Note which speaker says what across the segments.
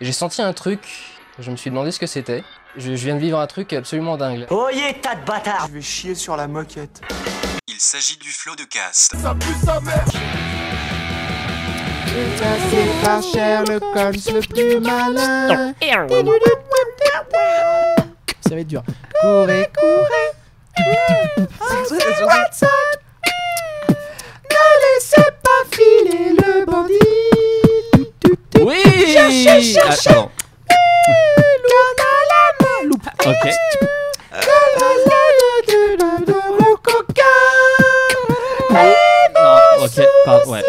Speaker 1: J'ai senti un truc, je me suis demandé ce que c'était. Je, je viens de vivre un truc absolument dingue.
Speaker 2: Oyez, tas de bâtards
Speaker 3: Je vais chier sur la moquette.
Speaker 4: Il s'agit du flot de cast.
Speaker 5: Putain, c'est pas cher le cons le plus malin. Ça va être dur. Courez, courez. C'est Watson. Ne laissez pas filer le bandit. Tu, tu,
Speaker 6: Oui
Speaker 5: Cherchez,
Speaker 6: Ah,
Speaker 5: cherchez.
Speaker 6: pardon.
Speaker 5: Loup,
Speaker 6: Ok.
Speaker 5: la, la, la, la, de, de, de, mon coquin.
Speaker 6: Non, ok, pardon, ouais.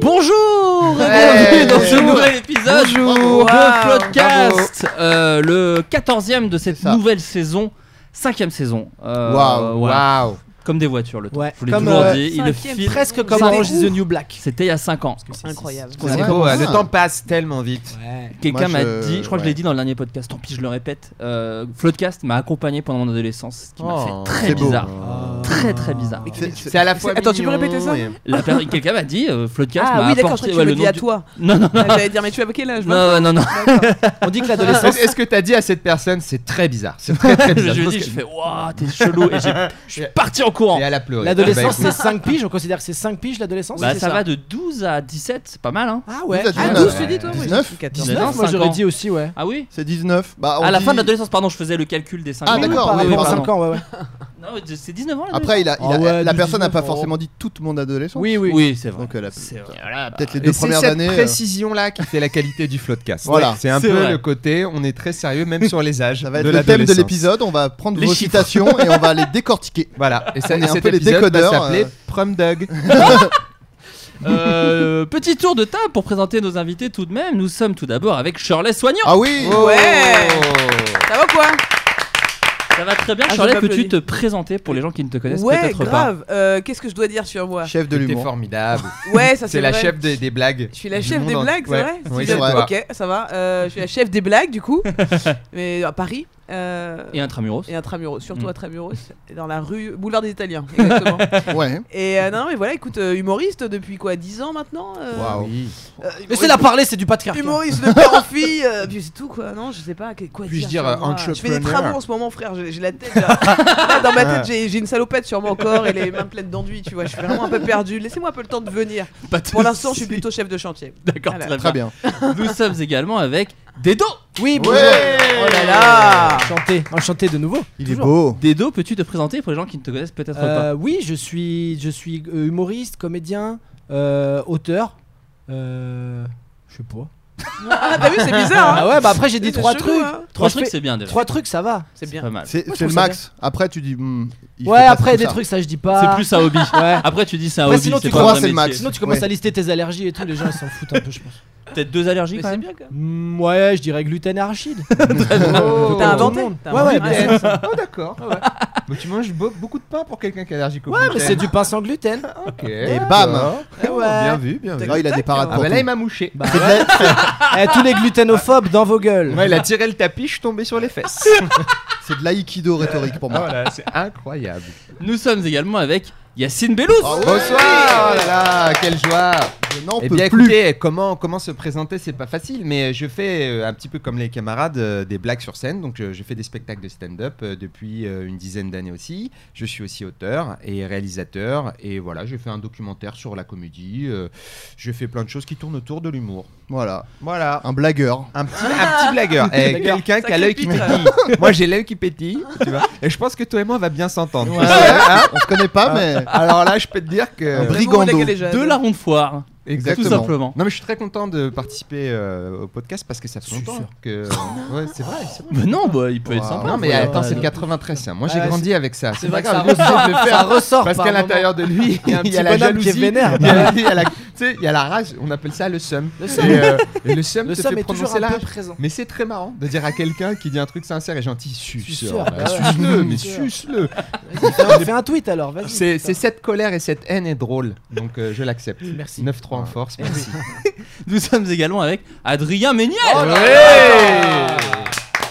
Speaker 6: Bonjour et
Speaker 5: Ouais.
Speaker 6: bienvenue dans ce nouvel épisode
Speaker 5: Bonjour.
Speaker 6: de Podcast, euh, le 14e de cette
Speaker 5: C'est ça.
Speaker 6: nouvelle saison, 5 saison. Euh,
Speaker 5: Waouh,
Speaker 6: ouais.
Speaker 5: waouh.
Speaker 6: Comme des voitures, le temps.
Speaker 7: Ouais,
Speaker 6: Je vous l'ai
Speaker 7: comme,
Speaker 6: toujours
Speaker 7: euh,
Speaker 6: dit, il le
Speaker 8: cinquième
Speaker 6: file.
Speaker 7: Presque comme
Speaker 6: Ça
Speaker 7: Orange
Speaker 6: roule.
Speaker 7: is the New Black.
Speaker 6: C'était il y a 5 ans.
Speaker 7: Incroyable.
Speaker 5: Ouais.
Speaker 7: C'est
Speaker 5: beau,
Speaker 7: beau.
Speaker 5: Oh, ouais,
Speaker 3: Ah.
Speaker 5: le temps
Speaker 3: passe tellement vite.
Speaker 6: Quelqu'un
Speaker 5: Moi,
Speaker 6: m'a
Speaker 5: je-
Speaker 6: dit, je crois que je
Speaker 5: ouais.
Speaker 6: l'ai dit dans le dernier podcast, tant pis je le répète, euh, Floodcast m'a accompagné pendant mon adolescence, ce qui m'a fait très
Speaker 5: Oh, c'est beau. Oh.
Speaker 6: bizarre. Très très bizarre.
Speaker 5: C'est c'est à la fois.
Speaker 8: Attends, tu peux
Speaker 5: mignon
Speaker 8: répéter ça
Speaker 5: et-
Speaker 6: La per- Quelqu'un m'a dit, euh, Floodcast
Speaker 8: Ah
Speaker 6: m'a
Speaker 8: oui, d'accord, je
Speaker 6: apporté
Speaker 8: crois
Speaker 6: ouais,
Speaker 8: que tu
Speaker 6: le
Speaker 8: me
Speaker 6: nom
Speaker 8: dis à
Speaker 6: du-
Speaker 8: toi.
Speaker 6: Non, non,
Speaker 8: Ah, J'allais dire, mais tu avais quel âge
Speaker 6: non, non, non.
Speaker 7: On dit que l'adolescence.
Speaker 5: Est-ce est-ce que t'as dit à cette personne c'est très bizarre C'est très très
Speaker 6: je
Speaker 5: bizarre.
Speaker 6: lui ai dit, je fais, waouh, t'es chelou. Et j'ai- je suis parti en courant.
Speaker 5: Et elle a pleuré.
Speaker 7: L'adolescence,
Speaker 5: Bah,
Speaker 7: c'est 5 piges. On considère que c'est 5 piges l'adolescence.
Speaker 6: Bah,
Speaker 7: c'est
Speaker 6: ça va de 12 à 17, c'est pas mal, hein.
Speaker 7: Ah ouais.
Speaker 9: Vous êtes
Speaker 7: Ah,
Speaker 8: Ah,
Speaker 9: jeune,
Speaker 8: 12,
Speaker 9: euh,
Speaker 8: tu dis toi Moi, j'ai
Speaker 9: 19.
Speaker 8: dit 14.
Speaker 6: 19,
Speaker 7: 19, moi j'aurais
Speaker 6: cinq ans.
Speaker 7: dit aussi, ouais.
Speaker 6: Ah oui
Speaker 9: C'est 19.
Speaker 5: Ah,
Speaker 9: Bah, on
Speaker 6: À la
Speaker 9: dit-
Speaker 6: fin de l'adolescence, pardon, je faisais le calcul des 5
Speaker 9: Ah,
Speaker 6: ans.
Speaker 9: d'accord,
Speaker 7: oui,
Speaker 9: oui,
Speaker 7: oui,
Speaker 9: oui,
Speaker 7: par
Speaker 6: pardon.
Speaker 7: 5 ans, ouais, ouais.
Speaker 6: Non, c'est 19 ans,
Speaker 9: Après, il a, il a-
Speaker 7: Ah ouais,
Speaker 9: la
Speaker 7: 12,
Speaker 9: personne n'a pas
Speaker 7: 19,
Speaker 9: forcément dit toute mon adolescence.
Speaker 7: Oui, oui.
Speaker 6: Oui, c'est vrai.
Speaker 9: Donc, elle a-
Speaker 6: C'est bah, vrai.
Speaker 9: peut-être les
Speaker 5: Et
Speaker 9: deux
Speaker 5: c'est
Speaker 9: premières
Speaker 5: cette
Speaker 9: années. euh,
Speaker 5: précision-là qui fait la qualité du floodcast.
Speaker 9: Voilà.
Speaker 5: Ouais, c'est un
Speaker 6: C'est
Speaker 5: peu
Speaker 6: vrai.
Speaker 5: le côté, on est très sérieux même sur les âges.
Speaker 9: ça va être
Speaker 5: de
Speaker 9: le thème de
Speaker 5: l'adolescence.
Speaker 9: l'épisode. On va prendre
Speaker 5: Les
Speaker 9: vos
Speaker 5: chiffres.
Speaker 9: citations et on va les décortiquer.
Speaker 5: Voilà. Et, ça,
Speaker 9: On
Speaker 5: et
Speaker 9: est un
Speaker 5: cet
Speaker 9: peu les
Speaker 5: épisode va
Speaker 9: décodeurs,
Speaker 5: s'appeler
Speaker 9: euh.
Speaker 5: Prom Dog.
Speaker 6: Euh, petit tour de table pour présenter nos invités tout de même. Nous sommes tout d'abord avec Shirley Soignant.
Speaker 9: Ah oui
Speaker 5: Oh
Speaker 8: Ouais Ça va ou quoi
Speaker 6: Ça va très bien,
Speaker 8: Ah, je
Speaker 6: Shirley. Peux-tu
Speaker 8: m'applaudis.
Speaker 6: te présenter pour les gens qui ne te connaissent
Speaker 8: Ouais,
Speaker 6: peut-être pas
Speaker 8: grave. Euh, Qu'est-ce que je dois dire sur moi
Speaker 9: Chef de
Speaker 5: T'es
Speaker 9: l'humour.
Speaker 5: formidable.
Speaker 8: Ouais, ça
Speaker 5: C'est
Speaker 8: Ah, c'est
Speaker 5: la
Speaker 8: vrai.
Speaker 5: chef des, des blagues.
Speaker 8: Je suis la
Speaker 5: du
Speaker 8: chef des
Speaker 5: monde en-
Speaker 8: blagues, c'est
Speaker 5: Ouais.
Speaker 8: vrai
Speaker 5: Oui,
Speaker 9: c'est
Speaker 5: c'est
Speaker 9: vrai.
Speaker 5: toi.
Speaker 8: Ok, ça va. Euh, je suis la chef des blagues du coup, mais à Paris. euh,
Speaker 6: Et intramuros.
Speaker 8: Et Tramuros, surtout
Speaker 6: Mm.
Speaker 8: à Tramuros, dans la rue Boulevard des Italiens, exactement.
Speaker 9: Ouais.
Speaker 8: et euh, non, mais voilà, écoute, euh, humoriste depuis quoi 10 ans maintenant euh,
Speaker 9: Waouh.
Speaker 8: euh,
Speaker 7: Mais c'est la parler, c'est du pas de carton.
Speaker 8: Humoriste de père en fille, euh, puis c'est tout quoi. Non, je sais pas que- quoi
Speaker 5: Puis-je
Speaker 8: dire.
Speaker 5: dire,
Speaker 8: sur
Speaker 5: euh,
Speaker 8: moi. je fais des
Speaker 5: entrepreneur.
Speaker 8: travaux en ce moment, frère. J'ai j'ai la tête. Là, Là, dans ma tête, j'ai j'ai une salopette sur moi encore et les mains pleines d'enduit. Tu vois, je suis vraiment un peu perdu. Laissez-moi un peu le temps de venir.
Speaker 6: Pas de
Speaker 8: Pour l'instant, je
Speaker 6: soucis.
Speaker 8: suis plutôt chef de chantier.
Speaker 6: D'accord,
Speaker 8: Voilà.
Speaker 6: très,
Speaker 9: Très
Speaker 6: bien.
Speaker 9: bien.
Speaker 6: Nous sommes également avec Dedo.
Speaker 7: Oui, bonjour.
Speaker 8: Oh là là
Speaker 7: Enchanté, enchanté de nouveau.
Speaker 9: Il est
Speaker 7: Toujours.
Speaker 9: beau.
Speaker 6: Dedo, peux-tu te présenter pour les gens qui ne te connaissent peut-être pas
Speaker 7: Euh, oui, je suis, je suis euh, humoriste, comédien, euh, auteur. Euh, je sais pas.
Speaker 8: Ah, t'as vu, c'est bizarre.
Speaker 7: Ah
Speaker 8: hein
Speaker 7: ouais, bah après j'ai dit
Speaker 8: C'est
Speaker 7: trois
Speaker 8: chelou,
Speaker 7: trucs.
Speaker 8: hein.
Speaker 6: Trois
Speaker 7: je
Speaker 6: trucs,
Speaker 7: fais-
Speaker 6: c'est bien déjà.
Speaker 7: Trois trucs, ça va.
Speaker 8: C'est
Speaker 6: C'est
Speaker 8: bien.
Speaker 6: pas mal.
Speaker 9: C'est
Speaker 7: Ah, je
Speaker 9: c'est le
Speaker 7: trouve ça
Speaker 9: max. Après, tu dis. hmm, il
Speaker 7: Ouais,
Speaker 9: fait pas
Speaker 7: après
Speaker 9: trop
Speaker 7: des
Speaker 9: ça.
Speaker 7: trucs, ça je dis
Speaker 6: C'est
Speaker 7: pas.
Speaker 6: plus un hobby.
Speaker 7: Ouais.
Speaker 6: Après, tu dis c'est un
Speaker 7: Ouais,
Speaker 6: hobby.
Speaker 7: sinon, tu
Speaker 6: pas
Speaker 9: crois,
Speaker 6: un
Speaker 9: c'est le
Speaker 6: métier.
Speaker 9: max.
Speaker 7: Sinon, tu commences
Speaker 9: Ouais.
Speaker 7: à lister tes allergies et tout, les gens ils s'en foutent un peu, je pense.
Speaker 6: Peut-être deux allergies
Speaker 8: Mais
Speaker 6: quand
Speaker 8: c'est
Speaker 6: même.
Speaker 8: bien quand même.
Speaker 7: Mm, ouais, je dirais gluten et arachide.
Speaker 5: Oh.
Speaker 8: T'as inventé
Speaker 7: monde.
Speaker 8: T'as
Speaker 7: Ouais,
Speaker 8: inventé.
Speaker 7: ouais, bien sûr.
Speaker 5: Oh, d'accord. Mais tu manges beau- beaucoup de pain pour quelqu'un qui est allergique au
Speaker 7: Ouais, mais
Speaker 5: gluten.
Speaker 7: c'est du pain sans gluten. Bah
Speaker 5: Ok. Oh,
Speaker 9: Et bam
Speaker 7: Eh
Speaker 5: Bien
Speaker 7: ouais.
Speaker 5: vu, bien vu.
Speaker 9: Ah, Il a des parades
Speaker 8: euh,
Speaker 5: Ah
Speaker 9: pour
Speaker 5: bah là, il
Speaker 9: tout.
Speaker 5: m'a mouché.
Speaker 7: Bah ouais. Eh, tous les gluténophobes dans vos gueules.
Speaker 5: Ouais, il a tiré le tapis, je suis tombé sur les fesses. Ah,
Speaker 9: C'est de l'aïkido rhétorique pour moi.
Speaker 5: voilà, c'est incroyable.
Speaker 6: Nous sommes également avec Yacine Bellouz.
Speaker 5: Oh,
Speaker 9: Ah ouais.
Speaker 5: Bonsoir, oh là là, quelle joie.
Speaker 9: Je n'en
Speaker 5: Eh
Speaker 9: peux
Speaker 5: bien,
Speaker 9: plus.
Speaker 5: écoutez, comment, comment se présenter, c'est pas facile, mais je fais euh, un petit peu comme les camarades euh, des blagues sur scène. Donc, je, je fais des spectacles de stand-up euh, depuis euh, une dizaine d'années aussi. Je suis aussi auteur et réalisateur. Et voilà, je fais un documentaire sur la comédie. euh, je fais plein de choses qui tournent autour de l'humour.
Speaker 9: Voilà.
Speaker 5: Voilà.
Speaker 9: Un blagueur.
Speaker 5: Un petit, un petit blagueur, Eh,
Speaker 8: Blagueur.
Speaker 5: quelqu'un qui a
Speaker 8: Sacré
Speaker 5: l'œil qui
Speaker 8: pitre.
Speaker 5: pétille. moi j'ai l'œil qui pétille, tu vois. Et je pense que toi et moi on va bien s'entendre.
Speaker 9: Ouais,
Speaker 5: Hein Ah.
Speaker 9: On se connaît pas, mais.
Speaker 5: Alors là, je peux te dire que.
Speaker 9: Un
Speaker 8: Vraiment,
Speaker 9: brigando.
Speaker 8: la gueule est jeune.
Speaker 6: De la ronde foire.
Speaker 9: Exactement.
Speaker 6: Tout simplement.
Speaker 5: Non mais je suis très content de participer euh, au podcast parce que ça fait
Speaker 6: Je suis
Speaker 5: longtemps que. Ouais, c'est vrai. c'est vrai.
Speaker 6: Mais non, bah, il peut être
Speaker 9: Wow.
Speaker 6: sympa.
Speaker 5: Non mais
Speaker 6: voilà.
Speaker 5: attends, c'est le 93. ça. Moi j'ai
Speaker 7: Ouais,
Speaker 5: grandi avec ça.
Speaker 7: C'est vrai que
Speaker 5: pas
Speaker 7: ça
Speaker 5: grave,
Speaker 7: ressort-
Speaker 5: j'essaie de le
Speaker 7: ça
Speaker 5: faire.
Speaker 7: ressort
Speaker 5: Parce
Speaker 7: par
Speaker 5: qu'à
Speaker 7: moment.
Speaker 5: l'intérieur de lui, il y a,
Speaker 7: petit
Speaker 5: la
Speaker 7: bonhomme qui est
Speaker 5: jalousie,
Speaker 7: vénère.
Speaker 5: il y a, il y a la, tu sais, il y a la rage. On appelle ça le seum.
Speaker 7: Le seum.
Speaker 5: Et, euh, et le seum
Speaker 7: Le
Speaker 5: te
Speaker 7: somme
Speaker 5: fait
Speaker 7: est toujours
Speaker 5: prononcer la
Speaker 7: un peu
Speaker 5: rage.
Speaker 7: présent.
Speaker 5: Mais c'est très marrant de dire à quelqu'un qui dit un truc sincère et gentil,
Speaker 7: Suceur,
Speaker 5: suce-le,
Speaker 7: bah ouais.
Speaker 5: suce-le, mais
Speaker 7: Suceur.
Speaker 5: suce-le.
Speaker 7: Fais un tweet alors, vas-y.
Speaker 5: C'est c'est cette colère et cette haine est drôle, donc euh, je l'accepte. Merci. Eh 9-3 en force, merci.
Speaker 6: Nous sommes également avec Adrien Méniel.
Speaker 5: Ouais.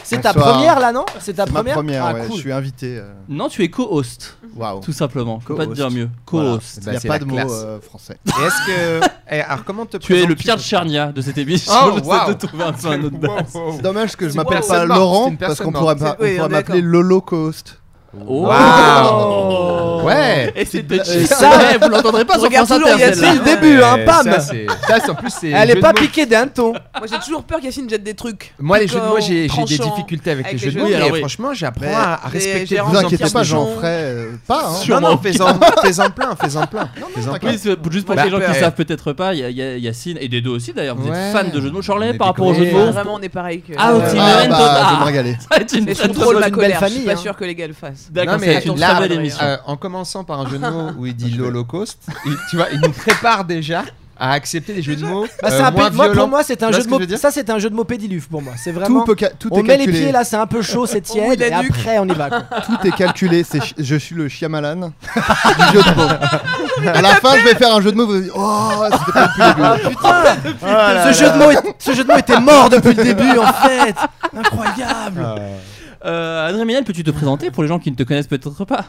Speaker 7: C'est ta
Speaker 5: Bonsoir.
Speaker 7: première là, non C'est ta
Speaker 5: Ma
Speaker 7: première
Speaker 5: première,
Speaker 7: Ah,
Speaker 5: ouais,
Speaker 7: cool.
Speaker 5: je suis invité. euh,
Speaker 6: Non, tu es co-host,
Speaker 5: Waouh.
Speaker 6: tout simplement. Je peux pas te
Speaker 5: Co-host.
Speaker 6: dire mieux.
Speaker 5: Voilà. Eh
Speaker 6: Co-host.
Speaker 5: Il
Speaker 10: Bah,
Speaker 5: n'y a
Speaker 10: c'est
Speaker 5: pas
Speaker 10: la
Speaker 5: de mot
Speaker 10: classe.
Speaker 5: euh, français.
Speaker 10: Et est-ce que. Eh, alors, comment te
Speaker 6: Tu es le
Speaker 10: présentes-tu
Speaker 6: Pierre de Charnia de cette émission.
Speaker 10: Oh,
Speaker 6: J'essaie
Speaker 10: waouh.
Speaker 6: de trouver un peu un autre
Speaker 10: Wow,
Speaker 6: date.
Speaker 10: wow.
Speaker 5: C'est dommage que je
Speaker 10: C'est
Speaker 5: m'appelle
Speaker 10: une
Speaker 5: pas
Speaker 10: personne morte, c'est
Speaker 5: Laurent
Speaker 10: une
Speaker 5: parce qu'on
Speaker 10: personne
Speaker 5: pourrait pas-
Speaker 10: morte.
Speaker 8: C'est- oui,
Speaker 5: on pourrait
Speaker 8: on est
Speaker 5: m'appeler
Speaker 8: d'accord.
Speaker 5: Lolo Coast.
Speaker 6: Oh.
Speaker 10: Wow. Ouais.
Speaker 6: Et c'était
Speaker 7: Euh,
Speaker 6: cheap.
Speaker 7: ça-
Speaker 6: Ouais, vous l'entendrez pas sur
Speaker 8: Regarde
Speaker 6: France Inter.
Speaker 8: toujours Yacine.
Speaker 6: celle-là.
Speaker 7: C'est le début, hein,
Speaker 10: Eh,
Speaker 7: pam
Speaker 10: Ça, c'est- ça, c'est- en plus, c'est.
Speaker 7: Elle
Speaker 10: jeu
Speaker 7: est
Speaker 10: de
Speaker 7: pas
Speaker 10: mots.
Speaker 7: piquée d'un ton.
Speaker 8: Moi j'ai toujours peur qu'Yacine jette des trucs.
Speaker 10: Moi, les jeux de mots, j'ai j'ai des
Speaker 8: Tranchant.
Speaker 10: difficultés avec, les jeux de
Speaker 6: mots.
Speaker 10: mots.
Speaker 6: Oui,
Speaker 10: et
Speaker 6: alors oui.
Speaker 10: franchement, j'apprends
Speaker 5: Mais-
Speaker 10: à à
Speaker 8: Mais
Speaker 10: respecter
Speaker 8: Gérard
Speaker 5: Ne vous
Speaker 8: Jean-Pierre
Speaker 5: inquiétez pas, j'en
Speaker 8: Michon.
Speaker 5: ferai euh, pas. hein.
Speaker 10: Non,
Speaker 6: Sûrement.
Speaker 10: non, fais-en fais-en plein, fais-en plein. Fais-en plein.
Speaker 6: Oui, c'est- juste pour
Speaker 10: Bah,
Speaker 6: les gens qui
Speaker 10: ouais.
Speaker 6: savent peut-être pas, il y a- il y a Yacine et Dedo aussi d'ailleurs. Vous
Speaker 10: Ouais.
Speaker 6: êtes fan de jeux de mots. Charlet
Speaker 10: Mais
Speaker 6: par rapport aux
Speaker 10: déconnez.
Speaker 6: jeux de
Speaker 8: Ah,
Speaker 6: mots.
Speaker 8: vraiment, on est pareil que.
Speaker 6: Ah, ok.
Speaker 8: Ouais.
Speaker 6: Tim
Speaker 5: Ah,
Speaker 6: Allen,
Speaker 5: bah, je vais
Speaker 6: Todd.
Speaker 5: me régaler.
Speaker 6: Ça va être une
Speaker 8: Mais je
Speaker 6: très, très
Speaker 8: contrôle
Speaker 6: bonne-
Speaker 8: ma
Speaker 7: une belle
Speaker 8: colère. Je suis
Speaker 7: famille,
Speaker 8: pas
Speaker 7: hein.
Speaker 8: sûr que les gars le fassent.
Speaker 6: D'accord,
Speaker 10: Non,
Speaker 6: ça va
Speaker 10: mais
Speaker 6: être une
Speaker 10: là,
Speaker 6: très belle émission.
Speaker 10: euh, en commenmençant par un jeu de mots où il dit l'Holocauste, il- tu vois, il nous prépare déjà à accepter des jeux de mots
Speaker 7: Bah, c'est
Speaker 10: euh,
Speaker 7: un
Speaker 10: moins
Speaker 7: peu- moi, pour
Speaker 10: violents.
Speaker 7: moi, c'est un
Speaker 10: Tu vois
Speaker 7: jeu
Speaker 10: ce
Speaker 7: de
Speaker 10: que je veux
Speaker 7: mots.
Speaker 10: dire
Speaker 7: Ça, c'est un jeu de mots pédilufe pour moi. C'est
Speaker 5: Tout,
Speaker 7: vraiment.
Speaker 5: peut ca- tout
Speaker 7: On
Speaker 5: est
Speaker 7: met les pieds
Speaker 5: calculé.
Speaker 7: là, c'est un peu chaud, c'est
Speaker 8: Au bout
Speaker 7: tiède,
Speaker 8: de la
Speaker 7: et
Speaker 8: nuque.
Speaker 7: après on y va. quoi.
Speaker 5: Tout est calculé. c'est ch- Je suis le Shyamalan du jeu de mots. À la fin, je vais faire un jeu de mots. Vous allez dire, oh, c'était pas
Speaker 7: ce, jeu de mots est- ce jeu de mots était Ah, mort depuis le début en fait. Incroyable.
Speaker 5: Ah,
Speaker 6: Euh, Adrien Méniel, peux-tu te présenter pour les gens qui ne te connaissent peut-être pas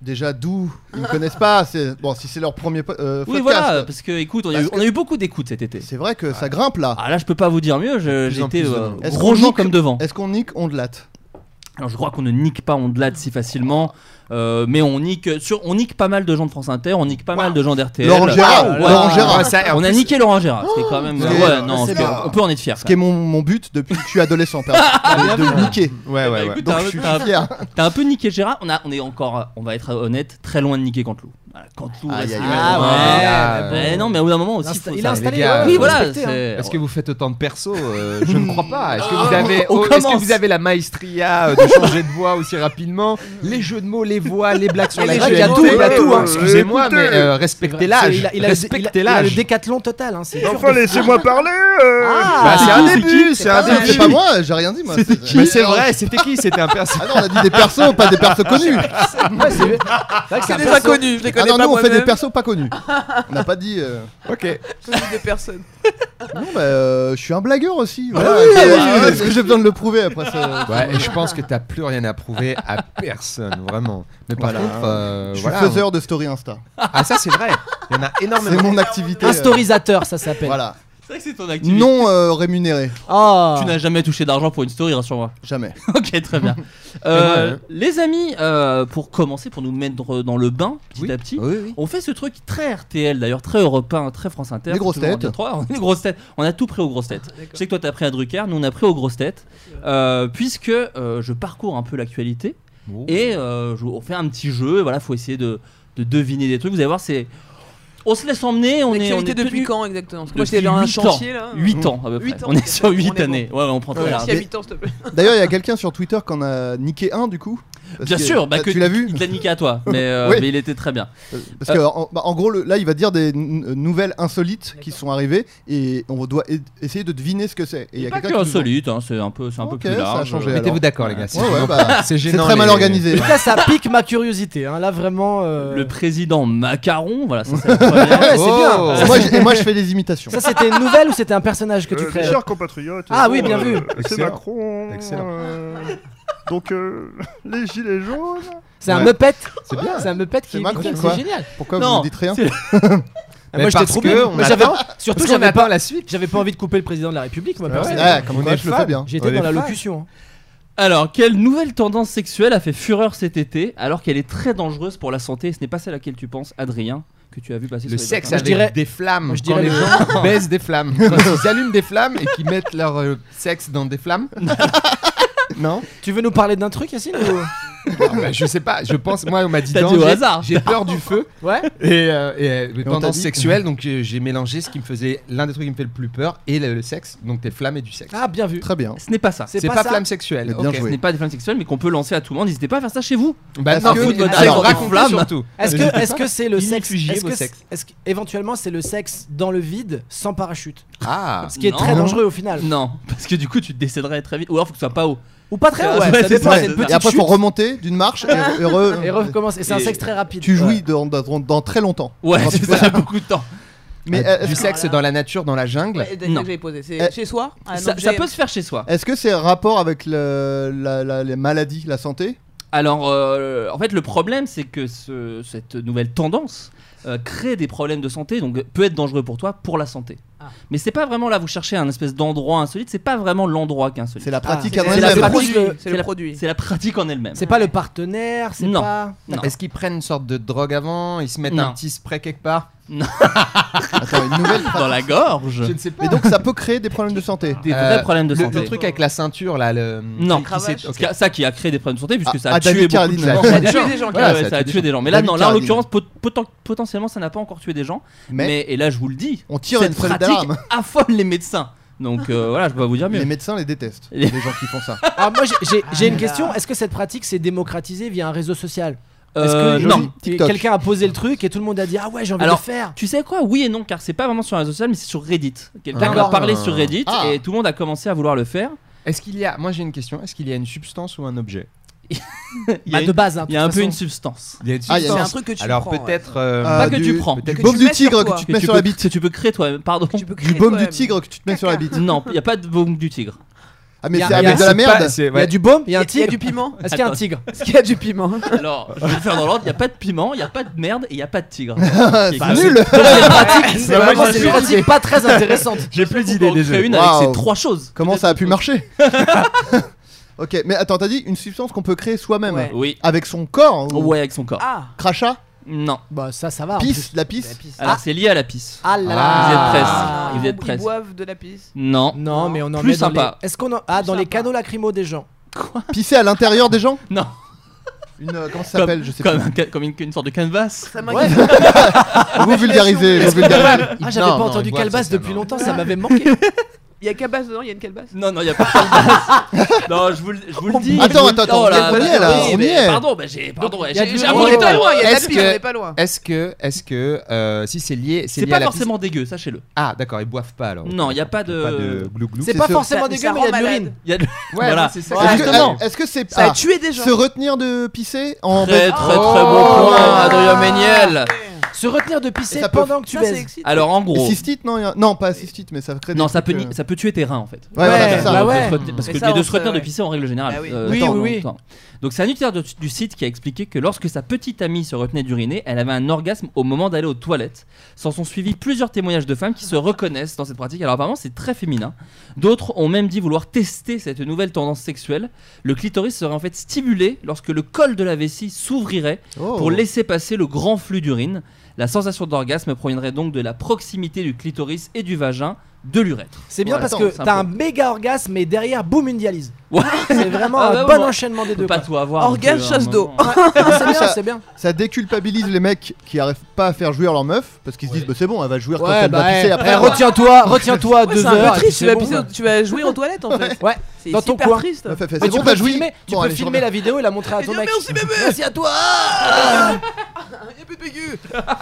Speaker 5: Déjà, d'où Ils ne connaissent pas. c'est- Bon, si c'est leur premier po- euh,
Speaker 6: Oui,
Speaker 5: podcast.
Speaker 6: voilà, parce que écoute, on a, eu,
Speaker 5: Parce
Speaker 6: on a eu beaucoup d'écoutes cet été.
Speaker 5: C'est vrai que ça grimpe là.
Speaker 6: Ah là, je peux pas vous dire mieux, je-
Speaker 10: Plus en
Speaker 6: j'étais
Speaker 10: plus de
Speaker 6: euh,
Speaker 10: monde.
Speaker 5: Est-ce
Speaker 6: gros
Speaker 5: qu'on
Speaker 6: gens
Speaker 5: nique-
Speaker 6: comme devant.
Speaker 5: Est-ce qu'on nique On de latte.
Speaker 6: Alors je crois qu'on ne nique pas Ondelat si facilement, euh, mais on nique, sur, on nique pas mal de gens de France Inter, on nique pas mal de gens d'RTL.
Speaker 5: Laurent Gérard,
Speaker 7: Ah,
Speaker 6: Ouais,
Speaker 5: Laurent
Speaker 6: ouais,
Speaker 5: Gérard.
Speaker 6: ouais, ça- on a niqué Laurent Gérard, ce qui est quand même. euh,
Speaker 5: c'est-
Speaker 6: ouais, non,
Speaker 5: c'est
Speaker 6: c'est-
Speaker 5: bien.
Speaker 6: on peut en être fier.
Speaker 5: Ce qui est mon, mon but depuis que je suis adolescent, perso, de, de niquer.
Speaker 10: Ouais, ouais, ouais.
Speaker 6: Eh ben, Bah, écoute,
Speaker 5: Donc
Speaker 6: t'as-
Speaker 5: je suis
Speaker 6: t'as-
Speaker 5: fier.
Speaker 6: T'as un peu niqué Gérard, on, a, on est encore, euh, on va être honnête, très loin de niquer Canteloup. Voilà, Canteloup,
Speaker 5: Aïe,
Speaker 6: reste-
Speaker 5: aïe, aïe.
Speaker 7: Ah ouais,
Speaker 10: Ah,
Speaker 7: mais
Speaker 6: Mais non, mais au bout d'un moment aussi,
Speaker 7: L'insta-
Speaker 6: faut
Speaker 7: il
Speaker 6: ça-
Speaker 7: a installé.
Speaker 10: les gars,
Speaker 7: ouais,
Speaker 6: Oui,
Speaker 7: faut
Speaker 6: voilà,
Speaker 7: respecter, hein.
Speaker 6: c'est.
Speaker 10: Est-ce que vous faites autant de perso Euh, Je ne crois pas. Est-ce que vous
Speaker 6: Ah,
Speaker 10: avez,
Speaker 6: on
Speaker 10: oh, est-ce que
Speaker 6: commence.
Speaker 10: vous avez la maestria euh, de changer de voix aussi rapidement Les jeux de mots, les voix, les blagues sur
Speaker 8: Et
Speaker 10: la
Speaker 8: les jeux de
Speaker 10: actualité.
Speaker 8: mots, il y a tout, hein.
Speaker 10: Excusez-moi, mais euh, respectez
Speaker 7: C'est-
Speaker 10: l'âge.
Speaker 7: il a- il a-
Speaker 10: Respectez
Speaker 7: il a- il a le
Speaker 10: l'âge.
Speaker 7: décathlon total. Hein, c'est dur de-
Speaker 11: laissez-moi parler
Speaker 10: Bah, c'est un
Speaker 7: c'est qui,
Speaker 10: début,
Speaker 7: c'est
Speaker 10: c'est
Speaker 7: pas
Speaker 10: un début.
Speaker 5: Ah, C'est pas moi, j'ai rien dit moi.
Speaker 10: C'était qui Mais c'est vrai, c'était qui C'était un perso.
Speaker 5: Ah non, on a dit des persos, pas des persos connus.
Speaker 7: Ouais, c'est vrai que c'est
Speaker 8: C'est
Speaker 7: un
Speaker 8: des
Speaker 7: perso-
Speaker 8: inconnus, je les
Speaker 5: Ah
Speaker 8: connais
Speaker 5: non,
Speaker 8: pas
Speaker 5: nous on fait des
Speaker 8: moi-même.
Speaker 5: persos pas connus. On n'a pas dit. euh,
Speaker 10: Ok.
Speaker 8: Je connais des personnes.
Speaker 5: Non, bah, euh, je suis un blagueur aussi. Voilà. Euh, Ah, Est-ce que j'ai besoin de le prouver après ça
Speaker 10: Ouais, et je pense que t'as plus rien à prouver à personne, vraiment. Mais par
Speaker 5: Voilà.
Speaker 10: contre, euh,
Speaker 5: Je suis
Speaker 10: voilà.
Speaker 5: faiseur de story Insta.
Speaker 10: Ah, ça c'est vrai. Il y en a
Speaker 5: C'est
Speaker 10: énormément.
Speaker 5: mon activité.
Speaker 7: Un
Speaker 5: euh,
Speaker 7: storisateur, ça s'appelle.
Speaker 5: Voilà.
Speaker 6: C'est vrai que c'est ton activité.
Speaker 5: Non euh, rémunéré.
Speaker 7: Ah.
Speaker 6: Tu n'as jamais touché d'argent pour une story, rassure-moi.
Speaker 5: Jamais.
Speaker 6: Ok, très bien.
Speaker 5: hein.
Speaker 6: Euh,
Speaker 10: Et moi,
Speaker 6: Les amis, euh, pour commencer, pour nous mettre dans le bain petit
Speaker 10: Oui.
Speaker 6: à petit,
Speaker 10: Oui, oui.
Speaker 6: on fait ce truc très RTL d'ailleurs, très européen, très France Inter.
Speaker 5: Les grosses
Speaker 6: tout le monde
Speaker 5: têtes. Ah,
Speaker 6: en dit trois. les grosses têtes. On a tout pris aux grosses têtes. Je sais que toi t'as pris à Drucker, nous on a pris aux grosses têtes, Euh, puisque euh, je parcours un peu l'actualité
Speaker 5: Oh.
Speaker 10: Oh.
Speaker 6: et euh, je- on fait un petit jeu. Voilà, faut essayer de, de deviner des trucs. Vous allez voir, c'est on se laisse emmener, on est on
Speaker 8: L'actualité
Speaker 6: est
Speaker 8: depuis
Speaker 6: tenu-
Speaker 8: quand exactement Parce que moi
Speaker 6: depuis
Speaker 8: j'étais dans un
Speaker 6: 8 ans.
Speaker 8: chantier là.
Speaker 6: 8 ans à peu près.
Speaker 8: Huit ans,
Speaker 6: on est sur
Speaker 8: on est
Speaker 6: 8
Speaker 8: bon.
Speaker 6: années. Ouais, on prend très
Speaker 8: Ouais,
Speaker 6: large.
Speaker 8: s'il y a 8 ans, s'il te plaît.
Speaker 5: D'ailleurs, il y a quelqu'un sur Twitter qu'on a niqué un du coup. Parce
Speaker 6: Bien
Speaker 5: que-
Speaker 6: sûr, bah
Speaker 5: Ah,
Speaker 6: que-
Speaker 5: tu l'as vu
Speaker 6: Il te l'a niqué à toi, mais, euh,
Speaker 5: Oui.
Speaker 6: mais il était très bien.
Speaker 5: Euh, Parce que en, bah, en gros, le- là, il va dire des n- euh, nouvelles insolites qui sont arrivées et on doit e- essayer de deviner ce que c'est. Et il y a
Speaker 6: pas
Speaker 5: quelqu'un
Speaker 6: que
Speaker 5: qui nous-
Speaker 6: insolite, hein, c'est un peu, c'est un
Speaker 5: Ok,
Speaker 6: peu plus
Speaker 5: ça a
Speaker 6: large.
Speaker 5: changé, alors.
Speaker 10: Mettez-vous d'accord, les gars.
Speaker 5: Ouais, ouais, bah, C'est
Speaker 10: c'est gênant.
Speaker 5: très mal
Speaker 10: les-
Speaker 5: organisé.
Speaker 7: Là, ça pique ma curiosité. hein. Là, vraiment. euh,
Speaker 6: Le président Macaron, voilà, ça c'est la première.
Speaker 7: Ouais, c'est
Speaker 10: Oh.
Speaker 7: bien.
Speaker 5: Et moi, je- et moi, je fais des imitations.
Speaker 7: Ça, c'était une nouvelle ou c'était un personnage que tu
Speaker 11: Euh,
Speaker 7: crées
Speaker 11: mes chers compatriotes.
Speaker 7: Ah
Speaker 11: euh,
Speaker 7: oui, bien vu.
Speaker 11: C'est
Speaker 10: Excellent.
Speaker 11: Macron.
Speaker 10: Excellent.
Speaker 11: euh, donc, euh, les gilets jaunes.
Speaker 7: C'est un
Speaker 10: Ouais.
Speaker 7: Muppet.
Speaker 10: C'est bien.
Speaker 7: C'est un Muppet qui
Speaker 5: C'est Macron,
Speaker 7: qui-
Speaker 5: quoi.
Speaker 7: C'est génial.
Speaker 5: Pourquoi vous
Speaker 6: Non,
Speaker 5: ne dites rien
Speaker 6: c'est-
Speaker 7: Ah, moi,
Speaker 10: Mais
Speaker 7: j'étais
Speaker 10: parce
Speaker 7: trop
Speaker 10: que
Speaker 7: bien.
Speaker 10: on
Speaker 7: Moi, j'avais-
Speaker 10: attend-
Speaker 7: Surtout,
Speaker 10: parce qu'on
Speaker 7: j'avais
Speaker 10: attend
Speaker 7: pas,
Speaker 10: la suite.
Speaker 7: j'avais pas envie de couper le président de la République, moi,
Speaker 10: Ah ouais.
Speaker 7: personnellement.
Speaker 5: Ah, comme
Speaker 10: On
Speaker 5: quoi,
Speaker 10: est
Speaker 5: je le fais
Speaker 10: fan.
Speaker 5: bien.
Speaker 7: J'étais
Speaker 10: On
Speaker 7: dans
Speaker 10: est
Speaker 7: la
Speaker 10: fan.
Speaker 7: locution. hein.
Speaker 6: Alors, quelle nouvelle tendance sexuelle a fait fureur cet été, alors qu'elle est très dangereuse pour la santé et ce n'est pas celle à laquelle tu penses, Adrien, que tu as vu passer
Speaker 10: Le
Speaker 6: sur les
Speaker 10: sexe
Speaker 6: placards.
Speaker 10: avec
Speaker 7: je dirais-
Speaker 10: des flammes.
Speaker 7: moi, je
Speaker 10: Quand
Speaker 7: dirais
Speaker 10: les
Speaker 7: le-
Speaker 10: gens baissent des flammes. Quand ils allument des flammes et qu'ils mettent leur euh, sexe dans des flammes. non
Speaker 7: Tu veux nous parler d'un truc, Yacine ou-
Speaker 10: Ah, bah, Je sais pas. Je pense. Moi, on m'a dit.
Speaker 6: T'as
Speaker 10: non,
Speaker 6: dit au
Speaker 10: j'ai-
Speaker 6: hasard.
Speaker 10: J'ai peur du feu.
Speaker 7: Ouais.
Speaker 10: Et, euh, et, euh,
Speaker 5: on t'a
Speaker 10: tendance
Speaker 5: dit
Speaker 10: sexuelle, donc euh, j'ai mélangé ce qui me faisait l'un des trucs qui me fait le plus peur et le, le sexe, donc des flammes et du sexe.
Speaker 7: Ah, bien vu.
Speaker 5: Très bien.
Speaker 6: Ce n'est pas ça.
Speaker 10: c'est
Speaker 7: pas
Speaker 10: pas,
Speaker 7: ça.
Speaker 10: flamme sexuelle.
Speaker 5: Mais bien
Speaker 10: ok.
Speaker 6: Ce
Speaker 5: joué.
Speaker 6: n'est pas des flammes sexuelles, mais qu'on peut lancer à tout le monde. N'hésitez pas à faire ça chez vous.
Speaker 10: Bah,
Speaker 5: Est-ce
Speaker 10: non,
Speaker 5: que-
Speaker 10: faut-
Speaker 5: alors,
Speaker 10: alors,
Speaker 6: racontez
Speaker 10: racontez
Speaker 6: surtout.
Speaker 10: surtout.
Speaker 7: Est-ce que est-ce que c'est le sexe
Speaker 10: Inéfugiez
Speaker 7: Est-ce
Speaker 10: vos
Speaker 7: que
Speaker 10: sexes.
Speaker 7: c'est- est-ce que- éventuellement c'est le sexe dans le vide sans parachute
Speaker 10: Ah,
Speaker 7: Ce qui est
Speaker 6: Non.
Speaker 7: très dangereux au final.
Speaker 6: Non, parce que du coup, tu te décéderais très vite. Ou alors, faut que ce soit pas haut.
Speaker 7: Ou pas très haut,
Speaker 6: Ouais,
Speaker 7: ouais, ça
Speaker 6: c'est
Speaker 7: dépend.
Speaker 6: vrai.
Speaker 7: c'est une
Speaker 5: Et
Speaker 7: petite
Speaker 5: après, il
Speaker 7: chute.
Speaker 5: faut remonter d'une marche et, et re-
Speaker 7: Et recommence. Et c'est un
Speaker 6: Et-
Speaker 7: sexe très rapide.
Speaker 5: Tu jouis
Speaker 7: Ouais.
Speaker 5: dans, dans- dans très longtemps.
Speaker 6: Ouais,
Speaker 5: Quand tu
Speaker 6: c'est
Speaker 5: fais
Speaker 6: ça, beaucoup de temps.
Speaker 5: Mais
Speaker 10: Ah,
Speaker 5: euh,
Speaker 10: du
Speaker 5: est-ce que-
Speaker 10: sexe dans la nature, dans la jungle.
Speaker 8: Ouais, d'ailleurs,
Speaker 6: Non.
Speaker 8: j'avais posé. C'est
Speaker 5: Eh,
Speaker 8: chez soi
Speaker 10: Ah,
Speaker 8: un
Speaker 6: ça,
Speaker 8: objet-
Speaker 6: ça peut se faire chez soi.
Speaker 5: est-ce que c'est un rapport avec le- la, la- les maladies, la santé
Speaker 6: Alors, euh, en fait, le problème, c'est que ce- cette nouvelle tendance euh, crée des problèmes de santé, donc peut être dangereux pour toi, pour la santé.
Speaker 7: Ah.
Speaker 6: Mais c'est pas vraiment là, vous cherchez un espèce d'endroit insolite, c'est pas vraiment l'endroit qui est insolite.
Speaker 5: C'est la pratique
Speaker 7: Ah,
Speaker 8: C'est
Speaker 5: en
Speaker 8: la-
Speaker 6: la
Speaker 8: c'est le
Speaker 5: elle-même.
Speaker 6: pratique.
Speaker 8: produit. C'est
Speaker 6: C'est
Speaker 8: le
Speaker 6: la-
Speaker 8: produit.
Speaker 6: C'est la pratique en elle-même.
Speaker 7: C'est pas le partenaire, c'est
Speaker 6: Non.
Speaker 7: pas.
Speaker 6: Non.
Speaker 10: Est-ce qu'ils prennent une sorte de drogue avant Ils se mettent
Speaker 6: Non.
Speaker 10: un petit spray quelque part
Speaker 5: Attends, une nouvelle.
Speaker 6: Dans la gorge.
Speaker 10: Je ne sais pas.
Speaker 5: Mais donc ça peut créer des problèmes de santé.
Speaker 6: Des
Speaker 10: Euh,
Speaker 6: vrais problèmes de
Speaker 10: le,
Speaker 6: santé.
Speaker 10: le truc avec la ceinture là, le.
Speaker 6: Non.
Speaker 10: qui- qui
Speaker 8: cravache.
Speaker 10: s'est- ok.
Speaker 6: C'est ça qui a créé des problèmes de santé, puisque
Speaker 5: Ah,
Speaker 6: ça a
Speaker 5: ah,
Speaker 6: tué
Speaker 5: David
Speaker 6: beaucoup de
Speaker 5: Carradine,
Speaker 6: gens.
Speaker 5: là.
Speaker 8: Ça a tué des gens.
Speaker 6: Ouais,
Speaker 10: Voilà,
Speaker 6: ça, a tué des gens. Mais là,
Speaker 5: David
Speaker 6: non, là, en
Speaker 5: Carradine.
Speaker 6: l'occurrence, pot- poten- potentiellement, ça n'a pas encore tué des gens. Mais,
Speaker 5: Mais
Speaker 6: et là, je vous le dis,
Speaker 5: on tire une
Speaker 6: cette
Speaker 5: sonnette
Speaker 6: pratique
Speaker 5: d'alarme.
Speaker 6: affole les médecins. Donc euh, voilà, je peux pas vous dire mieux.
Speaker 5: Les médecins les détestent.
Speaker 6: Les-
Speaker 5: Les gens qui font ça.
Speaker 7: Ah, moi, j'ai- j'ai j'ai une
Speaker 8: là.
Speaker 7: question. Est-ce que cette pratique s'est démocratisée via un réseau social Est-ce
Speaker 6: Euh,
Speaker 7: que
Speaker 6: non.
Speaker 5: TikTok.
Speaker 7: quelqu'un a posé le truc et tout le monde a dit ah ouais j'ai envie de le
Speaker 6: Alors,
Speaker 7: faire.
Speaker 6: Tu sais quoi Oui et non, car c'est pas vraiment sur un réseau social, mais c'est sur Reddit. Quelqu'un en a
Speaker 7: D'accord.
Speaker 6: parlé sur Reddit
Speaker 5: Ah.
Speaker 6: et tout le monde a commencé à vouloir le faire.
Speaker 10: Est-ce qu'il y a Moi j'ai une question. Est-ce qu'il y a une substance ou un objet
Speaker 6: Il y a,
Speaker 7: Ah,
Speaker 6: une-
Speaker 7: de base. hein, de
Speaker 6: il y a un
Speaker 7: toute
Speaker 6: peu une
Speaker 7: façon.
Speaker 6: substance.
Speaker 10: Il y a une
Speaker 5: Ah, il y a
Speaker 8: C'est un
Speaker 10: substance.
Speaker 8: truc que tu
Speaker 10: Alors
Speaker 8: prends, ouais.
Speaker 10: peut-être. euh,
Speaker 5: Euh,
Speaker 6: pas que
Speaker 5: du-
Speaker 6: tu prends.
Speaker 10: peut-être-
Speaker 8: Que
Speaker 5: Baume
Speaker 8: tu
Speaker 5: du
Speaker 8: mets sur
Speaker 5: tigre
Speaker 8: toi.
Speaker 5: que tu te
Speaker 6: Que
Speaker 5: mets
Speaker 6: tu
Speaker 5: sur
Speaker 6: peux-
Speaker 5: la bite.
Speaker 6: que tu peux créer toi-même, pardon.
Speaker 8: Tu peux
Speaker 5: Du
Speaker 8: créer
Speaker 5: baume du
Speaker 8: toi-même.
Speaker 5: tigre que tu te mets sur la bite.
Speaker 6: Non, il n'y a pas de baume du tigre.
Speaker 5: Ah mais
Speaker 7: Y a-
Speaker 5: c'est
Speaker 7: y a-
Speaker 5: avec de la
Speaker 10: c'est pas-
Speaker 5: merde.
Speaker 10: c'est-
Speaker 7: Il y a
Speaker 10: ouais.
Speaker 7: du baume, il y
Speaker 8: Il
Speaker 7: a
Speaker 8: y
Speaker 7: un
Speaker 8: a
Speaker 7: tigre.
Speaker 8: du piment.
Speaker 7: Est-ce qu'il y a un tigre
Speaker 8: Est-ce qu'il y a du piment
Speaker 6: Alors, je vais le faire dans l'ordre, il n'y a pas de piment, il n'y a pas de merde et il n'y a pas de tigre.
Speaker 5: C'est nul.
Speaker 7: C'est
Speaker 10: moi,
Speaker 7: vraiment
Speaker 10: j'ai
Speaker 7: c'est
Speaker 10: plus
Speaker 7: une pratique pas très intéressante.
Speaker 10: J'ai plus d'idées
Speaker 6: créer
Speaker 10: désolé.
Speaker 6: une avec ces
Speaker 5: Waouh.
Speaker 6: trois choses.
Speaker 5: Comment ça a pu marcher Ok, mais attends, t'as dit une substance qu'on peut créer soi-même
Speaker 8: Ouais.
Speaker 6: Oui.
Speaker 5: avec son corps ou-
Speaker 6: Ouais, avec son corps.
Speaker 8: Ah
Speaker 5: Crachat,
Speaker 6: Non.
Speaker 7: Bah ça ça va. en
Speaker 5: pisse, la
Speaker 7: plus. Bah,
Speaker 5: pisse.
Speaker 6: Alors, c'est lié à la pisse.
Speaker 7: Ah là
Speaker 10: Ah.
Speaker 7: là.
Speaker 6: Vous
Speaker 8: ils
Speaker 6: êtes
Speaker 8: bo-
Speaker 6: presque.
Speaker 8: Ils
Speaker 5: Ah.
Speaker 8: boivent de la pisse.
Speaker 6: Non.
Speaker 7: Non mais on en
Speaker 6: Plus
Speaker 7: met dans
Speaker 6: sympa.
Speaker 7: les- Est-ce qu'on en... ah dans
Speaker 8: Plus sympa.
Speaker 7: les canaux lacrymaux des gens.
Speaker 5: Pisser à l'intérieur des gens
Speaker 6: Non.
Speaker 5: Une, euh, comment ça s'appelle Je sais
Speaker 6: Comme, un ca- comme une, une sorte de canvas.
Speaker 8: Ça m'inquiète.
Speaker 5: plus. Vous vulgarisez, vous vulgarisez.
Speaker 7: Ah j'avais
Speaker 10: Non,
Speaker 7: pas
Speaker 10: non,
Speaker 7: entendu
Speaker 10: il boit,
Speaker 7: Calbas
Speaker 10: c'est ça,
Speaker 7: depuis
Speaker 10: non.
Speaker 7: longtemps,
Speaker 6: Ah.
Speaker 7: ça m'avait manqué.
Speaker 8: Il y a Cabas dedans, il y a une calebasse.
Speaker 6: Non, non, il n'y a pas de canvas. non, je vous, le- je vous le dis.
Speaker 5: Attends,
Speaker 6: je vous le-
Speaker 5: attends, attends,
Speaker 6: Oh
Speaker 5: on y est, là,
Speaker 6: oui,
Speaker 5: on y
Speaker 6: mais
Speaker 5: est.
Speaker 6: Pardon, bah, j'ai pardon,
Speaker 7: y a du
Speaker 6: j'ai- j'ai
Speaker 7: monde.
Speaker 8: On
Speaker 6: avoué.
Speaker 8: est pas loin, il y a de
Speaker 10: Est-ce
Speaker 8: la pisse,
Speaker 10: que-
Speaker 8: on est pas loin.
Speaker 10: Est-ce que, est-ce que, euh, si c'est lié,
Speaker 6: C'est
Speaker 10: c'est lié à
Speaker 6: pas
Speaker 10: la pisse-
Speaker 6: forcément dégueu, sachez-le.
Speaker 10: Ah, d'accord, ils boivent pas alors.
Speaker 6: Non, il n'y a pas
Speaker 10: Pas
Speaker 6: de.
Speaker 10: de glou-glou.
Speaker 7: C'est
Speaker 5: C'est
Speaker 7: pas
Speaker 5: ce-
Speaker 7: forcément
Speaker 8: ça-
Speaker 7: dégueu
Speaker 8: ça
Speaker 7: mais il y a de
Speaker 8: rend
Speaker 7: l'urine.
Speaker 6: Il y a de-
Speaker 10: Ouais,
Speaker 6: Voilà.
Speaker 10: c'est ça.
Speaker 6: Ouais.
Speaker 5: Est-ce que-
Speaker 6: Justement.
Speaker 5: Est-ce que c'est.
Speaker 8: Ça a
Speaker 5: ah,
Speaker 8: tué des gens.
Speaker 5: se retenir de pisser en.
Speaker 6: Très très
Speaker 10: Oh.
Speaker 6: très beau point,
Speaker 10: Ah.
Speaker 6: Adrien Méniel.
Speaker 7: Se retenir de pisser
Speaker 5: ça peut-
Speaker 7: pendant que tu
Speaker 8: Ça, c'est
Speaker 7: baises.
Speaker 8: excitant.
Speaker 6: Alors en
Speaker 5: Et
Speaker 6: gros,
Speaker 5: cystite, non il y a- Non, pas cystite, mais ça crée des
Speaker 6: non, ça peut,
Speaker 5: trucs,
Speaker 6: ni-
Speaker 5: euh,
Speaker 6: ça peut tuer tes reins en fait.
Speaker 5: Ouais, voilà,
Speaker 7: Ouais,
Speaker 5: c'est ça.
Speaker 7: bah ouais.
Speaker 6: De se retenir- Parce que
Speaker 8: Mais ça,
Speaker 6: les deux
Speaker 8: on
Speaker 6: se retenir
Speaker 8: se-
Speaker 6: de pisser en règle générale.
Speaker 8: Bah oui.
Speaker 6: euh,
Speaker 7: Oui,
Speaker 6: dans
Speaker 7: oui, oui.
Speaker 6: longtemps. Donc c'est un utilisateur du, du site qui a expliqué que lorsque sa petite amie se retenait d'uriner, elle avait un orgasme au moment d'aller aux toilettes. S'en sont suivis plusieurs témoignages de femmes qui se reconnaissent dans cette pratique. Alors apparemment c'est très féminin. D'autres ont même dit vouloir tester cette nouvelle tendance sexuelle. Le clitoris serait en fait stimulé lorsque le col de la vessie s'ouvrirait
Speaker 5: Oh.
Speaker 6: pour laisser passer le grand flux d'urine. La sensation d'orgasme proviendrait donc de la proximité du clitoris et du vagin de l'urètre.
Speaker 7: C'est bien
Speaker 6: Voilà.
Speaker 7: parce que
Speaker 6: Attends, c'est
Speaker 7: t'as
Speaker 6: un
Speaker 7: un méga orgasme et derrière boum une dialyse.
Speaker 6: Ouais.
Speaker 7: C'est vraiment
Speaker 6: Ah
Speaker 7: un
Speaker 6: bah,
Speaker 7: bon
Speaker 6: moi,
Speaker 7: enchaînement des
Speaker 6: On peut
Speaker 7: deux.
Speaker 6: pas
Speaker 7: quoi.
Speaker 6: tout avoir.
Speaker 8: Organe
Speaker 6: donc, euh,
Speaker 8: chasse
Speaker 6: un
Speaker 8: d'eau.
Speaker 6: moment-
Speaker 7: Ah, C'est bien,
Speaker 5: Ça-
Speaker 7: c'est bien.
Speaker 5: Ça déculpabilise les mecs qui arrivent pas à faire jouer leur meuf parce qu'ils se disent bah, c'est bon, elle va jouer quand elle va pisser
Speaker 7: eh,
Speaker 5: après.
Speaker 7: eh,
Speaker 5: elle va-
Speaker 7: retiens-toi, retiens-toi
Speaker 8: Ouais,
Speaker 7: deux
Speaker 8: c'est un
Speaker 7: heures.
Speaker 8: peu
Speaker 7: et puis
Speaker 8: triste, tu
Speaker 7: c'est
Speaker 8: vas,
Speaker 7: bon,
Speaker 8: pisser-
Speaker 7: quoi.
Speaker 8: tu vas jouer aux toilettes en fait.
Speaker 7: Ouais.
Speaker 8: C'est
Speaker 7: Dans ton
Speaker 8: hyper
Speaker 7: coin.
Speaker 8: triste.
Speaker 5: Ouais, fait- fait-
Speaker 7: Mais
Speaker 5: C'est bon,
Speaker 7: tu peux
Speaker 5: t'as joué.
Speaker 7: filmer, tu
Speaker 5: Bon,
Speaker 7: peux
Speaker 5: allez, je
Speaker 7: filmer
Speaker 5: remets.
Speaker 7: la vidéo et la montrer à
Speaker 8: Et
Speaker 7: ton
Speaker 8: dire,
Speaker 7: mec.
Speaker 8: Merci bébé.
Speaker 7: Merci à toi.
Speaker 8: Il y a plus de PQ.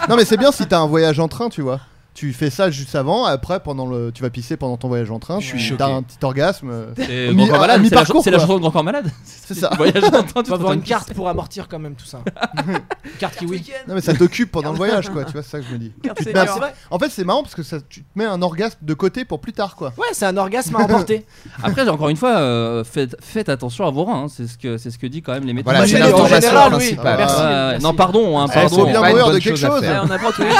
Speaker 5: Non, mais c'est bien si t'as un voyage en train, tu vois. Tu fais ça juste avant, après pendant le, tu vas pisser pendant ton voyage en train.
Speaker 10: Je suis
Speaker 5: tu-
Speaker 10: choqué.
Speaker 5: T'as un petit orgasme. euh,
Speaker 6: C'est
Speaker 5: Mi-
Speaker 6: Grand Corps
Speaker 5: à
Speaker 6: Malade, c'est la,
Speaker 5: mi-parcours,
Speaker 6: c'est la
Speaker 5: quoi.
Speaker 6: chanson de Grand Corps Malade.
Speaker 5: C'est ça.
Speaker 6: Voyage en train,
Speaker 7: Tu
Speaker 6: tu
Speaker 7: vas
Speaker 6: vas
Speaker 7: avoir une carte pour amortir quand même tout ça. Une carte qui oui.
Speaker 8: Week-end.
Speaker 5: Non mais ça t'occupe pendant le voyage quoi, tu vois c'est ça que je me dis.
Speaker 8: Carte
Speaker 5: Tu te mets un-
Speaker 8: senior.
Speaker 5: En fait c'est marrant parce que ça, tu te mets un orgasme de côté pour plus tard quoi.
Speaker 7: Ouais, c'est un orgasme à emporter.
Speaker 6: Après, encore une fois, euh, faites, faites attention à vos reins. hein. C'est ce que c'est ce que dit quand même les médecins.
Speaker 10: Voilà,
Speaker 7: Oui,
Speaker 10: c'est
Speaker 7: mais
Speaker 10: l'information
Speaker 7: en général, oui.
Speaker 10: principale.
Speaker 5: Merci.
Speaker 6: Ouais, ouais, ouais. Non, pardon, hein,
Speaker 10: Eh,
Speaker 5: Elles sont
Speaker 6: pardon.
Speaker 10: c'est
Speaker 5: bien
Speaker 10: pas une
Speaker 5: mourir de
Speaker 10: bonne
Speaker 5: quelque
Speaker 10: chose à
Speaker 5: chose.
Speaker 10: faire.
Speaker 8: Ouais, on apprend tous les jours.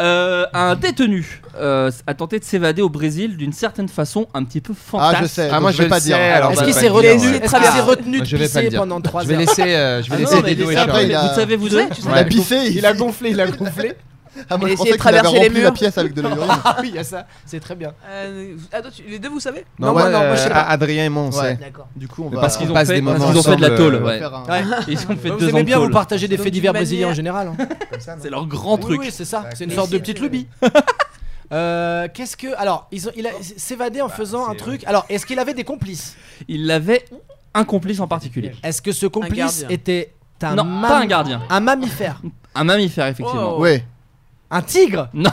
Speaker 6: Euh, un détenu euh, a tenté de s'évader au Brésil d'une certaine façon un petit peu
Speaker 5: Ah
Speaker 6: fantasque.
Speaker 5: je sais,
Speaker 10: Ah,
Speaker 5: donc
Speaker 10: moi,
Speaker 5: je
Speaker 10: je
Speaker 5: vais pas
Speaker 10: le
Speaker 5: dire.
Speaker 10: sais, alors,
Speaker 5: Ah,
Speaker 7: Est-ce
Speaker 10: bah,
Speaker 7: qu'il
Speaker 10: bah,
Speaker 7: s'est
Speaker 10: bah,
Speaker 7: retenu,
Speaker 10: ouais.
Speaker 7: est-ce qu'il s'est
Speaker 8: Ah,
Speaker 7: retenu de
Speaker 10: moi, je vais pas
Speaker 7: pisser
Speaker 10: le dire.
Speaker 7: pendant 3
Speaker 10: Je vais
Speaker 7: heures
Speaker 10: laisser, euh, je vais
Speaker 6: Ah non,
Speaker 10: laisser
Speaker 6: mais
Speaker 10: Dedo et
Speaker 6: ça,
Speaker 10: Charles.
Speaker 6: après,
Speaker 5: Il a-
Speaker 6: Vous savez, vous deux
Speaker 8: tu sais,
Speaker 5: Il a
Speaker 10: Ouais.
Speaker 5: pissé, il, a
Speaker 7: gonflé, il a gonflé.
Speaker 5: ah, moi,
Speaker 8: Il a
Speaker 5: je
Speaker 8: essayé
Speaker 5: pensais
Speaker 8: de
Speaker 5: qu'il avait
Speaker 8: traverser les
Speaker 5: rempli la
Speaker 8: murs.
Speaker 5: pièce avec de l'urine.
Speaker 7: Ah oui, il y a ça, c'est très bien.
Speaker 8: Euh, attends, tu- les deux vous savez
Speaker 10: Non,
Speaker 7: Non,
Speaker 10: moi,
Speaker 7: moi, non, moi, je
Speaker 10: euh,
Speaker 7: sais pas.
Speaker 10: Adrien et moi, on sait.
Speaker 7: D'accord.
Speaker 5: Du coup on
Speaker 10: Mais
Speaker 5: va
Speaker 10: parce qu'ils
Speaker 6: Ils
Speaker 10: On
Speaker 6: ont
Speaker 10: passe
Speaker 6: fait,
Speaker 10: des moments
Speaker 6: parce qu'ils ont fait de la
Speaker 10: ensemble,
Speaker 6: tôle.
Speaker 10: euh,
Speaker 6: ouais.
Speaker 5: faire un-
Speaker 7: Ouais.
Speaker 6: Ils ont fait
Speaker 7: Vous
Speaker 6: deux ans
Speaker 7: aimez
Speaker 6: de
Speaker 7: bien vous
Speaker 6: tôle.
Speaker 7: partager des
Speaker 8: Donc,
Speaker 7: faits divers
Speaker 8: d'une
Speaker 7: brésiliens en
Speaker 8: manière-
Speaker 7: général. hein.
Speaker 6: C'est leur grand
Speaker 7: Oui,
Speaker 6: truc.
Speaker 7: oui, c'est ça. C'est une
Speaker 10: Ouais,
Speaker 7: sorte de
Speaker 10: c'est-
Speaker 7: petite lubie. Euh, Qu'est-ce que. Alors, ils ont- il a s'évadé en faisant un
Speaker 10: c'est-
Speaker 7: truc. Alors, est-ce qu'il avait des complices
Speaker 6: Il avait un complice en particulier.
Speaker 7: Est-ce que ce complice
Speaker 8: gardien.
Speaker 7: était un,
Speaker 6: non,
Speaker 7: mam-
Speaker 6: pas un gardien.
Speaker 7: un mammifère
Speaker 6: Un mammifère, effectivement.
Speaker 8: Wow.
Speaker 5: Ouais,
Speaker 7: Un tigre
Speaker 6: Non.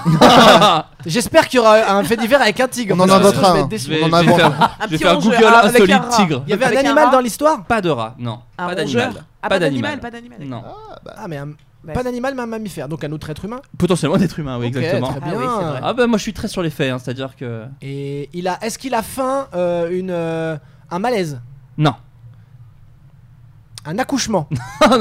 Speaker 7: J'espère qu'il y aura un fait divers avec un tigre.
Speaker 5: On en
Speaker 7: parce que
Speaker 5: inventera
Speaker 7: je vais
Speaker 5: un.
Speaker 7: être
Speaker 6: Je
Speaker 7: déçu.
Speaker 6: vais,
Speaker 5: On en
Speaker 6: je vais
Speaker 5: invente.
Speaker 6: faire,
Speaker 8: Un
Speaker 6: je vais
Speaker 8: petit
Speaker 6: faire
Speaker 8: rongeur,
Speaker 6: Google
Speaker 8: ah, avec
Speaker 6: insolite
Speaker 8: un rat.
Speaker 6: tigre.
Speaker 7: Il y avait un
Speaker 8: Avec un
Speaker 7: animal
Speaker 8: rat.
Speaker 7: dans l'histoire
Speaker 6: Pas de rat, non.
Speaker 8: Un
Speaker 6: pas
Speaker 8: rongeur
Speaker 6: d'animal.
Speaker 8: Ah,
Speaker 6: pas d'animal.
Speaker 8: Pas d'animal.
Speaker 6: Non.
Speaker 7: Ah, mais un-
Speaker 8: Bah,
Speaker 7: Pas un animal, mais un mammifère, donc un autre être humain.
Speaker 6: Potentiellement un être humain, oui,
Speaker 7: Ok,
Speaker 6: exactement.
Speaker 7: Très
Speaker 8: Ah oui,
Speaker 7: bien.
Speaker 8: c'est vrai.
Speaker 6: Ah bah moi je suis très sur les faits, hein, c'est-à-dire que...
Speaker 7: Et il a, est-ce qu'il a faim euh, une, euh, un malaise,
Speaker 6: Non,
Speaker 7: un accouchement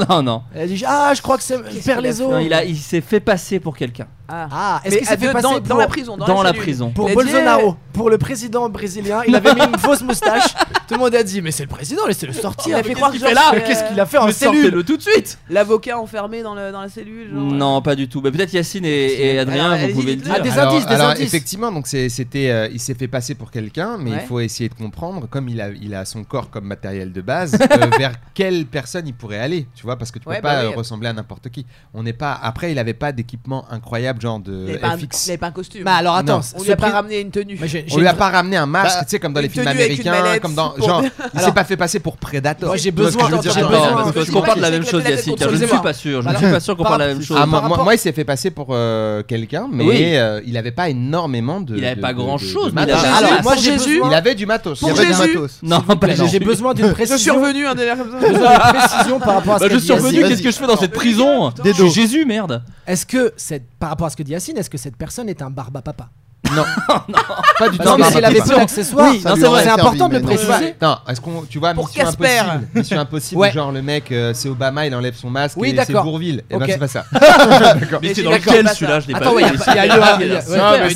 Speaker 6: non, non.
Speaker 7: Elle dit ah je crois que c'est je
Speaker 8: Qu'est-ce
Speaker 7: perds
Speaker 8: qu'il a
Speaker 7: les
Speaker 8: fait
Speaker 7: os.
Speaker 6: Non, il a- il s'est fait passer pour quelqu'un.
Speaker 8: ah.
Speaker 7: Ah est-ce
Speaker 8: Mais
Speaker 7: qu'il s'est
Speaker 8: à
Speaker 7: fait
Speaker 8: deux-
Speaker 7: passer
Speaker 8: dans,
Speaker 7: pour,
Speaker 8: dans la prison Dans,
Speaker 6: dans la
Speaker 8: cellule.
Speaker 6: prison.
Speaker 7: pour
Speaker 8: Il a
Speaker 7: Bolsonaro,
Speaker 8: dit,
Speaker 7: pour le président brésilien Il avait mis une fausse moustache. Tout le monde a dit mais c'est le président laissez-le sortir.
Speaker 8: Il a
Speaker 7: mais
Speaker 8: fait
Speaker 7: qu'est-ce
Speaker 8: croire
Speaker 7: qu'il
Speaker 8: que
Speaker 7: fait
Speaker 8: Georges
Speaker 7: là
Speaker 8: fait, euh,
Speaker 7: Qu'est-ce qu'il a fait en
Speaker 6: Mais
Speaker 7: cellule
Speaker 6: sortez-le tout de suite
Speaker 8: L'avocat enfermé dans, le- dans la cellule genre.
Speaker 6: Non, pas du tout. Bah, Peut-être Yacine et, et Adrien,
Speaker 8: Alors,
Speaker 6: vous
Speaker 8: allez-y,
Speaker 6: pouvez le
Speaker 8: dites-le.
Speaker 6: dire.
Speaker 7: Ah, des
Speaker 10: alors,
Speaker 7: indices, des
Speaker 10: alors,
Speaker 7: indices.
Speaker 10: effectivement, donc c'est- c'était, euh, il s'est fait passer pour quelqu'un, mais
Speaker 8: Ouais.
Speaker 10: il faut essayer de comprendre, comme il a, il a son corps comme matériel de base, euh, vers quelle personne il pourrait aller, tu vois, parce que tu
Speaker 8: Ouais,
Speaker 10: peux
Speaker 8: bah
Speaker 10: pas
Speaker 8: oui.
Speaker 10: euh, ressembler à n'importe qui. On n'est pas. Après, il avait pas d'équipement incroyable, genre
Speaker 8: Il
Speaker 10: de
Speaker 8: avait pas un-
Speaker 10: FX.
Speaker 8: il avait pas un costume.
Speaker 7: Bah alors attends,
Speaker 10: Non.
Speaker 7: ce
Speaker 8: On lui a pas
Speaker 7: pré-
Speaker 8: ramené une tenue.
Speaker 7: Mais j'ai- j'ai
Speaker 10: On lui a
Speaker 7: une-
Speaker 10: pas ramené un masque,
Speaker 5: Bah,
Speaker 10: tu sais, comme dans
Speaker 8: une
Speaker 10: les films
Speaker 8: tenue avec une
Speaker 10: américains,
Speaker 8: mallette
Speaker 10: comme dans
Speaker 8: pour-
Speaker 10: genre, il s'est
Speaker 7: Alors-
Speaker 10: pas fait passer pour prédateur.
Speaker 7: Moi, j'ai
Speaker 10: Tu vois ce
Speaker 7: besoin-
Speaker 10: que Ah, je veux dire
Speaker 7: j'ai
Speaker 10: Non,
Speaker 7: besoin-
Speaker 10: parce
Speaker 6: Non,
Speaker 10: que-
Speaker 6: parce
Speaker 8: je
Speaker 6: qu'on
Speaker 8: vais
Speaker 6: parle de la
Speaker 8: éclater
Speaker 6: même chose,
Speaker 8: la tête
Speaker 6: Yacine,
Speaker 8: contre
Speaker 6: car je ne
Speaker 8: les
Speaker 6: suis
Speaker 8: murs.
Speaker 6: pas sûr. Je ne
Speaker 7: Voilà.
Speaker 6: suis pas sûr qu'on
Speaker 7: Par
Speaker 6: parle de la même
Speaker 7: rapport-
Speaker 6: chose.
Speaker 10: Ah,
Speaker 7: par
Speaker 10: moi,
Speaker 7: rapport-
Speaker 10: moi- moi, il s'est fait passer pour euh, quelqu'un, mais
Speaker 6: Oui.
Speaker 10: euh, il avait pas énormément de.
Speaker 6: Il avait
Speaker 10: de-
Speaker 6: pas
Speaker 10: de-
Speaker 6: grand-chose,
Speaker 10: de
Speaker 6: mais il
Speaker 10: matos.
Speaker 6: avait-
Speaker 10: Alors,
Speaker 7: Alors, moi
Speaker 8: pour
Speaker 7: j'ai
Speaker 8: Jésus,
Speaker 7: besoin-
Speaker 10: il avait du matos.
Speaker 8: Pour
Speaker 10: Il avait du
Speaker 8: Jésus.
Speaker 10: matos.
Speaker 6: Non, pas
Speaker 10: plaît.
Speaker 6: du
Speaker 7: j'ai besoin d'une
Speaker 8: Je suis
Speaker 7: précision.
Speaker 8: revenu hein, dernière
Speaker 7: j'ai besoin d'une précision par rapport à ce
Speaker 6: Bah, je
Speaker 7: qu'a
Speaker 6: suis
Speaker 7: dit Yacine.
Speaker 6: revenu,
Speaker 5: vas-y.
Speaker 6: qu'est-ce que je fais dans cette prison
Speaker 8: Attends.
Speaker 6: Je suis Jésus, merde
Speaker 7: Est-ce que cette, par rapport à ce que dit Yacine, est-ce que cette personne est un barbe à papa
Speaker 10: Pas du
Speaker 7: Parce
Speaker 10: tout.
Speaker 7: que
Speaker 10: non,
Speaker 7: s'il
Speaker 10: non,
Speaker 7: avait
Speaker 10: pas-
Speaker 7: peu d'accessoires,
Speaker 6: Oui,
Speaker 7: ça
Speaker 6: non,
Speaker 7: lui
Speaker 6: c'est
Speaker 7: aurait
Speaker 5: vrai.
Speaker 7: servi, important de le
Speaker 5: mais non.
Speaker 7: préciser.
Speaker 10: Non, est-ce qu'on, tu vois,
Speaker 8: Pour
Speaker 10: Mission
Speaker 8: Casper.
Speaker 10: Impossible, Mission Impossible,
Speaker 7: Ouais.
Speaker 10: genre le mec, euh, c'est Obama, il enlève son masque,
Speaker 7: Oui,
Speaker 10: et c'est
Speaker 7: d'accord.
Speaker 10: Bourville. Et ben
Speaker 7: Ok.
Speaker 10: c'est pas ça. D'accord.
Speaker 6: Mais
Speaker 8: Mais
Speaker 6: c'est
Speaker 8: tu
Speaker 6: dans
Speaker 8: l'as quand
Speaker 6: lequel
Speaker 8: même pas
Speaker 6: celui-là Je l'ai pas
Speaker 7: Attends,
Speaker 6: vu.
Speaker 7: ouais, il y a- il y a eu un- il y a-
Speaker 10: Non, mais
Speaker 7: ouais,
Speaker 10: c'est-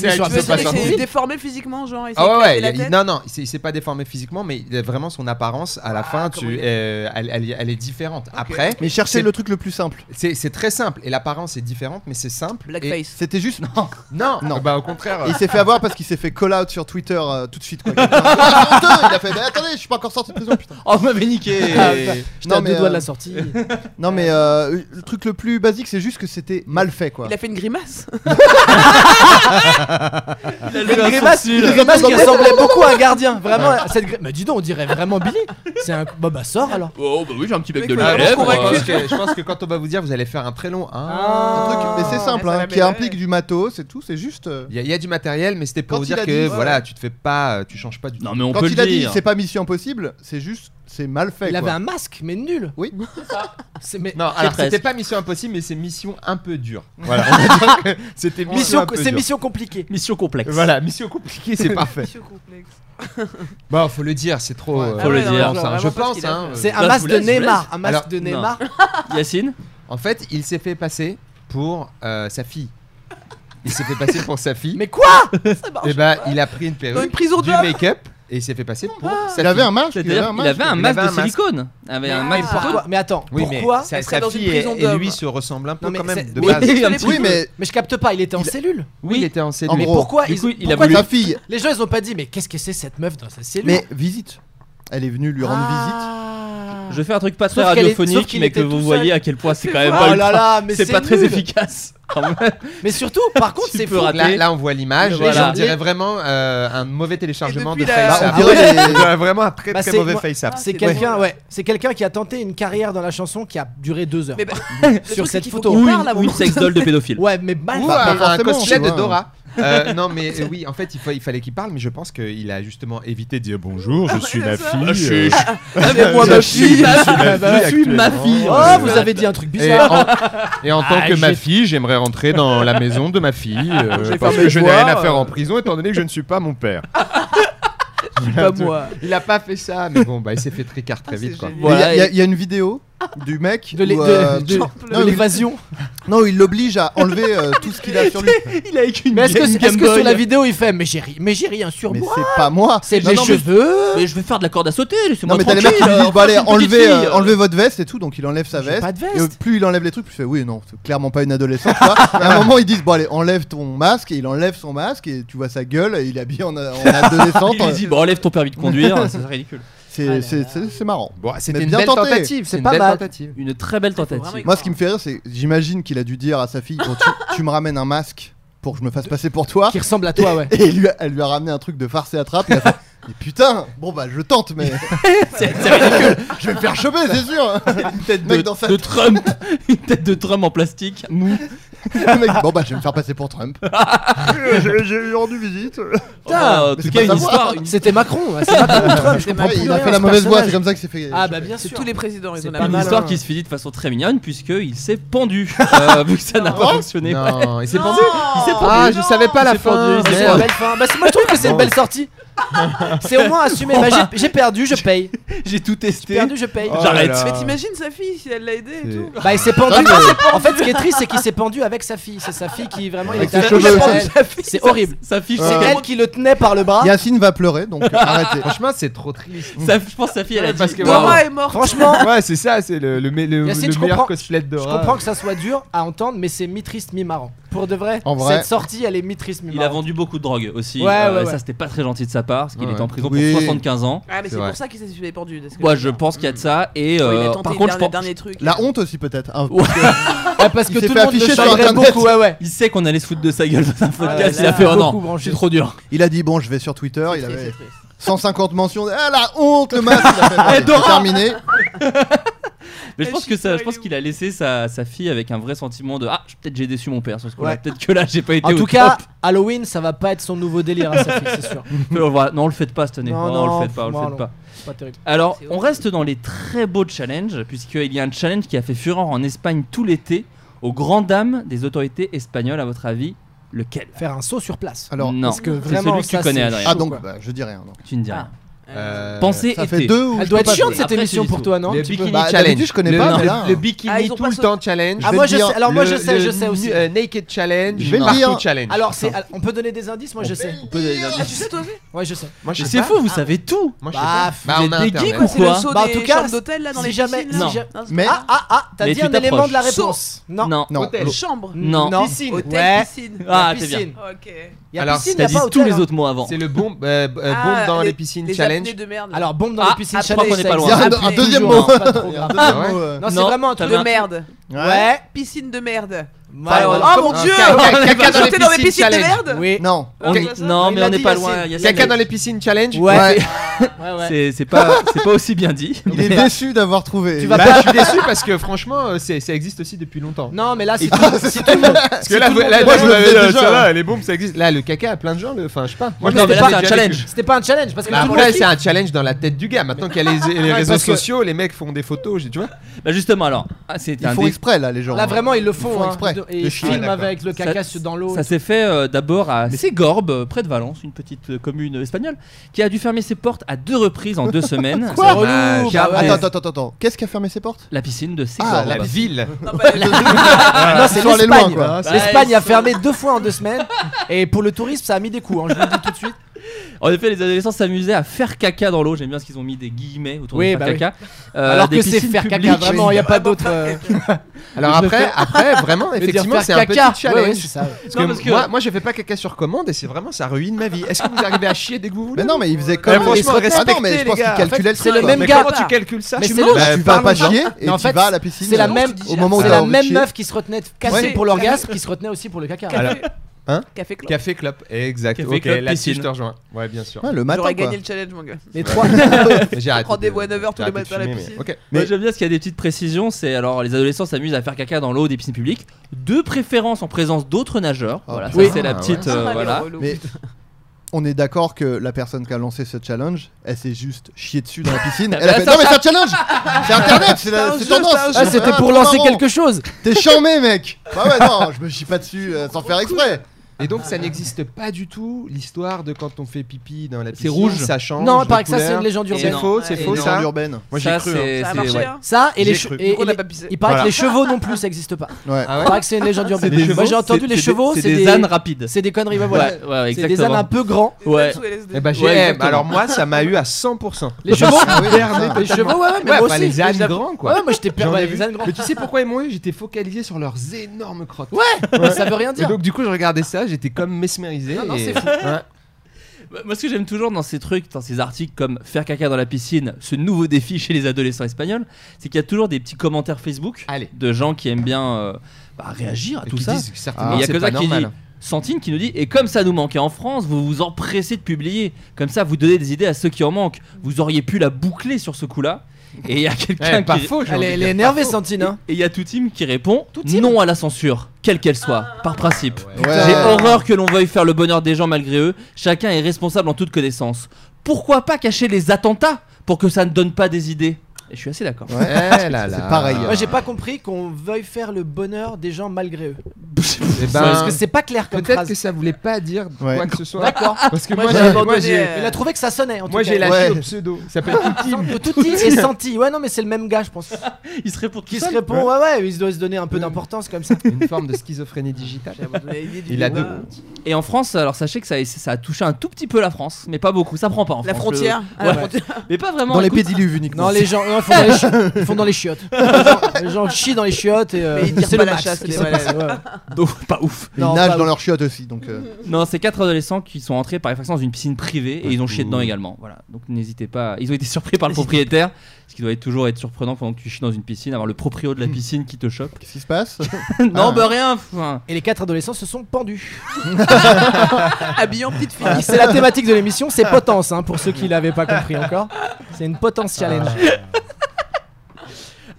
Speaker 7: une histoire
Speaker 10: tu peux
Speaker 7: de-
Speaker 10: pas
Speaker 8: Il
Speaker 10: sortir.
Speaker 8: s'est déformé physiquement, genre. Il s'est
Speaker 10: Ah ouais,
Speaker 8: éclaté
Speaker 10: ouais,
Speaker 8: la
Speaker 10: il-
Speaker 8: tête.
Speaker 10: non, non, il s'est- il s'est pas déformé physiquement, mais il a vraiment son apparence à la fin, tu,
Speaker 8: comment il
Speaker 10: euh, elle, elle- elle est différente. Après,
Speaker 5: Mais cherchez
Speaker 10: C'est-
Speaker 5: le truc le plus simple.
Speaker 10: c'est c'est très simple, et l'apparence est différente, mais c'est simple. Et-
Speaker 8: Blackface.
Speaker 5: C'était juste.
Speaker 10: Non,
Speaker 5: Non.
Speaker 10: bah au contraire. euh,
Speaker 5: Il s'est fait avoir parce qu'il s'est fait call out sur Twitter euh, tout de suite. Quoi. Quelqu'un a dit, Ah, c'est honteux Il a fait bah, attendez, je suis pas encore sorti de prison. Putain.
Speaker 6: Oh, vous m'avez niqué
Speaker 7: J'étais à deux
Speaker 5: euh,
Speaker 7: doigts de la sortie.
Speaker 5: non mais euh, le truc le plus basique, c'est juste que c'était mal fait quoi.
Speaker 8: Il a fait une grimace.
Speaker 6: Il a levé un sourcil.
Speaker 7: Le masque ressemblait beaucoup à un gardien. Vraiment, cette gra- Mais dis donc, on dirait vraiment Billy. C'est un. Bah, bah, sors alors.
Speaker 6: Oh, bah oui, j'ai un petit bec
Speaker 8: Mais
Speaker 6: de
Speaker 8: quoi,
Speaker 10: ah,
Speaker 8: vraiment
Speaker 10: je,
Speaker 6: lèvres.
Speaker 8: convaincu.
Speaker 10: pense
Speaker 6: euh,
Speaker 10: que, je pense que quand on va vous dire, vous allez faire un très long.
Speaker 7: Ah.
Speaker 10: hein.
Speaker 5: Un truc, mais c'est simple,
Speaker 8: Ah, Ouais,
Speaker 5: hein,
Speaker 8: ça va
Speaker 5: qui
Speaker 8: m'énerver.
Speaker 5: implique du matos et tout, c'est juste. euh,
Speaker 10: Il y, a- il y a du matériel, mais c'était pour
Speaker 5: Quand
Speaker 10: vous
Speaker 5: il
Speaker 10: dire
Speaker 5: a
Speaker 10: que
Speaker 5: dit, ouais.
Speaker 10: voilà, tu te fais pas, euh, tu changes pas du tout.
Speaker 6: Non, mais on
Speaker 5: Quand
Speaker 6: peut
Speaker 5: il
Speaker 6: le
Speaker 5: a dit
Speaker 6: dire.
Speaker 5: c'est pas mission impossible, c'est juste c'est mal fait.
Speaker 7: Il
Speaker 5: quoi.
Speaker 7: avait un masque, mais nul.
Speaker 5: Oui.
Speaker 7: C'est mais-
Speaker 10: Non, alors
Speaker 6: presque.
Speaker 10: c'était pas mission impossible, mais c'est mission un peu dure. Voilà, on va dire que c'était mission,
Speaker 7: Mission,
Speaker 10: un peu
Speaker 7: c'est
Speaker 10: dure.
Speaker 7: mission compliquée.
Speaker 6: Mission complexe.
Speaker 10: Voilà, mission compliquée, c'est parfait.
Speaker 8: Monsieur complexe.
Speaker 10: Bon, faut le dire, c'est trop.
Speaker 5: Ouais.
Speaker 10: euh,
Speaker 6: Faut le
Speaker 8: non,
Speaker 6: dire.
Speaker 8: non,
Speaker 10: pense, hein,
Speaker 8: vraiment
Speaker 10: je
Speaker 8: pas ce
Speaker 10: pense.
Speaker 8: qu'il a
Speaker 10: hein,
Speaker 7: C'est
Speaker 6: Bah,
Speaker 7: un
Speaker 6: Ah je
Speaker 7: masque
Speaker 6: vous
Speaker 7: de
Speaker 6: laisse, je vous
Speaker 7: Neymar.
Speaker 6: laisse.
Speaker 7: Un masque
Speaker 10: Alors,
Speaker 7: de
Speaker 6: non.
Speaker 7: Neymar.
Speaker 6: Yacine
Speaker 10: En fait, il s'est fait passer pour euh, sa fille. Il s'est fait passer pour sa fille.
Speaker 7: Mais quoi
Speaker 8: fait. Ça marche.
Speaker 10: Et bah, il a pris une
Speaker 8: Dans une
Speaker 10: perruque,
Speaker 8: prison
Speaker 10: du
Speaker 8: d'hommes.
Speaker 10: make-up, et il s'est fait passer pour sa
Speaker 5: Il avait
Speaker 10: fille.
Speaker 5: un masque. Il avait
Speaker 6: C'est-à-dire
Speaker 5: un
Speaker 6: qu'il
Speaker 5: masque.
Speaker 6: avait un
Speaker 10: il
Speaker 6: masque
Speaker 10: avait
Speaker 6: de
Speaker 10: un masque.
Speaker 6: silicone. Avait un
Speaker 8: Mais
Speaker 6: masque.
Speaker 8: Ah.
Speaker 7: Pourquoi Mais attends,
Speaker 10: Oui, mais
Speaker 7: pourquoi
Speaker 10: sa,
Speaker 8: Elle
Speaker 10: sa
Speaker 8: serait dans une
Speaker 10: fille et,
Speaker 8: prison
Speaker 10: et
Speaker 8: d'hommes.
Speaker 10: lui se ressemblent un peu
Speaker 7: Non, mais
Speaker 10: quand même
Speaker 7: c'est-
Speaker 10: de
Speaker 7: oui,
Speaker 10: base.
Speaker 6: un
Speaker 8: Oui,
Speaker 6: petit
Speaker 5: Oui
Speaker 6: peu.
Speaker 5: mais
Speaker 7: Mais je capte pas, il était en cellule.
Speaker 10: Oui, il était en cellule.
Speaker 5: En
Speaker 7: Mais
Speaker 5: gros,
Speaker 7: pourquoi
Speaker 6: du
Speaker 7: ils-
Speaker 6: coup, il a
Speaker 7: pourquoi
Speaker 6: voulu-
Speaker 5: sa fille.
Speaker 7: Les gens ils ont pas dit mais qu'est-ce que c'est cette meuf dans sa cellule Ah.
Speaker 5: Mais visite. Elle est venue lui rendre visite.
Speaker 6: Je vais faire un truc pas très
Speaker 7: Sauf qu'elle est- sauf
Speaker 6: radiophonique,
Speaker 7: qu'il
Speaker 6: mais
Speaker 7: était
Speaker 6: que vous
Speaker 7: tout
Speaker 6: voyez
Speaker 7: seul.
Speaker 6: à quel point c'est
Speaker 8: C'est
Speaker 6: quand même
Speaker 8: vrai.
Speaker 6: pas
Speaker 7: Oh là là, mais
Speaker 6: c'est pas très
Speaker 7: nul.
Speaker 6: efficace. quand même.
Speaker 7: Mais surtout, par contre,
Speaker 6: Tu
Speaker 7: c'est
Speaker 6: peux
Speaker 7: fou.
Speaker 6: rater.
Speaker 10: Là, là, on voit l'image
Speaker 6: Voilà.
Speaker 10: et j'en dirais vraiment euh, un mauvais téléchargement
Speaker 8: Et
Speaker 10: de
Speaker 8: depuis la-
Speaker 10: FaceApp.
Speaker 5: Bah, on dirait les-
Speaker 10: Ouais, vraiment un très
Speaker 7: Bah,
Speaker 10: très
Speaker 7: c'est-
Speaker 10: mauvais
Speaker 7: moi-
Speaker 10: FaceApp.
Speaker 7: C'est
Speaker 8: c'est
Speaker 7: quelqu'un,
Speaker 8: drôle.
Speaker 7: ouais, c'est quelqu'un qui a tenté une carrière dans la chanson qui a duré deux heures.
Speaker 8: Mais bah,
Speaker 7: Sur
Speaker 8: truc, c'est
Speaker 7: cette
Speaker 8: qu'il faut
Speaker 7: photo.
Speaker 8: qu'on
Speaker 6: Ou
Speaker 8: parle
Speaker 6: une,
Speaker 8: avant
Speaker 6: ou une
Speaker 8: qu'on-
Speaker 6: sexdoll de pédophile.
Speaker 5: Bah,
Speaker 7: Ouais, mais bah, mal.
Speaker 10: Ou
Speaker 5: pas
Speaker 10: un, un
Speaker 5: forcément,
Speaker 10: cosplay
Speaker 5: tu
Speaker 10: de
Speaker 5: vois.
Speaker 10: Dora. Euh, non, mais euh, oui, en fait, il, fa- il fallait qu'il parle, mais je pense qu'il a justement évité de dire bonjour, je suis la
Speaker 8: c'est
Speaker 10: fille.
Speaker 6: Ah, je
Speaker 10: euh,
Speaker 6: suis-
Speaker 7: bah, moi, ma fille.
Speaker 6: Je
Speaker 5: euh,
Speaker 6: suis ma
Speaker 10: actuellement.
Speaker 6: fille.
Speaker 7: Oh, vous avez dit un truc
Speaker 10: Et
Speaker 7: bizarre.
Speaker 10: en, et en tant
Speaker 7: Ah,
Speaker 10: que ma
Speaker 7: j'ai-
Speaker 10: fille, j'aimerais rentrer dans la maison de ma fille euh,
Speaker 8: J'ai
Speaker 10: parce
Speaker 8: fermé
Speaker 10: que je
Speaker 8: le
Speaker 10: n'ai rien
Speaker 8: voir,
Speaker 10: à faire
Speaker 8: euh.
Speaker 10: en prison étant donné que je ne suis pas mon père.
Speaker 8: Pas moi.
Speaker 10: Il a pas fait ça, mais bon, bah il s'est fait tricard très
Speaker 8: Ah,
Speaker 10: vite
Speaker 8: c'est
Speaker 10: quoi.
Speaker 8: génial.
Speaker 5: Il y a-
Speaker 6: Voilà,
Speaker 5: il y, a-
Speaker 6: et-
Speaker 5: il y a une vidéo du mec
Speaker 7: De l'é-
Speaker 5: où,
Speaker 7: de-
Speaker 5: euh,
Speaker 7: de-
Speaker 5: non,
Speaker 7: de
Speaker 5: il-
Speaker 7: l'évasion.
Speaker 5: non, où il l'oblige à enlever euh, tout ce qu'il a sur lui.
Speaker 6: Il a avec une
Speaker 7: Mais est-ce que,
Speaker 6: Game-
Speaker 7: est-ce
Speaker 6: Game
Speaker 7: que sur
Speaker 6: Boy.
Speaker 7: la vidéo il fait Mais j'ai ri- mais j'ai rien sur
Speaker 5: Mais
Speaker 7: moi.
Speaker 5: c'est pas moi.
Speaker 7: C'est
Speaker 5: Non,
Speaker 7: mes
Speaker 5: non, mais-
Speaker 7: cheveux.
Speaker 6: Mais je vais faire de la corde à sauter, laissez-moi
Speaker 5: Non mais t'as les
Speaker 6: tranquille.
Speaker 5: mecs qui lui disent
Speaker 6: euh,
Speaker 5: bon allez
Speaker 6: c'est une petite
Speaker 5: enlevez, euh,
Speaker 6: fille, euh.
Speaker 5: enlevez votre veste et tout donc il enlève sa
Speaker 7: J'ai
Speaker 5: veste.
Speaker 7: pas de
Speaker 5: Et
Speaker 7: veste.
Speaker 5: plus il enlève les trucs, plus il fait oui non c'est clairement pas une adolescente. tu vois. et à un moment ils disent bon allez enlève ton masque et il enlève son masque et tu vois sa gueule et il est habillé en, en adolescente.
Speaker 6: Il lui dit, bon, enlève ton permis de conduire, c'est ridicule.
Speaker 7: Ah
Speaker 5: C'est- c'est c'est- c'est marrant.
Speaker 10: Bon,
Speaker 5: Mais
Speaker 10: c'était une
Speaker 5: bien
Speaker 10: belle
Speaker 5: tenté.
Speaker 10: tentative, c'est
Speaker 7: pas
Speaker 10: une belle
Speaker 7: mal.
Speaker 10: tentative.
Speaker 6: Une très belle
Speaker 8: vraiment
Speaker 6: tentative.
Speaker 8: y
Speaker 5: Moi, ce qui me fait rire, c'est j'imagine qu'il a dû dire à sa fille Bon, tu, tu me ramènes un masque pour que je me fasse passer pour toi.
Speaker 7: Qui ressemble à toi, ouais.
Speaker 5: Et lui a- elle lui a ramené un truc de farce et attrape. Il a fait Et putain, bon bah je tente, mais
Speaker 6: C'est c'est ridicule.
Speaker 5: je vais me faire choper, c'est sûr.
Speaker 6: Une tête
Speaker 5: Mec
Speaker 6: de,
Speaker 5: dans sa-
Speaker 6: de Trump. Une tête de Trump en plastique, mou.
Speaker 5: Le mec, bon bah je vais me faire passer pour Trump.
Speaker 11: J'ai j'ai rendu visite.
Speaker 6: Putain, en
Speaker 5: mais
Speaker 6: tout
Speaker 5: c'est
Speaker 6: cas,
Speaker 5: pas
Speaker 6: une
Speaker 5: sa
Speaker 6: histoire. une-
Speaker 7: C'était Macron, ouais, c'est Macron. Trump, je comprends
Speaker 5: Ouais,
Speaker 7: plus
Speaker 5: il a
Speaker 7: rien
Speaker 5: fait
Speaker 7: à
Speaker 5: la
Speaker 7: ce
Speaker 5: mauvaise voix,
Speaker 7: personnage.
Speaker 5: c'est comme ça que c'est fait.
Speaker 7: Ah bah bien
Speaker 8: C'est
Speaker 7: sûr.
Speaker 8: tous les présidents, ils
Speaker 7: C'est
Speaker 8: ont
Speaker 7: pas
Speaker 8: la
Speaker 6: Une
Speaker 8: même
Speaker 7: mal,
Speaker 6: histoire
Speaker 7: hein.
Speaker 6: qui se finit de façon très mignonne, puisqu'il s'est pendu, euh, vu que ça n'a pas fonctionné.
Speaker 10: Non, et c'est
Speaker 8: Non.
Speaker 10: pendu. Il s'est pendu.
Speaker 8: Ah, je savais
Speaker 6: pas la fin.
Speaker 7: C'est une belle fin. Bah, c'est- moi je trouve que c'est une belle sortie. C'est au moins assumé. Bah, j'ai- j'ai perdu, je paye.
Speaker 6: J'ai tout
Speaker 7: J'ai
Speaker 6: testé.
Speaker 7: perdu, je
Speaker 5: Oh,
Speaker 10: Oh
Speaker 7: paye.
Speaker 6: J'arrête.
Speaker 8: Mais t'imagines sa fille si elle l'a aidé et
Speaker 10: C'est-
Speaker 8: tout
Speaker 7: Bah il s'est pendu.
Speaker 5: Ah,
Speaker 7: En fait, ce qui est triste, c'est qu'il s'est pendu avec sa fille. C'est sa fille qui vraiment. il
Speaker 5: Avec
Speaker 7: était
Speaker 5: ses
Speaker 7: accro-
Speaker 5: cheveux.
Speaker 7: il a pendu
Speaker 5: Ouais.
Speaker 7: sa fille. C'est horrible.
Speaker 6: Sa fille,
Speaker 7: C'est elle qui le tenait par le bras.
Speaker 5: Yacine va pleurer, donc euh, arrêtez.
Speaker 10: Franchement, c'est trop triste.
Speaker 6: sa- je pense que sa fille, elle a
Speaker 10: Ouais,
Speaker 6: dit.
Speaker 10: parce que-
Speaker 6: Waouh.
Speaker 8: Dora est morte
Speaker 7: Franchement,
Speaker 10: Ouais, c'est ça, c'est le, le, me- le-
Speaker 7: Yacine,
Speaker 10: le
Speaker 7: je
Speaker 10: meilleur
Speaker 7: comprends-
Speaker 10: cosplay de
Speaker 7: je
Speaker 10: Dora.
Speaker 7: comprends que ça soit dur à entendre, mais c'est mi-triste, mi-marrant. Pour de vrai,
Speaker 5: En vrai.
Speaker 7: cette sortie, elle est mi-triste,
Speaker 6: Il a
Speaker 7: mi-marrant.
Speaker 6: vendu beaucoup de drogue aussi.
Speaker 7: Ouais,
Speaker 6: euh,
Speaker 7: ouais,
Speaker 6: et
Speaker 7: ouais.
Speaker 6: Ça, c'était pas très gentil de sa part, parce qu'il
Speaker 10: Ouais.
Speaker 6: était en prison
Speaker 5: Oui.
Speaker 6: pour 75 ans.
Speaker 8: Ah, mais
Speaker 10: C'est
Speaker 8: c'est
Speaker 10: vrai.
Speaker 8: pour ça qu'il s'est fait pendu. de ce que
Speaker 6: Moi,
Speaker 8: j'ai
Speaker 6: je
Speaker 8: vu.
Speaker 6: pense qu'il y a de ça. Et
Speaker 8: Quand
Speaker 6: euh,
Speaker 8: il a tenté
Speaker 6: par
Speaker 8: le
Speaker 6: contre, je
Speaker 8: dernier,
Speaker 6: pense-
Speaker 8: dernier truc.
Speaker 5: La honte aussi peut-être. Ah,
Speaker 6: Ouais.
Speaker 5: parce que-
Speaker 7: Ouais, parce
Speaker 5: Il
Speaker 7: que
Speaker 5: s'est
Speaker 7: tout
Speaker 5: fait
Speaker 7: le monde le
Speaker 5: afficher sur
Speaker 7: chagrait
Speaker 5: Internet.
Speaker 7: beaucoup. Ouais, ouais.
Speaker 6: il sait qu'on allait se foutre de sa gueule dans un podcast.
Speaker 7: là,
Speaker 6: il a fait oh
Speaker 7: beaucoup
Speaker 6: un an.
Speaker 7: branché.
Speaker 6: Je suis trop dur.
Speaker 5: Il a dit bon, je vais sur Twitter. Il
Speaker 7: C'est
Speaker 5: avait
Speaker 7: triste.
Speaker 5: 150 mentions. Ah la honte, le masque. il a fait, allez,
Speaker 6: Dora
Speaker 5: c'est terminé.
Speaker 6: Mais je
Speaker 8: Et
Speaker 6: pense
Speaker 8: je
Speaker 6: que
Speaker 8: suis
Speaker 6: ça,
Speaker 8: sûr,
Speaker 6: je pense
Speaker 8: il est
Speaker 6: qu'il a laissé sa, sa fille avec un vrai sentiment de ah je- peut-être j'ai déçu mon père sur ce coup-là.
Speaker 7: Ouais.
Speaker 6: Peut-être que là j'ai pas été.
Speaker 7: En
Speaker 6: au
Speaker 7: tout
Speaker 6: top.
Speaker 7: cas, Halloween, ça va pas être son nouveau délire à sa fille, c'est sûr.
Speaker 6: Mais on va- non on le fait pas cette année.
Speaker 7: Non,
Speaker 6: Non,
Speaker 7: non,
Speaker 6: on le fait pas, on
Speaker 7: moi,
Speaker 6: le fait
Speaker 7: non.
Speaker 6: pas.
Speaker 7: C'est Pas terrible.
Speaker 6: Alors
Speaker 8: C'est
Speaker 6: on
Speaker 8: horrible.
Speaker 6: reste dans les très beaux challenges puisqu'il y a un challenge qui a fait fureur en Espagne tout l'été aux grandes dames des autorités espagnoles. À votre avis lequel
Speaker 7: Faire un saut sur place.
Speaker 5: Alors
Speaker 6: Non,
Speaker 7: Parce que
Speaker 6: c'est
Speaker 7: vraiment,
Speaker 6: celui que tu
Speaker 7: ça,
Speaker 6: connais
Speaker 7: c'est
Speaker 6: Adrien.
Speaker 5: ah
Speaker 7: chaud,
Speaker 5: donc
Speaker 7: quoi.
Speaker 5: bah, je dis rien. non.
Speaker 6: Tu ne dis rien.
Speaker 7: Ah.
Speaker 10: Euh,
Speaker 6: Pensez
Speaker 5: Ça fait
Speaker 6: été.
Speaker 5: deux. ou
Speaker 7: Elle
Speaker 5: je
Speaker 7: doit
Speaker 5: peux
Speaker 7: être
Speaker 5: pas
Speaker 7: chiante
Speaker 5: te dire.
Speaker 7: cette
Speaker 6: Après,
Speaker 7: émission
Speaker 6: c'est
Speaker 7: pour
Speaker 6: les
Speaker 7: toi, non
Speaker 10: Le
Speaker 7: Tu peux-
Speaker 10: bikini
Speaker 5: Bah,
Speaker 10: challenge.
Speaker 5: d'habitude, je connais
Speaker 10: le,
Speaker 5: pas, mais
Speaker 10: le-
Speaker 5: là-
Speaker 10: le bikini
Speaker 8: Ah, ils ont
Speaker 10: tout
Speaker 8: pas
Speaker 10: le
Speaker 8: ça.
Speaker 10: temps challenge.
Speaker 7: Ah,
Speaker 5: vais
Speaker 7: moi
Speaker 5: te
Speaker 7: je
Speaker 5: dire,
Speaker 7: sais. Alors moi
Speaker 10: Le-
Speaker 7: je sais, je
Speaker 10: le
Speaker 7: sais
Speaker 10: nu-
Speaker 7: aussi.
Speaker 10: euh, naked challenge.
Speaker 5: Je vais le
Speaker 10: partout
Speaker 5: dire.
Speaker 10: challenge.
Speaker 7: Alors c'est, on peut donner des indices, moi je sais.
Speaker 6: On peut donner des
Speaker 8: Ah,
Speaker 6: indices.
Speaker 8: tu sais, toi aussi
Speaker 7: Ouais, je sais.
Speaker 10: Moi, je
Speaker 6: Mais
Speaker 10: sais
Speaker 6: c'est
Speaker 10: pas.
Speaker 6: faux, vous savez tout.
Speaker 10: Moi, je sais
Speaker 7: Bah,
Speaker 10: pas. Bah,
Speaker 6: vous
Speaker 10: on
Speaker 6: êtes
Speaker 10: a
Speaker 6: des
Speaker 10: Internet.
Speaker 6: geeks ou
Speaker 8: Ah. C'est le
Speaker 6: quoi
Speaker 8: saut
Speaker 7: Bah, en
Speaker 8: des
Speaker 7: tout cas,
Speaker 8: chambres d'hôtel là dans
Speaker 7: si
Speaker 8: les
Speaker 7: jamais-
Speaker 8: piscines, là.
Speaker 6: non.
Speaker 8: c'est- non, c'est-
Speaker 5: Mais
Speaker 7: Ah ah ah, t'as
Speaker 6: Mais
Speaker 7: dit
Speaker 6: tu
Speaker 7: un élément
Speaker 6: t'approches.
Speaker 7: de la
Speaker 8: Saut.
Speaker 7: réponse. Non.
Speaker 6: Non.
Speaker 5: Non.
Speaker 10: Hôtel.
Speaker 8: Chambre.
Speaker 6: Non.
Speaker 7: Piscine.
Speaker 8: Hôtel,
Speaker 7: Ouais.
Speaker 8: piscine.
Speaker 6: Ah,
Speaker 7: La
Speaker 6: t'es bien.
Speaker 7: piscine.
Speaker 8: Ok.
Speaker 7: Il y a
Speaker 10: Alors,
Speaker 7: piscine, il y
Speaker 6: T'as
Speaker 7: a
Speaker 6: dit
Speaker 7: pas
Speaker 6: tous
Speaker 7: hôtel,
Speaker 6: les
Speaker 7: hein.
Speaker 6: autres mots avant.
Speaker 10: C'est le bombe, euh, euh,
Speaker 7: Ah,
Speaker 10: bombe dans les, piscines
Speaker 8: les
Speaker 10: challenge.
Speaker 8: apnées de merde. là.
Speaker 7: Alors bombe dans
Speaker 6: Ah,
Speaker 7: les piscines
Speaker 6: ah, je crois qu'on
Speaker 7: challenge.
Speaker 6: est pas
Speaker 7: ça
Speaker 6: loin.
Speaker 5: Il y a un, un
Speaker 7: existe
Speaker 8: Après,
Speaker 5: deuxième
Speaker 7: toujours,
Speaker 5: mot.
Speaker 7: hein, c'est pas trop grave.
Speaker 10: Ah ouais.
Speaker 5: mot, euh,
Speaker 7: Non, c'est
Speaker 6: Non,
Speaker 7: vraiment un truc
Speaker 8: de
Speaker 6: t'avais un-
Speaker 8: merde.
Speaker 7: Ouais.
Speaker 8: Piscine de merde.
Speaker 7: Ouais,
Speaker 8: Ah,
Speaker 7: ouais.
Speaker 8: oh mon
Speaker 10: Ah,
Speaker 8: dieu
Speaker 10: caca- caca
Speaker 8: J'ai
Speaker 10: dans les
Speaker 8: jeté dans les
Speaker 10: piscines
Speaker 8: piscines de
Speaker 10: challenge.
Speaker 8: merde
Speaker 7: Oui.
Speaker 5: Non.
Speaker 6: On-
Speaker 8: Ouais, ça,
Speaker 6: Non,
Speaker 8: il
Speaker 6: mais
Speaker 8: l'a
Speaker 6: on n'est
Speaker 8: dit,
Speaker 6: pas
Speaker 8: Yacine.
Speaker 6: loin. Yacine,
Speaker 10: Caca
Speaker 6: elle-
Speaker 10: dans les piscines challenge.
Speaker 7: Ouais. Ouais, ouais.
Speaker 6: C'est c'est pas, c'est pas aussi bien dit.
Speaker 5: Il est déçu d'avoir trouvé.
Speaker 7: Tu vas-
Speaker 10: Bah, je suis déçu parce que franchement, euh, c'est- ça existe aussi depuis longtemps.
Speaker 7: Non, mais là c'est tout- c'est tout le monde.
Speaker 10: Parce que là,
Speaker 7: tout le
Speaker 10: vous- là,
Speaker 7: monde
Speaker 10: moi,
Speaker 5: est
Speaker 10: je
Speaker 5: bon.
Speaker 10: l'avais
Speaker 5: Je le
Speaker 10: là,
Speaker 7: euh,
Speaker 5: faisais
Speaker 10: ça,
Speaker 5: déjà.
Speaker 10: là, les bombes, ça existe. Là, le caca à plein de gens, le- enfin, je sais pas.
Speaker 6: Non,
Speaker 10: Moi,
Speaker 6: mais là,
Speaker 10: l'avais
Speaker 6: c'est un
Speaker 10: déjà
Speaker 6: challenge.
Speaker 10: vécu.
Speaker 7: C'était pas un challenge parce que
Speaker 10: Bah,
Speaker 7: tout le
Speaker 10: après,
Speaker 7: monde.
Speaker 10: c'est un challenge dans la tête du gars. Maintenant qu'il y a les, les
Speaker 7: Ouais,
Speaker 10: réseaux
Speaker 7: parce que-
Speaker 10: sociaux, les mecs font des photos, j'ai- tu vois.
Speaker 6: Bah justement alors, ah, c'est
Speaker 5: Ils
Speaker 6: un
Speaker 5: font
Speaker 6: dé-
Speaker 5: exprès là les gens.
Speaker 7: Là vraiment ils le
Speaker 5: Ils
Speaker 7: font.
Speaker 5: font
Speaker 7: hein.
Speaker 5: exprès.
Speaker 7: Et
Speaker 5: De
Speaker 7: ils
Speaker 5: chier,
Speaker 7: filment
Speaker 10: d'accord.
Speaker 7: avec le
Speaker 6: Ça-
Speaker 7: caca sur- dans l'eau.
Speaker 6: ça s'est fait euh, d'abord à Segorbe, euh, près de Valence, une petite euh, commune espagnole, qui a dû fermer ses portes à deux reprises en deux semaines.
Speaker 7: Quoi
Speaker 6: C'est
Speaker 10: Dommage.
Speaker 7: Relou, bah ouais.
Speaker 5: Attends, attends, attends, attends. Qu'est-ce qui a fermé ses portes
Speaker 6: La piscine de Segorbe.
Speaker 5: Ah,
Speaker 10: La
Speaker 5: bah,
Speaker 10: ville.
Speaker 8: Non, pas les-
Speaker 7: Non, Bah, c'est
Speaker 5: Sur les loin,
Speaker 7: l'Espagne.
Speaker 5: quoi.
Speaker 6: c'est-
Speaker 7: L'Espagne a fermé deux fois en deux semaines. Et pour le tourisme, ça a mis des coups. hein, je vous le dis tout de suite.
Speaker 6: En effet, les adolescents s'amusaient à faire caca dans l'eau. J'aime bien ce qu'ils ont mis des guillemets autour
Speaker 7: Oui,
Speaker 6: de faire
Speaker 7: bah oui.
Speaker 6: caca. Euh,
Speaker 7: Alors
Speaker 6: des
Speaker 7: que c'est
Speaker 6: piscines
Speaker 7: faire caca.
Speaker 6: publiques.
Speaker 7: Vraiment, il n'y a pas d'autre. euh,
Speaker 10: Alors
Speaker 7: Je
Speaker 10: après,
Speaker 7: préfère-
Speaker 10: après, vraiment,
Speaker 7: que dire
Speaker 10: effectivement,
Speaker 7: faire
Speaker 10: c'est un petit
Speaker 7: caca.
Speaker 10: challenge.
Speaker 7: Ouais, ouais, c'est ça.
Speaker 10: Parce
Speaker 6: Non,
Speaker 10: que
Speaker 6: parce que-
Speaker 10: Moi, moi, je fais pas caca sur commande et c'est vraiment, ça ruine ma vie. Est-ce que vous arrivez à chier dès que vous voulez
Speaker 5: Mais non, mais il faisait
Speaker 10: Mais
Speaker 5: comme.
Speaker 10: franchement,
Speaker 5: il se retenait.
Speaker 10: respectez,
Speaker 5: Ah non, mais je
Speaker 10: les
Speaker 5: pense qu'il
Speaker 10: gars.
Speaker 5: calculait le
Speaker 7: c'est
Speaker 5: truc,
Speaker 7: le
Speaker 5: quoi.
Speaker 7: même
Speaker 10: Mais
Speaker 7: gars. bah,
Speaker 10: comment tu calcules ça
Speaker 7: Mais
Speaker 10: Tu
Speaker 7: c'est
Speaker 10: manges
Speaker 7: logique.
Speaker 5: Bah,
Speaker 10: Bah,
Speaker 5: tu vas pas
Speaker 10: parle-moi.
Speaker 5: chier et
Speaker 7: Mais en
Speaker 5: tu
Speaker 7: fait,
Speaker 5: vas à la piscine.
Speaker 7: C'est la
Speaker 5: euh,
Speaker 7: même,
Speaker 5: Au moment où
Speaker 7: c'est
Speaker 5: t'as
Speaker 7: la
Speaker 5: envie
Speaker 7: même
Speaker 5: de chier.
Speaker 7: meuf qui se retenait
Speaker 8: Ouais.
Speaker 7: cassée pour l'orgasme qui se retenait aussi pour le caca.
Speaker 10: Alors- Hein
Speaker 8: Café Club.
Speaker 10: Café Clop, exact.
Speaker 6: Café
Speaker 10: ok,
Speaker 6: Clop,
Speaker 10: là-dessus,
Speaker 6: piscine.
Speaker 10: je te rejoins. Ouais, bien sûr.
Speaker 5: Ouais, le matin.
Speaker 8: J'aurais
Speaker 5: quoi.
Speaker 8: gagné le challenge, mon gars.
Speaker 7: Les trois.
Speaker 10: J'ai arrêté
Speaker 8: Rendez-vous à
Speaker 10: de-
Speaker 8: 9h tous les
Speaker 10: j'ai arrêté
Speaker 8: matins
Speaker 10: de
Speaker 8: à la
Speaker 10: fumer, mais-
Speaker 8: piscine.
Speaker 10: ok.
Speaker 5: Mais-
Speaker 6: Moi, j'aime bien parce qu'il y a des petites précisions. C'est alors les adolescents s'amusent à faire caca dans l'eau des piscines publiques, de préférence en présence d'autres nageurs.
Speaker 5: Ah,
Speaker 6: voilà, ça
Speaker 5: oui.
Speaker 6: c'est la
Speaker 10: Ah,
Speaker 6: petite. euh,
Speaker 8: Ah, les
Speaker 6: voilà.
Speaker 8: relous.
Speaker 5: Mais on est d'accord que la personne qui a lancé ce challenge, elle s'est juste chiée dessus dans la piscine. Elle a
Speaker 6: Bah,
Speaker 5: fait
Speaker 6: ça,
Speaker 5: Non, mais c'est un challenge C'est internet, c'est
Speaker 8: C'est
Speaker 5: la-
Speaker 8: un
Speaker 5: c'est
Speaker 8: jeu,
Speaker 5: tendance
Speaker 8: c'est un jeu.
Speaker 7: Ah, c'était pour lancer quelque chose.
Speaker 5: T'es charmé, mec Bah ouais, non, je me chie pas dessus euh, sans faire exprès
Speaker 10: Et donc, ça n'existe pas du tout l'histoire de quand on fait pipi dans la piscine.
Speaker 6: rouge.
Speaker 10: Ça change.
Speaker 7: Non,
Speaker 10: de
Speaker 7: par que ça c'est
Speaker 10: couleur.
Speaker 7: une légende
Speaker 10: C'est
Speaker 7: urbaine.
Speaker 6: non.
Speaker 10: faux, c'est
Speaker 8: Et
Speaker 10: faux
Speaker 8: non.
Speaker 10: ça.
Speaker 5: urbaine.
Speaker 10: Moi, j'ai
Speaker 6: Ça,
Speaker 10: cru. hein.
Speaker 8: Ça a
Speaker 6: c'est-
Speaker 8: marché,
Speaker 6: ouais.
Speaker 8: hein.
Speaker 7: Ça et les
Speaker 10: J'ai
Speaker 7: che-
Speaker 10: cru.
Speaker 7: et-
Speaker 8: Pourquoi on
Speaker 7: et
Speaker 8: n'a
Speaker 7: les-
Speaker 8: pas pissé
Speaker 7: il paraît
Speaker 10: Voilà.
Speaker 7: que les chevaux non plus ça n'existe pas.
Speaker 5: Ouais.
Speaker 10: Ah
Speaker 7: Il
Speaker 10: ouais
Speaker 7: paraît que c'est une légende
Speaker 6: C'est
Speaker 7: urbaine.
Speaker 6: des
Speaker 7: Moi
Speaker 6: chevaux,
Speaker 7: j'ai entendu
Speaker 6: c'est- c'est
Speaker 7: les
Speaker 6: des-
Speaker 7: chevaux,
Speaker 6: c'est des, ânes rapides.
Speaker 7: C'est des conneries, ouais,
Speaker 6: Ouais,
Speaker 7: voilà.
Speaker 6: ouais, ouais,
Speaker 7: C'est des ânes
Speaker 6: exactement.
Speaker 7: un peu grands.
Speaker 8: Les
Speaker 6: Ouais.
Speaker 8: sous LSD.
Speaker 10: Eh ben, j'ai-
Speaker 6: Ouais,
Speaker 10: eh,
Speaker 6: exactement.
Speaker 10: bah, alors moi, ça m'a eu à 100%.
Speaker 7: Les chevaux
Speaker 5: Ah oui, putain.
Speaker 7: Les chevaux, ouais, ouais, mais
Speaker 10: Ouais,
Speaker 7: moi
Speaker 10: pas
Speaker 7: aussi.
Speaker 10: les ânes
Speaker 7: j'avoue.
Speaker 10: grands, quoi.
Speaker 7: Ouais, moi j'étais perdu.
Speaker 10: J'en ai
Speaker 7: ouais,
Speaker 10: vu.
Speaker 7: Les ânes grands.
Speaker 10: Mais tu sais pourquoi ils m'ont eu J'étais focalisé sur leurs énormes crottes.
Speaker 7: Ouais, ça veut rien
Speaker 10: Et
Speaker 7: dire.
Speaker 10: donc, du coup, je regardais ça, j'étais comme mesmérisé.
Speaker 7: Non, non,
Speaker 10: et-
Speaker 7: c'est fou.
Speaker 10: Ouais.
Speaker 6: Bah, Moi, ce que j'aime toujours dans ces trucs, dans ces articles comme faire caca dans la piscine, ce nouveau défi chez les adolescents espagnols, c'est qu'il y a toujours des petits commentaires Facebook
Speaker 10: Allez.
Speaker 6: de gens qui ah, aiment bien euh, bah, réagir à
Speaker 10: Et
Speaker 6: tout
Speaker 10: qui
Speaker 6: ça.
Speaker 10: disent que certainement
Speaker 6: Et il y a
Speaker 10: c'est
Speaker 6: que
Speaker 10: pas
Speaker 6: ça qui dit
Speaker 10: normal.
Speaker 6: Santine qui nous dit Et comme ça nous manquait en France, vous vous empressez de publier. Comme ça, vous donnez des idées à ceux qui en manquent. Vous auriez pu la boucler sur ce coup-là. Et il y a quelqu'un
Speaker 10: pas
Speaker 6: qui.
Speaker 10: faux, j'ai
Speaker 7: Elle
Speaker 10: envie
Speaker 7: est-
Speaker 10: de
Speaker 7: elle est
Speaker 10: dire, pas
Speaker 7: énervée,
Speaker 10: faux.
Speaker 7: Santine. hein.
Speaker 6: Et il y a tout team qui répond
Speaker 7: team
Speaker 6: non à la censure, quelle qu'elle soit, par principe.
Speaker 5: Ouais.
Speaker 6: J'ai horreur que l'on veuille faire le bonheur des gens malgré eux. Chacun est responsable en toute connaissance. Pourquoi pas cacher les attentats pour que ça ne donne pas des idées Et je suis assez d'accord.
Speaker 5: Ouais.
Speaker 10: Eh là
Speaker 5: C'est
Speaker 10: là.
Speaker 5: pareil.
Speaker 7: Moi, j'ai pas compris qu'on veuille faire le bonheur des gens malgré eux.
Speaker 10: Eh ben,
Speaker 7: Parce que c'est pas clair comme
Speaker 10: Peut-être
Speaker 7: phrase.
Speaker 10: que ça voulait pas dire
Speaker 5: Ouais.
Speaker 10: quoi que ce soit.
Speaker 7: D'accord.
Speaker 10: Parce que moi,
Speaker 8: j'ai
Speaker 10: j'ai-
Speaker 8: abandonné,
Speaker 10: moi, j'ai-
Speaker 8: euh,
Speaker 7: Il a trouvé que ça sonnait. En tout
Speaker 10: moi,
Speaker 7: cas.
Speaker 10: j'ai lâché
Speaker 5: Ouais.
Speaker 10: le pseudo. Ça s'appelle Ultime.
Speaker 7: De Tutti et Santi. Ouais, non, mais c'est le même gars, je pense.
Speaker 6: Il se répond
Speaker 7: Qui se répond, ouais, ouais, il doit se donner un peu d'importance comme ça.
Speaker 10: Une forme de schizophrénie digitale. Il a deux.
Speaker 6: Et en France, alors sachez que ça, ça a touché un tout petit peu la France, mais pas beaucoup. Ça prend pas en
Speaker 8: La
Speaker 6: France,
Speaker 8: frontière.
Speaker 6: le-
Speaker 8: Ah, la
Speaker 6: Ouais.
Speaker 8: frontière.
Speaker 6: Mais pas vraiment.
Speaker 5: Dans les
Speaker 6: écoute,
Speaker 5: pédiluves uniquement.
Speaker 7: Non, les gens, non, ils, font dans les chi- ils font dans les chiottes. Les gens, les gens chient dans les chiottes et euh,
Speaker 8: Mais ils tirent
Speaker 7: c'est
Speaker 8: pas
Speaker 7: le
Speaker 8: la
Speaker 7: max
Speaker 8: chasse,
Speaker 7: qui
Speaker 8: les
Speaker 7: s'est
Speaker 8: malades.
Speaker 7: passé, ouais.
Speaker 6: Donc, pas ouf.
Speaker 5: Ils
Speaker 7: Non, pas
Speaker 5: nagent dans
Speaker 7: ouf. Mm.
Speaker 5: leur chiottes aussi. Donc, euh,
Speaker 6: Non, c'est quatre adolescents qui sont entrés par effraction dans une piscine privée et ils ont chié dedans également. Voilà. Donc n'hésitez pas. Ils ont été surpris par le propriétaire, ce qui doit être toujours être surprenant pendant que tu chies dans une piscine, avoir le proprio de la piscine qui te chope.
Speaker 5: qu'est-ce qui se passe
Speaker 6: non,
Speaker 5: Ah.
Speaker 6: bah rien. enfin,
Speaker 7: Et les quatre adolescents se sont pendus.
Speaker 8: Habillé en petite fille.
Speaker 7: Et C'est la thématique de l'émission, c'est potence, hein, pour ceux qui l'avaient pas compris encore. C'est une potence challenge.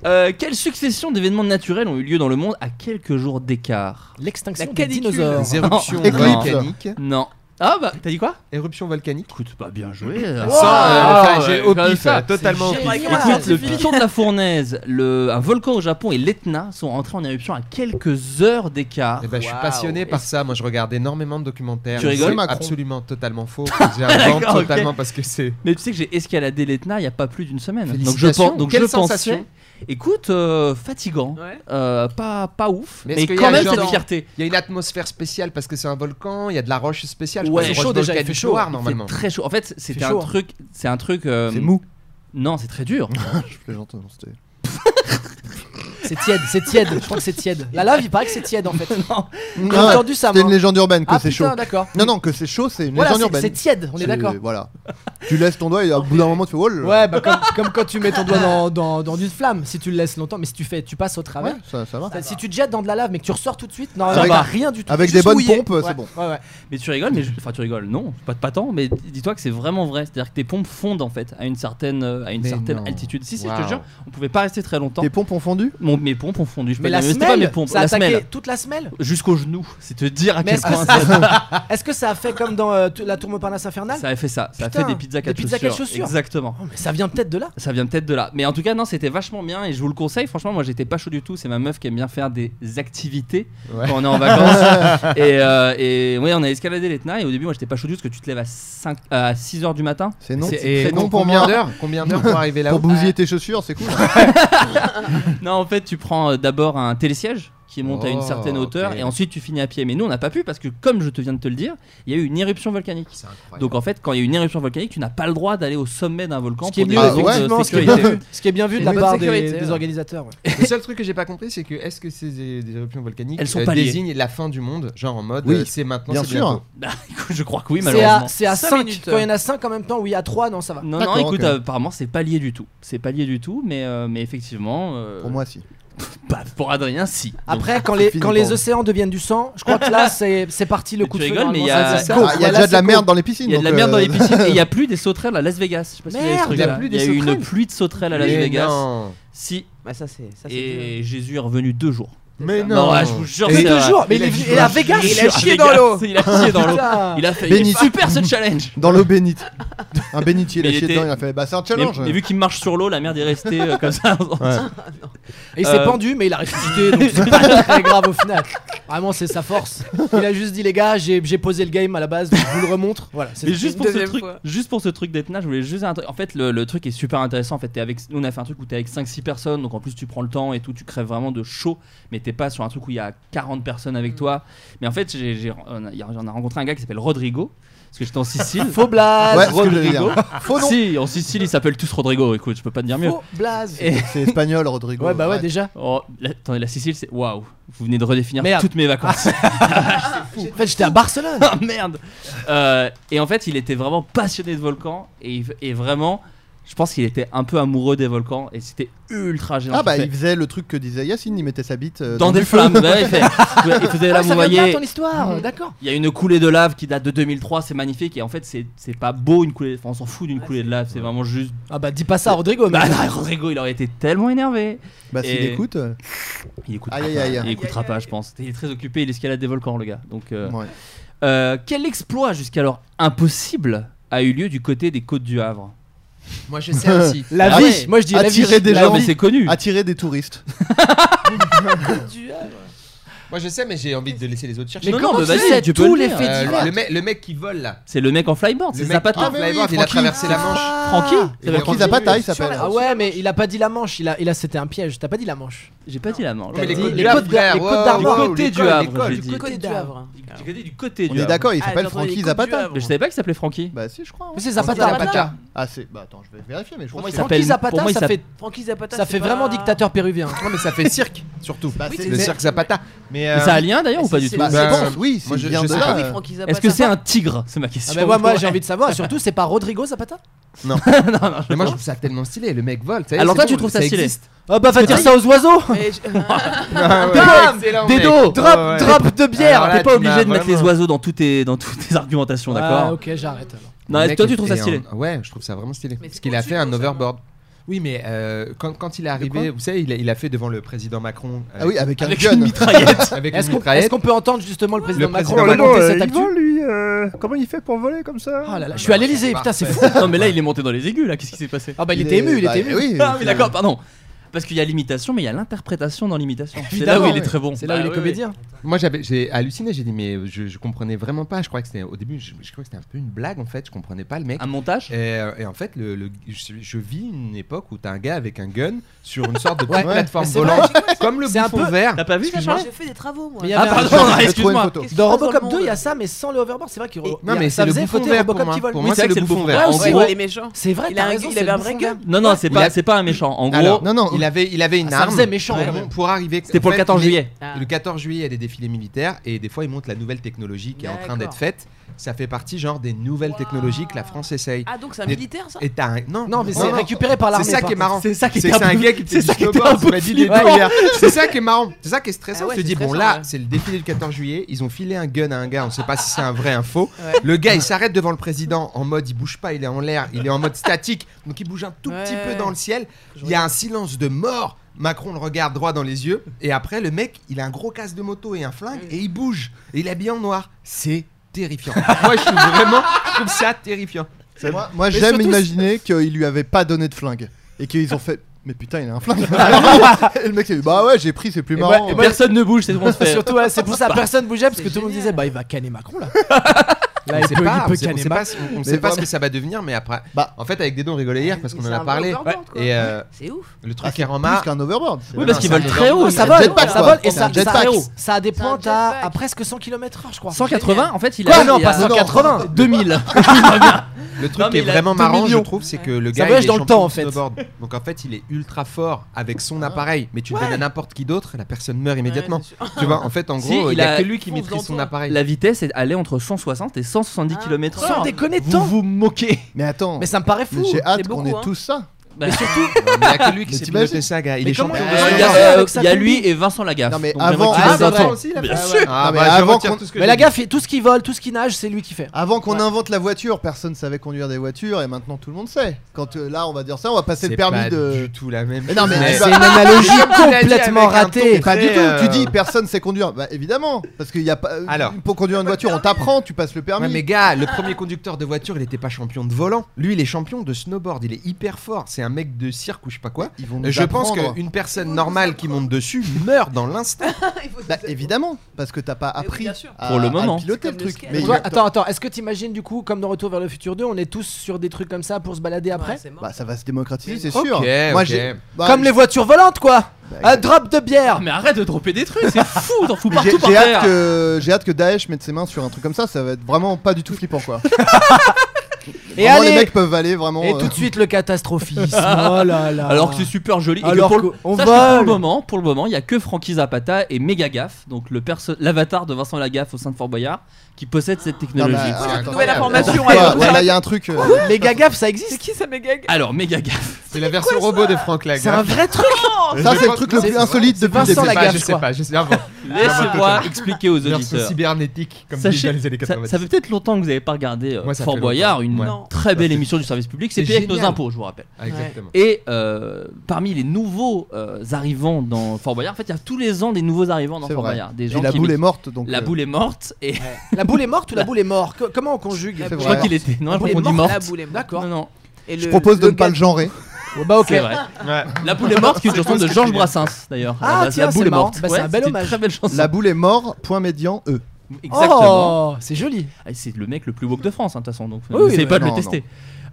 Speaker 6: euh, quelle succession d'événements naturels ont eu lieu dans le monde à quelques jours d'écart
Speaker 7: L'extinction
Speaker 8: La
Speaker 7: des
Speaker 8: canicule.
Speaker 7: dinosaures.
Speaker 10: Des éruptions
Speaker 5: Éclipse.
Speaker 10: volcaniques.
Speaker 6: Non. Ah bah t'as dit quoi
Speaker 10: Éruptions volcaniques.
Speaker 6: Écoute, pas bien joué. euh.
Speaker 10: Sans, euh,
Speaker 6: Ah,
Speaker 10: enfin, j'ai
Speaker 6: ouais,
Speaker 10: au
Speaker 6: comme
Speaker 10: pif, euh,
Speaker 6: ça.
Speaker 10: totalement au
Speaker 8: C'est
Speaker 10: pif.
Speaker 8: génial.
Speaker 10: Écoute,
Speaker 6: Écoute, le
Speaker 10: le pif.
Speaker 6: piton de la fournaise, le, un volcan au Japon et l'Etna sont rentrés en éruption à quelques heures d'écart.
Speaker 10: Eh ben, je suis
Speaker 8: Waouh.
Speaker 10: passionné par ça. Moi, je regarde énormément de documentaires.
Speaker 6: Tu rigoles
Speaker 10: C'est
Speaker 5: Macron.
Speaker 10: absolument totalement faux. J'invente
Speaker 6: D'accord, ok.
Speaker 10: totalement parce que c'est.
Speaker 6: Mais tu sais que j'ai escaladé l'Etna il n'y a pas plus d'une semaine. Donc je
Speaker 10: Félicitations.
Speaker 6: pense, donc
Speaker 10: Quelle
Speaker 6: je pensais.
Speaker 10: sensation
Speaker 6: Écoute, euh, fatigant,
Speaker 8: Ouais.
Speaker 6: Euh, pas pas ouf, mais,
Speaker 10: Mais est-ce qu'il y a
Speaker 6: quand même
Speaker 10: des
Speaker 6: cette
Speaker 10: gens-
Speaker 6: fierté.
Speaker 10: Il y a une atmosphère spéciale parce que c'est un volcan. Il y a de la roche spéciale. Je
Speaker 6: Ouais,
Speaker 10: crois
Speaker 6: il
Speaker 10: que c'est
Speaker 6: fait
Speaker 10: une
Speaker 7: chaud
Speaker 10: roche
Speaker 7: déjà, il fait
Speaker 10: volcanique
Speaker 7: chaud.
Speaker 10: noire, normalement.
Speaker 6: C'est très chaud. En fait, c'était
Speaker 7: fait
Speaker 6: un
Speaker 7: chaud, hein.
Speaker 6: truc, c'est un truc. euh,
Speaker 5: C'est mou.
Speaker 6: Non, c'est très dur.
Speaker 5: Je plaisante. non, c'était-
Speaker 7: C'est tiède, c'est tiède, je crois que c'est tiède. La lave, il paraît que c'est tiède en fait.
Speaker 6: Non.
Speaker 7: J'ai
Speaker 5: Non,
Speaker 7: entendu
Speaker 5: Ah,
Speaker 7: ça,
Speaker 5: C'était
Speaker 7: moi.
Speaker 5: une légende urbaine que
Speaker 7: Ah
Speaker 5: c'est chaud.
Speaker 7: putain, d'accord.
Speaker 5: Non, non, que c'est chaud, c'est une
Speaker 7: Voilà,
Speaker 5: légende
Speaker 7: c'est-
Speaker 5: urbaine.
Speaker 7: c'est tiède, on est
Speaker 5: C'est-
Speaker 7: d'accord.
Speaker 5: Voilà. Tu laisses ton doigt et au bout d'un moment tu fais oh là là.
Speaker 7: Ouais, bah comme, comme quand tu mets ton doigt dans, dans, dans une flamme, si tu le laisses longtemps, mais si tu fais, tu passes au travers.
Speaker 5: Ouais, ça, ça va.
Speaker 7: Ça, Si tu te jettes dans de la lave mais que tu ressors tout de suite, non,
Speaker 6: Ça
Speaker 7: non,
Speaker 6: va.
Speaker 7: rien du tout.
Speaker 5: Avec
Speaker 7: Juste
Speaker 5: des bonnes
Speaker 7: mouillé.
Speaker 5: pompes, euh,
Speaker 7: Ouais,
Speaker 5: c'est bon.
Speaker 7: Ouais, ouais.
Speaker 6: Mais tu rigoles, mais je- enfin tu rigoles. Non, pas pas tant. Mais dis-toi que c'est vraiment vrai. C'est-à-dire que tes pompes fondent en fait à une certaine euh, à une
Speaker 10: Mais
Speaker 6: certaine
Speaker 10: non.
Speaker 6: altitude. Si si, je
Speaker 10: Waouh.
Speaker 6: te jure, on pouvait pas rester très longtemps.
Speaker 5: Tes pompes ont fondu
Speaker 6: Mon- mes pompes ont fondu. Je peux
Speaker 7: Mais la
Speaker 6: dire, c'était pas mes
Speaker 7: semelle,
Speaker 6: pompes,
Speaker 7: ça a
Speaker 6: la
Speaker 7: attaqué
Speaker 6: semelle
Speaker 7: toute la semelle.
Speaker 6: jusqu'au genou. C'est te dire à
Speaker 7: Mais
Speaker 6: quel
Speaker 7: est-ce que,
Speaker 6: point.
Speaker 7: ça- est-ce que ça a fait comme dans euh, la tour Montparnasse infernale
Speaker 6: Ça a fait ça, ça a
Speaker 7: Putain,
Speaker 6: fait des pizzas
Speaker 7: des
Speaker 6: quatre
Speaker 7: pizzas
Speaker 6: chaussures.
Speaker 7: quatre chaussures.
Speaker 6: Exactement.
Speaker 7: Oh, mais ça vient peut-être de là.
Speaker 6: Ça vient peut-être de là. Mais en tout cas, non, c'était vachement bien et je vous le conseille. Franchement, moi, j'étais pas chaud du tout. C'est ma meuf qui aime bien faire des activités
Speaker 10: Ouais.
Speaker 6: quand on est en vacances. et, euh, et ouais, on a escaladé l'Etna et au début, moi, j'étais pas chaud du tout parce que tu te lèves à, 5, à 6 heures du matin.
Speaker 5: C'est non.
Speaker 6: C'est-
Speaker 10: Et
Speaker 5: très
Speaker 10: non
Speaker 5: bon pour
Speaker 10: combien
Speaker 5: moi.
Speaker 10: d'heures Combien d'heures pour arriver
Speaker 5: Pour
Speaker 10: là-haut
Speaker 5: bousiller tes chaussures, c'est cool.
Speaker 6: Non, en fait, tu prends euh, d'abord un télésiège qui monte à une
Speaker 10: Oh,
Speaker 6: certaine hauteur
Speaker 10: ok.
Speaker 6: et ensuite tu finis à pied. Mais nous, on n'a pas pu parce que, comme je te viens de te le dire, il y a eu une éruption volcanique.
Speaker 10: C'est incroyable.
Speaker 6: Donc en fait, quand il y a une éruption volcanique, tu n'as pas le droit d'aller au sommet d'un volcan
Speaker 7: Ce qui est
Speaker 6: pour des
Speaker 7: mieux,
Speaker 6: raisons
Speaker 7: effectivement,
Speaker 6: de
Speaker 7: ce qui est
Speaker 6: sécurité.
Speaker 7: bien vu, ce qui est bien vu de la
Speaker 8: Une bonne
Speaker 7: part des,
Speaker 8: sécurité,
Speaker 7: des
Speaker 8: ouais.
Speaker 7: organisateurs. ouais.
Speaker 10: Le seul truc que j'ai pas compris, c'est que est-ce que ces é- des éruptions volcaniques euh,
Speaker 6: Elles sont pas liées.
Speaker 10: désignent la fin du monde, genre en mode
Speaker 5: Oui,
Speaker 10: euh, c'est maintenant,
Speaker 5: bien
Speaker 10: c'est
Speaker 5: sûr.
Speaker 10: bientôt.
Speaker 6: Bah, écoute, je crois que oui,
Speaker 7: C'est à,
Speaker 6: malheureusement.
Speaker 7: c'est à
Speaker 8: Cinq
Speaker 7: 5.
Speaker 8: minutes.
Speaker 7: Quand il y en a 5 en même temps, oui, à 3, non, ça va.
Speaker 6: Non, non,
Speaker 5: D'accord,
Speaker 6: écoute,
Speaker 5: ok.
Speaker 6: euh, apparemment c'est pas lié du tout. C'est pas lié du tout, mais, euh, mais effectivement. euh,
Speaker 5: Pour moi, si.
Speaker 6: bah, pour Adrien, si. Donc,
Speaker 7: Après, quand les,
Speaker 5: fini
Speaker 7: quand
Speaker 5: pour
Speaker 7: les
Speaker 5: vous.
Speaker 7: océans deviennent du sang, je crois que là, c'est c'est parti le
Speaker 6: Tu
Speaker 7: coup de feu.
Speaker 6: rigoles, mais il y a-
Speaker 7: normalement, ça-
Speaker 6: Ah,
Speaker 5: Ah, Il y a
Speaker 7: Là,
Speaker 5: déjà de la
Speaker 7: c'est
Speaker 5: merde dans les piscines.
Speaker 6: il y a de la
Speaker 5: donc,
Speaker 6: merde dans
Speaker 5: euh,
Speaker 6: les piscines et il y a plus des sauterelles à Las Vegas. Je sais pas si vous avez ce
Speaker 7: Merde,
Speaker 10: il y a
Speaker 6: truc-là.
Speaker 10: plus
Speaker 6: il y a
Speaker 10: des
Speaker 6: eu une
Speaker 10: sauterelles
Speaker 6: pluie de sauterelles à Las
Speaker 10: Mais
Speaker 6: Vegas.
Speaker 10: non.
Speaker 6: Si,
Speaker 8: Bah, ça, c'est. ça, c'est dur.
Speaker 6: et Jésus est revenu deux jours.
Speaker 10: Mais non.
Speaker 6: Non, ouais, je vous jure,
Speaker 7: Mais
Speaker 6: c'est
Speaker 7: deux
Speaker 6: vrai.
Speaker 7: jours, mais
Speaker 10: Il
Speaker 7: il
Speaker 10: a
Speaker 7: est
Speaker 10: chié
Speaker 7: venu- et à Vegas,
Speaker 6: Je
Speaker 8: il a
Speaker 6: jure, à
Speaker 8: chié dans
Speaker 6: Vegas,
Speaker 8: l'eau.
Speaker 6: Il a chié dans l'eau.
Speaker 7: Putain.
Speaker 6: Il a fait
Speaker 5: Béni.
Speaker 6: il est super ce challenge.
Speaker 5: Dans l'eau bénite. Un bénitier, il a
Speaker 6: Mais il
Speaker 5: chié
Speaker 6: était-
Speaker 5: dedans, il a fait Bah, c'est un
Speaker 6: Mais,
Speaker 5: challenge.
Speaker 6: mais vu qu'il marche sur l'eau, la merde est restée euh, comme ça.
Speaker 7: Et il s'est
Speaker 6: Euh,
Speaker 7: pendu, mais il a ressuscité, donc c'est pas très grave au final. Vraiment, c'est sa force. Il a juste dit, les gars, j'ai j'ai posé le game à la base, donc je vous le remontre. Voilà, c'est
Speaker 6: Mais
Speaker 7: tout.
Speaker 6: juste pour, ce
Speaker 8: deuxième
Speaker 6: truc,
Speaker 8: fois.
Speaker 6: juste pour ce truc d'Etna, je voulais juste dire un truc. En fait, le, le truc est super intéressant. En fait, t'es avec, nous, on a fait un truc où t'es avec 5-6 personnes, donc en plus, tu prends le temps et tout, tu crèves vraiment de chaud, mais t'es pas sur un truc où il y a 40 personnes avec toi. Mais en fait, j'ai, j'ai- on, a, il y a- on a rencontré un gars qui s'appelle Rodrigo, parce que j'étais en Sicile.
Speaker 7: Faux blaze,
Speaker 5: Ouais, c'est ce que j'allais dire. Oh Faux nom.
Speaker 6: si, en Sicile, ils s'appellent tous Rodrigo, écoute, je peux pas te dire mieux.
Speaker 7: faux blaze.
Speaker 6: Et-
Speaker 5: C'est espagnol, Rodrigo.
Speaker 7: Ouais, bah ouais,
Speaker 5: arrête.
Speaker 7: déjà.
Speaker 6: Oh, la, attendez, la Sicile, c'est. Waouh, vous venez de redéfinir
Speaker 7: Merde.
Speaker 6: toutes mes vacances.
Speaker 7: En fait, j'étais à Barcelone.
Speaker 6: Ah merde Euh, Et en fait, il était vraiment passionné de volcan et, il- et vraiment, Je pense qu'il était un peu amoureux des volcans et c'était ultra gênant.
Speaker 5: Ah
Speaker 6: Il
Speaker 5: bah
Speaker 6: fait
Speaker 5: il faisait le truc que disait Yacine, il mettait sa bite euh,
Speaker 6: dans,
Speaker 5: du
Speaker 6: des
Speaker 5: feu.
Speaker 6: flammes. bah, il, fait- il faisait là,
Speaker 7: Ah,
Speaker 6: vous
Speaker 7: ça vient bien
Speaker 6: voyez,
Speaker 7: ton histoire, d'accord.
Speaker 6: il y a une coulée de lave qui date de 2003, c'est magnifique et en fait c'est c'est pas beau une coulée, enfin on s'en fout d'une coulée de lave, c'est vraiment juste.
Speaker 7: Ah bah dis pas ça à Rodrigo, mais
Speaker 6: Bah, Rodrigo il aurait été tellement énervé.
Speaker 5: Bah s'il
Speaker 6: Et-
Speaker 5: écoute. euh,
Speaker 6: Il écoutera
Speaker 5: Aïe, aïe,
Speaker 6: pas,
Speaker 5: aïe.
Speaker 6: il
Speaker 5: Aïe,
Speaker 6: écoutera
Speaker 8: aïe,
Speaker 6: pas
Speaker 8: aïe.
Speaker 6: je pense. Il est très occupé, il escalade des volcans le gars. Donc euh,
Speaker 5: ouais.
Speaker 6: euh, quel exploit jusqu'alors impossible a eu lieu du côté des côtes du Havre
Speaker 3: Moi je sais aussi.
Speaker 7: la
Speaker 5: Ah
Speaker 7: vie,
Speaker 5: ouais.
Speaker 7: moi je dis la vie.
Speaker 5: Attirer des
Speaker 6: Ah,
Speaker 5: gens,
Speaker 6: mais c'est connu.
Speaker 5: attirer des touristes.
Speaker 10: Moi je sais, mais j'ai envie de laisser les autres chercher.
Speaker 6: Non,
Speaker 7: Mais comment
Speaker 6: non, mais
Speaker 7: tu
Speaker 6: vas-y,
Speaker 7: sais
Speaker 6: tu peux
Speaker 7: tous
Speaker 6: le
Speaker 7: les
Speaker 6: dire.
Speaker 7: faits
Speaker 10: Euh,
Speaker 7: divers
Speaker 10: le, mec, le mec qui vole là.
Speaker 6: C'est le mec en flyboard, c'est
Speaker 10: Le mec qui
Speaker 6: Zapata.
Speaker 10: vole, il a
Speaker 5: Francky.
Speaker 10: traversé la Manche.
Speaker 6: Francky Ça va,
Speaker 5: Francky
Speaker 6: Francky
Speaker 5: Zapata, il
Speaker 8: Sur
Speaker 5: s'appelle.
Speaker 8: la-
Speaker 7: Ah ouais, mais il a pas dit la Manche, il a, il a c'était un piège. T'as pas dit la Manche.
Speaker 6: J'ai pas dit la manche.
Speaker 10: Mais
Speaker 7: T'as
Speaker 10: les
Speaker 7: dit
Speaker 10: Côtes
Speaker 7: les
Speaker 10: d'Armor,
Speaker 7: Côtes d'Armor.
Speaker 10: frère,
Speaker 7: Les Côtes
Speaker 10: wow,
Speaker 7: d'Armor.
Speaker 10: wow,
Speaker 6: côté
Speaker 10: les
Speaker 6: du
Speaker 10: Côtes,
Speaker 6: Havre,
Speaker 10: les
Speaker 6: j'ai
Speaker 10: Côtes.
Speaker 6: dit.
Speaker 7: Côté d'Havre.
Speaker 6: Du côté du côté
Speaker 5: On
Speaker 6: du
Speaker 5: est
Speaker 6: Havre.
Speaker 5: d'accord, il
Speaker 8: Ah,
Speaker 5: s'appelle
Speaker 8: attends,
Speaker 5: Francky
Speaker 8: les Côtes du
Speaker 5: Zapata.
Speaker 8: Havre.
Speaker 6: Mais je savais pas qu'il s'appelait Francky.
Speaker 5: Bah si, je crois.
Speaker 7: Mais c'est
Speaker 5: Francky
Speaker 7: Zapata.
Speaker 8: Zapata.
Speaker 5: Ah c'est bah attends, je vais vérifier mais je crois
Speaker 6: Pour moi,
Speaker 5: que
Speaker 6: il
Speaker 5: c'est
Speaker 6: s'appelle-
Speaker 7: Francky Zapata,
Speaker 6: pour moi, il
Speaker 7: ça
Speaker 6: s'appelle-
Speaker 7: fait,
Speaker 8: Francky Zapata.
Speaker 7: ça
Speaker 8: c'est
Speaker 7: fait
Speaker 8: pas-
Speaker 7: vraiment dictateur péruvien.
Speaker 10: Non, mais ça fait cirque, surtout.
Speaker 5: Bah, c'est-
Speaker 10: le
Speaker 5: c'est-
Speaker 10: cirque Zapata. Mais, euh,
Speaker 6: Mais ça a lien d'ailleurs ou pas du tout
Speaker 5: bah,
Speaker 10: Bah,
Speaker 5: je pense, oui,
Speaker 10: moi,
Speaker 5: s'il
Speaker 10: je-
Speaker 5: vient
Speaker 10: je
Speaker 5: de
Speaker 10: sais
Speaker 5: là,
Speaker 10: pas.
Speaker 8: Ah oui,
Speaker 5: euh,
Speaker 8: Francky Zapata.
Speaker 6: Est-ce que c'est
Speaker 8: ça-
Speaker 6: un tigre C'est ma
Speaker 7: Ah
Speaker 6: question.
Speaker 7: bah moi, moi j'ai envie de savoir, surtout c'est pas Rodrigo Zapata
Speaker 10: mais moi je trouve ça tellement stylé. Le mec vole.
Speaker 6: Alors toi, tu trouves ça stylé
Speaker 7: Ah bah va dire ça aux oiseaux
Speaker 8: Mais je-
Speaker 10: Ah,
Speaker 7: Des dos Drop, drop de bière
Speaker 10: Alors là,
Speaker 6: T'es pas
Speaker 10: tu
Speaker 6: obligé de
Speaker 10: m'as
Speaker 6: mettre les
Speaker 10: vraiment- Bah,
Speaker 6: oiseaux dans, tous tes, dans toutes tes argumentations,
Speaker 7: Ah,
Speaker 6: d'accord
Speaker 7: ok, j'arrête. alors.
Speaker 6: Non, est-ce que toi tu trouves ça stylé
Speaker 10: Ouais, je trouve ça vraiment stylé.
Speaker 8: Mais
Speaker 10: Parce
Speaker 8: c'est
Speaker 10: qu'il a
Speaker 8: au-dessus,
Speaker 10: fait un
Speaker 8: non, ça,
Speaker 10: overboard. Oui, mais euh, quand, quand il est arrivé, vous savez, il a, il a fait devant le président Macron. euh,
Speaker 5: Ah oui, avec un
Speaker 6: Avec
Speaker 5: gun.
Speaker 6: une mitraillette
Speaker 10: avec
Speaker 7: Est-ce
Speaker 10: une
Speaker 7: qu'on est-ce
Speaker 10: mitraillette.
Speaker 7: qu'on peut entendre justement le président
Speaker 10: Le
Speaker 7: Macron
Speaker 10: président
Speaker 7: raconter
Speaker 11: non, euh,
Speaker 7: cette
Speaker 11: il
Speaker 7: actu
Speaker 11: vole, lui. euh, Comment il fait pour voler comme ça
Speaker 7: Ah là là, je suis à l'Elysée, putain, c'est fou.
Speaker 6: Non, mais là il est monté dans les aigus, là, qu'est-ce qui s'est passé
Speaker 7: Ah bah il, était ému, il
Speaker 5: bah,
Speaker 7: était ému.
Speaker 5: Oui,
Speaker 6: Ah, oui,
Speaker 5: c'est-
Speaker 6: d'accord, pardon. Parce qu'il y a l'imitation, mais il y a l'interprétation dans l'imitation. C'est là
Speaker 7: Évidemment,
Speaker 6: où il est
Speaker 7: ouais.
Speaker 6: très bon.
Speaker 7: C'est là où
Speaker 6: Bah
Speaker 7: il est
Speaker 6: oui,
Speaker 7: comédien.
Speaker 10: Moi, j'avais- j'ai halluciné. J'ai dit, mais je, je comprenais vraiment pas. Je crois que c'était au début, je, je crois que c'était un peu une blague en fait. Je comprenais pas le
Speaker 6: oui.
Speaker 10: mec.
Speaker 6: Un montage
Speaker 10: Et, euh, et en fait, le, le- je, je vis une époque où t'as un gars avec un gun sur une sorte de petite
Speaker 7: Ouais.
Speaker 10: plateforme
Speaker 7: Mais c'est
Speaker 10: volante, comme le
Speaker 7: C'est un
Speaker 10: bouffon
Speaker 7: peu-
Speaker 10: vert.
Speaker 6: T'as pas vu ça
Speaker 10: Excuse-moi.
Speaker 8: J'ai fait des travaux, moi.
Speaker 7: Mais il y
Speaker 6: Ah,
Speaker 7: avait un-
Speaker 6: pardon,
Speaker 5: J'ai trouvé une
Speaker 6: excuse-moi.
Speaker 5: photo.
Speaker 8: Qu'est-ce qui se
Speaker 7: Dans
Speaker 8: passe
Speaker 7: Robocop
Speaker 8: le
Speaker 7: 2, il y a
Speaker 8: monde
Speaker 7: ça, mais sans le hoverboard, c'est vrai qu'il.
Speaker 8: Et-
Speaker 10: Non, mais
Speaker 7: ça
Speaker 10: c'est le
Speaker 7: faisait
Speaker 10: bouffon
Speaker 7: côté
Speaker 10: vert pour
Speaker 7: Robocop
Speaker 10: moi.
Speaker 7: qui vole.
Speaker 10: Pour
Speaker 7: Oui,
Speaker 10: moi,
Speaker 6: c'est
Speaker 10: c'est
Speaker 6: vrai que c'est
Speaker 10: le
Speaker 6: le
Speaker 10: bouffon
Speaker 6: bouffon
Speaker 10: vert.
Speaker 6: vert.
Speaker 8: Ouais,
Speaker 6: en
Speaker 8: c'est
Speaker 6: gros-
Speaker 8: pas les méchants.
Speaker 7: C'est vrai,
Speaker 8: Il
Speaker 7: t'as
Speaker 8: a un-
Speaker 7: raison,
Speaker 8: il
Speaker 7: c'est
Speaker 8: avait
Speaker 7: le
Speaker 8: un
Speaker 7: bouffon
Speaker 8: vrai
Speaker 7: vert.
Speaker 8: gun.
Speaker 6: Non, non, c'est
Speaker 10: Il
Speaker 6: pas,
Speaker 10: a-
Speaker 6: c'est pas un méchant. En gros,
Speaker 10: Alors,
Speaker 7: Non, non,
Speaker 10: Il avait, il avait une
Speaker 7: ça
Speaker 10: arme.
Speaker 7: faisait méchant,
Speaker 10: pour-
Speaker 7: quand même.
Speaker 10: Pour arriver.
Speaker 6: C'était pour
Speaker 10: en
Speaker 6: le
Speaker 10: fait,
Speaker 6: 14
Speaker 10: il est-
Speaker 6: juillet.
Speaker 8: Ah.
Speaker 10: Le 14 juillet, il y a des défilés militaires et des fois, ils montrent la nouvelle technologie qui est en train
Speaker 8: D'accord.
Speaker 10: d'être faite. Ça fait partie, genre, des nouvelles
Speaker 8: Waouh.
Speaker 10: technologies que la France essaye.
Speaker 8: Ah, donc c'est un
Speaker 10: Mais-
Speaker 8: militaire, ça
Speaker 10: Et t'as un. Non,
Speaker 7: Non, mais c'est
Speaker 10: non.
Speaker 7: récupéré par
Speaker 10: C'est
Speaker 7: l'armée.
Speaker 10: ça
Speaker 7: par
Speaker 10: qui est
Speaker 7: contre.
Speaker 10: marrant.
Speaker 6: C'est ça qui
Speaker 10: C'est
Speaker 6: était
Speaker 10: que c'est
Speaker 6: un
Speaker 10: un
Speaker 6: peu-
Speaker 10: gars qui
Speaker 6: c'est
Speaker 10: fait
Speaker 6: ça
Speaker 10: du
Speaker 6: qui était
Speaker 10: snowboard,
Speaker 6: un
Speaker 10: on
Speaker 6: peu
Speaker 10: m'a dit des
Speaker 7: flippant.
Speaker 10: deux hier. C'est ça qui est marrant. C'est ça qui est stressant.
Speaker 8: Ah ouais,
Speaker 10: je
Speaker 8: c'est
Speaker 10: te dis, bon,
Speaker 8: stressant,
Speaker 10: là,
Speaker 8: ouais.
Speaker 10: c'est le défilé du 14 juillet. Ils ont filé un gun à un gars. On sait pas si c'est un vrai, un faux.
Speaker 8: Ouais.
Speaker 10: Le gars, il s'arrête devant le président en mode, il bouge pas, il est en l'air, il est en mode statique. Donc, il bouge un tout petit
Speaker 8: Ouais.
Speaker 10: peu dans le ciel. Il y a un silence de mort. Macron le regarde droit dans les yeux. Et après, le mec, il a un gros casse de moto et un flingue et il bouge. Et il est habillé en noir. C'est terrifiant. Moi, je suis vraiment, je trouve ça terrifiant.
Speaker 5: Moi, moi,
Speaker 10: Mais
Speaker 5: j'aime
Speaker 10: surtout,
Speaker 5: imaginer qu'ils lui avaient pas donné de flingue et qu'ils ont fait. Mais putain, il a un flingue. et le mec s'est dit Bah ouais, j'ai pris, c'est plus
Speaker 7: Et moi-
Speaker 5: marrant.
Speaker 7: et moi,
Speaker 6: Personne ne bouge, c'est ce qu'on se fait.
Speaker 7: Surtout, ouais, c'est pour ça, personne bougeait parce que tout le monde
Speaker 8: génial.
Speaker 7: disait bah il va canner Macron là.
Speaker 10: on
Speaker 7: Là, il
Speaker 10: sait
Speaker 7: peut-
Speaker 10: pas,
Speaker 7: il peut
Speaker 10: on sait- on
Speaker 7: canner
Speaker 10: sait
Speaker 7: Macron.
Speaker 10: pas, ce- on- on sait pas ce que ça va devenir, mais après.
Speaker 5: Bah.
Speaker 10: en fait, avec des dons, on rigolait hier parce qu'on en
Speaker 8: C'est
Speaker 10: a
Speaker 8: un
Speaker 10: parlé.
Speaker 8: overboard, quoi.
Speaker 10: Et euh,
Speaker 8: C'est ouf.
Speaker 10: le
Speaker 5: Ah,
Speaker 10: truc
Speaker 5: c'est
Speaker 10: est en marre.
Speaker 5: plus qu'un overboard. c'est-
Speaker 6: Oui, parce qu'ils
Speaker 10: c'est un
Speaker 6: veulent très haut.
Speaker 7: Oh, ça
Speaker 5: un
Speaker 7: vole,
Speaker 5: jetpack,
Speaker 7: ça
Speaker 5: quoi.
Speaker 7: vole et
Speaker 5: C'est
Speaker 7: ça,
Speaker 5: un
Speaker 7: ça,
Speaker 5: jetpack.
Speaker 7: ça a des
Speaker 8: C'est un
Speaker 7: pointes à,
Speaker 8: jetpack.
Speaker 7: à presque 100 km/h, je crois.
Speaker 6: 180, en fait, il a.
Speaker 7: Quoi Non,
Speaker 6: il a-
Speaker 7: pas 180
Speaker 6: 2000.
Speaker 10: Le
Speaker 6: Non,
Speaker 10: truc
Speaker 6: mais
Speaker 10: qui est
Speaker 6: il a
Speaker 10: vraiment
Speaker 6: deux
Speaker 10: marrant, je
Speaker 6: millions.
Speaker 10: trouve, c'est que le
Speaker 7: Ça
Speaker 10: gars
Speaker 7: voyage
Speaker 10: il est
Speaker 7: dans le
Speaker 10: champion
Speaker 7: temps, en
Speaker 10: de
Speaker 7: fait.
Speaker 10: snowboard. Donc en fait, il est ultra fort avec son appareil, mais tu le donnes à n'importe qui d'autre, la personne meurt immédiatement. Tu vois, en fait, en
Speaker 6: Si,
Speaker 10: gros, il
Speaker 6: il
Speaker 10: y a,
Speaker 6: a-
Speaker 10: que lui qui
Speaker 8: Fonce
Speaker 10: maîtrise
Speaker 8: dans
Speaker 10: son
Speaker 8: toi.
Speaker 10: appareil.
Speaker 6: La vitesse est allée entre 160 et 170
Speaker 8: Ah.
Speaker 6: km/h.
Speaker 7: Sans déconner
Speaker 6: vous
Speaker 7: tant.
Speaker 6: vous moquez.
Speaker 5: Mais attends,
Speaker 7: Mais ça me paraît fou.
Speaker 5: mais j'ai
Speaker 7: c'est
Speaker 5: hâte
Speaker 7: beaucoup,
Speaker 5: qu'on ait
Speaker 7: hein.
Speaker 5: tous ça.
Speaker 6: Mais surtout,
Speaker 10: Il y a que lui qui
Speaker 5: Mais
Speaker 10: sait
Speaker 5: t'imagines
Speaker 10: piloter ça, gars. Il
Speaker 7: Mais
Speaker 10: est
Speaker 7: comment
Speaker 10: champion.
Speaker 7: on
Speaker 10: de
Speaker 7: veut
Speaker 10: snowboard.
Speaker 6: il y
Speaker 7: Ah,
Speaker 6: a, euh,
Speaker 7: avec sa
Speaker 6: il y a
Speaker 7: combi.
Speaker 6: lui et Vincent Lagaffe.
Speaker 5: Non, mais
Speaker 6: Donc vraiment
Speaker 5: avant-
Speaker 6: qu'il
Speaker 5: Ah,
Speaker 6: fasse
Speaker 5: bah,
Speaker 6: un
Speaker 5: attends.
Speaker 6: tour.
Speaker 10: Bien
Speaker 6: sûr.
Speaker 10: sûr.
Speaker 5: Non,
Speaker 10: Ah,
Speaker 5: mais
Speaker 10: bah, je
Speaker 5: avant
Speaker 10: retire
Speaker 5: qu'on-
Speaker 10: tout ce que
Speaker 7: Mais
Speaker 10: j'ai
Speaker 7: la
Speaker 10: dit.
Speaker 7: gaffe, tout ce qui vole, tout ce qui nage, c'est lui qui fait.
Speaker 5: Avant qu'on
Speaker 7: Ouais.
Speaker 5: invente la voiture, personne savait conduire des voitures et maintenant tout le monde sait. Quand euh, là, on va dire ça, on va passer le
Speaker 10: C'est
Speaker 5: permis
Speaker 10: pas
Speaker 5: de.
Speaker 10: du tout la même.
Speaker 5: Mais non, mais
Speaker 10: chose.
Speaker 5: tu vas-
Speaker 7: analogie complètement
Speaker 5: Mais
Speaker 7: ratée.
Speaker 5: pas du
Speaker 10: Très,
Speaker 5: tout.
Speaker 10: euh,
Speaker 5: Tu dis personne sait conduire. Bah évidemment, parce qu'il y a pas. euh,
Speaker 10: Alors.
Speaker 5: pour conduire une voiture, on t'apprend, tu passes le permis.
Speaker 10: Ouais, mais gars, le premier conducteur de voiture, il était pas champion de volant. Lui, il est champion de snowboard. Il est hyper fort. C'est un mec de cirque ou je sais pas quoi.
Speaker 5: Ils vont nous
Speaker 10: Je pense
Speaker 5: apprendre.
Speaker 10: qu'une personne normale qui monte dessus meurt dans l'instant.
Speaker 5: Bah, évidemment, parce que t'as pas
Speaker 8: oui,
Speaker 5: appris
Speaker 8: bien sûr.
Speaker 5: à,
Speaker 6: Pour le
Speaker 5: à
Speaker 6: moment.
Speaker 5: piloter
Speaker 8: C'est
Speaker 5: le
Speaker 8: comme le
Speaker 5: truc.
Speaker 8: skate.
Speaker 5: Mais
Speaker 7: Toi,
Speaker 5: il-
Speaker 7: attends, attends, est-ce que t'imagines du coup, comme dans Retour vers le futur 2, on est tous sur des trucs comme ça pour se balader après
Speaker 5: bah, ça va se démocratiser, c'est
Speaker 10: Ok,
Speaker 5: sûr.
Speaker 10: ok.
Speaker 5: j'ai- bah,
Speaker 7: Comme les voitures volantes quoi
Speaker 5: bah,
Speaker 7: Un drop de bière
Speaker 6: Ah, Mais arrête de dropper des trucs, c'est fou, t'en fous
Speaker 5: mais j'ai-
Speaker 6: partout par
Speaker 5: j'ai hâte
Speaker 6: terre.
Speaker 5: que j'ai hâte que Daesh mette ses mains sur un truc comme ça, ça va être vraiment pas du tout flippant quoi.
Speaker 7: Et
Speaker 5: Vraiment, les
Speaker 7: allez
Speaker 5: mecs peuvent aller vraiment.
Speaker 7: Et tout
Speaker 5: euh,
Speaker 7: de suite le catastrophisme. Oh là là.
Speaker 6: Alors que c'est super joli. et que
Speaker 7: Alors
Speaker 6: pour le-
Speaker 7: que- on
Speaker 6: sache que pour
Speaker 7: vole.
Speaker 6: le moment, pour le moment, il y a que Frankie Zapata et Mega Gaff, donc le perso- l'avatar de Vincent Lagaff au sein de Fort Boyard, qui possède cette
Speaker 5: Ah. non, mais,
Speaker 6: technologie.
Speaker 5: attends, attends,
Speaker 8: nouvelle
Speaker 5: attends,
Speaker 8: information,
Speaker 5: attends,
Speaker 8: allez,
Speaker 5: ouais,
Speaker 8: on
Speaker 5: là, il y a un truc. euh,
Speaker 7: Les gagaf ça
Speaker 8: C'est
Speaker 7: existe
Speaker 8: qui ça, Megag
Speaker 6: Alors Mega Gaff,
Speaker 10: C'est la version robot de Frank Lagasse.
Speaker 7: C'est un vrai truc
Speaker 5: Ça, c'est le truc le plus insolite depuis le
Speaker 7: Vincent
Speaker 5: début.
Speaker 10: Je sais pas,
Speaker 7: Lagasse,
Speaker 10: je sais
Speaker 7: quoi.
Speaker 10: pas, je sais pas.
Speaker 5: Ah.
Speaker 6: laissez-moi expliquer aux
Speaker 10: Version
Speaker 6: auditeurs.
Speaker 10: cybernétique, comme
Speaker 6: Sachez-
Speaker 10: déjà les années
Speaker 6: Ça,
Speaker 10: 90.
Speaker 6: ça fait peut-être longtemps que vous n'avez pas regardé euh,
Speaker 10: Moi, ça
Speaker 6: Fort
Speaker 10: fait
Speaker 6: Boyard,
Speaker 10: longtemps.
Speaker 6: une
Speaker 10: Ouais.
Speaker 8: Non.
Speaker 6: très belle émission du service public. C'est
Speaker 10: C'est
Speaker 6: payé avec nos
Speaker 10: génial.
Speaker 6: impôts, je vous rappelle.
Speaker 10: Ah, Exactement.
Speaker 6: Et euh, parmi les nouveaux euh, arrivants dans Fort Boyard, en fait, il y a tous les ans des nouveaux arrivants dans
Speaker 5: C'est
Speaker 6: Fort
Speaker 5: vrai.
Speaker 6: Boyard. Des
Speaker 5: Et
Speaker 6: gens
Speaker 5: la
Speaker 6: qui
Speaker 5: boule est morte, donc.
Speaker 6: La
Speaker 5: euh,
Speaker 6: boule est morte et
Speaker 7: La boule est morte ou la boule est morte Co- Comment on conjugue
Speaker 5: C'est
Speaker 6: je
Speaker 5: vrai.
Speaker 6: crois qu'il était. Non, je crois
Speaker 8: boule
Speaker 6: qu'on
Speaker 8: est
Speaker 6: dit
Speaker 8: morte, la
Speaker 6: morte.
Speaker 8: boule est morte.
Speaker 6: Non, non,
Speaker 8: Et
Speaker 5: Je
Speaker 8: le-
Speaker 5: propose de
Speaker 8: le
Speaker 5: ne pas
Speaker 8: gars-
Speaker 5: le genrer.
Speaker 7: Oh, Bah ok.
Speaker 6: c'est vrai.
Speaker 10: Ouais.
Speaker 6: La boule est morte, qui est une chanson de Georges Brassens d'ailleurs.
Speaker 7: Ah,
Speaker 6: À la base,
Speaker 7: tiens,
Speaker 6: la
Speaker 7: c'est
Speaker 6: boule est
Speaker 7: marrant.
Speaker 6: morte.
Speaker 7: Bah, c'est un bel
Speaker 6: c'était une
Speaker 7: hommage.
Speaker 6: Très belle chanson.
Speaker 5: La boule est mort, point médian, E.
Speaker 6: Exactement.
Speaker 7: Oh, c'est joli.
Speaker 6: Ah, C'est le mec le plus woke de France, hein, de toute façon. Donc,
Speaker 7: Oui,
Speaker 6: n'essayez
Speaker 7: oui,
Speaker 6: pas de
Speaker 5: non,
Speaker 6: le tester.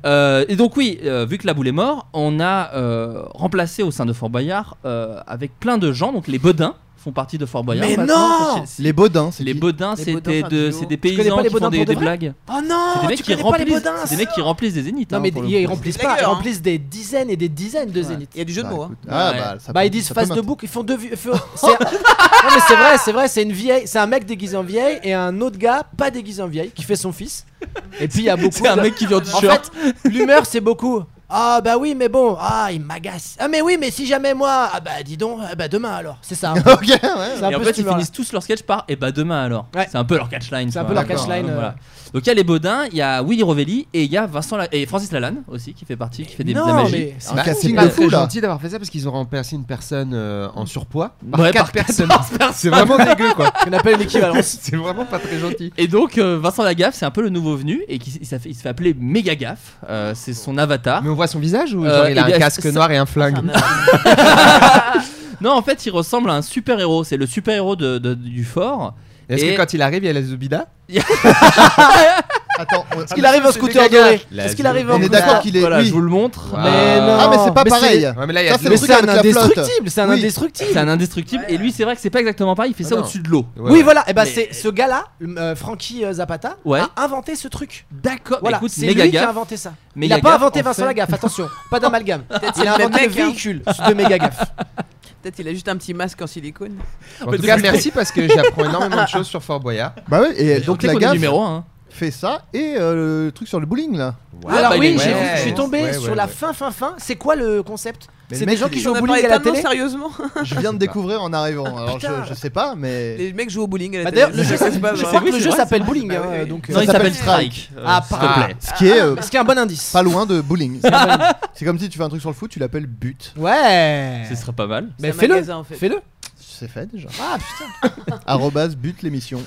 Speaker 6: Euh, et donc oui, euh, vu que la boule est morte, on a euh, remplacé au sein de Fort Boyard euh, avec plein de gens. Donc les Bodins font partie de Fort Boyard.
Speaker 7: Mais
Speaker 6: maintenant.
Speaker 7: non
Speaker 5: Les Baudins, c'est
Speaker 6: Les
Speaker 5: qui
Speaker 6: Bodins,
Speaker 8: Les Bodins,
Speaker 6: c'était
Speaker 8: c'est un
Speaker 6: de,
Speaker 8: duo.
Speaker 6: c'est des
Speaker 7: connais pas
Speaker 6: paysans
Speaker 7: les
Speaker 6: qui font
Speaker 7: Bodins
Speaker 6: des,
Speaker 7: pour de
Speaker 6: des
Speaker 7: vrai
Speaker 6: blagues.
Speaker 7: Oh
Speaker 6: C'est des
Speaker 7: non
Speaker 6: mecs qui
Speaker 7: Tu connais pas les
Speaker 6: remplissent.
Speaker 7: bodins
Speaker 6: C'est des mecs qui remplissent des zéniths.
Speaker 7: Non
Speaker 6: hein,
Speaker 7: mais
Speaker 6: pour le
Speaker 7: ils
Speaker 6: coup.
Speaker 7: remplissent
Speaker 8: C'est de la
Speaker 7: pas, ils
Speaker 8: gueule, hein.
Speaker 7: remplissent des dizaines et des dizaines de
Speaker 6: Ouais.
Speaker 7: zéniths.
Speaker 8: Il y a du jeu de
Speaker 5: Bah,
Speaker 8: mots. hein.
Speaker 5: écoute, Ah,
Speaker 6: Ouais.
Speaker 5: bah, ça
Speaker 7: Bah
Speaker 5: peut-
Speaker 7: ils disent
Speaker 5: ça peut
Speaker 7: face
Speaker 5: m'intéresser.
Speaker 7: debout, ils font deux vieux. font- c'est- non mais c'est vrai, c'est vrai, c'est une vieille, c'est un mec déguisé en vieille et un autre gars pas déguisé en vieille qui fait son fils. Et puis il y a beaucoup.
Speaker 6: C'est un
Speaker 7: de-
Speaker 6: mec qui vient du
Speaker 7: En
Speaker 6: short.
Speaker 7: fait, l'humeur c'est beaucoup. Ah bah oui mais bon, ah il m'agace. Ah mais oui mais si jamais moi, ah bah dis donc, ah bah demain alors, c'est ça. hein.
Speaker 5: Ok, ouais.
Speaker 7: C'est un
Speaker 6: et en
Speaker 7: peu
Speaker 6: fait,
Speaker 7: cette
Speaker 6: ils
Speaker 7: humeur-là.
Speaker 6: finissent tous leur sketch par et bah demain alors.
Speaker 7: Ouais.
Speaker 6: C'est un peu leur catchline.
Speaker 7: C'est un
Speaker 6: quoi.
Speaker 7: peu leur
Speaker 5: D'accord,
Speaker 7: catchline.
Speaker 6: Donc,
Speaker 7: euh,
Speaker 6: voilà. Donc il y a les Baudins, il y a Willy Rovelli et il y a Vincent La- et Francis Lalanne aussi qui fait partie, qui fait des, de la
Speaker 7: Non
Speaker 6: magie.
Speaker 7: mais
Speaker 5: Un casting
Speaker 10: c'est
Speaker 5: de
Speaker 10: pas
Speaker 5: Bah, fou,
Speaker 10: très
Speaker 5: là.
Speaker 10: gentil d'avoir fait ça parce qu'ils ont remplacé une personne euh, en surpoids par
Speaker 6: Ouais,
Speaker 10: quatre
Speaker 6: par
Speaker 10: personnes.
Speaker 6: 14 personnes.
Speaker 10: C'est vraiment dégueu quoi.
Speaker 7: on appelle l'équivalence.
Speaker 10: c'est vraiment pas très gentil.
Speaker 6: Et donc euh, Vincent Lagaffe, c'est un peu le nouveau venu et qui il, s'est fait- il se fait appeler Méga Gaffe. Euh, c'est son avatar.
Speaker 10: Mais on voit son visage ou
Speaker 6: Euh,
Speaker 10: genre il a
Speaker 6: eh bien,
Speaker 10: un casque
Speaker 6: ça-
Speaker 10: noir et un flingue
Speaker 6: Non, en fait, il ressemble à un super héros. C'est le super héros de, de- du fort.
Speaker 10: Est-ce
Speaker 6: Et-
Speaker 10: que quand il arrive, il y a la Zubida
Speaker 5: Attends, on-
Speaker 7: Est-ce qu'il arrive en scooter doré Est-ce qu'il arrive en
Speaker 5: on est
Speaker 7: scooter-
Speaker 5: d'accord qu'il est.
Speaker 6: Voilà,
Speaker 5: oui.
Speaker 6: je vous le montre.
Speaker 10: Wow.
Speaker 7: Mais non.
Speaker 5: Ah, mais c'est pas pareil.
Speaker 10: Ouais, mais là, il y a
Speaker 5: Ça,
Speaker 10: de
Speaker 5: c'est
Speaker 10: l'eau.
Speaker 7: Mais
Speaker 5: truc
Speaker 7: c'est un
Speaker 5: avec la flotte.
Speaker 7: indestructible, c'est un
Speaker 5: Oui.
Speaker 7: indestructible.
Speaker 6: C'est un indestructible et lui c'est vrai que c'est pas exactement pareil, il fait ça
Speaker 10: Ah non.
Speaker 6: au-dessus de l'eau.
Speaker 10: Ouais,
Speaker 7: Oui,
Speaker 10: ouais.
Speaker 7: voilà. Et bah,
Speaker 6: Mais-
Speaker 7: c'est ce gars-là, le- euh, Frankie euh, Zapata,
Speaker 6: Ouais.
Speaker 7: a inventé ce truc.
Speaker 6: D'accord,
Speaker 7: Voilà,
Speaker 6: écoute,
Speaker 7: c'est lui
Speaker 6: Méga
Speaker 7: qui a
Speaker 6: Gaffe.
Speaker 7: inventé ça.
Speaker 6: Mais
Speaker 7: il a pas inventé
Speaker 6: en
Speaker 7: Vincent
Speaker 6: fait-
Speaker 7: Lagaffe, attention, pas d'amalgame.
Speaker 8: Peut-être
Speaker 7: Il
Speaker 8: c'est
Speaker 7: a
Speaker 8: le même
Speaker 7: inventé le
Speaker 8: mec. hein.
Speaker 7: véhicule de méga gaffe.
Speaker 8: Peut-être il a juste un petit masque en silicone.
Speaker 10: En tout cas, merci parce que j'apprends énormément de choses sur Fort Boyard.
Speaker 5: Bah ouais, et
Speaker 6: Et
Speaker 5: donc
Speaker 6: on sait
Speaker 5: la
Speaker 6: qu'on est
Speaker 5: gaffe
Speaker 6: numéro hein. 1.
Speaker 5: fait ça et euh, le truc sur le bowling là.
Speaker 7: Ah, Alors
Speaker 6: bah, il
Speaker 7: oui,
Speaker 6: est-
Speaker 7: j'ai
Speaker 10: ouais,
Speaker 7: vu- je suis tombé
Speaker 10: ouais,
Speaker 7: sur
Speaker 10: ouais,
Speaker 7: la
Speaker 10: ouais.
Speaker 7: fin, fin, fin. C'est quoi le concept
Speaker 5: Mais le
Speaker 7: C'est
Speaker 5: mec,
Speaker 7: des gens
Speaker 5: il
Speaker 7: qui
Speaker 5: est-
Speaker 7: jouent
Speaker 8: On
Speaker 7: au
Speaker 8: a
Speaker 7: bowling
Speaker 8: parlé
Speaker 7: à la
Speaker 8: tellement
Speaker 7: télé.
Speaker 8: sérieusement.
Speaker 5: Je viens de découvrir en arrivant. Alors je,
Speaker 7: putain.
Speaker 5: je sais pas, mais.
Speaker 8: Les mecs jouent au bowling à la
Speaker 7: Bah,
Speaker 8: télé.
Speaker 7: d'ailleurs, le jeu,
Speaker 8: Ça, c'est pas
Speaker 7: Je
Speaker 8: vrai.
Speaker 7: crois
Speaker 6: oui,
Speaker 7: que le
Speaker 6: c'est
Speaker 7: jeu
Speaker 6: vrai,
Speaker 7: s'appelle
Speaker 8: c'est
Speaker 7: bowling.
Speaker 8: vrai.
Speaker 7: hein,
Speaker 8: Bah oui, oui.
Speaker 7: donc,
Speaker 6: Non,
Speaker 7: euh,
Speaker 6: il
Speaker 5: Ça
Speaker 6: s'appelle
Speaker 5: s'appelle
Speaker 6: Strike. euh,
Speaker 7: Ah,
Speaker 6: s'il
Speaker 7: par-
Speaker 6: te plaît.
Speaker 5: Ce qui est euh,
Speaker 7: ce qui est un bon indice.
Speaker 5: pas loin de bowling.
Speaker 7: C'est un bon indice.
Speaker 5: C'est comme si tu fais un truc sur le foot, tu l'appelles but.
Speaker 7: Ouais.
Speaker 6: Ce serait pas mal.
Speaker 7: Mais
Speaker 8: C'est un
Speaker 7: fais-le.
Speaker 8: magasin, en fait.
Speaker 7: Fais-le.
Speaker 5: C'est fait déjà. Ah putain. Arrobase but l'émission.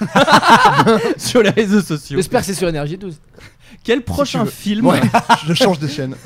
Speaker 6: Sur les réseaux sociaux.
Speaker 7: J'espère que c'est sur énergie 12.
Speaker 6: Quel prochain
Speaker 5: veux.
Speaker 6: film
Speaker 5: Ouais, je change de chaîne.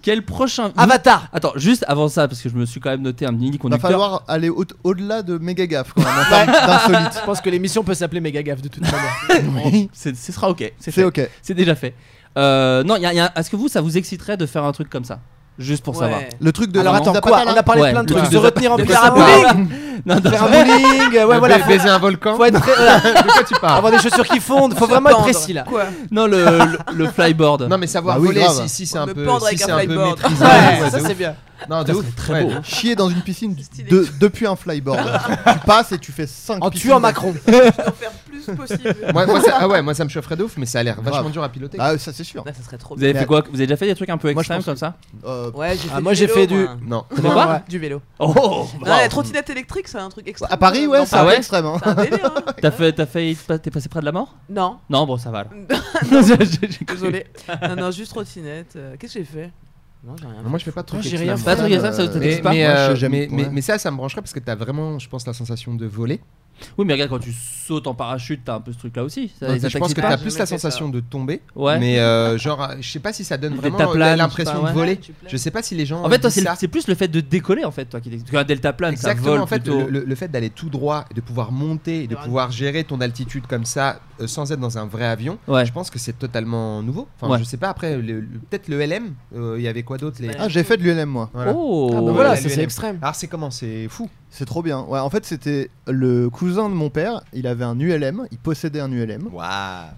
Speaker 6: Quel prochain.
Speaker 7: Ah, Avatar.
Speaker 6: Attends, juste avant ça, parce que je me suis quand même noté un mini
Speaker 5: Va
Speaker 6: conducteur.
Speaker 5: falloir aller au- au-delà de méga gaffe quand même en termes d'insolite.
Speaker 7: Je pense que l'émission peut s'appeler méga gaffe de toute manière.
Speaker 6: Oh, c'est- Ce sera ok.
Speaker 5: C'est
Speaker 6: C'est fait.
Speaker 5: ok.
Speaker 6: C'est déjà fait. Euh, non, y a- y a- est-ce que vous, ça vous exciterait de faire un truc comme ça Juste pour savoir.
Speaker 8: Ouais.
Speaker 5: Le truc de
Speaker 7: Alors
Speaker 5: la
Speaker 7: attends,
Speaker 5: Zapata,
Speaker 7: quoi
Speaker 5: là
Speaker 7: On a parlé de
Speaker 6: Ouais,
Speaker 7: plein de
Speaker 6: le
Speaker 7: trucs.
Speaker 6: truc
Speaker 7: Se
Speaker 6: de-
Speaker 7: retenir en
Speaker 6: de-
Speaker 7: puissant.
Speaker 8: faire un bowling.
Speaker 6: Non, non,
Speaker 7: Faire un bowling. euh, Ouais, voilà.
Speaker 10: Ba-
Speaker 7: faut-
Speaker 10: Baiser un volcan
Speaker 7: Faut être Ah, très- voilà,
Speaker 10: De quoi tu parles
Speaker 7: avoir des chaussures qui fondent, faut vraiment être
Speaker 8: Pendre.
Speaker 7: précis là.
Speaker 8: Quoi
Speaker 6: non, le, le- le flyboard.
Speaker 10: Non, mais savoir
Speaker 6: Ah
Speaker 5: Bah oui,
Speaker 10: voler,
Speaker 5: grave.
Speaker 10: si, si c'est un
Speaker 8: Me
Speaker 10: peu,
Speaker 8: pendre
Speaker 10: si
Speaker 8: avec
Speaker 10: c'est
Speaker 8: un
Speaker 10: un peu
Speaker 8: flyboard.
Speaker 10: maîtrisé.
Speaker 7: Ouais,
Speaker 10: ouais,
Speaker 7: ça
Speaker 10: de
Speaker 7: c'est
Speaker 10: ouf.
Speaker 7: bien.
Speaker 10: Non, de
Speaker 6: Ça
Speaker 10: ouf.
Speaker 6: serait très beau.
Speaker 10: ouais.
Speaker 5: Chier dans une piscine
Speaker 8: Stylé.
Speaker 5: de- depuis un flyboard. tu passes et tu fais 5
Speaker 7: En tuant Macron.
Speaker 8: Faut faire plus possible.
Speaker 10: Moi, moi, ça, ah ouais, moi ça me chaufferait de ouf, mais ça a l'air vachement
Speaker 5: Grave.
Speaker 10: dur à piloter.
Speaker 5: Ah, ça c'est sûr.
Speaker 8: Ah, ça serait trop
Speaker 6: Vous avez
Speaker 5: Mais-
Speaker 6: fait quoi Vous avez déjà fait des trucs un peu
Speaker 5: Moi, je
Speaker 6: extrêmes
Speaker 5: pense
Speaker 6: comme ça
Speaker 5: Euh,
Speaker 8: Ouais, j'ai
Speaker 7: Ah,
Speaker 8: fait
Speaker 7: moi,
Speaker 8: du
Speaker 7: j'ai
Speaker 8: vélo,
Speaker 7: fait du-
Speaker 8: moi.
Speaker 10: Non.
Speaker 6: Comment
Speaker 7: Ouais.
Speaker 6: pas
Speaker 8: Du vélo.
Speaker 6: Oh
Speaker 8: Non,
Speaker 6: wow.
Speaker 8: la trottinette électrique, c'est un truc extrême.
Speaker 5: à Paris, ouais, c'est
Speaker 6: Ah
Speaker 5: un peu
Speaker 6: ouais
Speaker 5: extrême. hein.
Speaker 8: C'est un délire. hein.
Speaker 6: T'as fait, t'as fait, t'es passé près de la mort
Speaker 8: Non,
Speaker 6: Non, bon, ça va. alors. Non, j'ai- j'ai- j'ai cru.
Speaker 8: désolé. Non, non, juste trottinette. Euh, Qu'est-ce que j'ai fait Non, j'ai rien.
Speaker 10: Non, Moi je fais pas de trucs
Speaker 7: Moi, j'ai
Speaker 10: extrêmes.
Speaker 7: rien
Speaker 6: Pas de trucs extrêmes, ça vous
Speaker 5: Euh,
Speaker 10: Mais,
Speaker 6: t'intéresse Ah, pas
Speaker 10: mais,
Speaker 5: Moi,
Speaker 10: euh,
Speaker 5: je- j'aime-
Speaker 10: mais, mais-
Speaker 5: ouais.
Speaker 10: mais ça, ça me brancherait parce que t'as vraiment, je pense, la sensation de voler.
Speaker 6: Oui, mais regarde, quand tu sautes en parachute, t'as un peu ce truc là aussi. Ça- ça
Speaker 10: je pense
Speaker 6: t'excite
Speaker 10: que
Speaker 6: pas
Speaker 10: t'as
Speaker 8: J'ai
Speaker 10: plus
Speaker 8: jamais
Speaker 10: la
Speaker 8: fait ça.
Speaker 10: sensation de tomber.
Speaker 6: Ouais.
Speaker 10: Mais euh, genre, euh, je sais pas si ça donne
Speaker 6: Des
Speaker 10: vraiment
Speaker 6: taplanes, je sais
Speaker 10: l'impression
Speaker 6: pas,
Speaker 10: de
Speaker 6: ouais.
Speaker 10: voler.
Speaker 8: Tu planes.
Speaker 10: Je sais pas si les gens.
Speaker 6: En fait, toi,
Speaker 10: disent
Speaker 6: c'est le-
Speaker 10: ça.
Speaker 6: c'est plus le fait de décoller en fait, toi qui Parce qu'un delta plane, ça
Speaker 10: Exactement,
Speaker 6: vole
Speaker 10: en fait,
Speaker 6: plutôt.
Speaker 10: le, le- le fait d'aller tout droit et de pouvoir monter et de
Speaker 8: Ouais.
Speaker 10: pouvoir gérer ton altitude comme ça euh, sans être dans un vrai avion,
Speaker 6: Ouais.
Speaker 10: je pense que c'est totalement nouveau. Enfin,
Speaker 6: Ouais.
Speaker 10: je sais pas, après, le- le- peut-être le LM, euh, il y avait quoi d'autre les...
Speaker 8: pas-
Speaker 5: Ah, j'ai fait de l'ULM moi.
Speaker 10: Voilà.
Speaker 6: Oh
Speaker 7: Ah, bah
Speaker 10: Ouais,
Speaker 7: voilà,
Speaker 10: la
Speaker 7: ça c'est
Speaker 10: LLM.
Speaker 7: extrême.
Speaker 10: Alors, c'est comment C'est fou.
Speaker 5: C'est trop bien. Ouais, en fait, c'était le cousin de mon père. Il avait un ULM. Il possédait un ULM.
Speaker 10: Waouh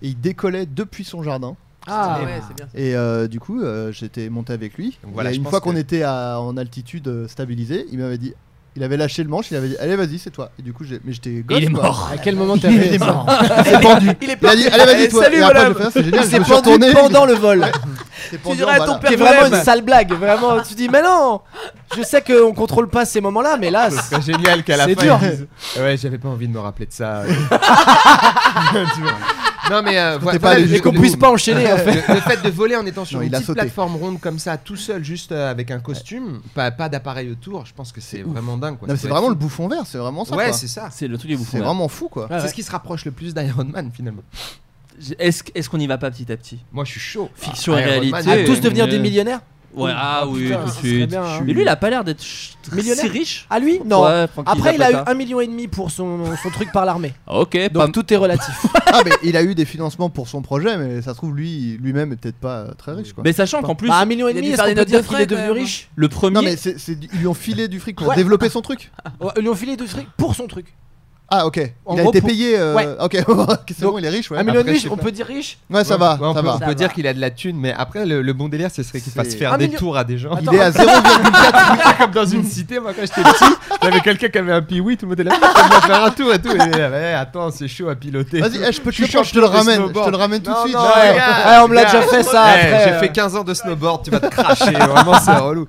Speaker 5: Et il décollait depuis son jardin.
Speaker 7: Ah.
Speaker 8: Ah, ouais, c'est bien.
Speaker 5: Et euh, du coup, euh, j'étais monté avec lui.
Speaker 10: Donc voilà,
Speaker 5: Et
Speaker 10: je
Speaker 5: une
Speaker 10: pense
Speaker 5: fois qu'on
Speaker 10: que-
Speaker 5: était à- en altitude euh, stabilisée, il m'avait dit. Il avait lâché le manche, il avait dit Allez, vas-y, c'est toi. Et du coup, j'ai- mais j'étais gosse.
Speaker 1: il est
Speaker 5: quoi.
Speaker 1: mort.
Speaker 7: À quel moment t'as
Speaker 5: Il est
Speaker 7: fait
Speaker 5: mort. Il s'est pendu. Il
Speaker 8: Il est
Speaker 5: a
Speaker 8: parti.
Speaker 5: dit Allez, vas-y,
Speaker 8: Eh,
Speaker 5: toi.
Speaker 8: Salut,
Speaker 5: Et après,
Speaker 8: voilà.
Speaker 5: j'ai fait, Ah, C'est génial.
Speaker 7: Il
Speaker 5: je
Speaker 7: s'est
Speaker 5: me suis
Speaker 7: pendu
Speaker 5: retourné.
Speaker 7: pendant le vol.
Speaker 5: C'est
Speaker 8: Tu dirais à ton
Speaker 7: Qui est
Speaker 8: père
Speaker 7: vraiment une
Speaker 8: Golem.
Speaker 7: sale blague, vraiment. Tu dis, mais non Je sais qu'on contrôle pas ces moments-là, mais là,
Speaker 10: Ce serait génial qu'à la
Speaker 7: C'est
Speaker 10: fin.
Speaker 7: dur.
Speaker 10: ils disent, Ah Ouais, j'avais pas envie de me rappeler de ça. Tu vois. non, mais euh,
Speaker 5: t'es
Speaker 10: voilà,
Speaker 5: pas allé
Speaker 10: le-
Speaker 7: et qu'on
Speaker 10: le-
Speaker 7: puisse pas
Speaker 6: Ah,
Speaker 7: enchaîner. en fait.
Speaker 10: le, le fait de voler en étant sur
Speaker 5: Non,
Speaker 10: une
Speaker 5: il a
Speaker 10: petite
Speaker 5: sauté.
Speaker 10: plateforme ronde comme ça, tout seul, juste euh, avec un costume, pas, pas d'appareil autour, je pense que c'est
Speaker 5: C'est ouf.
Speaker 10: vraiment dingue. quoi.
Speaker 5: Non, mais
Speaker 10: Ça
Speaker 5: c'est
Speaker 10: doit
Speaker 5: vraiment le
Speaker 10: être
Speaker 5: bouffon vert, c'est vraiment
Speaker 10: fou.
Speaker 5: ça.
Speaker 10: Ouais,
Speaker 5: quoi.
Speaker 10: c'est ça.
Speaker 6: C'est le truc des
Speaker 5: c'est
Speaker 6: bouffons.
Speaker 5: vraiment fou quoi.
Speaker 10: C'est ce qui se rapproche le plus d'Iron Man finalement.
Speaker 6: verts. Est-ce est-ce qu'on y va pas petit à petit
Speaker 10: Moi je suis chaud.
Speaker 6: Fiction
Speaker 10: Ah,
Speaker 6: et
Speaker 10: Iron
Speaker 6: réalité.
Speaker 10: Man,
Speaker 7: À
Speaker 10: euh,
Speaker 6: et-
Speaker 7: tous devenir
Speaker 6: euh,
Speaker 7: des millionnaires
Speaker 6: Ouais, ah oui,
Speaker 7: Putain,
Speaker 6: tout de
Speaker 7: ça serait
Speaker 6: suite.
Speaker 7: bien, hein.
Speaker 6: Mais lui, il a pas l'air d'être ch-
Speaker 7: Millionnaire
Speaker 6: si riche.
Speaker 7: À lui Non.
Speaker 6: Ouais, tranquille,
Speaker 7: Après, il a eu
Speaker 6: Zapata.
Speaker 7: 1,5 million et demi pour son, son truc par l'armée.
Speaker 6: Ah, Ok, pas
Speaker 7: Donc tout est relatif.
Speaker 5: Ah, mais il a eu des financements pour son projet, mais ça se trouve, lui lui-même est peut-être pas euh, très riche quoi.
Speaker 6: Mais sachant qu'en plus,
Speaker 7: bah, 1,5 million,
Speaker 8: il a dû
Speaker 7: est-ce
Speaker 8: faire
Speaker 7: qu'on
Speaker 8: des
Speaker 7: peut
Speaker 8: notes
Speaker 7: dire
Speaker 8: de
Speaker 7: qu'il
Speaker 8: frais,
Speaker 7: est devenu
Speaker 8: quand même.
Speaker 7: riche
Speaker 6: le premier.
Speaker 5: Non, mais c'est- c'est- ils lui ont filé du fric pour
Speaker 7: Ouais.
Speaker 5: développer son truc.
Speaker 7: Ouais, Ils lui ont filé du fric pour son truc.
Speaker 5: Ah, ok.
Speaker 7: En
Speaker 5: il a
Speaker 7: gros,
Speaker 5: été
Speaker 7: pour-
Speaker 5: payé. euh,
Speaker 7: Ouais.
Speaker 5: Ok, c'est
Speaker 7: Donc,
Speaker 5: bon, il est riche. Ouais,
Speaker 7: 1 million et
Speaker 10: après, je
Speaker 7: demi,
Speaker 10: sais
Speaker 7: on
Speaker 10: pas.
Speaker 7: peut dire riche
Speaker 5: ouais ça
Speaker 10: Ouais,
Speaker 5: va.
Speaker 10: ouais, on
Speaker 5: ça
Speaker 10: peut,
Speaker 5: va.
Speaker 10: on peut
Speaker 7: Ça
Speaker 10: dire
Speaker 7: va.
Speaker 10: qu'il a de la thune, mais après le, le bon délire, ce serait qu'il fasse
Speaker 5: C'est-
Speaker 10: faire
Speaker 7: Un
Speaker 10: des
Speaker 7: million-
Speaker 10: tours à des gens.
Speaker 5: Il est à 0,4.
Speaker 10: comme dans une cité, moi quand j'étais petit, j'avais quelqu'un qui avait un piwi, tout le monde était là, on va faire un tour et tout. Et, eh, attends, c'est chaud à piloter.
Speaker 5: Vas-y, eh, je peux te
Speaker 10: Je
Speaker 5: le
Speaker 10: suis
Speaker 5: prendre, je te le
Speaker 10: champion de
Speaker 5: ramène. Je Ah,
Speaker 10: snowboard.
Speaker 5: te le ramène tout de
Speaker 10: Non,
Speaker 5: suite.
Speaker 10: non,
Speaker 5: Ouais.
Speaker 10: regarde,
Speaker 7: Ouais, on me l'a
Speaker 10: regarde.
Speaker 7: déjà fait ça.
Speaker 10: Eh,
Speaker 7: après,
Speaker 10: J'ai
Speaker 7: euh,
Speaker 10: fait 15 ans de snowboard, tu vas te cracher. Vraiment, c'est relou.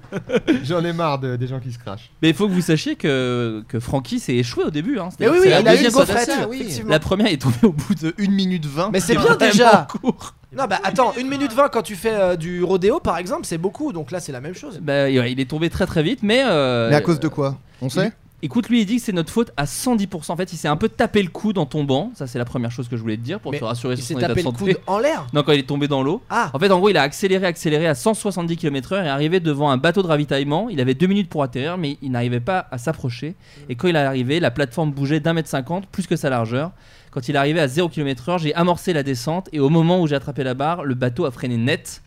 Speaker 10: J'en ai marre de- des gens qui se crachent.
Speaker 6: Mais il faut que vous sachiez que, que Francky s'est échoué au début. Hein.
Speaker 7: Mais oui,
Speaker 6: C'est
Speaker 7: oui,
Speaker 6: la
Speaker 7: il a eu une
Speaker 6: deuxième
Speaker 7: gaufrette.
Speaker 6: tentative.
Speaker 7: oui, effectivement.
Speaker 6: La première est tombée au bout de 1 minute 20.
Speaker 7: Mais c'est
Speaker 6: C'est
Speaker 7: bien
Speaker 6: vraiment
Speaker 7: déjà.
Speaker 6: court.
Speaker 7: Non, bah attends, 1 minute 20 quand tu fais euh, du rodéo par exemple, c'est beaucoup. Donc là, c'est la même chose.
Speaker 6: Bah, ouais, il est tombé très très vite, mais. euh,
Speaker 5: Mais à cause de quoi On sait
Speaker 6: Écoute, lui, il dit que c'est notre faute à 110%. En fait, il s'est un peu tapé le coude en tombant. Ça, c'est la première chose que je voulais te dire pour
Speaker 7: Mais
Speaker 6: te rassurer
Speaker 7: Il
Speaker 6: sur
Speaker 7: s'est
Speaker 6: son état
Speaker 7: tapé
Speaker 6: de
Speaker 7: le
Speaker 6: santé.
Speaker 7: coude en l'air.
Speaker 6: Non, quand il est tombé dans l'eau.
Speaker 7: Ah,
Speaker 6: En fait, en gros, il a accéléré, accéléré à 170 km/h et arrivé devant un bateau de ravitaillement. Il avait deux minutes pour atterrir, mais il n'arrivait pas à s'approcher. Et quand il est arrivé, la plateforme bougeait d'un mètre cinquante, plus que sa largeur. Quand il est arrivé à 0 km/h, j'ai amorcé la descente et au moment où j'ai attrapé la barre, le bateau a freiné net.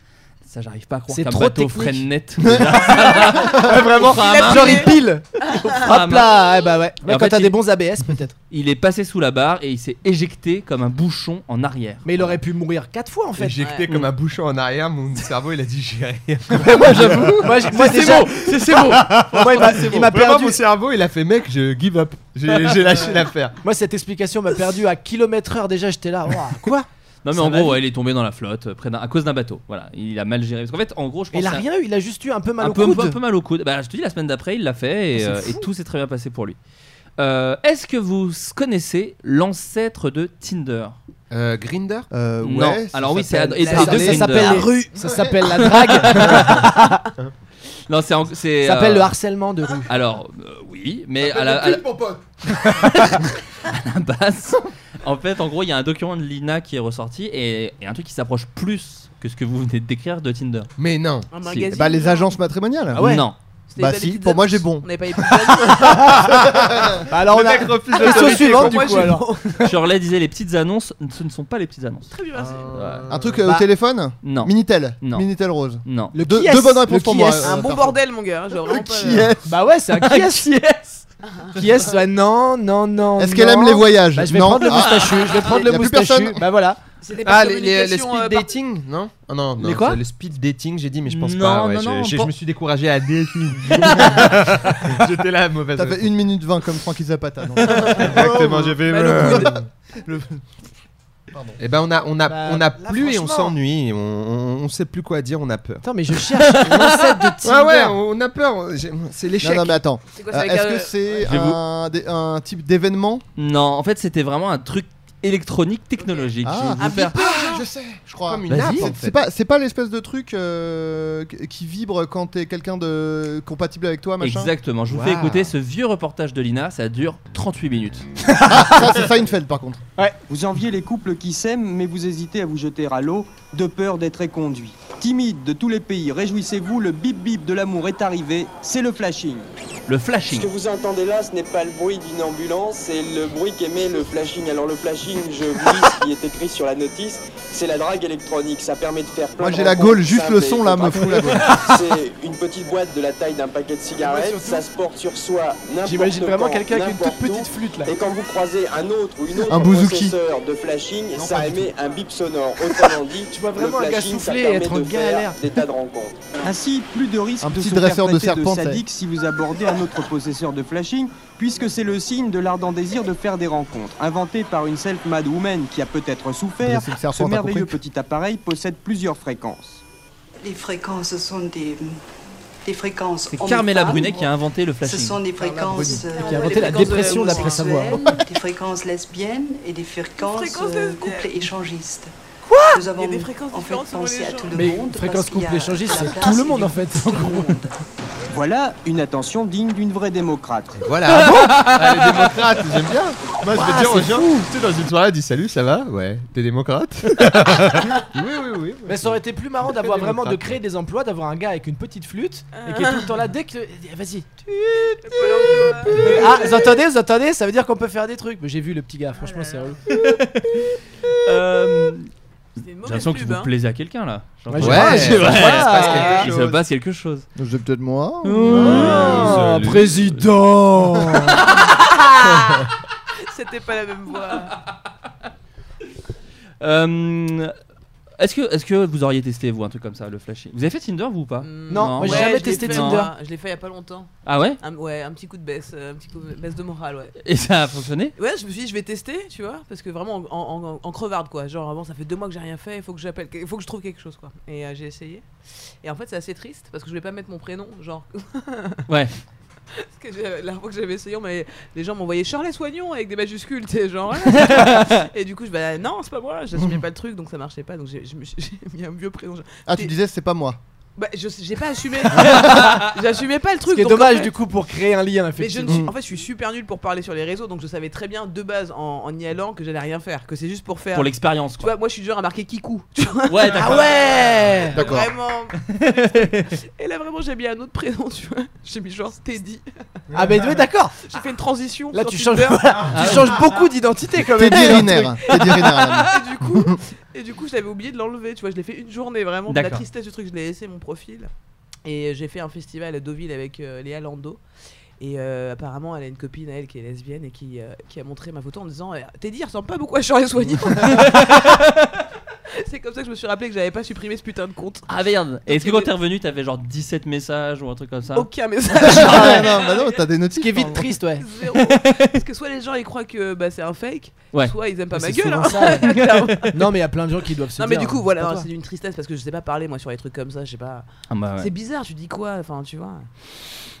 Speaker 6: Ça, j'arrive pas à croire
Speaker 7: C'est
Speaker 6: qu'un
Speaker 7: trop
Speaker 6: bateau
Speaker 7: technique.
Speaker 6: freine net.
Speaker 7: vraiment Genre, il pile. Hop là, eh bah ouais.
Speaker 6: Et en
Speaker 7: Même
Speaker 6: fait,
Speaker 7: quand t'as
Speaker 6: il-
Speaker 7: des bons ABS, peut-être.
Speaker 6: Il est passé sous la barre et il s'est éjecté comme un bouchon en arrière.
Speaker 7: Mais il aurait pu mourir 4 fois en fait.
Speaker 10: Éjecté comme un bouchon en arrière, mon cerveau il a dit j'ai rien.
Speaker 7: moi j'avoue. Moi, j'ai- moi, déjà,
Speaker 6: C'est c'est beau.
Speaker 7: moi, il m'a- il m'a
Speaker 10: Vraiment,
Speaker 7: perdu.
Speaker 10: mon cerveau il a fait mec, je give up. J'ai j'ai lâché l'affaire.
Speaker 7: Moi cette explication m'a perdu à kilomètre heure déjà. J'étais là. Ouah, Quoi
Speaker 6: Non mais
Speaker 7: Ça
Speaker 6: en
Speaker 7: va
Speaker 6: gros, ouais, il est tombé dans la flotte euh, près d'un- à cause d'un bateau. Voilà, il a mal géré. Parce qu'en fait, en gros, je pense
Speaker 7: Il a
Speaker 6: que c'est un-
Speaker 7: rien eu. Il a juste eu un peu mal
Speaker 6: un
Speaker 7: au
Speaker 6: peu,
Speaker 7: coude. Ah,
Speaker 6: un peu mal au coude. Bah, je te dis, la semaine d'après, il l'a fait et,
Speaker 7: C'est
Speaker 6: euh,
Speaker 7: fou.
Speaker 6: et tout s'est très bien passé pour lui. Euh, Est-ce que vous s- connaissez l'ancêtre de Tinder
Speaker 10: Euh, Grinder
Speaker 5: Euh, ouais,
Speaker 6: Non.
Speaker 5: ça
Speaker 6: Alors oui, c'est ad-
Speaker 5: s'appelle-
Speaker 6: et-
Speaker 7: Ça
Speaker 6: et
Speaker 7: s'appelle-
Speaker 6: deux
Speaker 7: ça s'appelle
Speaker 6: Grindr.
Speaker 7: la rue, ça s'appelle la drague,
Speaker 6: Non, c'est en- c'est.
Speaker 7: ça s'appelle
Speaker 6: euh,
Speaker 7: le harcèlement de rue.
Speaker 6: Alors euh, oui, mais à la, à la- à la base, en fait, en gros, il y a un document de Lina qui est ressorti et, et un truc qui s'approche plus que ce que vous venez de décrire de Tinder.
Speaker 10: Mais non.
Speaker 8: Un
Speaker 6: Si.
Speaker 8: magazine.
Speaker 5: Bah, les agences matrimoniales.
Speaker 7: Ah
Speaker 6: Non.
Speaker 8: C'était
Speaker 5: Bah
Speaker 8: pas
Speaker 5: si,
Speaker 8: des
Speaker 5: pour moi,
Speaker 8: petites
Speaker 5: j'ai bon.
Speaker 8: On n'avait pas les petites annonces.
Speaker 7: Bah, Alors on a
Speaker 10: refuse
Speaker 7: question suivante du
Speaker 8: Moi,
Speaker 7: coup
Speaker 8: j'ai
Speaker 7: alors.
Speaker 6: Shirley disait les petites annonces, ce ne sont pas les petites annonces.
Speaker 8: Très bien, merci.
Speaker 5: Un truc euh,
Speaker 7: Bah,
Speaker 5: au téléphone
Speaker 6: Non.
Speaker 5: Minitel.
Speaker 6: Non.
Speaker 5: Minitel Rose.
Speaker 6: Non.
Speaker 7: Le
Speaker 5: Deux-
Speaker 7: qui est-ce
Speaker 5: deux bonnes
Speaker 7: Le
Speaker 5: réponses pour
Speaker 7: qui
Speaker 5: moi,
Speaker 7: est-ce
Speaker 5: euh,
Speaker 8: Un bon
Speaker 5: parfait.
Speaker 8: bordel, mon gars. hein, J'ai vraiment pas.
Speaker 5: Qui est
Speaker 7: Bah ouais, c'est un qui est-ce Qui est-ce ouais, Non, non, non.
Speaker 5: Est-ce qu'elle
Speaker 7: non.
Speaker 5: aime les voyages
Speaker 7: Bah je vais
Speaker 5: Non.
Speaker 7: prendre le
Speaker 5: Ah,
Speaker 7: moustachu, je vais prendre
Speaker 5: y a
Speaker 7: le
Speaker 5: plus
Speaker 7: moustachu.
Speaker 5: personne.
Speaker 7: Bah voilà.
Speaker 8: C'était
Speaker 10: Ah,
Speaker 8: pas euh,
Speaker 10: les,
Speaker 8: les,
Speaker 10: les- les speed dating Non Ah non, non,
Speaker 7: Les quoi
Speaker 10: c'est Le speed dating, j'ai dit, mais je pense
Speaker 6: Non,
Speaker 10: pas. ouais,
Speaker 6: non,
Speaker 10: je-
Speaker 6: non,
Speaker 10: je,
Speaker 6: pas-
Speaker 10: je me suis découragé à dating. J'étais là, mauvaise.
Speaker 5: T'as fait 1 minute 20 comme Frankie Zapata. non
Speaker 7: Oh.
Speaker 10: Exactement, j'ai
Speaker 7: Bah,
Speaker 10: fait. Et ben on a, on a,
Speaker 7: Bah,
Speaker 10: on
Speaker 7: là,
Speaker 10: a plus et on
Speaker 7: franchement.
Speaker 10: s'ennuie. On, on, on sait plus quoi dire, on a peur.
Speaker 7: Attends, mais je cherche l'ancêtre de Tinder.
Speaker 10: Ouais, ouais, on a peur. j'ai- C'est
Speaker 5: Non,
Speaker 10: l'échec.
Speaker 5: non, mais attends.
Speaker 8: C'est quoi,
Speaker 5: Euh,
Speaker 8: c'est avec
Speaker 5: Est-ce
Speaker 8: un-
Speaker 5: que c'est
Speaker 6: Je vais vous-
Speaker 5: un, dé- un type d'événement
Speaker 6: Non, en fait, c'était vraiment un truc électronique technologique.
Speaker 5: Ah.
Speaker 6: Je vais vous
Speaker 5: Un
Speaker 6: faire-
Speaker 5: Ah, je sais, je crois.
Speaker 10: Comme
Speaker 5: C'est-
Speaker 10: une app,
Speaker 6: Vas-y.
Speaker 10: en
Speaker 5: C'est
Speaker 10: fait.
Speaker 5: pas, c'est pas l'espèce de truc euh, qui qui vibre quand t'es quelqu'un de compatible avec toi, ah, machin.
Speaker 6: Exactement, je vous
Speaker 10: Waouh.
Speaker 6: fais écouter ce vieux reportage de Lina, ça dure 38 minutes.
Speaker 5: Ça, c'est Seinfeld par contre.
Speaker 4: Vous enviez les couples qui s'aiment, mais vous hésitez à vous jeter à l'eau de peur d'être éconduit. Timide de tous les pays, réjouissez-vous, le bip bip de l'amour est arrivé, c'est le flashing.
Speaker 6: le
Speaker 4: Ce
Speaker 6: flashing.
Speaker 4: que vous entendez là, ce n'est pas le bruit d'une ambulance, c'est le bruit qu'émet le flashing. Alors le flashing, je vous dis ce qui est écrit sur la notice, c'est la drague électronique. Ça permet de faire plein
Speaker 5: Moi,
Speaker 4: de
Speaker 5: j'ai la
Speaker 4: rencontres
Speaker 5: gaule, juste
Speaker 4: simples
Speaker 5: le
Speaker 4: et
Speaker 5: son, là, me fout la
Speaker 4: contraintes. C'est une petite boîte de la taille d'un paquet de cigarettes, ça se porte sur soi n'importe
Speaker 7: J'imagine vraiment
Speaker 4: quand,
Speaker 7: quelqu'un avec une
Speaker 4: n'importe
Speaker 7: toute
Speaker 4: où.
Speaker 7: petite flûte là.
Speaker 4: Et quand vous croisez un autre ou une autre
Speaker 5: Un bouzouki.
Speaker 4: processeur de flashing,
Speaker 7: Non,
Speaker 4: ça
Speaker 7: pas du
Speaker 4: émet un bip sonore. Autrement dit,
Speaker 7: Tu vois vraiment un
Speaker 4: le
Speaker 7: gars
Speaker 4: flashing, ça
Speaker 7: souffler et
Speaker 4: permet
Speaker 7: être en
Speaker 4: de faire
Speaker 7: galère.
Speaker 4: des tas de rencontres.
Speaker 12: Ainsi, plus de risque
Speaker 5: Un
Speaker 12: de
Speaker 5: petit
Speaker 12: se
Speaker 5: dresseur
Speaker 12: faire
Speaker 5: de
Speaker 12: traiter de,
Speaker 5: serpent, ça.
Speaker 12: sadique si vous abordez un autre possesseur de flashing, puisque c'est le signe de l'ardent désir de faire des rencontres. Inventé par une self-made woman qui a peut-être souffert,
Speaker 5: Dresser le
Speaker 12: ce
Speaker 5: serpent, t'as compris
Speaker 12: merveilleux petit appareil possède plusieurs fréquences.
Speaker 2: Les fréquences sont des, des fréquences.
Speaker 6: C'est
Speaker 2: hommes-femmes.
Speaker 6: Carmela Brunet qui a inventé le
Speaker 2: Ce sont
Speaker 6: flashing.
Speaker 2: des fréquences.
Speaker 7: Brunet,
Speaker 2: euh,
Speaker 7: qui a inventé
Speaker 2: des
Speaker 7: la
Speaker 2: fréquences
Speaker 7: dépression d'après sa voix.
Speaker 2: homosexuelles, Des fréquences lesbiennes et des fréquences,
Speaker 8: Des fréquences
Speaker 2: euh,
Speaker 8: lesbiennes.
Speaker 2: couples échangistes. Quoi Nous avons
Speaker 8: Il y a des fréquences
Speaker 2: en fait
Speaker 8: différentes selon
Speaker 2: pensé
Speaker 8: les
Speaker 2: à
Speaker 8: gens.
Speaker 2: tout le
Speaker 7: Mais
Speaker 2: monde. parce
Speaker 7: fréquence
Speaker 2: qu'il y a
Speaker 7: couple échangiste,
Speaker 2: la
Speaker 7: c'est
Speaker 2: place
Speaker 7: tout le
Speaker 2: et
Speaker 7: monde
Speaker 2: du
Speaker 7: en fait.
Speaker 2: tout le monde.
Speaker 12: Voilà une attention digne d'une vraie démocrate.
Speaker 10: Voilà. Ah, les démocrates, j'aime bien. Moi, je vais dire aux gens, tu sais, dans une soirée, dis salut, ça va Ouais, t'es démocrate Oui, oui, oui.
Speaker 7: Mais ça aurait été plus marrant d'avoir
Speaker 10: Très
Speaker 7: vraiment de
Speaker 10: démocrate.
Speaker 7: créer des emplois, d'avoir un gars avec une petite flûte et qui est tout le temps là dès que. Vas-y.
Speaker 8: hein.
Speaker 7: Ah, vous entendez, vous entendez Ça veut dire qu'on peut faire des trucs. Mais j'ai vu le petit gars, franchement, c'est relou.
Speaker 6: Euh,
Speaker 8: C'était une
Speaker 6: J'ai l'impression
Speaker 8: mauvaise
Speaker 6: que
Speaker 8: pub,
Speaker 6: vous
Speaker 8: hein.
Speaker 6: plaisez à quelqu'un là.
Speaker 7: Ouais,
Speaker 6: J'entends-
Speaker 10: Ouais,
Speaker 7: j'ai-
Speaker 10: Ah, ouais,
Speaker 7: voilà.
Speaker 10: il se passe quelque
Speaker 6: Il
Speaker 10: chose.
Speaker 6: se passe quelque chose.
Speaker 5: C'est peut-être moi.
Speaker 7: Ah,
Speaker 10: Salut.
Speaker 7: président
Speaker 8: C'était pas la même voix.
Speaker 6: Euh, Est-ce que, est que vous auriez testé, vous, un truc comme ça, le flashing Vous avez fait Tinder, vous ou pas Non,
Speaker 7: Non, moi j'ai
Speaker 6: ouais,
Speaker 7: jamais
Speaker 8: Hmm. je l'ai
Speaker 7: testé
Speaker 8: fait,
Speaker 7: Tinder.
Speaker 8: moi. Je l'ai fait il y a pas longtemps.
Speaker 6: Ah ouais
Speaker 8: Un, ouais, un petit coup de baisse, euh, un petit coup de baisse de morale, ouais.
Speaker 6: Et ça a fonctionné
Speaker 8: Ouais, je me suis dit, je vais tester, tu vois, parce que vraiment en, en- en- en crevarde, quoi. Genre, avant, ça fait deux mois que j'ai rien fait, il faut que j'appelle, il faut que je trouve quelque chose, quoi. Et euh, j'ai essayé. Et en fait, c'est assez triste, parce que je voulais pas mettre mon prénom, genre.
Speaker 6: Ouais.
Speaker 8: Parce que j'ai- la fois que j'avais essayé, on m'avait- les gens m'envoyaient Charles Soignon avec des majuscules, tu sais, genre. voilà. et du coup, je bah non, c'est pas moi, j'assumais pas le truc, donc ça marchait pas, donc j'ai je me suis- j'ai mis un vieux prénom. genre.
Speaker 5: Ah, tu disais, c'est pas moi.
Speaker 8: Bah, je- j'ai pas assumé. J'assumais pas le truc.
Speaker 7: Ce qui est
Speaker 8: donc en
Speaker 7: dommage
Speaker 8: fait-
Speaker 7: du coup pour créer un lien,
Speaker 8: mais je ne
Speaker 7: effectivement.
Speaker 8: suis, en fait, je suis super nul pour parler sur les réseaux, donc je savais très bien de base en, en y allant que j'allais rien faire, que c'est juste pour faire.
Speaker 6: Pour l'expérience,
Speaker 8: tu
Speaker 6: quoi.
Speaker 8: vois, moi je suis du genre à marquer Kikou. Tu vois,
Speaker 6: Ouais, d'accord.
Speaker 7: Ah ouais
Speaker 5: D'accord.
Speaker 8: vraiment. Et là, vraiment, j'ai mis un autre prénom, tu vois. J'ai mis genre Teddy.
Speaker 7: Ah, mais oui, d'accord
Speaker 8: J'ai fait une transition.
Speaker 7: Là,
Speaker 8: sur
Speaker 7: tu changes,
Speaker 8: Tinder,
Speaker 7: tu changes beaucoup d'identité quand même.
Speaker 5: Teddy Riner. Teddy Riner. hein. là.
Speaker 8: Et du coup, et du coup, je l'avais oublié de l'enlever, tu vois. Je l'ai fait une journée vraiment. de La
Speaker 6: D'accord.
Speaker 8: tristesse du truc, je l'ai laissé mon profil. Et j'ai fait un festival à Deauville avec euh, Léa Lando. Et euh, apparemment, elle a une copine à elle qui est lesbienne et qui, euh, qui a montré ma photo en disant euh, Teddy, il ressemble pas beaucoup à Charles Soigny. C'est comme ça que je me suis rappelé que j'avais pas supprimé ce putain de compte.
Speaker 6: Ah merde Et est-ce que
Speaker 8: Donc,
Speaker 6: quand t'es revenu, t'avais genre 17 messages ou un truc comme ça
Speaker 8: Aucun message.
Speaker 5: Ah, non, bah non, t'as des notices.
Speaker 7: Ce qui est vite
Speaker 5: pardon.
Speaker 7: triste, ouais.
Speaker 8: Zéro. Parce que soit les gens ils croient que bah, c'est un fake,
Speaker 6: Ouais.
Speaker 8: soit ils aiment pas
Speaker 7: C'est
Speaker 8: ma gueule.
Speaker 7: souvent
Speaker 8: hein.
Speaker 7: ça, ouais.
Speaker 8: Clairement.
Speaker 7: Non, mais il y a plein de gens qui doivent se
Speaker 8: non mais
Speaker 7: dire,
Speaker 8: du
Speaker 7: euh,
Speaker 8: coup
Speaker 7: c'est
Speaker 8: voilà,
Speaker 7: pas
Speaker 8: alors,
Speaker 7: toi.
Speaker 8: c'est d'une tristesse parce que je sais pas parler moi sur les trucs comme ça, je sais pas.
Speaker 6: Ah bah ouais.
Speaker 8: C'est bizarre, tu dis quoi Enfin tu vois.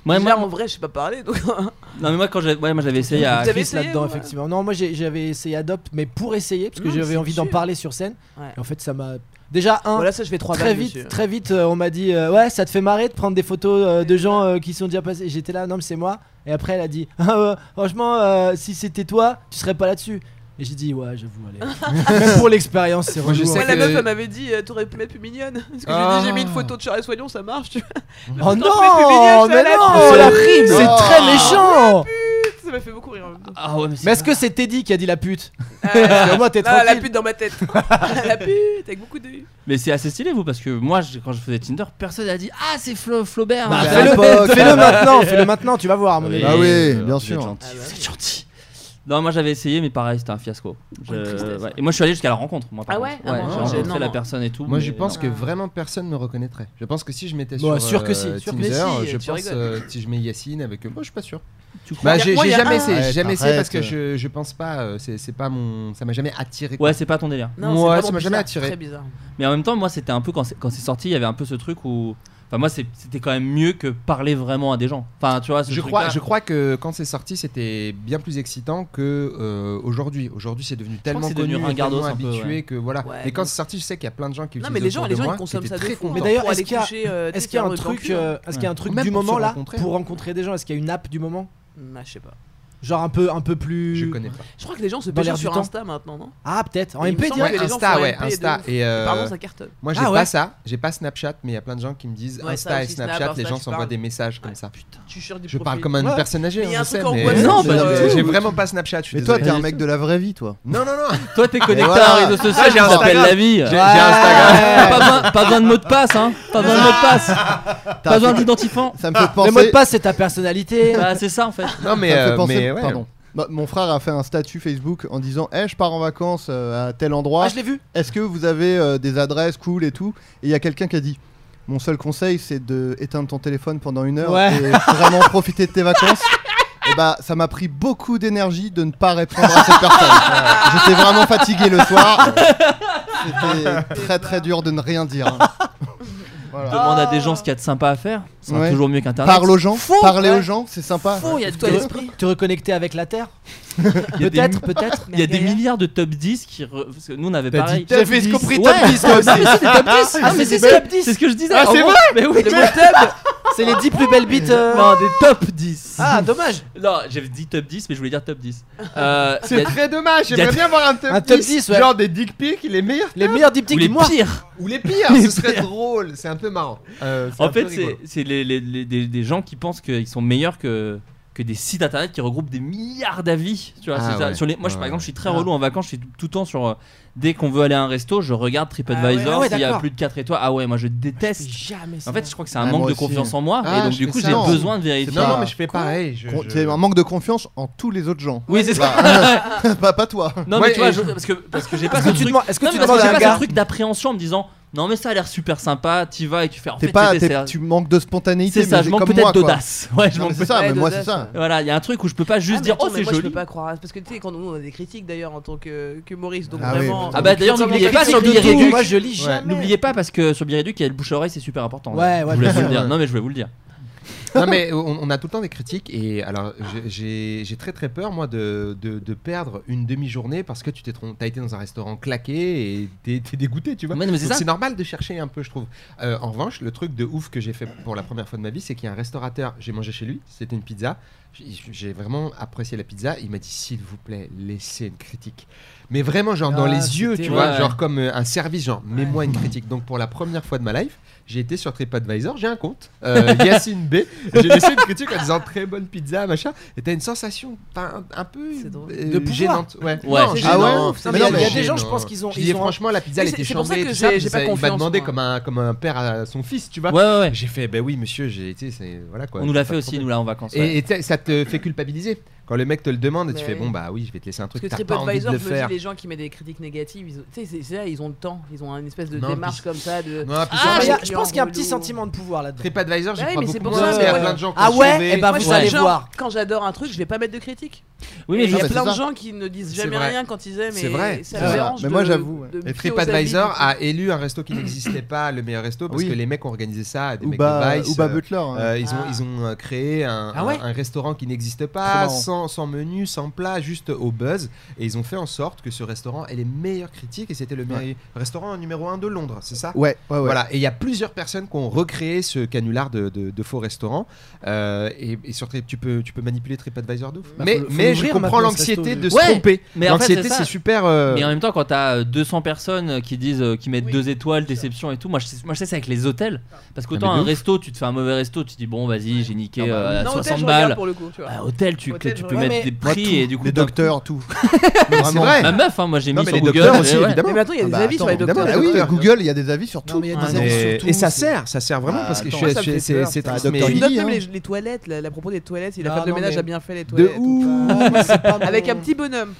Speaker 6: Ouais,
Speaker 8: Déjà,
Speaker 6: moi,
Speaker 8: en vrai, je sais pas parler donc.
Speaker 6: non, mais moi, quand j'ai- ouais, moi, j'avais essayé à.
Speaker 8: Vous avez
Speaker 7: triste
Speaker 8: essayé,
Speaker 7: là-dedans,
Speaker 8: vous
Speaker 7: effectivement. Non, moi j'ai- j'avais essayé Adopt, mais pour essayer, parce que
Speaker 8: Non, mais
Speaker 7: j'avais
Speaker 8: c'est
Speaker 7: envie d'en
Speaker 8: dur.
Speaker 7: parler sur scène.
Speaker 8: Ouais.
Speaker 7: Et en fait, ça m'a. Déjà, un,
Speaker 8: voilà, ça je fais trois
Speaker 7: très
Speaker 8: balles dessus.
Speaker 7: vite, très vite, euh, on m'a dit euh, ouais, ça te fait marrer de prendre des photos euh, de gens euh, qui sont déjà passés. J'étais là, non mais c'est moi. Et après, elle a dit Ah, euh, franchement, euh, si c'était toi, tu serais pas là-dessus. Et j'ai dit ouais, j'avoue, allez. Même pour l'expérience, c'est
Speaker 10: Moi, je
Speaker 7: relou.
Speaker 10: sais
Speaker 8: Moi, la
Speaker 7: hein.
Speaker 10: que-
Speaker 8: meuf, elle m'avait dit, euh, t'aurais pu mettre plus mignonne. Parce que j'ai
Speaker 10: Ah.
Speaker 8: dit, j'ai mis une photo de Charles Soignon, ça marche, tu vois. T'aurais
Speaker 7: Oh
Speaker 8: pu mettre plus mignonne,
Speaker 7: non, mais
Speaker 8: je suis à la
Speaker 7: non,
Speaker 10: pute.
Speaker 7: la rime, c'est
Speaker 5: Oh.
Speaker 7: très méchant.
Speaker 8: pute. Ça m'a fait beaucoup rire en même temps.
Speaker 6: Ah ouais, mais
Speaker 7: Mais
Speaker 6: c'est.
Speaker 7: est-ce que c'est Teddy qui a dit la pute
Speaker 8: Euh,
Speaker 7: Au moins, t'es
Speaker 8: là, la
Speaker 7: tranquille.
Speaker 8: pute dans ma tête. la pute, avec beaucoup de.
Speaker 6: Mais c'est assez stylé, vous, parce que moi, je- quand je faisais Tinder, personne n'a dit Ah, c'est Flo- Flaubert
Speaker 7: Bah,
Speaker 6: hein.
Speaker 5: fais-le.
Speaker 7: Fais-le fais-le maintenant, fais-le maintenant, tu vas voir, à mon avis.
Speaker 5: Ah oui,
Speaker 6: euh,
Speaker 5: bien
Speaker 6: vous
Speaker 5: sûr.
Speaker 6: êtes gentil, vous êtes gentil. Non, moi j'avais essayé, mais pareil, c'était un fiasco. Je-
Speaker 8: Une tristesse,
Speaker 6: ouais.
Speaker 8: ouais.
Speaker 6: Et moi je suis allé jusqu'à la rencontre. Moi, par
Speaker 8: Ah
Speaker 6: contre.
Speaker 8: ouais Ah bon,
Speaker 6: J'ai
Speaker 8: j'ai-
Speaker 6: rencontré
Speaker 8: non,
Speaker 6: la
Speaker 8: non.
Speaker 6: personne et tout.
Speaker 10: Moi,
Speaker 6: mais
Speaker 10: je pense
Speaker 6: non.
Speaker 10: que vraiment personne me reconnaîtrait. Je pense que si je m'étais
Speaker 7: Bon,
Speaker 10: sur,
Speaker 7: sûr que
Speaker 10: euh,
Speaker 7: si, sûr que
Speaker 10: Tinder,
Speaker 8: si,
Speaker 10: je
Speaker 8: tu
Speaker 10: pense
Speaker 8: rigoles.
Speaker 10: euh, si je mets Yacine avec eux, moi, je suis pas sûr.
Speaker 6: Tu crois
Speaker 10: Bah, j'ai
Speaker 8: Moi, il
Speaker 10: j'ai
Speaker 8: y a
Speaker 10: jamais
Speaker 8: un-
Speaker 10: essayé, j'ai
Speaker 5: Arrête,
Speaker 10: jamais essayé parce que
Speaker 5: arrête.
Speaker 10: je, je pense pas, euh, c'est c'est pas mon, ça m'a jamais attiré. quoi.
Speaker 6: Ouais, c'est pas ton délire.
Speaker 8: Non, c'est
Speaker 10: Ouais,
Speaker 8: vraiment
Speaker 10: ça m'a jamais
Speaker 8: bizarre,
Speaker 10: attiré.
Speaker 8: Très bizarre.
Speaker 6: Mais en même temps, moi, c'était un peu quand c'est quand c'est sorti, il y avait un peu ce truc où. Enfin, moi, c'est- c'était quand même mieux que parler vraiment à des gens. Enfin, tu vois, ce
Speaker 10: Je
Speaker 6: truc-là.
Speaker 10: crois, je crois que quand c'est sorti, c'était bien plus excitant que euh, aujourd'hui. Aujourd'hui, c'est devenu tellement
Speaker 6: c'est
Speaker 10: connu,
Speaker 6: devenu
Speaker 10: et
Speaker 6: ringardos
Speaker 10: tellement
Speaker 6: un peu,
Speaker 10: habitué
Speaker 6: ouais.
Speaker 10: que voilà.
Speaker 8: Ouais,
Speaker 10: mais quand
Speaker 8: donc-
Speaker 10: c'est sorti, je sais qu'il y a plein de gens qui
Speaker 8: Non,
Speaker 10: utilisent
Speaker 8: mais les gens,
Speaker 10: autour
Speaker 8: les
Speaker 10: de
Speaker 8: gens
Speaker 10: moi,
Speaker 8: ils consomment
Speaker 10: qui
Speaker 8: ça
Speaker 10: étaient
Speaker 8: de
Speaker 10: très
Speaker 8: fou.
Speaker 10: contents.
Speaker 7: Mais d'ailleurs,
Speaker 8: Pour aller
Speaker 7: est-ce qu'il y a-
Speaker 8: coucher, euh,
Speaker 7: Est-ce qu'il y a
Speaker 8: faire
Speaker 7: un
Speaker 8: le
Speaker 7: truc,
Speaker 8: cancun.
Speaker 7: euh, est-ce qu'il y a un truc
Speaker 10: Même
Speaker 7: du
Speaker 10: pour se
Speaker 7: moment là
Speaker 10: rencontrer.
Speaker 7: pour rencontrer des gens Est-ce qu'il y a une app du moment
Speaker 8: Bah, je sais pas.
Speaker 7: Genre un peu, un peu plus. Je
Speaker 10: connais pas.
Speaker 8: Je crois que les gens se
Speaker 7: Dans l'air
Speaker 8: péchent
Speaker 7: du
Speaker 8: sur
Speaker 7: temps.
Speaker 8: Insta maintenant, non
Speaker 7: Ah, peut-être. En
Speaker 8: Il me
Speaker 7: MP
Speaker 8: semble
Speaker 7: direct.
Speaker 8: que les gens
Speaker 10: Insta,
Speaker 8: font
Speaker 10: ouais,
Speaker 8: MP de
Speaker 10: Insta.
Speaker 8: ouf.
Speaker 10: Et euh,
Speaker 8: Pardon, ça cartonne.
Speaker 10: Moi, j'ai
Speaker 8: Ah
Speaker 10: pas
Speaker 8: ouais
Speaker 10: ça. J'ai pas Snapchat, mais il y a plein de gens qui me disent
Speaker 8: Ouais,
Speaker 10: Insta
Speaker 8: ça
Speaker 10: et
Speaker 8: aussi, Snap,
Speaker 10: Snapchat. les
Speaker 8: Insta,
Speaker 10: gens
Speaker 8: tu
Speaker 10: s'envoient
Speaker 8: parles.
Speaker 10: des messages comme ça. Putain.
Speaker 8: Tu cherches du
Speaker 10: Je parle
Speaker 8: profil.
Speaker 10: comme un
Speaker 8: Ouais.
Speaker 10: personne âgée.
Speaker 8: Mais il y a
Speaker 10: hein,
Speaker 8: un
Speaker 10: je
Speaker 8: truc
Speaker 10: sais, mais-
Speaker 8: angoissant,
Speaker 10: Non,
Speaker 8: c'est
Speaker 10: mais
Speaker 8: vrai.
Speaker 10: j'ai vraiment pas Snapchat. je suis
Speaker 5: Mais toi, t'es
Speaker 10: désolé.
Speaker 5: un mec de la vraie vie, toi.
Speaker 10: Non, non, non.
Speaker 6: Toi, t'es connecté
Speaker 5: voilà.
Speaker 6: à un réseau social
Speaker 5: Ah,
Speaker 6: qui
Speaker 5: j'ai
Speaker 6: s'appelle
Speaker 5: Instagram.
Speaker 6: la vie.
Speaker 5: J'ai- j'ai Instagram. Ah.
Speaker 6: Pas besoin, pas besoin de mot de passe, hein. Pas besoin de mot de passe.
Speaker 5: T'as
Speaker 6: Pas besoin
Speaker 5: fait-
Speaker 6: d'identifiant.
Speaker 5: Ça
Speaker 10: Ah,
Speaker 5: me fait penser.
Speaker 7: Le mot de passe, c'est ta personnalité.
Speaker 6: Bah, c'est ça en fait.
Speaker 10: Non, mais,
Speaker 5: Ça me fait
Speaker 10: euh,
Speaker 5: penser-
Speaker 10: mais ouais.
Speaker 5: pardon. Bah, mon frère a fait un statut Facebook en disant Eh, je pars en vacances euh, à tel endroit.
Speaker 7: Ah, je l'ai vu.
Speaker 5: Est-ce que vous avez euh, des adresses cool et tout Et il y a quelqu'un qui a dit Mon seul conseil, c'est de éteindre ton téléphone pendant une heure
Speaker 7: Ouais.
Speaker 5: et vraiment profiter de tes vacances. Et bah, ça m'a pris beaucoup d'énergie de ne pas répondre à cette personne. J'étais vraiment fatigué le soir. C'était très très dur de ne rien dire. Voilà.
Speaker 6: Demande à des gens ce qu'il y a de sympa à faire. C'est
Speaker 5: Ouais.
Speaker 6: toujours mieux qu'internet.
Speaker 5: Parle aux gens,
Speaker 7: Faux,
Speaker 5: parler
Speaker 7: ouais.
Speaker 5: aux gens, c'est sympa.
Speaker 8: Faux, il y a de
Speaker 7: Te,
Speaker 8: toi l'esprit.
Speaker 7: te reconnecter avec la Terre.
Speaker 6: Il y a des
Speaker 7: Peut-être,
Speaker 6: mi-
Speaker 7: peut-être.
Speaker 6: Il y a des
Speaker 8: Gaillard.
Speaker 6: milliards de top 10 qui. re- Parce que nous, on avait
Speaker 10: T'as
Speaker 6: pareil.
Speaker 10: dit top
Speaker 7: fait
Speaker 10: 10.
Speaker 7: escroquer
Speaker 6: Ouais.
Speaker 7: Ah, mais si, c'est top 10.
Speaker 6: Ah, mais
Speaker 7: c'est
Speaker 6: si,
Speaker 7: des
Speaker 6: c'est
Speaker 7: top 10.
Speaker 6: c'est ce que je disais.
Speaker 10: Ah,
Speaker 6: En
Speaker 10: c'est
Speaker 6: gros,
Speaker 10: vrai
Speaker 6: Mais oui,
Speaker 8: Le mot tub,
Speaker 7: C'est les 10 plus belles bites. euh,
Speaker 6: Non, des top 10.
Speaker 7: Ah, dommage.
Speaker 6: Non, j'ai dit top 10, mais je voulais dire top 10. Euh, il y
Speaker 10: C'est
Speaker 6: a-
Speaker 10: très dommage.
Speaker 6: y a-
Speaker 10: J'aimerais bien avoir un top,
Speaker 7: Un top 10, ouais.
Speaker 10: Genre des dick pics, les meilleurs
Speaker 7: Les meilleurs
Speaker 6: Ou
Speaker 7: diptyques
Speaker 6: les
Speaker 7: du mois.
Speaker 6: pires.
Speaker 10: ou les pires.
Speaker 6: Les
Speaker 10: ce serait
Speaker 6: pires.
Speaker 10: drôle. C'est un peu marrant. Euh, un
Speaker 6: En
Speaker 10: peu
Speaker 6: fait, c'est
Speaker 10: rigolo.
Speaker 6: c'est les, les- les- des, des gens qui pensent qu'ils sont meilleurs que, que des sites internet qui regroupent des milliards d'avis. Tu vois,
Speaker 10: Ah
Speaker 6: c'est ça.
Speaker 10: ouais.
Speaker 6: Sur les, moi, je, par
Speaker 10: Ouais,
Speaker 6: exemple, je suis très
Speaker 10: ouais.
Speaker 6: relou en vacances. Je suis tout, tout le temps sur. euh, dès qu'on veut aller à un resto, je regarde TripAdvisor.
Speaker 7: Ah ouais,
Speaker 6: S'il y a
Speaker 7: d'accord.
Speaker 6: plus de 4 étoiles, ah ouais, moi je déteste.
Speaker 7: Jamais.
Speaker 6: En fait, je crois que c'est un
Speaker 5: Ouais,
Speaker 6: manque
Speaker 5: moi
Speaker 6: de
Speaker 5: aussi.
Speaker 6: confiance en moi.
Speaker 10: Ah,
Speaker 6: et donc,
Speaker 10: je
Speaker 6: du
Speaker 10: fais
Speaker 6: coup,
Speaker 10: ça,
Speaker 6: j'ai
Speaker 5: non.
Speaker 6: besoin de vérifier.
Speaker 10: Non,
Speaker 5: pas-
Speaker 10: non, mais je fais pareil. je-
Speaker 5: Con-
Speaker 10: je-
Speaker 5: C'est un manque de confiance en tous les autres gens.
Speaker 6: Oui, c'est ça.
Speaker 5: pas, pas toi.
Speaker 6: Non,
Speaker 10: Ouais,
Speaker 6: mais tu vois,
Speaker 10: et-
Speaker 6: je- parce que, parce que j'ai pas
Speaker 7: Est-ce
Speaker 6: ce
Speaker 7: que tu
Speaker 6: truc.
Speaker 7: demandes- est-ce que
Speaker 6: Non,
Speaker 7: tu
Speaker 6: mais parce
Speaker 7: demandes à
Speaker 6: j'ai
Speaker 7: un
Speaker 6: pas ce
Speaker 7: gars
Speaker 6: truc d'appréhension en me disant non mais ça a l'air super sympa, t'y vas et tu fais en
Speaker 5: T'es
Speaker 6: fait
Speaker 5: pas,
Speaker 6: c'était-
Speaker 5: t'es-
Speaker 6: c'est-
Speaker 5: tu manques de spontanéité.
Speaker 6: c'est ça,
Speaker 5: mais
Speaker 6: je manque
Speaker 5: comme
Speaker 6: peut-être
Speaker 5: moi, quoi.
Speaker 6: d'audace. Ouais, je
Speaker 5: Non, mais
Speaker 6: manque
Speaker 5: C'est ça,
Speaker 8: peut-être
Speaker 5: mais moi c'est
Speaker 8: d'audace,
Speaker 5: ça.
Speaker 6: Voilà, il y a un truc où je peux pas juste
Speaker 8: Ah, mais
Speaker 6: dire
Speaker 8: attends,
Speaker 6: oh
Speaker 8: mais
Speaker 6: c'est
Speaker 8: moi, Je
Speaker 6: joli.
Speaker 8: peux pas croire. Parce que tu sais, quand nous on a des critiques d'ailleurs en tant que, que Maurice, donc
Speaker 5: Ah oui,
Speaker 8: vraiment.
Speaker 5: putain.
Speaker 6: Ah bah d'ailleurs
Speaker 8: Comment
Speaker 6: n'oubliez
Speaker 8: t'as
Speaker 6: pas
Speaker 8: fait
Speaker 6: sur
Speaker 8: pour
Speaker 6: Billy
Speaker 8: dire
Speaker 6: Reduc.
Speaker 7: Moi, je lis
Speaker 10: Ah,
Speaker 7: jamais.
Speaker 6: N'oubliez pas parce que sur Billy Reduc il y a le bouche à oreille, c'est super important.
Speaker 7: Ouais, ouais,
Speaker 6: Je voulais
Speaker 7: bien
Speaker 6: vous le
Speaker 7: sûr.
Speaker 6: dire. Non mais je vais vous le dire.
Speaker 10: Non mais on, on a tout le temps des critiques et alors j'ai- j'ai j'ai très très peur moi de, de, de perdre une demi-journée parce que tu t'es trom- t'as été dans un restaurant claqué et t'es t'es dégoûté tu vois.
Speaker 6: Ouais, non, mais c'est
Speaker 10: Donc
Speaker 6: ça.
Speaker 10: c'est normal de chercher un peu je trouve. Euh, en revanche le truc de ouf que j'ai fait pour la première fois de ma vie c'est qu'il y a un restaurateur j'ai mangé chez lui c'était une pizza J'ai- j'ai vraiment apprécié la pizza il m'a dit s'il vous plaît laissez une critique mais vraiment genre dans
Speaker 7: Ah,
Speaker 10: les yeux
Speaker 7: c'était-
Speaker 10: tu vois
Speaker 6: ouais.
Speaker 10: genre comme euh, un service genre mets-moi une critique donc pour la première fois de ma life j'ai été sur TripAdvisor, j'ai un compte, euh, Yacine B. et J'ai laissé une critique en disant très bonne pizza, machin. Et t'as une sensation t'as un, un peu
Speaker 8: C'est drôle.
Speaker 10: euh,
Speaker 7: De pouvoir.
Speaker 10: gênante. Ouais,
Speaker 6: Ouais,
Speaker 10: Non,
Speaker 6: c'est
Speaker 10: ah ouais,
Speaker 7: gênant.
Speaker 10: c'est
Speaker 7: Mais
Speaker 5: non,
Speaker 10: gênant.
Speaker 5: mais il y a
Speaker 7: des gens, je pense qu'ils ont-
Speaker 10: Je
Speaker 7: ils
Speaker 10: dis,
Speaker 7: ont-
Speaker 10: franchement, la pizza,
Speaker 8: Mais
Speaker 10: elle
Speaker 8: c'est-
Speaker 10: était
Speaker 8: c'est pour ça
Speaker 10: chambée.
Speaker 8: que
Speaker 10: tout ça,
Speaker 8: j'ai-
Speaker 10: puis
Speaker 8: j'ai
Speaker 10: ça-
Speaker 8: pas
Speaker 10: Il m'a
Speaker 8: confiance,
Speaker 10: demandé
Speaker 8: moi.
Speaker 10: comme un, comme un père à son fils, tu vois.
Speaker 6: Ouais ouais ouais.
Speaker 10: J'ai fait, ben oui, monsieur, j'ai été. c'est- Voilà quoi.
Speaker 6: On nous l'a
Speaker 10: Pas
Speaker 6: fait
Speaker 10: de
Speaker 6: aussi
Speaker 10: problème.
Speaker 6: nous là en vacances. ouais.
Speaker 10: Et, et t'sais, ça te fait culpabiliser. Quand le mec te le demande, tu
Speaker 8: Mais-
Speaker 10: fais, bon bah oui, je vais te laisser un
Speaker 8: Parce
Speaker 10: truc.
Speaker 8: que
Speaker 10: T'as pas envie de
Speaker 8: TripAdvisor,
Speaker 10: le
Speaker 8: je me
Speaker 10: faire.
Speaker 8: dis, les gens qui mettent des critiques négatives, ils ont- tu sais, c'est- c'est là, ils ont le temps. Ils ont une espèce de
Speaker 10: Non,
Speaker 8: démarche
Speaker 10: puis-
Speaker 8: comme ça. de
Speaker 10: Non, puis
Speaker 8: Ah,
Speaker 10: ça-
Speaker 7: Ah, mais y a-
Speaker 8: j'ai-
Speaker 7: Je pense qu'il y a un petit
Speaker 8: relou.
Speaker 7: sentiment de pouvoir là-dedans.
Speaker 10: TripAdvisor, j'ai
Speaker 8: Ouais,
Speaker 10: pas
Speaker 8: mais c'est
Speaker 10: beaucoup
Speaker 8: pour ça,
Speaker 10: pensé, il y
Speaker 8: ouais. Eh
Speaker 10: a
Speaker 8: ben,
Speaker 10: plein de gens qui
Speaker 7: Ah
Speaker 10: ont
Speaker 7: ouais,
Speaker 10: chambé.
Speaker 7: et bah
Speaker 8: Moi, je
Speaker 7: vous
Speaker 8: suis
Speaker 7: allez
Speaker 8: genre,
Speaker 7: voir.
Speaker 8: Quand j'adore un truc, je vais pas mettre de critique.
Speaker 6: Oui
Speaker 8: Et
Speaker 6: mais
Speaker 8: il
Speaker 6: je
Speaker 8: y a
Speaker 5: c'est
Speaker 8: plein de
Speaker 5: ça.
Speaker 8: gens qui ne disent
Speaker 10: C'est
Speaker 8: jamais
Speaker 10: vrai.
Speaker 8: rien quand ils aiment.
Speaker 10: C'est
Speaker 8: et
Speaker 10: vrai.
Speaker 8: Ça
Speaker 5: C'est
Speaker 8: me
Speaker 5: vrai.
Speaker 8: dérange.
Speaker 5: Mais moi,
Speaker 8: de-
Speaker 5: j'avoue, ouais.
Speaker 8: de
Speaker 10: Et
Speaker 8: me fier aux
Speaker 10: euh, TripAdvisor
Speaker 8: avis.
Speaker 10: a élu un resto qui n'existait pas, le meilleur resto, parce
Speaker 5: Oui.
Speaker 10: que les mecs ont organisé ça, à des mecs
Speaker 6: bah,
Speaker 5: Ouba,
Speaker 10: de Vice.
Speaker 5: Ouba
Speaker 10: euh,
Speaker 5: Butler. hein.
Speaker 10: euh, ils, ont,
Speaker 8: Ah.
Speaker 10: ils ont euh, créé un,
Speaker 7: Ah ouais
Speaker 10: un- un restaurant qui n'existe
Speaker 5: Trop
Speaker 10: pas,
Speaker 5: marrant.
Speaker 10: sans, sans menu, sans plat, juste au buzz. Et ils ont fait en sorte que ce restaurant ait les meilleures critiques et c'était le meilleur restaurant numéro 1 de Londres, c'est ça
Speaker 5: Ouais, ouais, ouais.
Speaker 10: Voilà, et il y a plusieurs personnes qui ont recréé ce canular de, de- de faux restaurants. Euh, et, et sur Trip- tu peux, tu peux manipuler TripAdvisor de ouf.
Speaker 7: Bah,
Speaker 10: mais
Speaker 7: faut- faut
Speaker 10: mais je
Speaker 7: l'ouvrir
Speaker 10: comprends
Speaker 7: maintenant, ce resto,
Speaker 10: l'anxiété
Speaker 7: du
Speaker 10: de
Speaker 6: coup.
Speaker 10: se
Speaker 6: Ouais,
Speaker 10: tromper.
Speaker 6: mais en fait,
Speaker 10: L'anxiété,
Speaker 6: c'est ça.
Speaker 10: c'est super. euh,
Speaker 6: Mais en même temps, quand t'as euh, 200 personnes euh, qui disent, euh, qui mettent deux étoiles, déception et tout, moi je sais, moi, je sais ça avec les hôtels. Parce qu'autant
Speaker 10: Ah, mais de
Speaker 6: un
Speaker 10: ouf.
Speaker 6: resto, tu te fais un mauvais resto, tu te dis bon vas-y j'ai niqué
Speaker 10: Non, bah,
Speaker 6: euh, à
Speaker 8: Non, hôtel,
Speaker 6: 60
Speaker 8: je regarde
Speaker 6: balles.
Speaker 8: pour le coup, tu vois.
Speaker 6: À hôtel, tu,
Speaker 8: Hôtel,
Speaker 6: tu
Speaker 8: je
Speaker 6: peux
Speaker 8: regarde.
Speaker 6: mettre
Speaker 7: Ouais,
Speaker 6: des
Speaker 5: Moi,
Speaker 6: prix
Speaker 5: tout.
Speaker 6: et du coup.
Speaker 5: les
Speaker 6: d'un-
Speaker 5: docteurs, tout.
Speaker 10: mais c'est
Speaker 5: Vraiment.
Speaker 10: vrai.
Speaker 6: Ma meuf, hein, moi j'ai
Speaker 10: Non,
Speaker 6: mis
Speaker 10: mais
Speaker 6: sur
Speaker 10: les
Speaker 6: Google.
Speaker 10: docteurs aussi,
Speaker 6: euh, ouais.
Speaker 10: évidemment.
Speaker 8: Mais maintenant, il y a
Speaker 5: Ah
Speaker 8: des
Speaker 5: bah,
Speaker 8: avis sur les
Speaker 5: attends,
Speaker 8: docteurs.
Speaker 5: Ah oui, Google, il y a des avis sur
Speaker 7: Non,
Speaker 5: tout.
Speaker 7: mais il y
Speaker 8: Ah,
Speaker 7: a des
Speaker 8: non.
Speaker 7: avis sur
Speaker 10: Et,
Speaker 7: tout,
Speaker 10: et ça
Speaker 7: c'est-
Speaker 10: sert, ça sert vraiment
Speaker 5: Ah,
Speaker 10: parce que
Speaker 5: attends,
Speaker 10: je suis-
Speaker 5: ça me
Speaker 10: je
Speaker 5: fait
Speaker 10: suis- c'est
Speaker 5: peur,
Speaker 10: c'est
Speaker 5: putain,
Speaker 10: triste,
Speaker 5: la
Speaker 10: mais
Speaker 5: docteur
Speaker 8: Je
Speaker 5: Billy,
Speaker 8: note
Speaker 5: hein.
Speaker 8: même les, les toilettes, la, la propos des toilettes, si la
Speaker 7: Non,
Speaker 8: femme de
Speaker 7: non,
Speaker 8: ménage
Speaker 7: mais-
Speaker 8: a bien fait les
Speaker 5: De
Speaker 8: toilettes. euh,
Speaker 5: ouf.
Speaker 7: Ah, mais c'est pas mal.
Speaker 8: Avec un petit bonhomme.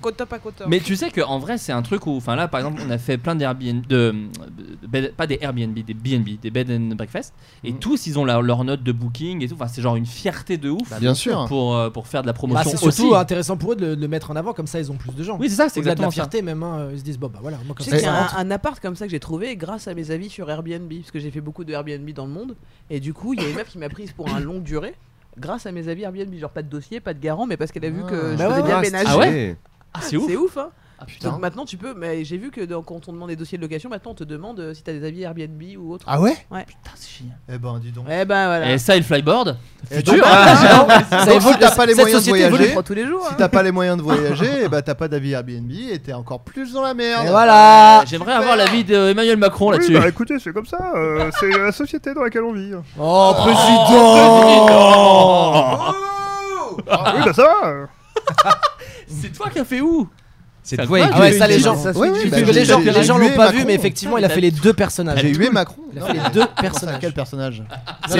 Speaker 8: Content, pas content.
Speaker 6: Mais tu sais que en vrai, c'est un truc où, enfin là, par exemple, on a fait plein d'Airbnb, de, de bed- pas des Airbnb, des BNB, des bed and breakfast, et
Speaker 7: Mhm.
Speaker 6: tous ils ont leur, leur note de booking et tout. Enfin, c'est genre une fierté de ouf.
Speaker 5: bien sûr.
Speaker 6: Pour euh, pour faire de la
Speaker 7: Bah,
Speaker 6: promotion
Speaker 7: c'est
Speaker 6: aussi.
Speaker 7: surtout intéressant pour eux de le, de le mettre en avant, comme ça ils ont plus de gens.
Speaker 6: Oui, c'est ça, c'est
Speaker 7: Au-delà de la
Speaker 6: exactement ça.
Speaker 7: fierté, même hein, ils se disent bon bah voilà, moi
Speaker 8: Tu
Speaker 7: comme
Speaker 8: sais
Speaker 7: ça.
Speaker 8: qu'il y
Speaker 7: ça
Speaker 8: a
Speaker 7: rentre.
Speaker 8: un, un appart comme ça que j'ai trouvé grâce à mes avis sur Airbnb, parce que j'ai fait beaucoup de Airbnb dans le monde, et du coup, il y a une meuf qui m'a prise pour un long durée. Grâce à mes avis Airbnb, genre pas de dossier, pas de garant, mais parce qu'elle a vu que
Speaker 10: Ah.
Speaker 8: euh, je
Speaker 7: Bah ouais,
Speaker 8: faisais bien
Speaker 10: ouais.
Speaker 8: ménager.
Speaker 6: Ah ouais Ah, c'est ouf.
Speaker 8: C'est ouf, hein! Donc maintenant tu peux, mais j'ai vu que dans- quand on demande des dossiers de location, maintenant on te demande euh, si t'as des avis Airbnb ou autre.
Speaker 5: Ah ouais
Speaker 8: Ouais.
Speaker 6: Putain, c'est génial.
Speaker 5: Eh ben, dis donc.
Speaker 8: Eh ben voilà.
Speaker 6: Et ça, et le flyboard
Speaker 5: Et
Speaker 6: Futur
Speaker 5: donc,
Speaker 6: hein.
Speaker 5: ah,
Speaker 6: Ça
Speaker 5: donc,
Speaker 6: évolue-
Speaker 5: si t'as pas les
Speaker 6: cette
Speaker 5: moyens de
Speaker 6: société évolue.
Speaker 5: voyager,
Speaker 8: tous les jours, hein.
Speaker 5: si t'as pas les moyens de voyager, et bah t'as pas d'avis Airbnb et t'es encore plus dans la merde.
Speaker 7: Et voilà.
Speaker 6: Euh, J'aimerais avoir l'avis d'Emmanuel Macron
Speaker 11: Oui,
Speaker 6: là-dessus.
Speaker 11: bah écoutez, c'est comme ça. euh, c'est la société dans laquelle on vit.
Speaker 7: Oh,
Speaker 6: président
Speaker 11: Ah oui, bah ça va.
Speaker 6: C'est toi qui as fait où
Speaker 10: C'est
Speaker 6: Ça
Speaker 10: toi
Speaker 6: te
Speaker 10: et
Speaker 6: va,
Speaker 7: Ah ouais,
Speaker 6: tu-
Speaker 7: ça les
Speaker 6: tu-
Speaker 7: gens,
Speaker 6: tu-
Speaker 5: oui,
Speaker 6: tu-
Speaker 5: oui,
Speaker 6: tu-
Speaker 5: bah,
Speaker 6: tu-
Speaker 5: j'ai-
Speaker 7: les gens,
Speaker 5: j'ai
Speaker 7: les gens
Speaker 5: hué
Speaker 7: l'ont pas vu,
Speaker 5: Macron.
Speaker 7: mais effectivement, il a fait les deux personnages.
Speaker 5: J'ai hué Macron.
Speaker 7: Il a
Speaker 5: Non,
Speaker 7: fait
Speaker 5: mais-
Speaker 7: les deux
Speaker 5: Pense à
Speaker 7: personnages.
Speaker 5: Quel personnage
Speaker 10: C'est-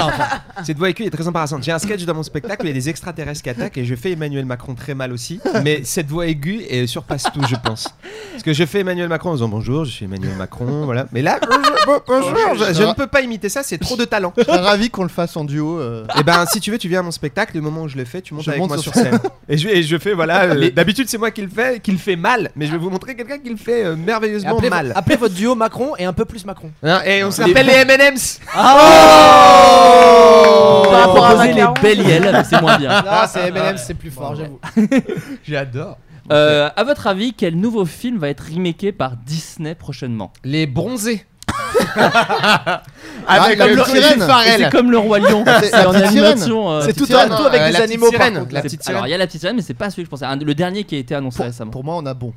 Speaker 10: Cette voix écu est très embarrassante. J'ai un sketch dans mon spectacle où il y a des extraterrestres qui attaquent et je fais Emmanuel Macron très mal aussi. Mais cette voix aiguë et surpasse tout, je pense. Parce que je fais Emmanuel Macron en disant bonjour, je suis Emmanuel Macron, voilà. Mais là, bonjour, bonjour, je, je ne peux pas imiter ça, c'est trop de talent.
Speaker 5: Je serais ravi qu'on le fasse en duo. euh,
Speaker 10: Et ben, si tu veux, tu viens à mon spectacle. Le moment où je le fais, tu montes
Speaker 5: Je
Speaker 10: avec
Speaker 5: monte
Speaker 10: moi
Speaker 5: sur
Speaker 10: sur scène. et, je, et je fais, voilà. euh, D'habitude, c'est moi qui le fais, qui le fait mal. Mais je vais vous montrer quelqu'un qui le fait euh,
Speaker 7: Et
Speaker 10: merveilleusement
Speaker 7: appelez,
Speaker 10: mal.
Speaker 7: appelez votre duo Macron et un peu plus Macron.
Speaker 10: Hein, et on s'appelle les MM's. Ah.
Speaker 6: On
Speaker 10: Oh
Speaker 6: va
Speaker 8: Par rapport à
Speaker 6: proposer les
Speaker 8: Macron.
Speaker 6: Béliel, mais c'est moins bien.
Speaker 7: Non,
Speaker 10: Ah,
Speaker 7: c'est MLM, c'est plus fort, j'avoue.
Speaker 10: J'adore.
Speaker 6: Euh, à votre avis, quel nouveau film va être remaké par Disney prochainement
Speaker 10: Les bronzés.
Speaker 5: Ah,
Speaker 10: Avec
Speaker 5: comme
Speaker 10: le
Speaker 5: le
Speaker 10: petit
Speaker 5: sirène.
Speaker 10: Farrell.
Speaker 6: C'est comme le roi lion,
Speaker 5: C'est
Speaker 6: c'est
Speaker 5: la
Speaker 6: en
Speaker 5: petite
Speaker 6: animation. euh,
Speaker 5: C'est
Speaker 6: c'est-
Speaker 5: tout un
Speaker 10: sirène,
Speaker 5: tout
Speaker 10: euh,
Speaker 5: avec des
Speaker 10: la petite
Speaker 5: animaux. par
Speaker 10: sirène,
Speaker 5: contre,
Speaker 10: la
Speaker 5: là.
Speaker 10: petite sirène.
Speaker 6: Alors il y a la petite sirène, mais c'est pas celui que je pensais. Un- Le dernier qui a été annoncé
Speaker 5: Pour-
Speaker 6: récemment.
Speaker 5: Pour moi, on a bon.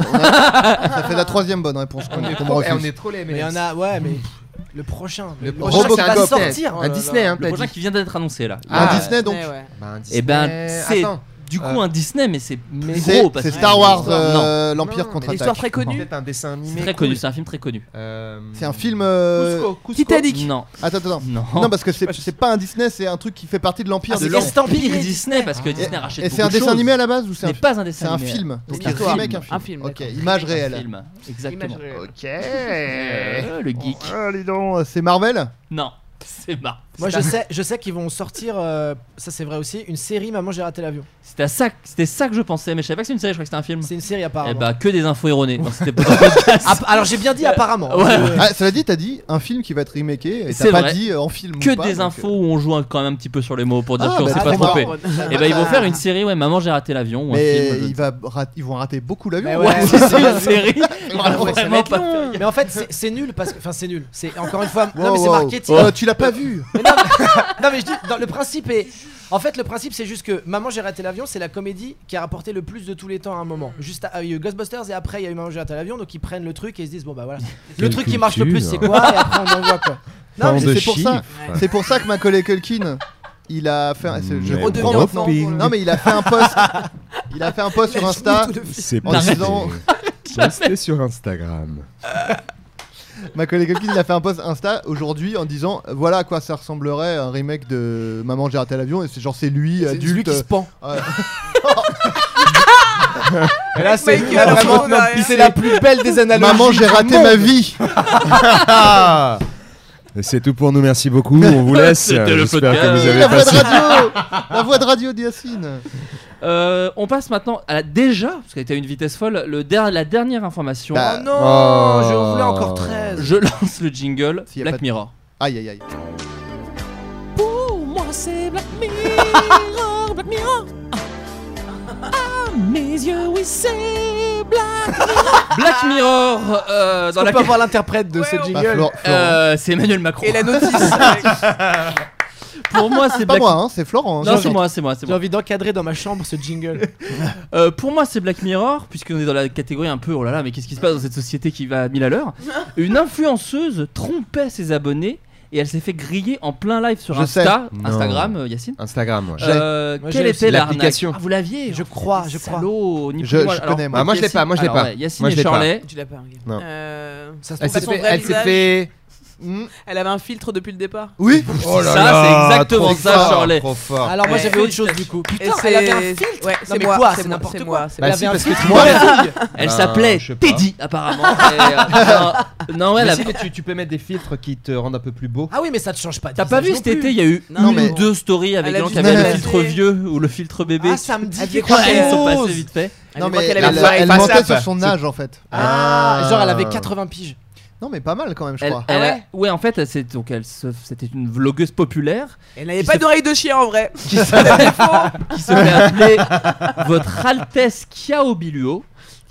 Speaker 5: On a- Ça fait la troisième bonne réponse qu'on
Speaker 10: On est
Speaker 5: qu'on me
Speaker 10: trop- eh, on
Speaker 5: refuse.
Speaker 10: est trop les
Speaker 7: Mais il y en
Speaker 10: MM's.
Speaker 7: a, ouais, mais le prochain.
Speaker 10: Le
Speaker 7: prochain
Speaker 5: Robocop.
Speaker 7: qui va
Speaker 5: Robocop.
Speaker 7: sortir. oh
Speaker 10: Un Disney, hein,
Speaker 6: Le
Speaker 10: t'as
Speaker 6: prochain
Speaker 10: dit.
Speaker 6: qui vient d'être annoncé là.
Speaker 10: Ah,
Speaker 5: Un Disney donc.
Speaker 8: Ouais, ouais.
Speaker 10: Bah, un Disney.
Speaker 6: Et ben c'est
Speaker 10: Attends.
Speaker 6: du coup un Disney, mais c'est
Speaker 7: Mais
Speaker 5: euh, C'est
Speaker 6: gros parce
Speaker 5: c'est
Speaker 6: que-
Speaker 5: Star Wars,
Speaker 6: Non.
Speaker 5: euh, l'Empire
Speaker 10: Non,
Speaker 8: Histoire
Speaker 5: contre-attaque.
Speaker 8: très connue.
Speaker 10: Peut-être un dessin animé.
Speaker 6: C'est très connu, c'est un film très connu.
Speaker 5: C'est un film. euh,
Speaker 8: Titanic.
Speaker 6: Non,
Speaker 5: Attends, attends. attends.
Speaker 6: non.
Speaker 5: Non, parce que c'est c'est pas un Disney, c'est un truc qui fait partie de l'Empire
Speaker 6: Ah,
Speaker 5: de
Speaker 6: c'est
Speaker 5: l'Empire.
Speaker 6: l'estampille Disney parce que Disney rachète
Speaker 5: Et c'est un
Speaker 6: beaucoup de
Speaker 5: dessin
Speaker 6: choses.
Speaker 5: animé à la base ou
Speaker 6: Ce
Speaker 5: c'est un
Speaker 6: n'est
Speaker 5: film
Speaker 6: pas un dessin
Speaker 5: C'est un
Speaker 6: animé.
Speaker 5: film. Donc
Speaker 8: C'est
Speaker 5: il
Speaker 8: un
Speaker 5: remake
Speaker 8: film.
Speaker 5: un film.
Speaker 8: Un film,
Speaker 5: Ok,
Speaker 8: d'accord.
Speaker 5: image
Speaker 6: Ah, Un
Speaker 5: réelle.
Speaker 6: film, Exactement.
Speaker 8: Imagine-
Speaker 11: Ok.
Speaker 6: Euh, le geek.
Speaker 5: Oh.
Speaker 11: Ah, dis donc.
Speaker 5: C'est Marvel
Speaker 6: Non, c'est marrant.
Speaker 7: Moi, je sais, je sais qu'ils vont sortir, euh, ça c'est vrai aussi, une série Maman, j'ai raté l'avion.
Speaker 6: C'était ça, c'était ça que je pensais, mais je savais pas que c'était une série, je croyais que c'était un film.
Speaker 7: C'est une série apparemment.
Speaker 6: Eh bah que des infos erronées. Non, c'était pas un podcast.
Speaker 7: Ah, alors j'ai bien dit apparemment.
Speaker 6: Ouais.
Speaker 7: Euh,
Speaker 5: Ah, Cela dit, t'as dit un film qui va être remaké et
Speaker 6: C'est
Speaker 5: t'as pas
Speaker 6: vrai.
Speaker 5: dit euh, en film. ou
Speaker 6: que
Speaker 5: pas,
Speaker 6: des
Speaker 5: donc,
Speaker 6: infos
Speaker 5: euh,
Speaker 6: où on joue un- quand même un petit peu sur les mots pour dire
Speaker 5: Ah,
Speaker 6: qu'on
Speaker 5: bah,
Speaker 6: s'est
Speaker 5: c'est
Speaker 6: pas
Speaker 5: trop
Speaker 6: trompé.
Speaker 5: marrant.
Speaker 6: Et bah ils vont faire une série, ouais, maman j'ai raté l'avion ou un
Speaker 5: euh, Mais
Speaker 6: film.
Speaker 5: il va rat- ils vont rater beaucoup
Speaker 7: Mais
Speaker 5: l'avion.
Speaker 7: ouais.
Speaker 6: Ouais, si c'est une série. ils
Speaker 7: Ah
Speaker 6: vont
Speaker 7: ouais, ça va
Speaker 6: vraiment
Speaker 7: être
Speaker 6: pas
Speaker 7: long.
Speaker 6: faire-
Speaker 7: Mais en fait, c'est- c'est nul parce que. Enfin, c'est nul. C'est encore une fois. non,
Speaker 5: Wow,
Speaker 7: mais c'est
Speaker 5: wow.
Speaker 7: marketing.
Speaker 5: Euh, tu l'as pas vu
Speaker 7: Mais non, mais- non, mais je dis, dans- le principe est. En fait, le principe, c'est juste que Maman, j'ai raté l'avion, c'est la comédie qui a rapporté le plus de tous les temps à un moment. Juste, à- il y a eu Ghostbusters et après, il y a eu Maman, j'ai raté l'avion, donc ils prennent le truc et ils se disent, bon bah voilà. Le
Speaker 10: Quelle
Speaker 7: truc qui marche le
Speaker 10: culture.
Speaker 7: plus, c'est quoi Et après, on envoie quoi. Non,
Speaker 5: mais
Speaker 10: Tant de
Speaker 5: c'est pour ça.
Speaker 10: chiffres.
Speaker 5: C'est pour ça que Macaulay Culkin, il a fait. un- c'est- Je
Speaker 10: Mais
Speaker 5: reprends
Speaker 8: bon.
Speaker 5: maintenant.
Speaker 8: Doping.
Speaker 5: Non mais il a fait un post. Il a fait un post sur Insta
Speaker 10: C'est
Speaker 5: en disant
Speaker 10: Restez sur Instagram.
Speaker 5: Macaulay Culkin, il a fait un post Insta aujourd'hui en disant euh, voilà à quoi ça ressemblerait un remake de Maman j'ai raté l'avion et c'est genre c'est lui
Speaker 7: C'est celui
Speaker 5: adulte.
Speaker 7: qui se pend.
Speaker 5: euh,
Speaker 10: Et là, c'est
Speaker 8: Michael Jordan
Speaker 10: vraiment
Speaker 8: derrière.
Speaker 10: c'est la plus belle des analogies.
Speaker 5: Maman j'ai raté ma vie.
Speaker 10: C'est tout pour nous, merci beaucoup. On vous laisse.
Speaker 6: C'était le J'espère que podcast. vous
Speaker 5: Oui, la voix de radio. La voix de radio d'Yacine.
Speaker 6: Euh, on passe maintenant à la- déjà, parce qu'elle était à une vitesse folle, le der- la dernière information.
Speaker 5: Bah,
Speaker 7: Oh non,
Speaker 10: Oh.
Speaker 7: je voulais encore 13.
Speaker 6: Je lance le jingle
Speaker 5: S'il y a pas
Speaker 6: Black
Speaker 5: de-
Speaker 6: Mirror.
Speaker 5: Aïe aïe aïe.
Speaker 6: Pour moi, c'est Black Mirror, Black Mirror. Ah, mes yeux, oui, c'est Black Mirror. Black Mirror, euh, dans
Speaker 7: On
Speaker 6: la
Speaker 7: peut avoir l'interprète de
Speaker 8: Ouais,
Speaker 7: ce
Speaker 8: on-
Speaker 5: Bah,
Speaker 7: jingle.
Speaker 5: Flor- Florent.
Speaker 6: euh, c'est Emmanuel Macron.
Speaker 8: Et la notice.
Speaker 6: Pour moi, c'est
Speaker 5: C'est pas
Speaker 6: Black.
Speaker 5: moi hein, c'est Florent. hein.
Speaker 6: Non, c'est moi, c'est moi, c'est
Speaker 7: J'ai
Speaker 6: moi.
Speaker 7: envie d'encadrer dans ma chambre ce jingle.
Speaker 6: Euh, pour moi, c'est Black Mirror, puisqu'on est dans la catégorie un peu oh là là, mais qu'est-ce qui se passe dans cette société qui va à mille à l'heure Une influenceuse trompait ses abonnés et elle s'est fait griller en plein live sur
Speaker 5: Je
Speaker 6: Insta,
Speaker 10: sais. Non.
Speaker 6: Instagram, euh, Yacine.
Speaker 10: Instagram, ouais.
Speaker 6: Euh,
Speaker 7: Moi,
Speaker 6: quelle
Speaker 7: j'ai
Speaker 6: était l'arnaque
Speaker 10: l'application.
Speaker 6: Ah, Vous l'aviez ah,
Speaker 7: Je crois, je crois.
Speaker 6: Salaud, ni
Speaker 5: Je,
Speaker 6: plus ni
Speaker 5: je
Speaker 6: moins. Alors,
Speaker 5: connais moi.
Speaker 10: Ah, moi je l'ai pas, moi je l'ai
Speaker 6: alors,
Speaker 10: pas.
Speaker 6: ouais, Yacine
Speaker 10: Moi, je
Speaker 6: et
Speaker 10: l'ai pas.
Speaker 6: Charlet.
Speaker 8: Tu l'as pas, regarde.
Speaker 10: Non.
Speaker 8: Euh,
Speaker 7: Ça se
Speaker 10: Elle
Speaker 7: trouve,
Speaker 10: s'est
Speaker 8: son
Speaker 10: fait,
Speaker 8: vrai
Speaker 10: elle s'est
Speaker 8: visage.
Speaker 10: fait.
Speaker 5: Mm.
Speaker 8: Elle avait un filtre depuis le départ.
Speaker 5: Oui.
Speaker 6: ça, c'est exactement
Speaker 10: Oh trop
Speaker 6: ça,
Speaker 10: fort,
Speaker 6: Charlet.
Speaker 10: Trop fort.
Speaker 7: Alors moi
Speaker 8: Ouais.
Speaker 7: j'avais autre chose du coup.
Speaker 8: Et
Speaker 7: Putain,
Speaker 8: c'est-
Speaker 7: elle avait un filtre.
Speaker 8: Ouais,
Speaker 7: Non,
Speaker 8: c'est
Speaker 7: mais
Speaker 8: moi,
Speaker 7: quoi,
Speaker 8: c'est
Speaker 7: c'est
Speaker 8: moi,
Speaker 7: n'importe
Speaker 8: c'est
Speaker 7: quoi.
Speaker 8: moi, c'est
Speaker 10: Bah,
Speaker 7: elle avait
Speaker 10: si,
Speaker 7: un
Speaker 10: parce que
Speaker 7: filtre dans
Speaker 10: moi-
Speaker 7: la fouille.
Speaker 6: Elle
Speaker 10: Ben,
Speaker 6: s'appelait
Speaker 10: je sais pas.
Speaker 6: Teddy, apparemment. Et, euh, non, non, elle
Speaker 10: Mais
Speaker 6: a-
Speaker 10: si, mais tu, tu peux mettre des filtres qui te rendent un peu plus beau.
Speaker 7: Ah oui mais ça te change pas. de
Speaker 6: T'as pas
Speaker 7: visage
Speaker 6: vu
Speaker 7: non
Speaker 6: cet été,
Speaker 7: plus.
Speaker 6: il y a eu
Speaker 8: Non,
Speaker 6: une
Speaker 5: mais-
Speaker 6: ou deux stories avec
Speaker 8: Elle
Speaker 6: des
Speaker 8: a
Speaker 6: gens
Speaker 8: dû
Speaker 6: qui avaient le
Speaker 8: se
Speaker 6: filtre
Speaker 8: placer.
Speaker 6: vieux ou le filtre bébé.
Speaker 7: Ah ça me dit
Speaker 8: Elle
Speaker 7: quelque
Speaker 8: décroche,
Speaker 6: Elles sont
Speaker 7: chose.
Speaker 6: passées vite fait.
Speaker 5: Non mais elle,
Speaker 8: elle avait
Speaker 5: elle-
Speaker 8: la
Speaker 5: elle
Speaker 10: face
Speaker 5: mentait
Speaker 10: up.
Speaker 5: sur son âge en fait.
Speaker 7: Ah, genre elle avait 80 piges.
Speaker 5: Non mais pas mal quand même je
Speaker 6: Elle-
Speaker 5: crois.
Speaker 6: elle a-
Speaker 8: Ah
Speaker 6: ouais, en fait, elle s'est- donc elle se- c'était une vlogueuse populaire
Speaker 8: Elle n'avait pas d'oreille de chien en vrai.
Speaker 6: qui se, qui se fait appeler Votre Altesse Kiao Biluo,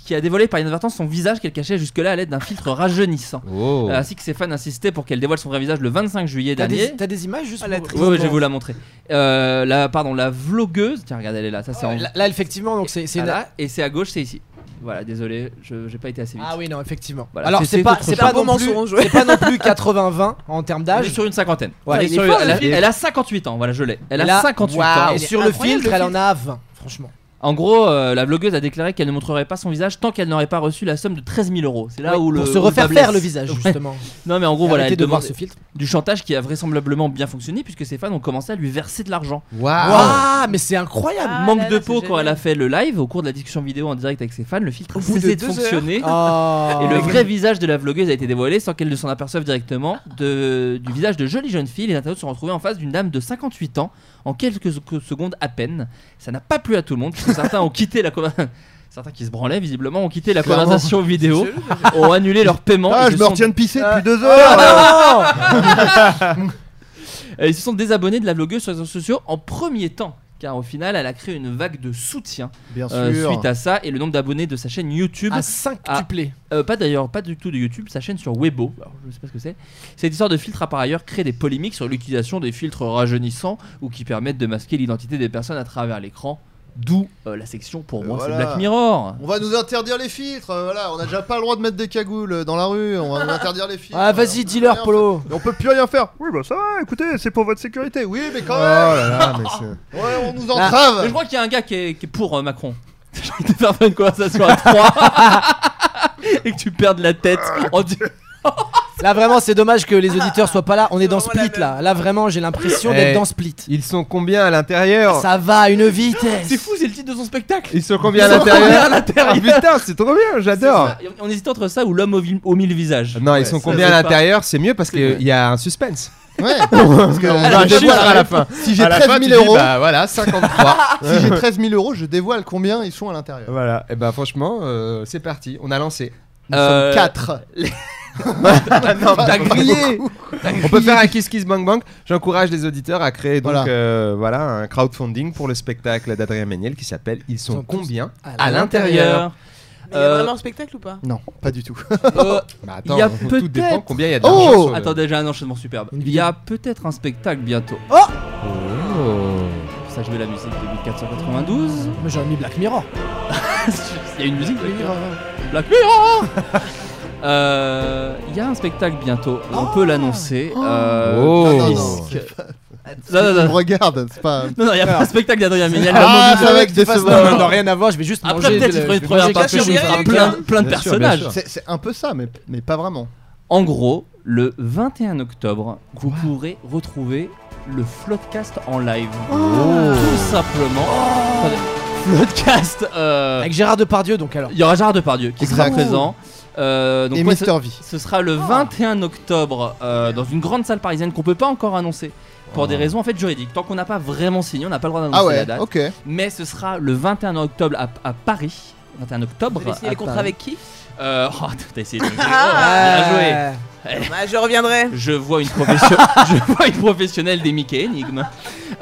Speaker 6: qui a dévoilé par inadvertance son visage qu'elle cachait jusque-là à l'aide d'un filtre rajeunissant.
Speaker 10: Oh.
Speaker 6: Euh, ainsi que ses fans insistaient pour qu'elle dévoile son vrai visage le 25 juillet
Speaker 7: T'as
Speaker 6: dernier.
Speaker 7: des, t'as des images juste pour-
Speaker 6: Oui, oui, je vais vous la montrer. Euh, la, pardon, la vlogueuse. Tiens, regardez, elle est là. Ça, c'est en-
Speaker 7: Là, là, effectivement, donc c'est c'est une-
Speaker 6: Ah, là, et c'est à gauche, c'est ici. Voilà, désolé, je j'ai pas été assez vite.
Speaker 7: Ah oui, non, effectivement.
Speaker 6: Voilà,
Speaker 7: Alors,
Speaker 6: c'était
Speaker 7: c'est pas,
Speaker 6: autre chose.
Speaker 7: c'est pas, non plus- c'est pas non plus 80-20 en termes
Speaker 6: Elle
Speaker 7: d'âge.
Speaker 6: est sur une cinquantaine. Voilà,
Speaker 7: Ouais,
Speaker 6: elle,
Speaker 7: il
Speaker 6: est
Speaker 7: est
Speaker 6: sur-
Speaker 7: fort,
Speaker 6: elle
Speaker 7: le
Speaker 6: a,
Speaker 7: filtre.
Speaker 6: elle a 58 ans. Voilà, je l'ai. Elle
Speaker 7: Là,
Speaker 6: a 58
Speaker 7: waouh.
Speaker 6: ans.
Speaker 7: Et sur le filtre, elle en a 20, franchement.
Speaker 6: En gros, euh, la blogueuse a déclaré qu'elle ne montrerait pas son visage tant qu'elle n'aurait pas reçu la somme de 13 000 euros. C'est là
Speaker 7: Oui,
Speaker 6: où le.
Speaker 7: pour se
Speaker 6: où
Speaker 7: refaire
Speaker 6: bas blesse.
Speaker 7: faire le visage,
Speaker 6: Ouais.
Speaker 7: justement.
Speaker 6: Non, mais en gros,
Speaker 7: Et
Speaker 6: voilà,
Speaker 7: arrêtez
Speaker 6: elle
Speaker 7: de voir
Speaker 6: demande
Speaker 7: ce filtre.
Speaker 6: Du chantage qui a vraisemblablement bien fonctionné puisque ses fans ont commencé à lui verser de l'argent.
Speaker 10: Waouh.
Speaker 7: Waouh, mais c'est incroyable.
Speaker 6: Manque de peau quand elle a fait le live au cours de la discussion vidéo en direct avec ses fans, le filtre a
Speaker 7: bout de
Speaker 6: cessé de,
Speaker 7: deux
Speaker 6: fonctionner
Speaker 7: heures. Oh.
Speaker 5: Ah,
Speaker 6: et le vrai visage de la vlogueuse a été dévoilé sans qu'elle ne s'en aperçoive directement. De, du visage de jolie jeune fille, les internautes se sont retrouvés en face d'une dame de 58 ans en quelques sec- secondes à peine. Ça n'a pas plu à tout le monde puisque certains ont quitté la conver- Certains qui se branlaient visiblement ont quitté la
Speaker 5: Clairement.
Speaker 6: conversation vidéo, ont annulé leur paiement.
Speaker 5: Ah,
Speaker 6: et
Speaker 5: je
Speaker 6: se
Speaker 5: me
Speaker 6: sont-
Speaker 5: retiens de pisser depuis deux
Speaker 6: Ah.
Speaker 5: heures.
Speaker 6: Euh, Ils se sont désabonnés de la vlogueuse sur les réseaux sociaux en premier temps, car au final, elle a créé une vague de soutien
Speaker 5: Bien
Speaker 6: euh,
Speaker 5: sûr.
Speaker 6: suite à ça, et le nombre d'abonnés de sa chaîne YouTube
Speaker 7: A
Speaker 6: quintuplé. Ah, euh, pas d'ailleurs, pas du tout de YouTube, sa chaîne sur Weibo. Alors, je sais pas ce que c'est. Cette histoire de filtre a par ailleurs créé des polémiques sur l'utilisation des filtres rajeunissants ou qui permettent de masquer l'identité des personnes à travers l'écran. D'où euh, la section pour moi,
Speaker 5: voilà.
Speaker 6: c'est Black Mirror.
Speaker 5: On va nous interdire les filtres, euh, voilà, on a déjà pas le droit de mettre des cagoules euh, dans la rue, on va nous interdire les filtres.
Speaker 7: Ah, vas-y, dis-leur, Polo.
Speaker 5: On peut plus rien faire.
Speaker 11: Oui, bah ça va, écoutez, c'est pour votre sécurité.
Speaker 5: Oui, mais
Speaker 11: quand
Speaker 5: Oh
Speaker 11: même.
Speaker 5: là là, mais c'est- Ouais, on nous entrave.
Speaker 6: Ah, mais je crois qu'il y a un gars qui est, qui est pour euh, Macron. J'ai envie de faire une conversation à trois et que tu perdes la tête.
Speaker 10: Ah,
Speaker 6: Oh, en di-
Speaker 7: Là, vraiment, c'est dommage que les auditeurs soient pas là. On est dans Split, là. Là, vraiment, j'ai l'impression
Speaker 10: Eh,
Speaker 7: d'être dans Split.
Speaker 10: Ils sont combien à l'intérieur
Speaker 7: Ça va à une vitesse.
Speaker 6: C'est fou, c'est le titre de son spectacle.
Speaker 10: Ils sont combien
Speaker 6: Ils sont
Speaker 10: à
Speaker 6: combien à
Speaker 10: l'intérieur
Speaker 6: l'intérieur
Speaker 10: Ah putain, c'est trop bien, j'adore.
Speaker 6: C'est ça, On hésite entre ça ou l'homme au, vil- au mille visages.
Speaker 10: Non, ils sont combien à l'intérieur C'est mieux parce qu'il y a un suspense.
Speaker 5: Ouais.
Speaker 10: Parce
Speaker 5: que-
Speaker 10: on
Speaker 5: Alors,
Speaker 10: va
Speaker 5: je
Speaker 10: dévoiler
Speaker 5: suis-
Speaker 10: à la fin.
Speaker 5: Ah, Si j'ai
Speaker 10: À la
Speaker 5: 13
Speaker 10: fin, tu
Speaker 5: 000
Speaker 10: dis,
Speaker 5: euros.
Speaker 10: bah voilà, 53.
Speaker 5: si j'ai 13 000 euros, je dévoile combien ils sont à l'intérieur.
Speaker 10: Voilà, et bah franchement, euh, c'est parti, on a lancé.
Speaker 5: Nous Euh, sommes quatre.
Speaker 10: Les- Non, T'as grillé On peut faire un Kiss Kiss Bang Bang. J'encourage les auditeurs à créer donc
Speaker 5: Voilà.
Speaker 10: euh, voilà, un crowdfunding pour le spectacle d'Adrien Méniel qui s'appelle Ils sont combien
Speaker 6: à l'intérieur
Speaker 8: Il y a
Speaker 6: Euh,
Speaker 8: vraiment un spectacle ou pas
Speaker 5: Non, pas du tout.
Speaker 6: Euh,
Speaker 10: Bah attends,
Speaker 6: Il y a
Speaker 10: tout dépend
Speaker 6: peut-être. Oh!
Speaker 10: combien il y a d'argent sur le-
Speaker 6: Attendez, j'ai un enchaînement superbe. Il y a peut-être un spectacle bientôt.
Speaker 7: Oh
Speaker 5: Oh!
Speaker 6: Ça, je mets la musique de 1492.
Speaker 7: Mais j'aurais mis Black Mirror.
Speaker 6: Il y a une musique Black Mirror. Black Mirror Euh, Il y a un spectacle bientôt, on peut l'annoncer. Euh,
Speaker 10: Oh.
Speaker 5: Non, non, non,
Speaker 6: puisque-
Speaker 5: c'est pas-
Speaker 6: Non, non, non.
Speaker 5: Regarde, c'est pas.
Speaker 6: Non, non, il y a pas un spectacle d'Adrien Méniel.
Speaker 5: Ah,
Speaker 6: le
Speaker 5: ça va
Speaker 6: moment
Speaker 5: être
Speaker 6: du-
Speaker 5: décevant.
Speaker 6: Non, non,
Speaker 7: Non, rien à voir, je vais juste
Speaker 6: Après,
Speaker 7: manger.
Speaker 6: peut-être,
Speaker 7: de-
Speaker 6: il ferait une
Speaker 7: je vais
Speaker 6: première
Speaker 7: manger
Speaker 6: partie,
Speaker 7: quelque
Speaker 6: il
Speaker 7: chose. hein.
Speaker 6: fera plein de- plein de Bien sûr, bien personnages. sûr.
Speaker 5: C'est c'est un peu ça, mais, mais pas vraiment.
Speaker 6: En gros, le 21 octobre, vous pourrez retrouver le Floodcast en live.
Speaker 5: Oh.
Speaker 6: Tout simplement. Attendez. Floodcast. euh,
Speaker 7: Avec Gérard Depardieu, donc alors.
Speaker 6: Il y aura Gérard Depardieu qui sera
Speaker 5: Exact.
Speaker 6: présent. Euh, donc
Speaker 5: Et Oh.
Speaker 6: ouais,
Speaker 5: Mr.
Speaker 6: ce-
Speaker 5: V.
Speaker 6: Ce sera le 21 octobre euh, dans une grande salle parisienne qu'on peut pas encore annoncer pour des raisons en fait juridiques. Tant qu'on n'a pas vraiment signé, on n'a pas le droit d'annoncer
Speaker 5: Oh. Ah ouais,
Speaker 6: la date.
Speaker 5: ok.
Speaker 6: Mais ce sera le 21 octobre à, à Paris. 21 octobre.
Speaker 8: Vous avez signé
Speaker 6: à
Speaker 8: les contrats
Speaker 6: Paris.
Speaker 8: avec qui
Speaker 6: euh, oh, T'as essayé de me
Speaker 8: Ah.
Speaker 6: Bien joué.
Speaker 8: Bah, je reviendrai.
Speaker 6: Je vois une, profession- je vois une professionnelle des Mickey Enigme.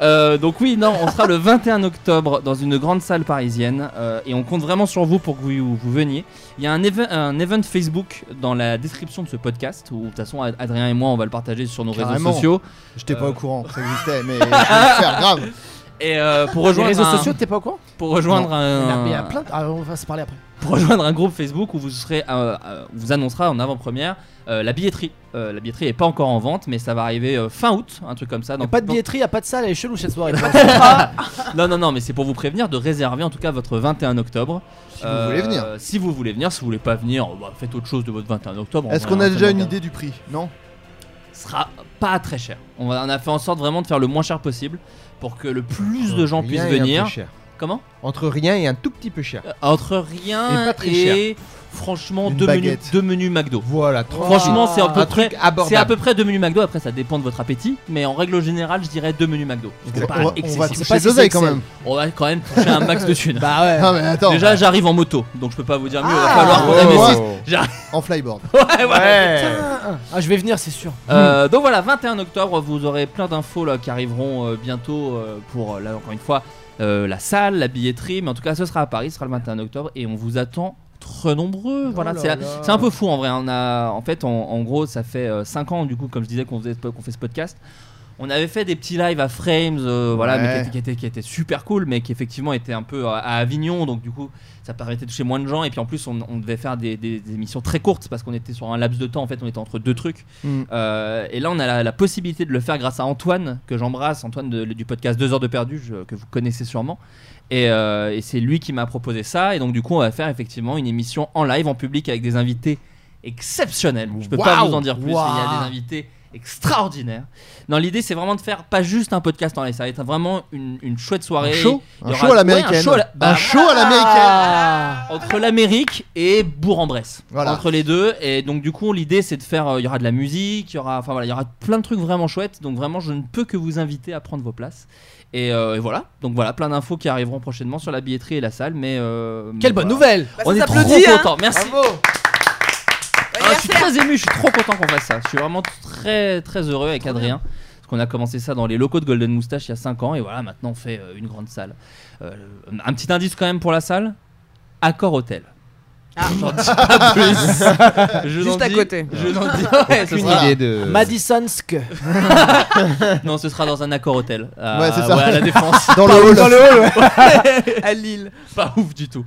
Speaker 6: Euh, donc oui, non, on sera le 21 octobre dans une grande salle parisienne euh, et on compte vraiment sur vous pour que vous, vous veniez. Il y a un, even- un event Facebook dans la description de ce podcast où de toute façon Ad- Adrien et moi on va le partager sur nos
Speaker 5: Carrément.
Speaker 6: réseaux sociaux.
Speaker 5: J'étais pas
Speaker 6: Euh,
Speaker 5: au courant que ça existait, mais je vais le faire grave.
Speaker 6: Et euh, pour rejoindre
Speaker 7: Les réseaux
Speaker 6: un-
Speaker 7: sociaux, t'es pas au courant
Speaker 6: Pour rejoindre
Speaker 7: Non.
Speaker 6: un-
Speaker 7: Il y en a- mais il y a plein de- Ah, on va se parler après.
Speaker 6: pour rejoindre un groupe Facebook où vous serez, euh, euh, vous annoncera en avant-première euh, la billetterie. Euh, la billetterie est pas encore en vente, mais ça va arriver euh, fin août, un truc comme ça.
Speaker 7: Y a
Speaker 6: Donc
Speaker 7: Pas de
Speaker 6: donc-
Speaker 7: billetterie, y a pas de salle, elle est chelou cette soirée. Bah,
Speaker 6: non, non, non, mais c'est pour vous prévenir de réserver en tout cas votre 21 octobre. Euh,
Speaker 5: Si vous voulez venir.
Speaker 6: Si vous voulez venir, si vous voulez pas venir, oh, bah, faites autre chose de votre 21 octobre.
Speaker 5: Est-ce
Speaker 6: En
Speaker 5: qu'on
Speaker 6: vrai,
Speaker 5: a
Speaker 6: ça
Speaker 5: déjà une
Speaker 6: m'organise.
Speaker 5: idée du prix Non
Speaker 6: Ce sera pas très cher. On, va- on a fait en sorte vraiment de faire le moins cher possible pour que le plus de gens
Speaker 10: Rien
Speaker 6: puissent
Speaker 10: et un peu
Speaker 6: venir.
Speaker 10: cher.
Speaker 6: Comment Euh,
Speaker 10: Entre rien et un tout petit peu cher.
Speaker 6: Entre rien
Speaker 10: Et pas très
Speaker 6: et franchement
Speaker 10: Une
Speaker 6: deux menus,
Speaker 10: baguette.
Speaker 6: deux menus McDo.
Speaker 10: Voilà,
Speaker 6: Franchement, c'est à peu
Speaker 10: Un
Speaker 6: près
Speaker 10: truc abordable.
Speaker 6: c'est à peu près deux menus McDo après ça dépend de votre appétit, mais en règle générale, je dirais deux menus McDo. Parce que c'est
Speaker 5: On
Speaker 6: pas
Speaker 5: va- on va
Speaker 6: excessif.
Speaker 5: toucher C'est pas si l'oseille, quand sexy. même.
Speaker 6: On va quand même toucher un max de thunes.
Speaker 7: Bah ouais.
Speaker 5: Non, mais attends.
Speaker 6: Déjà, j'arrive en moto, donc je peux pas vous dire mieux, il va
Speaker 5: Ah.
Speaker 6: falloir qu'on
Speaker 5: Oh.
Speaker 6: investisse.
Speaker 5: Wow.
Speaker 6: J'arrive-
Speaker 5: En flyboard.
Speaker 6: Ouais, ouais.
Speaker 7: Ah, je vais venir, c'est sûr.
Speaker 6: Euh, donc voilà, 21 octobre, vous aurez plein d'infos là qui arriveront euh, bientôt euh, pour euh, là encore une fois euh, la salle, la billetterie, mais en tout cas ce sera à Paris, ce sera le 21 octobre et on vous attend très nombreux. voilà,
Speaker 7: Oh là
Speaker 6: c'est
Speaker 7: là.
Speaker 6: c'est un peu fou en vrai. On a, en fait, en, en gros, ça fait 5 ans du coup, comme je disais, qu'on faisait- qu'on fait ce podcast. On avait fait des petits lives à Frames, euh, voilà, mais qui
Speaker 10: Ouais.
Speaker 6: étaient- qui étaient, qui étaient super cool, mais qui effectivement étaient un peu à, à Avignon, donc du coup, ça permettait de toucher moins de gens. Et puis en plus, on, on devait faire des, des- des émissions très courtes parce qu'on était sur un laps de temps. En fait, on était entre deux trucs.
Speaker 10: Mm.
Speaker 6: Euh, et là, on a la, la possibilité de le faire grâce à Antoine, que j'embrasse, Antoine de- du podcast 2 heures de perdu, je- que vous connaissez sûrement. Et, euh, et c'est lui qui m'a proposé ça. Et donc, du coup, on va faire effectivement une émission en live, en public, avec des invités exceptionnels. Je peux pas
Speaker 10: Waouh
Speaker 6: vous en dire plus, mais il y a
Speaker 10: Waouh
Speaker 6: des invités extraordinaires. Non, l'idée, c'est vraiment de faire pas juste un podcast en live, ça va être vraiment une, une chouette soirée.
Speaker 5: Un show
Speaker 6: Il y
Speaker 5: Un
Speaker 6: aura-
Speaker 5: show à
Speaker 6: ouais,
Speaker 5: l'américaine.
Speaker 6: Un show à la-
Speaker 5: Un show à l'américaine.
Speaker 6: Entre l'Amérique et Bourg-en-Bresse.
Speaker 5: Voilà.
Speaker 6: Entre les deux. Et donc, du coup, l'idée, c'est de faire. euh, Il y aura de la musique, il y aura, enfin, voilà, il y aura plein de trucs vraiment chouettes. Donc, vraiment, je ne peux que vous inviter à prendre vos places. Et, euh, et voilà. Donc, voilà, plein d'infos qui arriveront prochainement sur la billetterie et la salle. Mais. euh,
Speaker 7: Quelle
Speaker 6: mais voilà.
Speaker 7: bonne nouvelle Bah,
Speaker 6: On
Speaker 7: ça
Speaker 6: est trop
Speaker 7: s'applaudit, hein.
Speaker 6: contents. Merci. Ah, je suis très ému, je suis trop content qu'on fasse ça. Je suis vraiment très très heureux avec Adrien. Parce qu'on a commencé ça dans les locaux de Golden Moustache il y a 5 ans et voilà, maintenant on fait euh, une grande salle. Euh, un petit indice quand même pour la salle Accord Hôtel. J'en dis pas plus. Je
Speaker 8: Juste
Speaker 6: n'en
Speaker 8: à
Speaker 6: dis-
Speaker 8: côté.
Speaker 6: Je n'en dis
Speaker 7: Ça
Speaker 6: ouais,
Speaker 7: sera
Speaker 6: aucune idée de.
Speaker 7: Madisonsk.
Speaker 6: non, ce sera dans un accord hôtel. Euh,
Speaker 7: Ouais, c'est ça.
Speaker 6: à la défense.
Speaker 7: Dans le
Speaker 6: Pas
Speaker 7: hall.
Speaker 6: ouf.
Speaker 7: Dans le hall,
Speaker 6: à Lille. Pas ouf du tout.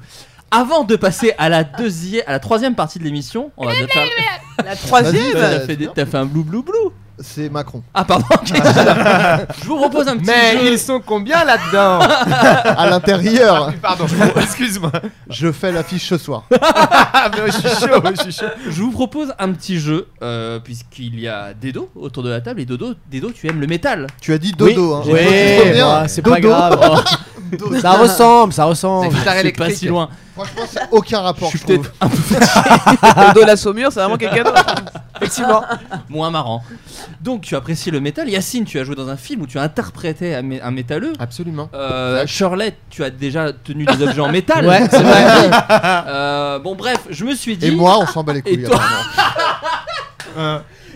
Speaker 6: Avant de passer à la deuxième, à la troisième partie de l'émission, on va déjà faire.
Speaker 8: La troisième
Speaker 6: Vas-y,
Speaker 7: Bah,
Speaker 6: T'as fait, des- t'as fait un blou blou blou.
Speaker 5: C'est Macron.
Speaker 6: Ah pardon. ok. je vous propose un petit
Speaker 10: Mais
Speaker 6: jeu.
Speaker 10: ils sont combien là-dedans
Speaker 5: À l'intérieur.
Speaker 10: Ah, Pardon, excuse-moi.
Speaker 5: Je fais l'affiche ce soir.
Speaker 10: Ah, mais je suis chaud, je suis chaud.
Speaker 6: Je vous propose un petit jeu euh, puisqu'il y a Dedo autour de la table et Dodo, Dedo, tu aimes le métal.
Speaker 5: Tu as dit dodo, hein.
Speaker 6: j'ai
Speaker 5: Oui,
Speaker 6: dit
Speaker 5: bah,
Speaker 6: bien.
Speaker 5: c'est pas grave. Dodo.
Speaker 7: Ça ressemble, ça ressemble.
Speaker 6: C'est Oh, guitare électrique. pas si loin.
Speaker 5: Franchement, c'est aucun rapport. Je, trouve.
Speaker 8: Le dos de la saumure, c'est vraiment quelqu'un d'autre.
Speaker 6: Effectivement. Moins marrant. Donc, tu apprécies le métal. Yacine, tu as joué dans un film où tu as interprété un, mé- un métalleux. Euh,
Speaker 10: Absolument.
Speaker 6: Shirley, tu as déjà tenu des objets en métal.
Speaker 5: Ouais, c'est vrai.
Speaker 6: Euh, bon, bref, je me suis dit.
Speaker 5: Et moi, on s'en bat les
Speaker 6: Et
Speaker 5: couilles.
Speaker 6: toi-
Speaker 5: apparemment.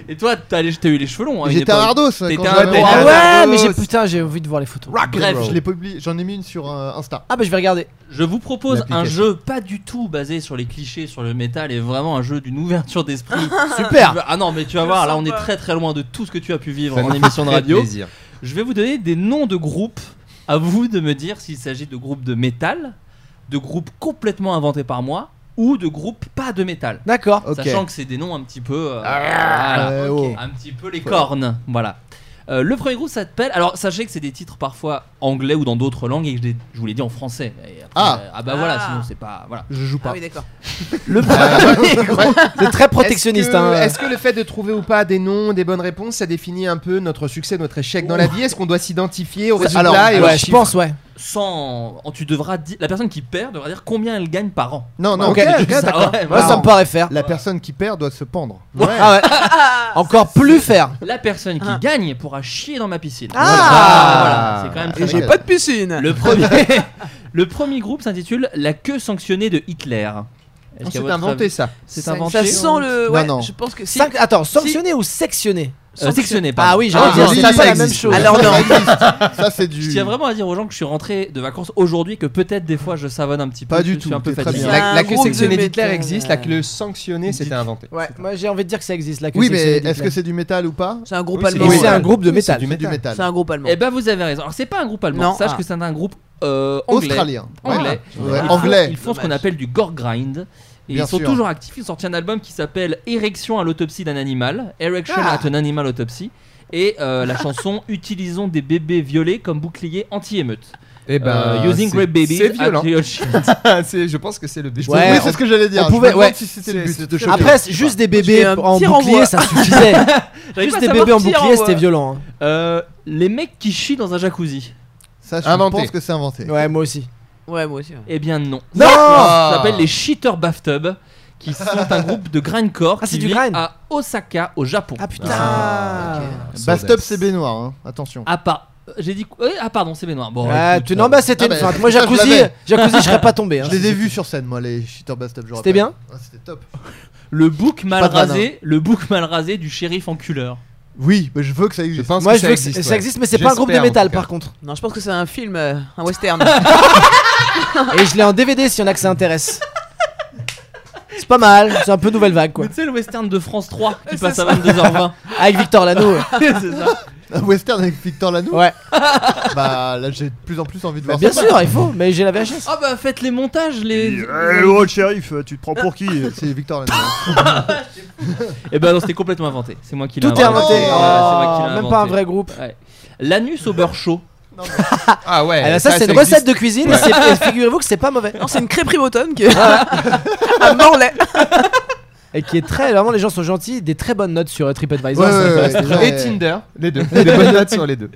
Speaker 6: Et toi, t'as les- t'as eu les cheveux longs. hein, une
Speaker 5: J'étais à
Speaker 6: époque.
Speaker 5: Ardos. quand
Speaker 6: T'étais
Speaker 5: j'avais-
Speaker 6: un
Speaker 7: Ah ouais, mais j'ai putain, j'ai envie de voir les photos.
Speaker 5: Bref,
Speaker 6: Bref,
Speaker 5: je l'ai publié. J'en ai mis une sur euh, Insta.
Speaker 7: Ah bah je vais regarder.
Speaker 6: Je vous propose un
Speaker 5: L'application.
Speaker 6: jeu pas du tout basé sur les clichés sur le métal et vraiment un jeu d'une ouverture d'esprit.
Speaker 7: Super.
Speaker 6: Tu vas- Ah non, mais tu vas
Speaker 7: Je
Speaker 6: voir,
Speaker 7: le
Speaker 6: là
Speaker 7: sens
Speaker 6: on est
Speaker 7: pas.
Speaker 6: très très loin de tout ce que tu as pu vivre
Speaker 10: Ça
Speaker 6: en
Speaker 10: nous
Speaker 6: émission de
Speaker 10: fait
Speaker 6: radio.
Speaker 10: plaisir.
Speaker 6: Je vais vous donner des noms de groupes. À vous de me dire s'il s'agit de groupes de métal, de groupes complètement inventés par moi ou de groupes pas de métal.
Speaker 7: D'accord.
Speaker 6: Sachant que c'est des noms un petit peu. euh, voilà,
Speaker 7: ouais, oh.
Speaker 6: Un petit peu les cornes. Voilà. Euh, le premier groupe s'appelle. Alors sachez que c'est des titres parfois anglais ou dans d'autres langues et que je, les- je vous l'ai dit en français. Et après,
Speaker 5: Ah.
Speaker 6: euh, bah voilà,
Speaker 8: Ah.
Speaker 6: sinon c'est pas. Voilà.
Speaker 5: Je joue
Speaker 8: Ah oui, d'accord.
Speaker 7: Le
Speaker 10: premier
Speaker 7: groupe- C'est très protectionniste,
Speaker 10: Est-ce que,
Speaker 7: hein.
Speaker 10: est-ce que le fait de trouver ou pas des noms, des bonnes réponses, ça définit un peu notre succès, notre échec dans la vie Est-ce qu'on doit s'identifier au
Speaker 7: Ça-
Speaker 10: résultat
Speaker 7: alors,
Speaker 10: et au
Speaker 7: ouais, je
Speaker 10: chiffre
Speaker 7: pense, ouais.
Speaker 6: Sans. Tu devras dire. La personne qui perd devra dire combien elle gagne par an.
Speaker 5: Non, non,
Speaker 6: Voilà,
Speaker 5: ok,
Speaker 6: c'est
Speaker 5: ok,
Speaker 6: tout ça,
Speaker 5: d'accord.
Speaker 6: ouais,
Speaker 7: Moi,
Speaker 6: voilà.
Speaker 7: Ah, ça me paraît faire.
Speaker 5: La personne qui perd doit se pendre.
Speaker 7: Ah ouais. Encore plus faire.
Speaker 6: La personne qui gagne pourra chier dans ma piscine.
Speaker 7: Ah.
Speaker 6: Voilà, voilà, c'est quand même
Speaker 8: Et
Speaker 6: très
Speaker 8: j'ai
Speaker 6: bien.
Speaker 8: pas de piscine.
Speaker 6: Le premier, le premier groupe s'intitule La queue sanctionnée de Hitler. Est-ce
Speaker 10: On
Speaker 6: qu'à
Speaker 10: s'est
Speaker 6: votre
Speaker 10: Ah, inventé,
Speaker 6: avis-
Speaker 10: ça.
Speaker 6: C'est
Speaker 10: Ça-
Speaker 6: inventé.
Speaker 8: Ça sent le.
Speaker 5: Non,
Speaker 8: Ouais,
Speaker 5: non.
Speaker 8: je pense que si.
Speaker 7: Sanc- Attends, sanctionner ou sectionner
Speaker 6: Euh, sectionné, pardon.
Speaker 7: Ah oui, j'allais
Speaker 5: Ah,
Speaker 7: dire,
Speaker 5: joli,
Speaker 7: c'est pas
Speaker 5: ça
Speaker 7: la même
Speaker 5: existe.
Speaker 7: chose.
Speaker 5: Alors non. Ça, c'est du.
Speaker 6: Je tiens vraiment à dire aux gens que je suis rentré de vacances aujourd'hui que peut-être des fois je savonne un petit peu.
Speaker 5: Pas
Speaker 6: que
Speaker 5: du
Speaker 6: je suis
Speaker 5: tout,
Speaker 6: un peu
Speaker 5: t'es très
Speaker 6: fatigué.
Speaker 5: bien.
Speaker 10: La, la
Speaker 8: Un
Speaker 10: queue
Speaker 8: groupe
Speaker 10: sectionnée
Speaker 8: de
Speaker 10: d'Hitler
Speaker 8: métal.
Speaker 10: existe, la queue sanctionnée, c'était inventé.
Speaker 7: Ouais, moi j'ai envie de dire que ça existe la queue
Speaker 5: Oui, mais
Speaker 7: sectionnée
Speaker 5: est-ce
Speaker 7: d'Hitler.
Speaker 5: que c'est du métal ou pas
Speaker 8: C'est un groupe
Speaker 10: Oui,
Speaker 8: allemand.
Speaker 7: Et
Speaker 10: Oui,
Speaker 7: c'est
Speaker 10: voilà.
Speaker 7: un groupe de
Speaker 10: Oui, c'est
Speaker 7: métal.
Speaker 10: du
Speaker 5: C'est du
Speaker 10: métal.
Speaker 5: métal.
Speaker 8: C'est un groupe allemand.
Speaker 6: Eh ben vous avez raison. Alors c'est pas un groupe allemand.
Speaker 8: Non,
Speaker 6: Sache
Speaker 8: ah.
Speaker 6: que c'est un groupe euh, anglais.
Speaker 5: Australien. Ouais.
Speaker 6: Anglais.
Speaker 5: Ouais,
Speaker 6: Ils font-
Speaker 5: anglais.
Speaker 6: Ils font ce qu'on appelle du gore grind. Et
Speaker 5: Bien
Speaker 6: ils sont
Speaker 5: sûr.
Speaker 6: toujours actifs. Ils ont sorti un album qui s'appelle Érection à l'autopsie d'un animal. Erection
Speaker 5: Ah.
Speaker 6: at an animal autopsy. Et euh, la chanson Utilisons des bébés violets comme bouclier anti-émeute.
Speaker 10: Et ben,
Speaker 6: Euh, using
Speaker 10: c'est-
Speaker 6: Great Babies.
Speaker 10: C'est violent.
Speaker 6: at your shit.
Speaker 10: C'est- je pense que c'est le but.
Speaker 7: Ah, Ouais,
Speaker 5: Ah. oui, c'est ce que j'allais dire.
Speaker 7: on
Speaker 5: Je
Speaker 7: pouvait-
Speaker 5: me demande
Speaker 7: ouais.
Speaker 5: si c'était le
Speaker 10: C'est-
Speaker 5: but
Speaker 10: c'est
Speaker 5: de
Speaker 10: très
Speaker 5: choquer.
Speaker 7: Après, c'est juste des bébés
Speaker 8: J'ai un
Speaker 7: en
Speaker 8: petit
Speaker 7: bouclier,
Speaker 8: renvoi.
Speaker 7: ça suffisait.
Speaker 6: J'arrive
Speaker 7: juste
Speaker 6: pas à
Speaker 7: des
Speaker 6: savoir
Speaker 7: bébés en
Speaker 6: qui
Speaker 7: bouclier,
Speaker 6: renvoie.
Speaker 7: c'était violent. hein.
Speaker 6: Euh, les mecs qui chient dans un jacuzzi.
Speaker 5: Ça, je
Speaker 10: Inventé.
Speaker 5: pense que c'est inventé.
Speaker 7: Ouais, moi aussi.
Speaker 8: Ouais, moi aussi. ouais.
Speaker 6: Eh bien non.
Speaker 7: Non Ah.
Speaker 6: Ça s'appelle les Cheater Bathtub, qui sont un groupe de grindcore
Speaker 7: Ah, c'est
Speaker 6: qui
Speaker 7: du
Speaker 6: vit
Speaker 7: grind.
Speaker 6: à Osaka, au Japon.
Speaker 7: Ah putain
Speaker 10: Ah,
Speaker 5: Bathtub, c'est baignoire. hein. Attention.
Speaker 6: Ah pas. J'ai dit eh, ah pardon c'est baignoire. Bon.
Speaker 7: Ah,
Speaker 6: écoute,
Speaker 7: tu...
Speaker 6: euh,
Speaker 7: Non, bah c'était
Speaker 5: Ah
Speaker 7: une
Speaker 5: bah,
Speaker 7: feinte. Moi,
Speaker 5: putain, je
Speaker 7: jacuzzi,
Speaker 5: l'avais.
Speaker 7: jacuzzi, je serais pas tombé. hein.
Speaker 5: Je les ai vus sur scène, moi, les cheaters Bathtub. je
Speaker 7: C'était
Speaker 5: rappelle.
Speaker 7: bien
Speaker 5: Ah, C'était top.
Speaker 6: le bouc mal
Speaker 5: Pas de radin.
Speaker 6: rasé, le bouc mal rasé du shérif enculeur.
Speaker 5: Oui, mais je veux que ça existe.
Speaker 10: pense
Speaker 7: Moi,
Speaker 10: que
Speaker 7: je
Speaker 10: ça
Speaker 7: veux que
Speaker 10: existe.
Speaker 7: ça
Speaker 10: ouais.
Speaker 7: existe, mais c'est pas un groupe de
Speaker 10: J'espère, en
Speaker 7: métal
Speaker 10: tout cas.
Speaker 7: par contre.
Speaker 8: Non, je pense que c'est un film, euh, un western.
Speaker 7: Et je l'ai en DVD si y en a que ça intéresse. C'est pas mal, c'est un peu nouvelle vague quoi.
Speaker 6: Tu sais, le western de France 3 qui passe à 22h20.
Speaker 7: Avec Victor Lano. ouais.
Speaker 6: C'est ça.
Speaker 5: Un western avec Victor Lano
Speaker 7: Ouais.
Speaker 5: Bah là, j'ai de plus en plus envie de
Speaker 7: Bah,
Speaker 5: voir
Speaker 7: bien
Speaker 5: ça.
Speaker 7: sûr, il faut, mais j'ai la VHS.
Speaker 6: Ah bah faites les montages, les.
Speaker 11: Eh,
Speaker 6: Euh,
Speaker 11: oh, le shérif, tu te prends pour qui
Speaker 5: C'est Victor Lano.
Speaker 6: Et bah non, c'était complètement inventé. C'est moi qui l'ai
Speaker 7: Tout est inventé.
Speaker 6: Ouais, c'est moi qui l'ai
Speaker 7: Oh, même
Speaker 6: inventé.
Speaker 7: pas un vrai groupe.
Speaker 6: Ouais. L'anus au beurre chaud.
Speaker 10: Ah ouais.
Speaker 6: Eh,
Speaker 7: Ah, bah, ça, c'est une
Speaker 10: existe.
Speaker 7: recette de cuisine et c'est- et figurez-vous que c'est pas mauvais.
Speaker 8: Non, c'est une crêperie bretonne qui. à Morlaix.
Speaker 7: Et qui est très. Vraiment, les gens sont gentils, des très bonnes notes sur euh, TripAdvisor.
Speaker 5: Ouais,
Speaker 7: ça
Speaker 5: ouais,
Speaker 7: m'intéresse
Speaker 5: ouais,
Speaker 7: très
Speaker 5: ouais.
Speaker 7: bien.
Speaker 10: Et Tinder, les deux. Des bonnes notes sur les deux.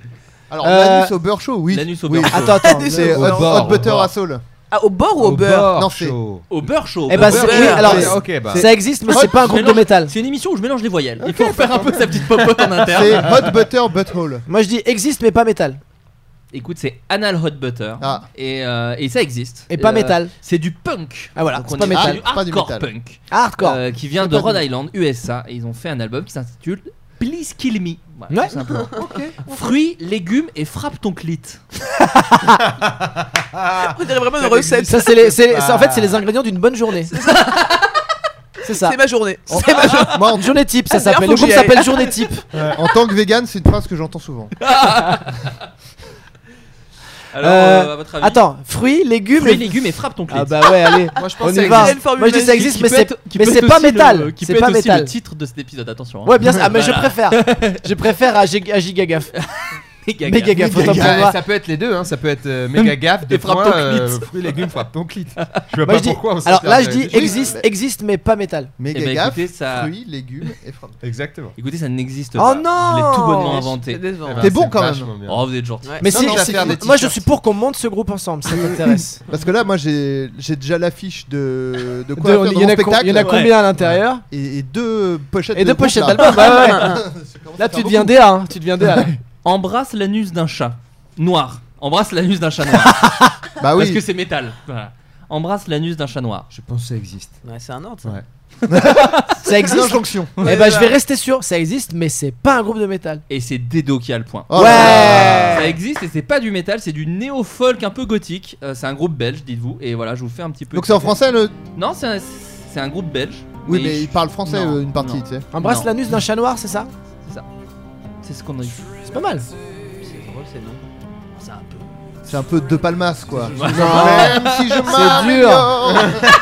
Speaker 5: Alors,
Speaker 7: Euh,
Speaker 5: l'anus au beurre chaud, oui.
Speaker 6: L'anus au
Speaker 5: Oui.
Speaker 6: beurre chaud.
Speaker 7: Attends, attends.
Speaker 5: C'est
Speaker 10: Au
Speaker 5: hot, hot
Speaker 10: bord,
Speaker 5: butter
Speaker 10: au bord.
Speaker 5: à saule.
Speaker 8: Ah, au bord ou au, beurre
Speaker 5: Non, c'est-
Speaker 10: chaud.
Speaker 6: Au beurre chaud. au
Speaker 7: Eh
Speaker 6: beurre
Speaker 7: bah,
Speaker 6: chaud.
Speaker 7: c'est-
Speaker 8: beurre.
Speaker 7: oui, alors.
Speaker 10: Ouais, ok, bah.
Speaker 7: Ça existe, mais c'est pas un groupe de
Speaker 6: Mélange-
Speaker 7: métal.
Speaker 6: C'est une émission où je mélange les voyelles. Il faut faire un peu sa petite popote en
Speaker 5: C'est
Speaker 6: interne.
Speaker 5: hot butter butthole.
Speaker 7: Moi, je dis existe, mais pas métal.
Speaker 6: Écoute, c'est anal hot butter.
Speaker 5: Ah.
Speaker 6: Et, euh, et ça existe.
Speaker 7: Et pas
Speaker 6: Euh,
Speaker 7: métal.
Speaker 6: C'est du punk.
Speaker 7: Ah, voilà,
Speaker 6: Donc
Speaker 7: c'est
Speaker 6: on
Speaker 7: pas
Speaker 6: est
Speaker 7: métal.
Speaker 6: sur
Speaker 5: Ah, pas du
Speaker 6: hardcore
Speaker 5: métal.
Speaker 6: punk.
Speaker 7: Hardcore.
Speaker 6: euh, qui vient
Speaker 5: C'est
Speaker 6: de
Speaker 5: pas du
Speaker 6: Rhode
Speaker 5: métal.
Speaker 6: Island, USA. Et ils ont fait un album qui s'intitule Please Kill Me. Voilà,
Speaker 7: Ouais.
Speaker 6: tout simplement. Fruits, légumes et frappe ton clit.
Speaker 8: On dirait vraiment une recette.
Speaker 7: Ça, c'est les, c'est-
Speaker 10: Ah.
Speaker 7: c'est-
Speaker 6: Bah.
Speaker 7: en fait, c'est les ingrédients d'une bonne journée. C'est ça. Oh.
Speaker 8: C'est ma journée.
Speaker 5: En- Moi, en-
Speaker 7: Journée type, ça
Speaker 8: Ah, d'ailleurs,
Speaker 7: s'appelle.
Speaker 8: faut
Speaker 7: Le
Speaker 8: que
Speaker 7: groupe
Speaker 8: j'y aille.
Speaker 7: s'appelle Journée type.
Speaker 5: en tant que vegan, c'est une phrase que j'entends souvent.
Speaker 6: Alors,
Speaker 7: Euh,
Speaker 6: euh, à votre avis
Speaker 7: Attends, fruits, légumes.
Speaker 6: Fruits,
Speaker 7: et-
Speaker 6: légumes et frappe ton clit.
Speaker 7: Ah bah ouais, allez.
Speaker 3: Moi, je
Speaker 7: On
Speaker 3: pense
Speaker 7: y
Speaker 3: que
Speaker 7: va.
Speaker 8: une formule
Speaker 7: Moi je dis
Speaker 8: magique
Speaker 7: ça existe,
Speaker 6: Qui
Speaker 7: mais
Speaker 6: peut
Speaker 7: c'est
Speaker 6: être- qui
Speaker 7: mais
Speaker 6: peut
Speaker 7: c'est
Speaker 6: être
Speaker 7: pas
Speaker 6: aussi le-
Speaker 7: métal.
Speaker 6: Qui peut
Speaker 7: C'est
Speaker 6: être
Speaker 7: pas
Speaker 6: aussi
Speaker 7: métal.
Speaker 6: le titre de cet épisode, attention. hein.
Speaker 7: Ouais, bien sûr. Ah, mais je
Speaker 6: Voilà.
Speaker 7: préfère. Je préfère à Giga- à Giga Gaffe.
Speaker 6: Méga
Speaker 7: Méga
Speaker 6: gaffe.
Speaker 7: Gaffe, autant pour
Speaker 10: Ouais,
Speaker 7: moi.
Speaker 10: ça peut être les deux, hein. ça peut être euh, méga gaffe, de
Speaker 6: frappe
Speaker 10: points,
Speaker 6: ton clit.
Speaker 10: euh, fruits, légumes, frappe ton clit. Je vois
Speaker 7: Moi,
Speaker 10: pas
Speaker 7: je dis-
Speaker 10: pourquoi on se
Speaker 7: Alors
Speaker 10: sert
Speaker 7: là,
Speaker 10: de-
Speaker 7: je dis
Speaker 10: de-
Speaker 7: existe, existe, mais pas métal.
Speaker 5: Méga
Speaker 6: Eh ben,
Speaker 5: gaffe,
Speaker 6: écoutez, ça-
Speaker 5: fruits, légumes et frappe.
Speaker 10: Exactement.
Speaker 6: Écoutez, ça n'existe
Speaker 7: Oh
Speaker 6: pas.
Speaker 7: non
Speaker 6: Je l'ai tout bonnement
Speaker 8: C'est
Speaker 6: inventé.
Speaker 8: décevant.
Speaker 10: Eh ben,
Speaker 5: T'es bon
Speaker 10: c'est
Speaker 5: quand même.
Speaker 10: vachement bien.
Speaker 6: Oh, vous êtes gentil.
Speaker 8: Ouais.
Speaker 7: Mais
Speaker 10: Non,
Speaker 7: si,
Speaker 10: non,
Speaker 7: je-
Speaker 10: faire des
Speaker 7: moi je
Speaker 10: t-shirts.
Speaker 7: suis pour qu'on monte ce groupe ensemble, ça m'intéresse.
Speaker 5: Parce que là, moi, j'ai j'ai déjà l'affiche de, de
Speaker 7: Deux-
Speaker 5: quoi faire
Speaker 7: Il
Speaker 5: dans
Speaker 7: y en
Speaker 5: mon
Speaker 7: a com- il
Speaker 5: spectacle.
Speaker 7: y en a
Speaker 6: Ouais.
Speaker 7: combien à l'intérieur
Speaker 5: Et, et deux pochettes
Speaker 7: Et deux
Speaker 5: de groupe,
Speaker 7: pochettes
Speaker 5: là.
Speaker 7: d'albums, bah ouais.
Speaker 5: Ça commence à
Speaker 7: Là tu
Speaker 5: faire
Speaker 7: deviens
Speaker 5: beaucoup.
Speaker 7: DA, hein, tu deviens DA.
Speaker 6: Embrasse l'anus d'un chat noir. Embrasse l'anus d'un chat noir.
Speaker 5: Bah
Speaker 6: Parce que
Speaker 5: oui.
Speaker 6: c'est métal. Voilà. Embrasse l'anus d'un chat noir.
Speaker 10: Je pense que ça existe.
Speaker 8: Ouais, c'est un ordre. ça.
Speaker 10: Ouais.
Speaker 7: Ça existe
Speaker 5: L'injonction.
Speaker 7: Eh bah je vais rester sûr, ça existe, mais c'est pas un groupe de métal.
Speaker 6: Et c'est Dedo qui a le point.
Speaker 5: Oh là
Speaker 7: Ouais.
Speaker 5: là.
Speaker 6: Ça existe et c'est pas du métal, c'est du néo-folk un peu gothique. Euh, c'est un groupe belge, dites-vous. Et voilà, je vous fais un petit peu.
Speaker 5: Donc c'est en français le.
Speaker 6: Non, c'est un, c'est un groupe belge.
Speaker 5: Oui,
Speaker 6: Et
Speaker 5: mais il parle français
Speaker 6: Non,
Speaker 5: euh, une partie,
Speaker 6: non.
Speaker 5: tu sais.
Speaker 7: Embrasse
Speaker 6: Non.
Speaker 7: l'anus d'un chat noir, c'est ça
Speaker 6: C'est ce qu'on a eu.
Speaker 7: C'est pas mal.
Speaker 8: C'est drôle, c'est non.
Speaker 6: C'est un peu.
Speaker 5: C'est un peu de palmas quoi.
Speaker 6: Ouais.
Speaker 5: Même si je m'améliore.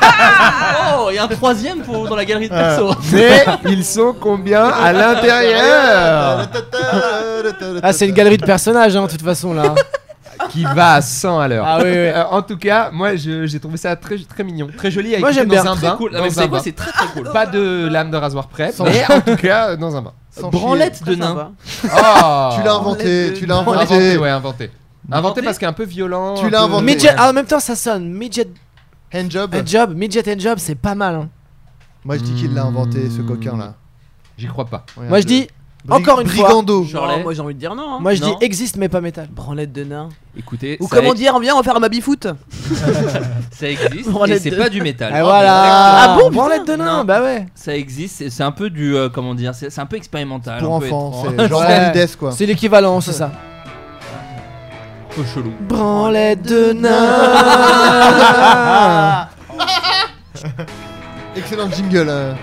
Speaker 8: Ah
Speaker 6: Oh, il y a un troisième pour, dans la galerie
Speaker 7: Ah.
Speaker 6: de perso.
Speaker 10: Mais ils sont combien à l'intérieur
Speaker 7: Ah, c'est une galerie de personnages, hein, de toute façon là.
Speaker 10: Qui va à 100 à l'heure.
Speaker 7: Ah oui, oui.
Speaker 10: Euh, en tout cas, moi je- j'ai trouvé ça très, très mignon, très joli. à
Speaker 7: Moi,
Speaker 10: écouter
Speaker 7: j'aime
Speaker 10: dans
Speaker 7: bien.
Speaker 10: Un
Speaker 6: Très
Speaker 10: bain,
Speaker 6: cool. Ah,
Speaker 10: dans
Speaker 6: mais
Speaker 10: un
Speaker 6: c'est quoi
Speaker 10: bain.
Speaker 6: C'est très très cool.
Speaker 10: Pas de lame de rasoir près,
Speaker 5: Sans-
Speaker 10: mais en tout cas euh, dans un bain.
Speaker 5: Sans
Speaker 6: Branlette
Speaker 5: chier.
Speaker 6: de
Speaker 8: Très
Speaker 6: nain.
Speaker 8: sympa.
Speaker 10: Oh
Speaker 5: Tu l'as inventé, tu l'as
Speaker 10: Inventé,
Speaker 5: inventé.
Speaker 10: ouais, inventé. Inventé
Speaker 6: Inventé
Speaker 10: parce qu'un peu violent.
Speaker 5: Tu
Speaker 10: un
Speaker 5: l'as
Speaker 10: peu-
Speaker 5: inventé.
Speaker 7: Midget, ah, en même temps ça sonne. Midget
Speaker 5: Handjob.
Speaker 7: and job, midget and job, c'est pas mal. hein.
Speaker 5: Moi je dis qu'il l'a inventé ce coquin là.
Speaker 10: J'y crois pas.
Speaker 7: Moi je dis, encore une fois.
Speaker 5: Brigando.
Speaker 6: Genre les-
Speaker 8: Non, moi j'ai envie de dire non. hein.
Speaker 7: moi je dis
Speaker 6: Non.
Speaker 7: existe mais pas métal.
Speaker 8: Branlette de nain.
Speaker 6: Écoutez,
Speaker 8: Ou
Speaker 6: ça
Speaker 8: comment
Speaker 6: ex-
Speaker 8: dire, on vient, on va faire un baby-foot.
Speaker 6: ça existe et
Speaker 8: Branlette
Speaker 6: c'est
Speaker 8: de-
Speaker 6: pas du métal.
Speaker 7: Et voilà.
Speaker 8: Ah bon,
Speaker 7: Branlette de
Speaker 6: putain.
Speaker 7: nain,
Speaker 6: Non.
Speaker 7: bah ouais.
Speaker 6: Ça existe, c'est- c'est un peu du euh, comment dire, c'est c'est un peu expérimental,
Speaker 5: Pour
Speaker 6: un peu
Speaker 5: enfants,
Speaker 6: étrange,
Speaker 5: c'est genre
Speaker 7: Ouais.
Speaker 5: Halides quoi.
Speaker 7: C'est l'équivalent, c'est ça.
Speaker 6: un peu chelou.
Speaker 7: Branlette de nain.
Speaker 5: Excellent jingle. euh.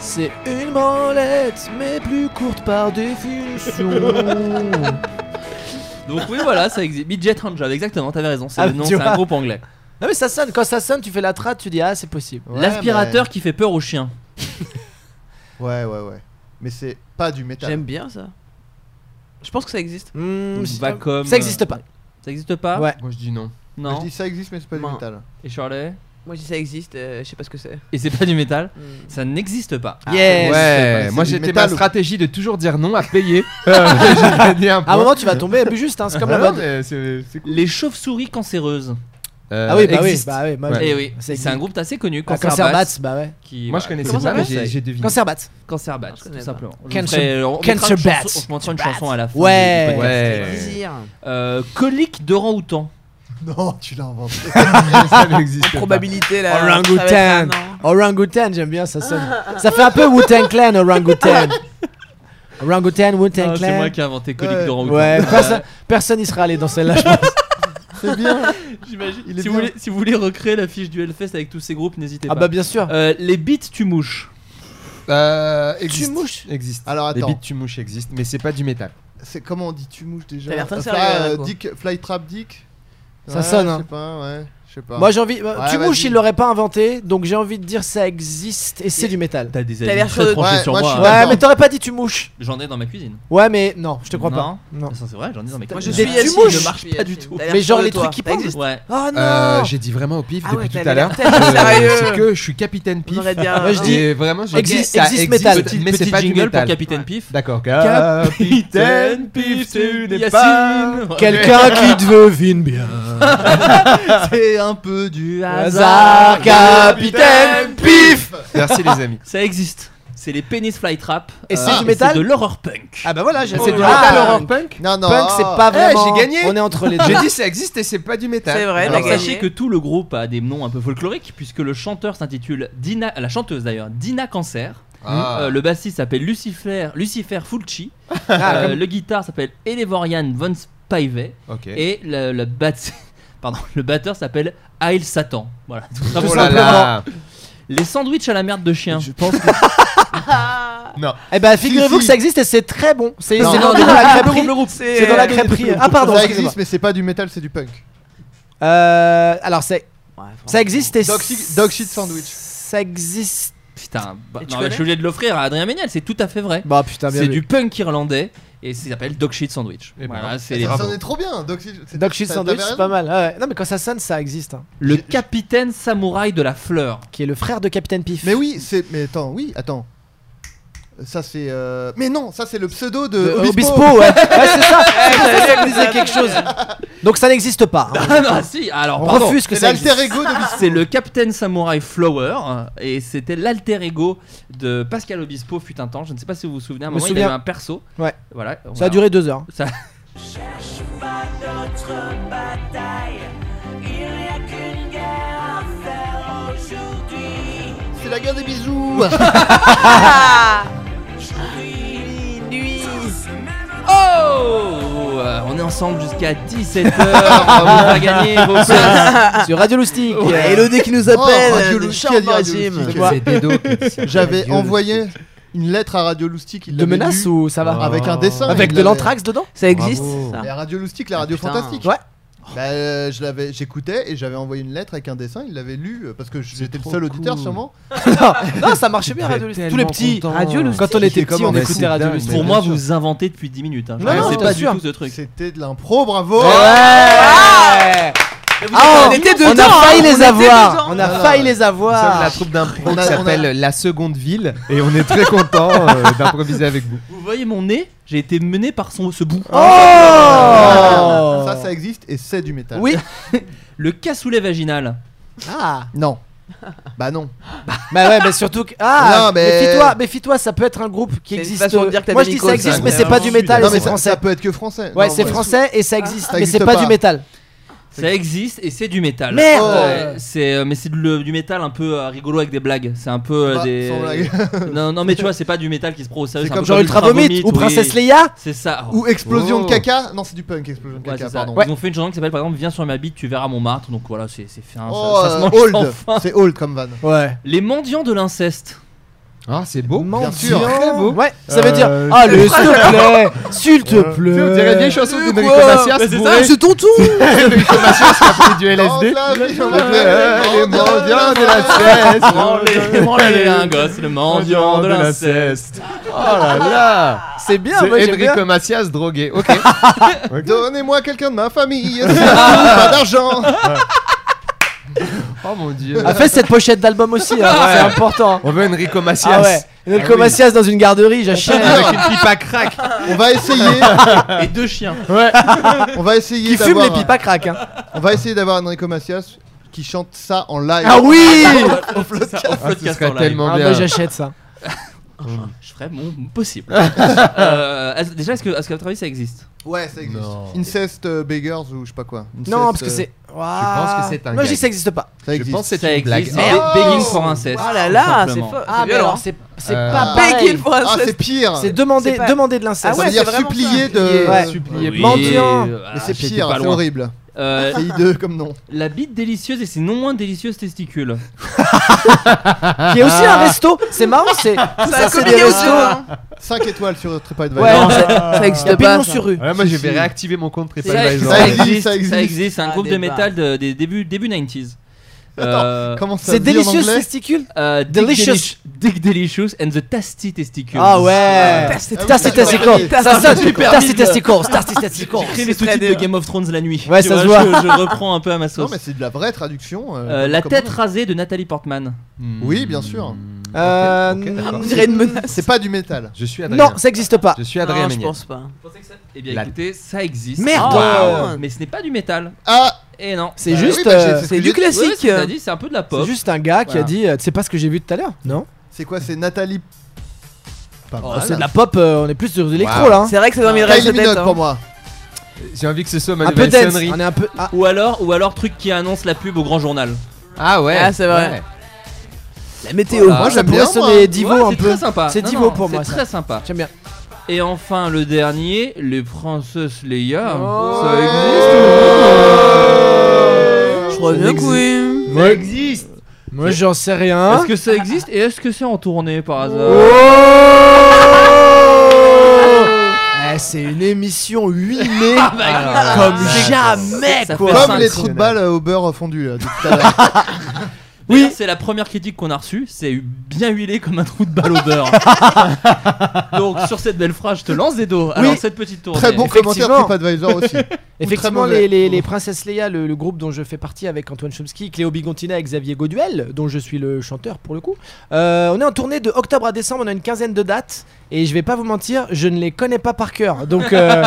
Speaker 7: C'est une branlette, mais plus courte par définition.
Speaker 6: Donc oui voilà, ça existe. Midget Handjob, exactement, t'avais raison, c'est
Speaker 7: Ah,
Speaker 6: le nom,
Speaker 7: tu
Speaker 6: c'est
Speaker 7: vois.
Speaker 6: un groupe anglais.
Speaker 7: non mais ça sonne, quand ça sonne, tu fais la trappe, tu dis ah c'est possible.
Speaker 5: Ouais,
Speaker 6: L'aspirateur qui fait peur aux chiens.
Speaker 5: mais- Ouais, ouais, ouais. Mais c'est pas du métal.
Speaker 8: J'aime bien ça. Je pense que ça existe.
Speaker 7: Hmm,
Speaker 6: Donc,
Speaker 7: si-
Speaker 6: va comme-
Speaker 7: Ça existe pas.
Speaker 6: Ça existe pas
Speaker 7: Ouais.
Speaker 10: Moi je dis non.
Speaker 5: Je
Speaker 6: Non.
Speaker 5: dis ça existe, mais c'est pas du
Speaker 8: Non.
Speaker 5: métal.
Speaker 6: Et Shirley
Speaker 8: Moi je dis ça existe, euh, je sais pas ce que c'est.
Speaker 6: Et c'est pas du métal
Speaker 8: Hmm.
Speaker 6: Ça n'existe pas.
Speaker 5: c'est
Speaker 7: Yes.
Speaker 10: ouais,
Speaker 5: pas-
Speaker 10: moi
Speaker 5: c'est du
Speaker 10: j'étais
Speaker 5: métal
Speaker 10: ma
Speaker 5: ou-
Speaker 10: stratégie de toujours dire non à payer. Euh, J'ai gagné un
Speaker 7: À
Speaker 10: point.
Speaker 7: un moment tu vas tomber plus juste, hein, c'est comme la
Speaker 10: Ah non,
Speaker 7: mode.
Speaker 10: mais c'est- c'est cool.
Speaker 6: Les chauves-souris cancéreuses.
Speaker 10: Euh,
Speaker 7: Ah oui bah oui
Speaker 10: existe.
Speaker 7: bah oui. bah
Speaker 10: Ouais.
Speaker 7: oui.
Speaker 6: Eh oui,
Speaker 7: Ça
Speaker 6: c'est un
Speaker 7: existe.
Speaker 6: groupe assez connu,
Speaker 7: Ah,
Speaker 6: Cancer,
Speaker 7: Cancer
Speaker 6: Bats,
Speaker 7: Bats, bah ouais.
Speaker 6: qui-
Speaker 10: Moi
Speaker 6: voilà,
Speaker 10: je connaissais
Speaker 6: comment ça
Speaker 10: pas, mais
Speaker 6: s'appelle
Speaker 10: j'ai j'ai deviné.
Speaker 7: Cancer Bats.
Speaker 6: Cancer Bats,
Speaker 8: Je
Speaker 6: tout
Speaker 8: connais pas.
Speaker 6: simplement. Je vous
Speaker 7: Cancer-
Speaker 6: ferai- on mettra
Speaker 7: Cancer
Speaker 6: une chanson-
Speaker 7: Bats.
Speaker 6: On se montre une chanson à la fin.
Speaker 7: Ouais.
Speaker 6: du- du podcast.
Speaker 10: Ouais.
Speaker 8: Plaisir.
Speaker 6: Euh, colique de rang-outan.
Speaker 5: Non, tu l'as inventé.
Speaker 10: ça n'existe
Speaker 8: La
Speaker 10: pas.
Speaker 8: probabilité là.
Speaker 7: Orangutan.
Speaker 8: ça va être un an. Ah,
Speaker 7: Orangutan, j'aime bien ça sonne. ça fait un peu Wu-Tang Clan, orangutan. Orangutan, Wu-Tang
Speaker 6: Ah, C'est
Speaker 7: Clan.
Speaker 6: moi qui ai inventé colique
Speaker 5: Ouais.
Speaker 6: de rang-outan.
Speaker 7: Ouais,
Speaker 6: Euh,
Speaker 7: personne, personne n'y sera allé dans celle-là, je pense.
Speaker 5: C'est bien.
Speaker 6: J'imagine.
Speaker 5: Il
Speaker 6: Si,
Speaker 5: est
Speaker 6: vous
Speaker 5: bien.
Speaker 6: voulez- si vous voulez recréer l'affiche du Hellfest avec tous ces groupes, n'hésitez
Speaker 7: Ah
Speaker 6: pas.
Speaker 7: bah, bien sûr.
Speaker 6: Euh, les beats tu mouches.
Speaker 10: Euh, existe.
Speaker 7: mouches
Speaker 10: Existe.
Speaker 5: Alors,
Speaker 10: Les
Speaker 5: attends.
Speaker 10: beats tu mouches existent, mais c'est pas du métal.
Speaker 5: C'est comment on dit tu mouches déjà
Speaker 8: T'as l'air très
Speaker 5: Euh,
Speaker 8: sérieux,
Speaker 5: Fly,
Speaker 8: là,
Speaker 5: euh,
Speaker 8: quoi.
Speaker 5: Dick, Flytrap Dick
Speaker 7: Ça
Speaker 5: Ouais,
Speaker 7: sonne,
Speaker 5: Je
Speaker 7: hein.
Speaker 5: sais pas, ouais. Je sais pas.
Speaker 7: Moi j'ai envie. bah,
Speaker 5: Ouais,
Speaker 7: tu mouches,
Speaker 5: vas-y.
Speaker 7: il l'aurait pas inventé, donc j'ai envie de dire ça existe et c'est du métal.
Speaker 6: T'as des
Speaker 8: T'as
Speaker 6: avis
Speaker 8: l'air
Speaker 6: très
Speaker 8: chaud.
Speaker 6: tranchés
Speaker 5: Ouais,
Speaker 6: sur
Speaker 5: moi,
Speaker 6: moi.
Speaker 5: je suis
Speaker 6: hein.
Speaker 7: Ouais,
Speaker 5: d'accord.
Speaker 7: mais t'aurais pas dit tu mouches.
Speaker 6: J'en ai dans ma cuisine.
Speaker 7: Ouais, mais non, je te crois pas.
Speaker 6: Non.
Speaker 7: Non.
Speaker 6: C'est vrai, j'en ai dans ma cuisine.
Speaker 8: Moi je
Speaker 7: Des
Speaker 8: suis
Speaker 7: petits
Speaker 8: assis,
Speaker 7: mouches.
Speaker 8: je marche pas du tout.
Speaker 7: Mais genre les trucs qui pendent.
Speaker 6: Ouais.
Speaker 7: Oh non.
Speaker 10: Euh, j'ai dit vraiment au pif
Speaker 8: Ah
Speaker 10: depuis
Speaker 8: ouais,
Speaker 10: tout
Speaker 8: t'as
Speaker 10: à l'heure.
Speaker 8: l'air tellement
Speaker 10: Euh,
Speaker 8: sérieux.
Speaker 10: C'est que je suis capitaine pif.
Speaker 8: On aurait bien.
Speaker 7: Moi, je dis-
Speaker 10: Et vraiment, je
Speaker 7: Existe-
Speaker 10: dis, ça
Speaker 7: existe métal.
Speaker 10: petit- mais
Speaker 6: Petit
Speaker 10: c'est pas du
Speaker 6: jingle pour
Speaker 10: métal.
Speaker 6: Capitaine Pif.
Speaker 10: D'accord. Capitaine Pif, tu n'es pas.
Speaker 6: Yacine.
Speaker 7: Quelqu'un qui devine bien.
Speaker 6: C'est un peu du
Speaker 7: Hasard, capitaine
Speaker 6: Pif
Speaker 10: Euh, Merci les amis.
Speaker 6: Ça existe. C'est les Penis Flytrap.
Speaker 7: Et c'est du métal
Speaker 6: Euh, C'est de l'horror punk.
Speaker 7: Ah bah voilà, j'ai.
Speaker 10: C'est du
Speaker 7: Ah,
Speaker 10: métal horror punk.
Speaker 5: Non, non.
Speaker 7: Punk, c'est pas
Speaker 10: Eh,
Speaker 7: Ah, vraiment.
Speaker 10: j'ai gagné.
Speaker 7: On est entre les deux.
Speaker 10: J'ai dit ça existe et c'est pas du métal.
Speaker 8: C'est vrai,
Speaker 10: Alors,
Speaker 8: t'as gagné.
Speaker 6: Sachez que tout le groupe a des noms un peu folkloriques, puisque le chanteur s'intitule Dina, la chanteuse d'ailleurs, Dina Cancer.
Speaker 10: Ah.
Speaker 6: Euh, le bassiste s'appelle Lucifer, Lucifer Fulci.
Speaker 7: Ah,
Speaker 6: Euh,
Speaker 7: comme-
Speaker 6: Le guitare s'appelle Elevorian von Spivey.
Speaker 10: Ok.
Speaker 6: Et le, le bat- Pardon, le batteur s'appelle Hail Satan. Voilà. Tout
Speaker 10: Oh
Speaker 6: simplement.
Speaker 10: là là.
Speaker 6: Les sandwichs à la merde de chien.
Speaker 7: Je pense.
Speaker 8: Ah.
Speaker 7: Eh bah figurez-vous
Speaker 5: Si,
Speaker 7: que
Speaker 5: si.
Speaker 7: ça existe et c'est très bon. C'est
Speaker 5: Non, Ah,
Speaker 7: c'est
Speaker 5: non,
Speaker 7: dans
Speaker 8: Ah,
Speaker 7: la crêperie.
Speaker 8: C'est
Speaker 7: C'est dans la
Speaker 8: euh,
Speaker 7: crêperie. Ah pardon.
Speaker 5: ça
Speaker 7: excusez-moi.
Speaker 5: existe, mais c'est pas du métal, c'est du punk.
Speaker 7: Euh, alors c'est ça existe et
Speaker 5: Dog shit- dog shit sandwich.
Speaker 7: Ça existe.
Speaker 6: Putain, bah,
Speaker 8: Et tu
Speaker 6: non, mais je
Speaker 8: connais
Speaker 6: suis obligé de l'offrir à Adrien Méniel, c'est tout à fait vrai.
Speaker 7: Bah putain bien
Speaker 6: C'est
Speaker 7: vu.
Speaker 6: du punk irlandais et ça s'appelle Dog Shit Sandwich.
Speaker 10: Eh ben,
Speaker 6: Voilà, c'est les-
Speaker 5: Ça sonnait trop bien. Dog shit, c'est-
Speaker 7: Dog shit
Speaker 5: ça-
Speaker 7: sandwich,
Speaker 5: t'avais
Speaker 7: c'est
Speaker 5: raison.
Speaker 7: pas mal. Ah, ouais. Non mais quand ça sonne, ça existe. hein.
Speaker 6: le capitaine samouraï de la fleur.
Speaker 7: Qui est le frère de Capitaine Pif.
Speaker 5: Mais oui, c'est. Mais attends, oui, attends. Ça c'est. euh, Mais non, ça c'est le pseudo de.
Speaker 7: Euh,
Speaker 5: Obispo.
Speaker 7: Obispo, ouais. ouais c'est ça. C'est pour ça que ça me disait quelque chose. Donc ça n'existe pas. hein.
Speaker 6: Ah non, si, alors
Speaker 7: On
Speaker 6: pardon.
Speaker 7: refuse que
Speaker 5: C'est
Speaker 7: ça existe.
Speaker 5: l'alter ego d'Obispo.
Speaker 6: C'est le Capitaine Samouraï Flower euh, et c'était l'alter ego de Pascal Obispo fut un temps. Je ne sais pas si vous vous souvenez, à un
Speaker 7: Me
Speaker 6: moment il
Speaker 7: souviens.
Speaker 6: avait un perso.
Speaker 7: Ouais.
Speaker 6: Voilà.
Speaker 7: Ça
Speaker 6: voilà.
Speaker 7: a duré deux heures.
Speaker 6: Ça-
Speaker 5: C'est la guerre des bisous.
Speaker 8: Ah. Nuit, nuit.
Speaker 6: Oh Euh, On est ensemble jusqu'à 17h. on va vous faire gagner vos places.
Speaker 7: Sur Radio Loustique.
Speaker 8: Ouais, Elodie qui nous
Speaker 5: Oh, Radio
Speaker 7: euh,
Speaker 8: appelle. de
Speaker 5: Loustique, qui a dit Radio
Speaker 8: Chambre-Gym.
Speaker 5: Loustique.
Speaker 7: vois.
Speaker 10: C'est des dos qui-
Speaker 5: J'avais envoyé une lettre à Radio Loustique. il
Speaker 7: De
Speaker 5: l'avait
Speaker 7: menaces
Speaker 5: lue,
Speaker 7: ou ça va
Speaker 5: Avec un dessin.
Speaker 7: Avec
Speaker 5: il
Speaker 7: de
Speaker 5: l'avait-
Speaker 7: l'anthrax dedans
Speaker 8: Ça existe ça.
Speaker 5: La Radio Loustique, la
Speaker 6: Ah,
Speaker 5: radio
Speaker 6: putain.
Speaker 5: fantastique.
Speaker 7: Ouais.
Speaker 5: Bah, euh, je l'avais, j'écoutais et j'avais envoyé une lettre avec un dessin. Il l'avait lu euh, parce que j'étais le seul auditeur sûrement.
Speaker 7: non, non, ça marchait bien Radio Loustique.
Speaker 10: tellement
Speaker 7: Tous les petits.
Speaker 10: content.
Speaker 7: Radio Loustique. Quand on
Speaker 10: J'étais
Speaker 7: était petits, on
Speaker 10: comme un
Speaker 7: écoutait
Speaker 10: dingue,
Speaker 7: Radio
Speaker 10: mais
Speaker 7: Loustique.
Speaker 6: Pour
Speaker 10: bien
Speaker 6: moi,
Speaker 10: sûr.
Speaker 6: vous inventez depuis 10 minutes. Hein. Je
Speaker 7: Non,
Speaker 6: ne
Speaker 7: non,
Speaker 6: sais
Speaker 7: je
Speaker 6: pas du
Speaker 7: t'assure.
Speaker 6: tout ce truc.
Speaker 5: C'était de l'impro,
Speaker 7: Eh
Speaker 5: bravo.
Speaker 7: Ouais. Ah, on,
Speaker 8: était
Speaker 7: on
Speaker 8: dedans,
Speaker 7: a
Speaker 8: hein,
Speaker 7: failli
Speaker 8: on
Speaker 7: les
Speaker 8: était
Speaker 7: avoir.
Speaker 8: dedans.
Speaker 7: On a
Speaker 5: Non, non,
Speaker 7: failli
Speaker 5: ouais.
Speaker 7: les
Speaker 10: Nous sommes la
Speaker 7: avoir.
Speaker 10: troupe d'impro
Speaker 5: On
Speaker 10: qui
Speaker 5: a- on a-
Speaker 10: s'appelle La Seconde Ville et on est très content euh, d'improviser avec vous.
Speaker 6: Vous voyez mon nez J'ai été mené par son, ce bout.
Speaker 7: Ah. Oh
Speaker 5: euh, Ça, ça existe et c'est du métal.
Speaker 7: Oui.
Speaker 6: Le cassoulet vaginal.
Speaker 7: Ah.
Speaker 5: Non. Bah non.
Speaker 7: Bah ouais, mais surtout que ah,
Speaker 5: Non, mais-
Speaker 7: méfie-toi, méfie-toi, ça peut être un groupe
Speaker 8: C'est
Speaker 7: qui
Speaker 8: une
Speaker 7: existe.
Speaker 8: façon de dire que t'as
Speaker 7: Moi
Speaker 8: des
Speaker 7: je dis ça
Speaker 8: mycoses,
Speaker 7: existe,
Speaker 8: ça,
Speaker 7: mais c'est pas du métal,
Speaker 5: non,
Speaker 7: et c'est
Speaker 5: mais ça, ça
Speaker 7: français.
Speaker 5: peut être que français.
Speaker 7: Ouais,
Speaker 5: Non,
Speaker 7: c'est
Speaker 5: ouais.
Speaker 7: français et ça existe,
Speaker 5: Ça
Speaker 7: mais c'est
Speaker 5: existe
Speaker 7: pas
Speaker 5: pas.
Speaker 7: du métal.
Speaker 6: Ça existe et c'est du métal.
Speaker 7: Merde
Speaker 6: Ouais, c'est euh, mais c'est le- du métal un peu euh, rigolo avec des blagues. C'est un peu euh,
Speaker 5: Bah,
Speaker 6: des.
Speaker 5: sans blague.
Speaker 6: non non mais tu vois c'est pas du métal qui se prend au sérieux.
Speaker 5: C'est
Speaker 6: un
Speaker 5: comme
Speaker 6: peu
Speaker 7: Genre Ultra Vomit ou
Speaker 6: oui.
Speaker 7: Princesse Leia
Speaker 6: C'est ça.
Speaker 5: Ou explosion
Speaker 10: Oh.
Speaker 5: de caca. Non, c'est du punk. Explosion de
Speaker 6: Ouais,
Speaker 5: caca,
Speaker 6: c'est ça.
Speaker 5: pardon.
Speaker 6: Ils ont fait une chanson qui s'appelle par exemple Viens sur ma bite, tu verras mon martre. Donc voilà, c'est c'est fin. ça-
Speaker 5: Oh,
Speaker 6: ça, se mange
Speaker 5: euh,
Speaker 6: sans
Speaker 5: old.
Speaker 6: fin.
Speaker 5: C'est old comme van.
Speaker 7: Ouais.
Speaker 6: Les mendiants de l'inceste.
Speaker 10: Ah, c'est beau.
Speaker 5: Bien sûr.
Speaker 10: Très beau.
Speaker 7: Ouais, ça veut dire
Speaker 10: Euh,
Speaker 7: ah le s'il te plaît, s'il te
Speaker 10: Tu sais,
Speaker 7: plaît.
Speaker 10: on dirait bien une chanson
Speaker 7: Euh,
Speaker 10: d'Enrico
Speaker 7: quoi
Speaker 10: Macias.
Speaker 7: Bah, c'est
Speaker 10: bourré.
Speaker 7: ça, c'est ton tour.
Speaker 10: Enrico Macias qui a pris du LSD.
Speaker 5: Dans la vie, on
Speaker 10: Euh,
Speaker 5: l'appelle
Speaker 10: Les mendiants de l'inceste.
Speaker 6: Branlez- branlez un gosse, le mendiant de l'inceste.
Speaker 10: Oh là là.
Speaker 7: C'est bien, moi
Speaker 10: C'est
Speaker 7: j'aime bien.
Speaker 10: Enrico Macias drogué. Ok.
Speaker 5: Donnez-moi quelqu'un de ma famille. sinon, pas d'argent.
Speaker 10: Oh mon dieu.
Speaker 7: A fait Ah, cette pochette d'album aussi, hein, c'est important.
Speaker 10: On veut Enrico Macias.
Speaker 7: Ah ouais,
Speaker 10: Ah
Speaker 7: Enrico
Speaker 10: oui.
Speaker 7: Macias dans une garderie, j'achète.
Speaker 10: Avec une pipe à crack.
Speaker 5: On va essayer.
Speaker 6: Et deux chiens.
Speaker 10: Ouais.
Speaker 5: On va essayer
Speaker 7: Qui fume les
Speaker 5: d'avoir.
Speaker 7: pipes à crack. hein.
Speaker 5: On va essayer d'avoir Enrico Macias qui chante ça en live.
Speaker 7: Ah oui
Speaker 6: Au floodcast. Au
Speaker 10: Ah, ce
Speaker 6: floodcast en
Speaker 10: serait
Speaker 6: live.
Speaker 10: tellement
Speaker 7: Ah
Speaker 10: bien.
Speaker 7: bah j'achète ça.
Speaker 6: Je ferais mon possible. Euh, est-ce- déjà, est-ce que, est-ce qu'à votre avis ça existe
Speaker 5: Ouais, ça existe.
Speaker 10: Non.
Speaker 5: Incest euh, Beggars ou je sais pas quoi. Incest,
Speaker 7: Non, parce que
Speaker 5: euh,
Speaker 7: c'est.
Speaker 10: penses que c'est un
Speaker 7: Moi je dis
Speaker 10: gag.
Speaker 7: que ça existe pas.
Speaker 5: Ça
Speaker 10: Je
Speaker 5: existe.
Speaker 10: pense que
Speaker 6: Ça
Speaker 10: c'est une blague.
Speaker 6: existe.
Speaker 10: Ah,
Speaker 5: Oh
Speaker 6: Be- begging for incest.
Speaker 8: Oh là là,
Speaker 6: tout
Speaker 8: c'est
Speaker 6: simplement.
Speaker 8: fort.
Speaker 7: Ah, mais alors, c'est c'est
Speaker 10: Euh,
Speaker 8: Begging
Speaker 7: pas pareil.
Speaker 8: for
Speaker 5: ah, c'est
Speaker 8: incest.
Speaker 5: pire.
Speaker 7: C'est demander,
Speaker 8: C'est pas-
Speaker 7: demander de l'inceste.
Speaker 8: Ah
Speaker 5: ça
Speaker 8: ouais,
Speaker 5: veut
Speaker 8: c'est
Speaker 5: dire
Speaker 8: vraiment
Speaker 5: supplier
Speaker 8: ça.
Speaker 5: de.
Speaker 7: Ouais.
Speaker 10: Supplier.
Speaker 6: Oui, euh,
Speaker 7: mendiant.
Speaker 5: Mais
Speaker 6: ah,
Speaker 5: c'est
Speaker 6: j'étais
Speaker 5: pire,
Speaker 6: pas
Speaker 5: c'est
Speaker 6: loin.
Speaker 5: horrible.
Speaker 6: Euh,
Speaker 5: C'est hideux comme nom.
Speaker 6: La bite délicieuse et ses non moins délicieuses testicules.
Speaker 7: Il y a aussi un resto. C'est marrant, c'est tout ça, c'est des restos.
Speaker 5: 5 étoiles sur TripAdvisor.
Speaker 7: Ouais, non, ça- ça existe
Speaker 5: Y a
Speaker 7: pas,
Speaker 5: pignon
Speaker 7: ça.
Speaker 5: sur rue.
Speaker 10: Ouais, moi, je vais réactiver mon compte TripAdvisor.
Speaker 6: Ça
Speaker 10: Ça
Speaker 6: existe,
Speaker 10: existe,
Speaker 6: ça existe.
Speaker 10: ça existe.
Speaker 6: C'est un
Speaker 10: Ah,
Speaker 6: groupe de
Speaker 10: des
Speaker 6: métal de- des débuts, début 90s.
Speaker 10: Attends,
Speaker 6: Euh,
Speaker 10: comment ça C'est dit en délicious anglais testicule
Speaker 6: Euh, Dick
Speaker 10: Delicious.
Speaker 6: Delish- Dick Delicious and the Tasty Testicles.
Speaker 7: Ah ouais. Tasty Ah oui, Tasty d'accord. Testicles. Ça
Speaker 6: Tasty
Speaker 7: sonne.
Speaker 6: Super
Speaker 7: Tasty
Speaker 6: vite.
Speaker 7: Testicles, Tasty Testicles.
Speaker 6: J'écris les
Speaker 7: C'est très
Speaker 6: sous-titres de
Speaker 7: bien.
Speaker 6: Game of Thrones la nuit.
Speaker 7: Ouais,
Speaker 6: Tu
Speaker 7: ça se
Speaker 6: vois,
Speaker 7: voit.
Speaker 6: Je, je reprends un peu à ma
Speaker 5: Non,
Speaker 6: sauce.
Speaker 5: mais c'est de la vraie traduction. euh,
Speaker 6: Euh,
Speaker 5: comme-
Speaker 6: la
Speaker 5: comme
Speaker 6: tête
Speaker 5: on dit.
Speaker 6: rasée de Nathalie Portman.
Speaker 10: Hmm.
Speaker 5: Oui, bien sûr.
Speaker 7: Euh,
Speaker 5: d'accord.
Speaker 7: on dirait une menace.
Speaker 5: C'est pas du métal.
Speaker 10: Je suis
Speaker 7: Non, ça existe pas.
Speaker 10: Je suis Adrien Méniel.
Speaker 8: pas.
Speaker 6: Eh bien
Speaker 10: La-
Speaker 6: écoutez, ça existe.
Speaker 7: Merde.
Speaker 6: Ah,
Speaker 7: Ouais.
Speaker 6: Mais ce n'est pas du métal.
Speaker 5: Ah
Speaker 6: Et non.
Speaker 7: C'est juste,
Speaker 6: bah,
Speaker 7: euh, c'est du classique.
Speaker 6: cest dit c'est un peu de la pop.
Speaker 7: C'est juste un gars qui
Speaker 6: Voilà.
Speaker 7: a dit, euh, c'est pas ce que j'ai vu tout à l'heure, non
Speaker 5: C'est quoi C'est Nathalie. Pas
Speaker 7: Oh,
Speaker 8: Ah,
Speaker 5: mal.
Speaker 7: C'est de la pop. euh, on est plus sur de l'électro
Speaker 5: Wow.
Speaker 7: là. hein.
Speaker 5: C'est vrai que ça donne une Kylie rêve de tête, Minogue hein. pour moi.
Speaker 10: J'ai envie que ce soit ma
Speaker 7: Un peu
Speaker 10: nouvelle
Speaker 7: dance.
Speaker 10: sonnerie.
Speaker 7: On est un peu. ah,
Speaker 6: Ou alors, ou alors truc qui annonce la pub au grand journal.
Speaker 10: Ah ouais.
Speaker 8: Ah, c'est vrai.
Speaker 10: Ouais.
Speaker 8: La météo.
Speaker 6: Voilà.
Speaker 7: Moi, ça pourrait sonner Divo
Speaker 6: Ouais,
Speaker 7: un
Speaker 6: c'est
Speaker 7: peu.
Speaker 6: très sympa.
Speaker 7: C'est
Speaker 6: Non,
Speaker 7: Divo
Speaker 6: non,
Speaker 7: pour moi.
Speaker 6: C'est
Speaker 7: ça.
Speaker 6: très sympa.
Speaker 7: J'aime bien.
Speaker 6: Et enfin le dernier, les princesses Leia.
Speaker 7: Oh.
Speaker 6: ça existe. ou pas
Speaker 8: Je crois bien que oui.
Speaker 6: Ça existe.
Speaker 7: Moi, j'en sais rien.
Speaker 6: Est-ce que ça existe et est-ce que c'est en tournée par hasard
Speaker 7: Oh. Eh, c'est une émission 8 mai
Speaker 6: écoute,
Speaker 7: comme
Speaker 6: Ah, bah, c'est-
Speaker 7: jamais
Speaker 6: ça
Speaker 7: quoi.
Speaker 6: fait
Speaker 5: Comme les trous de balle euh, au beurre fondu là, depuis tout à l'heure.
Speaker 6: Oui, c'est la première critique qu'on a reçue. C'est bien huilé comme un trou de balle au beurre. Donc sur cette belle phrase, je te lance des dos. Alors cette petite tournée.
Speaker 5: Très bon commentaire
Speaker 7: Effectivement.
Speaker 5: TripAdvisor aussi. Ou très
Speaker 7: Effectivement,
Speaker 5: mauvais.
Speaker 7: les, les, les Princesses Leia, le, le groupe dont je fais partie avec Antoine Chomsky, Cléo Bigontina et Xavier Goduel, dont je suis le chanteur pour le coup, euh, on est en tournée de octobre à décembre, on a une quinzaine de dates, et je vais pas vous mentir, je ne les connais pas par cœur. Donc euh,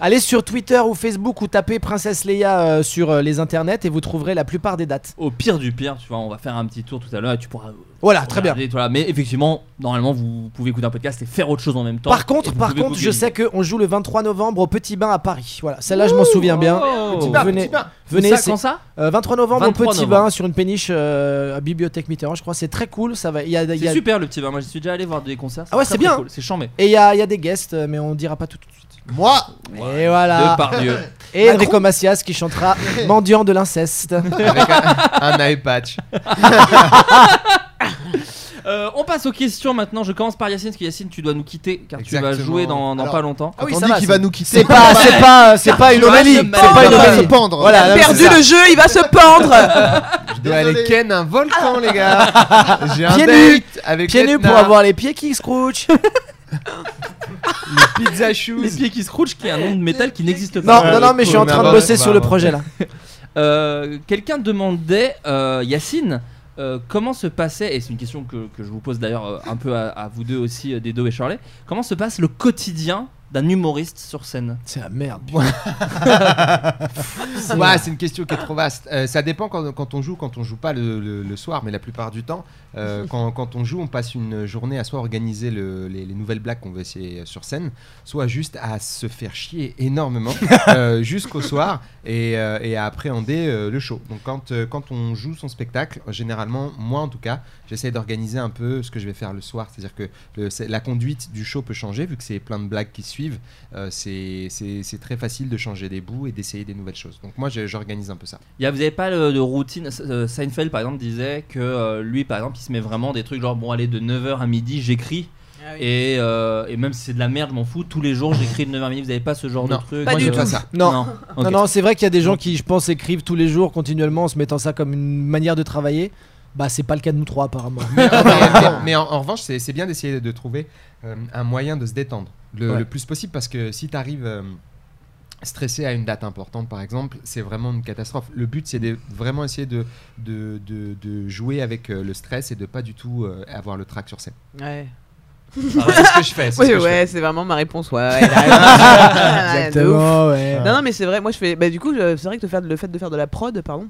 Speaker 7: allez sur Twitter ou Facebook ou tapez Princesse Leia euh, sur euh, les internets et vous trouverez la plupart des dates.
Speaker 6: Au pire du pire, tu vois, on va faire un petit tour tout à l'heure et tu pourras.
Speaker 7: Voilà, Ah, très bien.
Speaker 6: regarder, voilà. Mais effectivement, normalement, vous pouvez écouter un podcast et faire autre chose en même temps.
Speaker 7: Par
Speaker 6: Et
Speaker 7: contre,
Speaker 6: vous
Speaker 7: par
Speaker 6: pouvez
Speaker 7: contre,
Speaker 6: bouger
Speaker 7: je
Speaker 6: les
Speaker 7: sais qu'on joue le 23 novembre au Petit Bain à Paris. Voilà, celle-là je m'en souviens bien.
Speaker 6: Oh.
Speaker 7: Petit
Speaker 6: Petit Bain,
Speaker 7: venez,
Speaker 6: Petit Bain.
Speaker 7: venez.
Speaker 6: Où ça,
Speaker 7: c'est-
Speaker 6: quand ça
Speaker 7: Euh, 23 novembre
Speaker 6: 23
Speaker 7: au Petit
Speaker 6: novembre.
Speaker 7: Bain sur une péniche euh, à Bibliothèque Mitterrand, je crois. C'est très cool. Ça va. il Y a, il y
Speaker 6: C'est
Speaker 7: a-
Speaker 6: super le petit bar. Moi, j'y suis déjà allé voir des concerts.
Speaker 7: Ah ouais,
Speaker 6: très,
Speaker 7: c'est
Speaker 6: très
Speaker 7: bien.
Speaker 6: cool. C'est chambé.
Speaker 7: Et il y a, il y a des guests, euh, mais on dira pas tout tout de suite.
Speaker 5: Moi
Speaker 7: Et
Speaker 10: Ah.
Speaker 7: voilà.
Speaker 6: De par Dieu.
Speaker 7: Et Enrico Macias qui chantera Mendiant de l'inceste.
Speaker 10: Avec un, un eye patch.
Speaker 7: Ah
Speaker 6: Euh, on passe aux questions maintenant. Je commence par Yacine, parce que Yacine, tu dois nous quitter car tu vas
Speaker 10: Exactement.
Speaker 6: jouer dans, dans
Speaker 5: Alors,
Speaker 6: pas longtemps.
Speaker 7: Ah
Speaker 5: Quand on dit qu'il va nous quitter.
Speaker 7: C'est pas, c'est pas, c'est pas une
Speaker 6: Tu vas
Speaker 7: homélie.
Speaker 6: se
Speaker 7: C'est
Speaker 6: marier.
Speaker 7: pas
Speaker 5: Il
Speaker 7: une
Speaker 5: va pas se
Speaker 7: homélie.
Speaker 5: pendre.
Speaker 7: Voilà. là,
Speaker 8: Perdu
Speaker 7: c'est ça.
Speaker 8: le jeu, il va se pendre.
Speaker 10: Je dois aller
Speaker 5: Désolé.
Speaker 10: ken un volcan, les gars. J'ai un
Speaker 7: Ah. Pieds
Speaker 10: date
Speaker 7: nus.
Speaker 10: avec
Speaker 7: Pieds nus
Speaker 10: Etna.
Speaker 7: pour avoir les pieds qui scroochent.
Speaker 10: pizza
Speaker 6: Les
Speaker 10: shoes.
Speaker 6: pieds qui se crougent, qui est un nom de métal qui n'existe
Speaker 7: Non,
Speaker 6: pas.
Speaker 7: non, non, mais je suis en
Speaker 10: mais
Speaker 7: train de
Speaker 10: avant-
Speaker 7: bosser sur le
Speaker 10: avant-
Speaker 7: projet là.
Speaker 6: Euh, Quelqu'un demandait, euh, Yacine, euh, comment se passait, et c'est une question que, que je vous pose d'ailleurs euh, un peu à, à vous deux aussi, euh, Dedo et Charlet, comment se passe le quotidien d'un humoriste sur scène
Speaker 7: C'est la merde.
Speaker 10: Ouais, c'est une question qui est trop vaste. Euh, ça dépend quand, quand on joue, quand on joue pas le, le- le soir, mais la plupart du temps, euh, quand, quand on joue, on passe une journée à soit organiser le- les, les nouvelles blagues qu'on veut essayer euh, sur scène, soit juste à se faire chier énormément euh, jusqu'au soir et, euh, et à appréhender euh, le show. Donc quand, euh, quand on joue son spectacle, généralement, moi en tout cas, j'essaie d'organiser un peu ce que je vais faire le soir. C'est-à-dire que le- c'est- la conduite du show peut changer vu que c'est plein de blagues qui suivent. Euh, c'est c'est- c'est très facile de changer des bouts et d'essayer des nouvelles choses. Donc moi, je- j'organise un peu ça.
Speaker 6: Il y a- Vous avez pas euh, de routine S- euh, Seinfeld par exemple disait que euh, lui par exemple il se met vraiment des trucs genre bon allez de 9h à midi j'écris
Speaker 8: Ah
Speaker 6: et, euh, et même si c'est de la merde je m'en fous tous les jours j'écris de 9h à midi vous avez pas ce genre
Speaker 10: Non,
Speaker 6: de truc
Speaker 8: Pas
Speaker 10: moi,
Speaker 8: du
Speaker 10: j'ai
Speaker 8: tout.
Speaker 10: pas ça.
Speaker 7: Non.
Speaker 6: ok.
Speaker 7: Non, non, c'est vrai qu'il y a des gens qui, je pense, écrivent tous les jours continuellement en se mettant ça comme une manière de travailler. Bah, c'est pas le cas de nous trois, apparemment.
Speaker 10: mais, mais- mais en, en revanche, c'est c'est bien d'essayer de trouver euh, un moyen de se détendre le,
Speaker 7: Ouais.
Speaker 10: le plus possible parce que si tu arrives stressé à une date importante, par exemple, c'est vraiment une catastrophe. Le but, c'est de vraiment essayer de, de, de- de jouer avec euh, le stress et de pas du tout euh, avoir le trac sur scène.
Speaker 8: Ah Ouais.
Speaker 10: Alors, c'est ce que je fais. c'est ce
Speaker 8: Oui,
Speaker 10: que je fais.
Speaker 8: ouais, c'est vraiment ma réponse. Ouais, ouais, là, là, là, Ah de ouf.
Speaker 7: Exactement, ouais.
Speaker 10: Ah.
Speaker 8: Non, non, mais c'est vrai, moi je fais. Bah, du coup, je- c'est vrai que de faire, le fait de faire de la prod, pardon.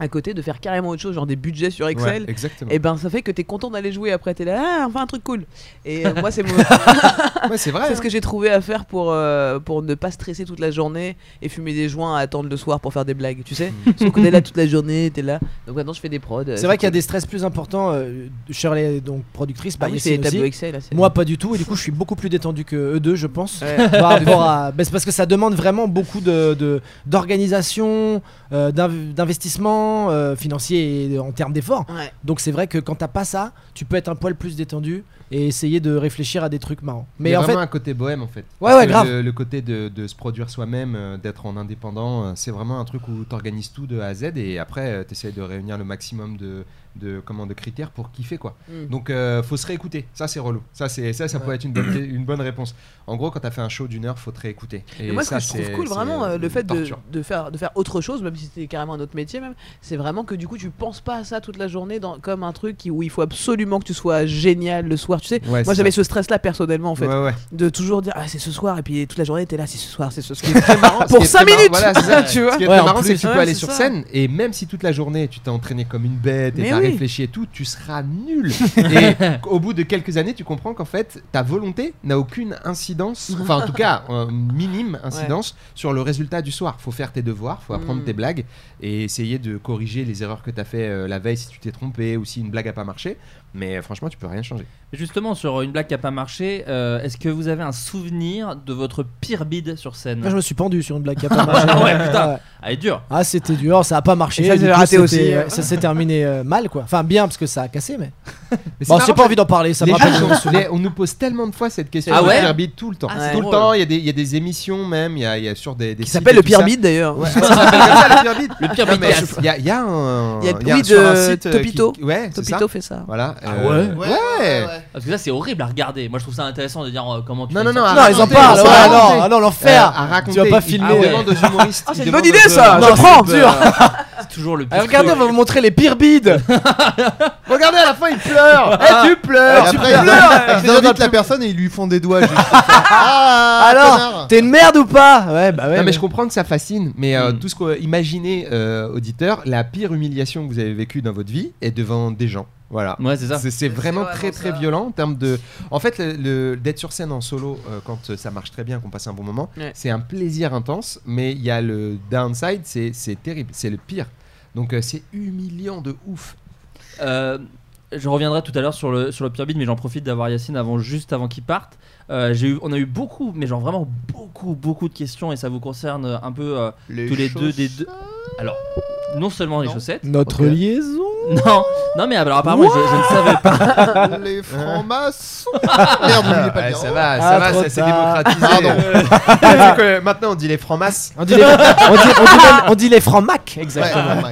Speaker 8: à côté de faire carrément autre chose genre des budgets sur Excel
Speaker 10: Ouais, exactement.
Speaker 8: et ben ça fait que t'es content d'aller jouer après t'es là ah, enfin un truc cool et euh, moi c'est mon
Speaker 10: c'est vrai,
Speaker 8: ce
Speaker 7: Ah,
Speaker 10: hein.
Speaker 8: que j'ai trouvé à faire pour euh, pour ne pas stresser toute la journée et fumer des joints à attendre le soir pour faire des blagues tu sais sauf que t'es là toute la journée t'es là donc maintenant je fais des prods
Speaker 7: Hmm.
Speaker 8: euh,
Speaker 7: C'est vrai qu'il y a des stress plus importants. euh, Shirley, donc productrice, bah,
Speaker 8: Ah oui,
Speaker 7: il
Speaker 8: c'est
Speaker 7: sait
Speaker 8: les tableaux
Speaker 7: aussi.
Speaker 8: Excel, là, c'est-
Speaker 7: Moi, pas du tout. Et du coup, je suis beaucoup plus détendu que eux deux, je pense.
Speaker 8: Ouais.
Speaker 7: Par rapport à. bah, c'est parce que ça demande vraiment beaucoup de, de- d'organisation, euh, d'inv- d'investissement euh, financier et en termes d'efforts. Donc, c'est vrai que quand t'as pas ça, tu peux être un poil plus détendu et essayer de réfléchir à des trucs marrants.
Speaker 10: Mais il y a
Speaker 7: en fait.
Speaker 10: vraiment un côté bohème en fait.
Speaker 7: Ouais,
Speaker 10: Parce
Speaker 7: ouais,
Speaker 10: que
Speaker 7: grave.
Speaker 10: Le, le côté de, de se produire soi-même, euh, d'être en indépendant, euh, c'est vraiment un truc où tu organises tout de A à Z et après tu essayes de réunir le maximum de, de, comment, de critères pour kiffer quoi.
Speaker 13: Mm.
Speaker 10: Donc euh, faut se réécouter. Ça c'est relou. Ça, c'est, ça, ça peut être une bonne, une bonne réponse. En gros, quand tu as fait un show d'une heure, faut te réécouter.
Speaker 8: Et moi, ce
Speaker 10: ça,
Speaker 8: que je trouve
Speaker 10: c'est-
Speaker 8: cool,
Speaker 10: c'est
Speaker 8: vraiment, euh,
Speaker 10: une
Speaker 8: le fait de,
Speaker 10: torture.
Speaker 8: de faire, de faire autre chose, même si c'était carrément un autre métier, même, c'est vraiment que du coup, tu penses pas à ça toute la journée dans, comme un truc qui- où il faut absolument que tu sois génial le soir. Tu sais,
Speaker 10: Ouais,
Speaker 8: moi
Speaker 10: c'est
Speaker 8: j'avais
Speaker 10: ça.
Speaker 8: ce stress-là personnellement, en fait,
Speaker 10: Ouais, ouais.
Speaker 8: de toujours dire ah, c'est ce soir, et puis toute la journée, t'es là, c'est ce soir, c'est ce soir. Ce qui est très marrant
Speaker 10: Ce qui
Speaker 8: pour
Speaker 10: est
Speaker 8: 5
Speaker 10: très marrant,
Speaker 8: minutes,
Speaker 10: voilà, c'est ça.
Speaker 8: tu vois.
Speaker 10: Ce qui est très marrant, c'est que tu peux aller sur scène et même si toute la journée tu t'es entraîné comme une bête et
Speaker 8: Mais
Speaker 10: t'as
Speaker 8: oui.
Speaker 10: réfléchi et tout, tu seras nul. et au bout de quelques années, tu comprends qu'en fait, ta volonté n'a aucune incidence, enfin en tout cas, euh, minime incidence sur le résultat du soir. Faut faire tes devoirs, faut apprendre
Speaker 13: Mm.
Speaker 10: tes blagues et essayer de corriger les erreurs que t'as fait euh, la veille si tu t'es trompé ou si une blague a pas marché. Mais euh, franchement, tu peux rien changer.
Speaker 6: Justement, sur une blague qui a pas marché, euh, est-ce que vous avez un souvenir de votre pire bide sur scène
Speaker 7: Moi, je me suis pendu sur une blague qui a pas marché.
Speaker 6: ouais, putain, elle est dure.
Speaker 7: Ah, c'était dur, ça a pas marché.
Speaker 6: Et ça,
Speaker 7: du
Speaker 6: j'ai
Speaker 7: coup,
Speaker 6: raté
Speaker 7: c'était-
Speaker 6: aussi.
Speaker 7: ouais, ça s'est terminé euh, mal, quoi. Enfin, bien, parce que ça a cassé, mais.
Speaker 10: Mais c'est
Speaker 7: bon,
Speaker 10: marrant
Speaker 7: j'ai pas
Speaker 10: parce-
Speaker 7: envie d'en parler, ça me
Speaker 10: les
Speaker 7: rappelle.
Speaker 10: gens,
Speaker 7: des
Speaker 10: on,
Speaker 7: souvenirs.
Speaker 10: on nous pose tellement de fois cette question
Speaker 7: Ah
Speaker 10: sur
Speaker 7: ouais
Speaker 10: le pyramide tout le temps.
Speaker 7: Ah, c'est
Speaker 10: tout le
Speaker 7: drôle.
Speaker 10: temps, il y, a des- il y a des émissions même, il y a, il y a sur des. des
Speaker 8: Qui
Speaker 10: sites
Speaker 8: s'appelle
Speaker 10: et
Speaker 8: le
Speaker 10: tout ça.
Speaker 8: pyramide, d'ailleurs.
Speaker 10: Ouais, ça s'appelle comme ça, le pyramide.
Speaker 8: Le pyramide
Speaker 10: Non, mais
Speaker 8: Cast.
Speaker 10: Il y, a- il y a un.
Speaker 8: Il y a-
Speaker 10: il un-
Speaker 8: oui,
Speaker 10: sur un
Speaker 8: de
Speaker 10: site, euh, qui-
Speaker 8: Topito.
Speaker 10: ouais, c'est
Speaker 8: Topito fait ça.
Speaker 10: Voilà.
Speaker 6: Ah
Speaker 10: euh,
Speaker 6: ouais
Speaker 10: ouais.
Speaker 6: Parce que ça, c'est horrible à regarder. Moi, je trouve ça intéressant de dire euh, comment tu
Speaker 10: Non,
Speaker 6: fais
Speaker 10: non,
Speaker 6: ça.
Speaker 10: non, à raconter, à raconter. Euh, à raconter. Il- ah ouais. demande aux humoristes. il demande aux-
Speaker 7: Non,
Speaker 10: aux-
Speaker 7: c'est
Speaker 10: aux-
Speaker 7: dur.
Speaker 6: C'est toujours le pire.
Speaker 7: Ah, regardez, on
Speaker 6: truc.
Speaker 7: va vous montrer les pires bides.
Speaker 10: Regardez, à la fin, il pleure.
Speaker 7: Ah.
Speaker 10: Eh, tu pleures.
Speaker 7: Ah,
Speaker 10: tu
Speaker 7: après,
Speaker 10: pleures.
Speaker 5: Ils invitent la personne et ils lui font des doigts. juste. Ah,
Speaker 7: Alors, t'es une merde ou pas Ouais, bah ouais.
Speaker 10: non, Ah mais
Speaker 7: mais-
Speaker 10: je comprends que ça fascine, mais euh, tout ce que imaginez, euh, auditeur, la pire humiliation que vous avez vécue dans votre vie est devant des gens. Voilà.
Speaker 6: Ouais, c'est ça.
Speaker 10: C'est vraiment très très violent en termes de. En fait, le- le- d'être sur scène en solo euh, quand euh, ça marche très bien, qu'on passe un bon moment,
Speaker 6: Ouais.
Speaker 10: c'est un plaisir intense, mais il y a le downside, c'est c'est terrible, c'est le pire. Donc euh, c'est humiliant de ouf.
Speaker 6: Euh, je reviendrai tout à l'heure sur le, sur le pyramide, mais j'en profite d'avoir Yacine avant, juste avant qu'il parte. Euh, j'ai eu, on a eu beaucoup, mais genre vraiment beaucoup, beaucoup de questions et ça vous concerne euh, un peu euh, tous les deux des deux. Alors, non seulement les chaussettes.
Speaker 7: Notre liaison
Speaker 6: Non, non mais alors apparemment je, je ne savais pas.
Speaker 5: Les francs-maçons Merde, vous voulez pas
Speaker 10: Ouais,
Speaker 5: dire.
Speaker 10: ça va,
Speaker 5: Ah,
Speaker 10: ça va,
Speaker 5: trop
Speaker 10: ça s'est
Speaker 5: tard.
Speaker 10: démocratisé.
Speaker 5: Pardon.
Speaker 10: C'est que maintenant on dit les francs-masses.
Speaker 7: On dit les, on dit- on dit même- on dit les francs Mac, exactement.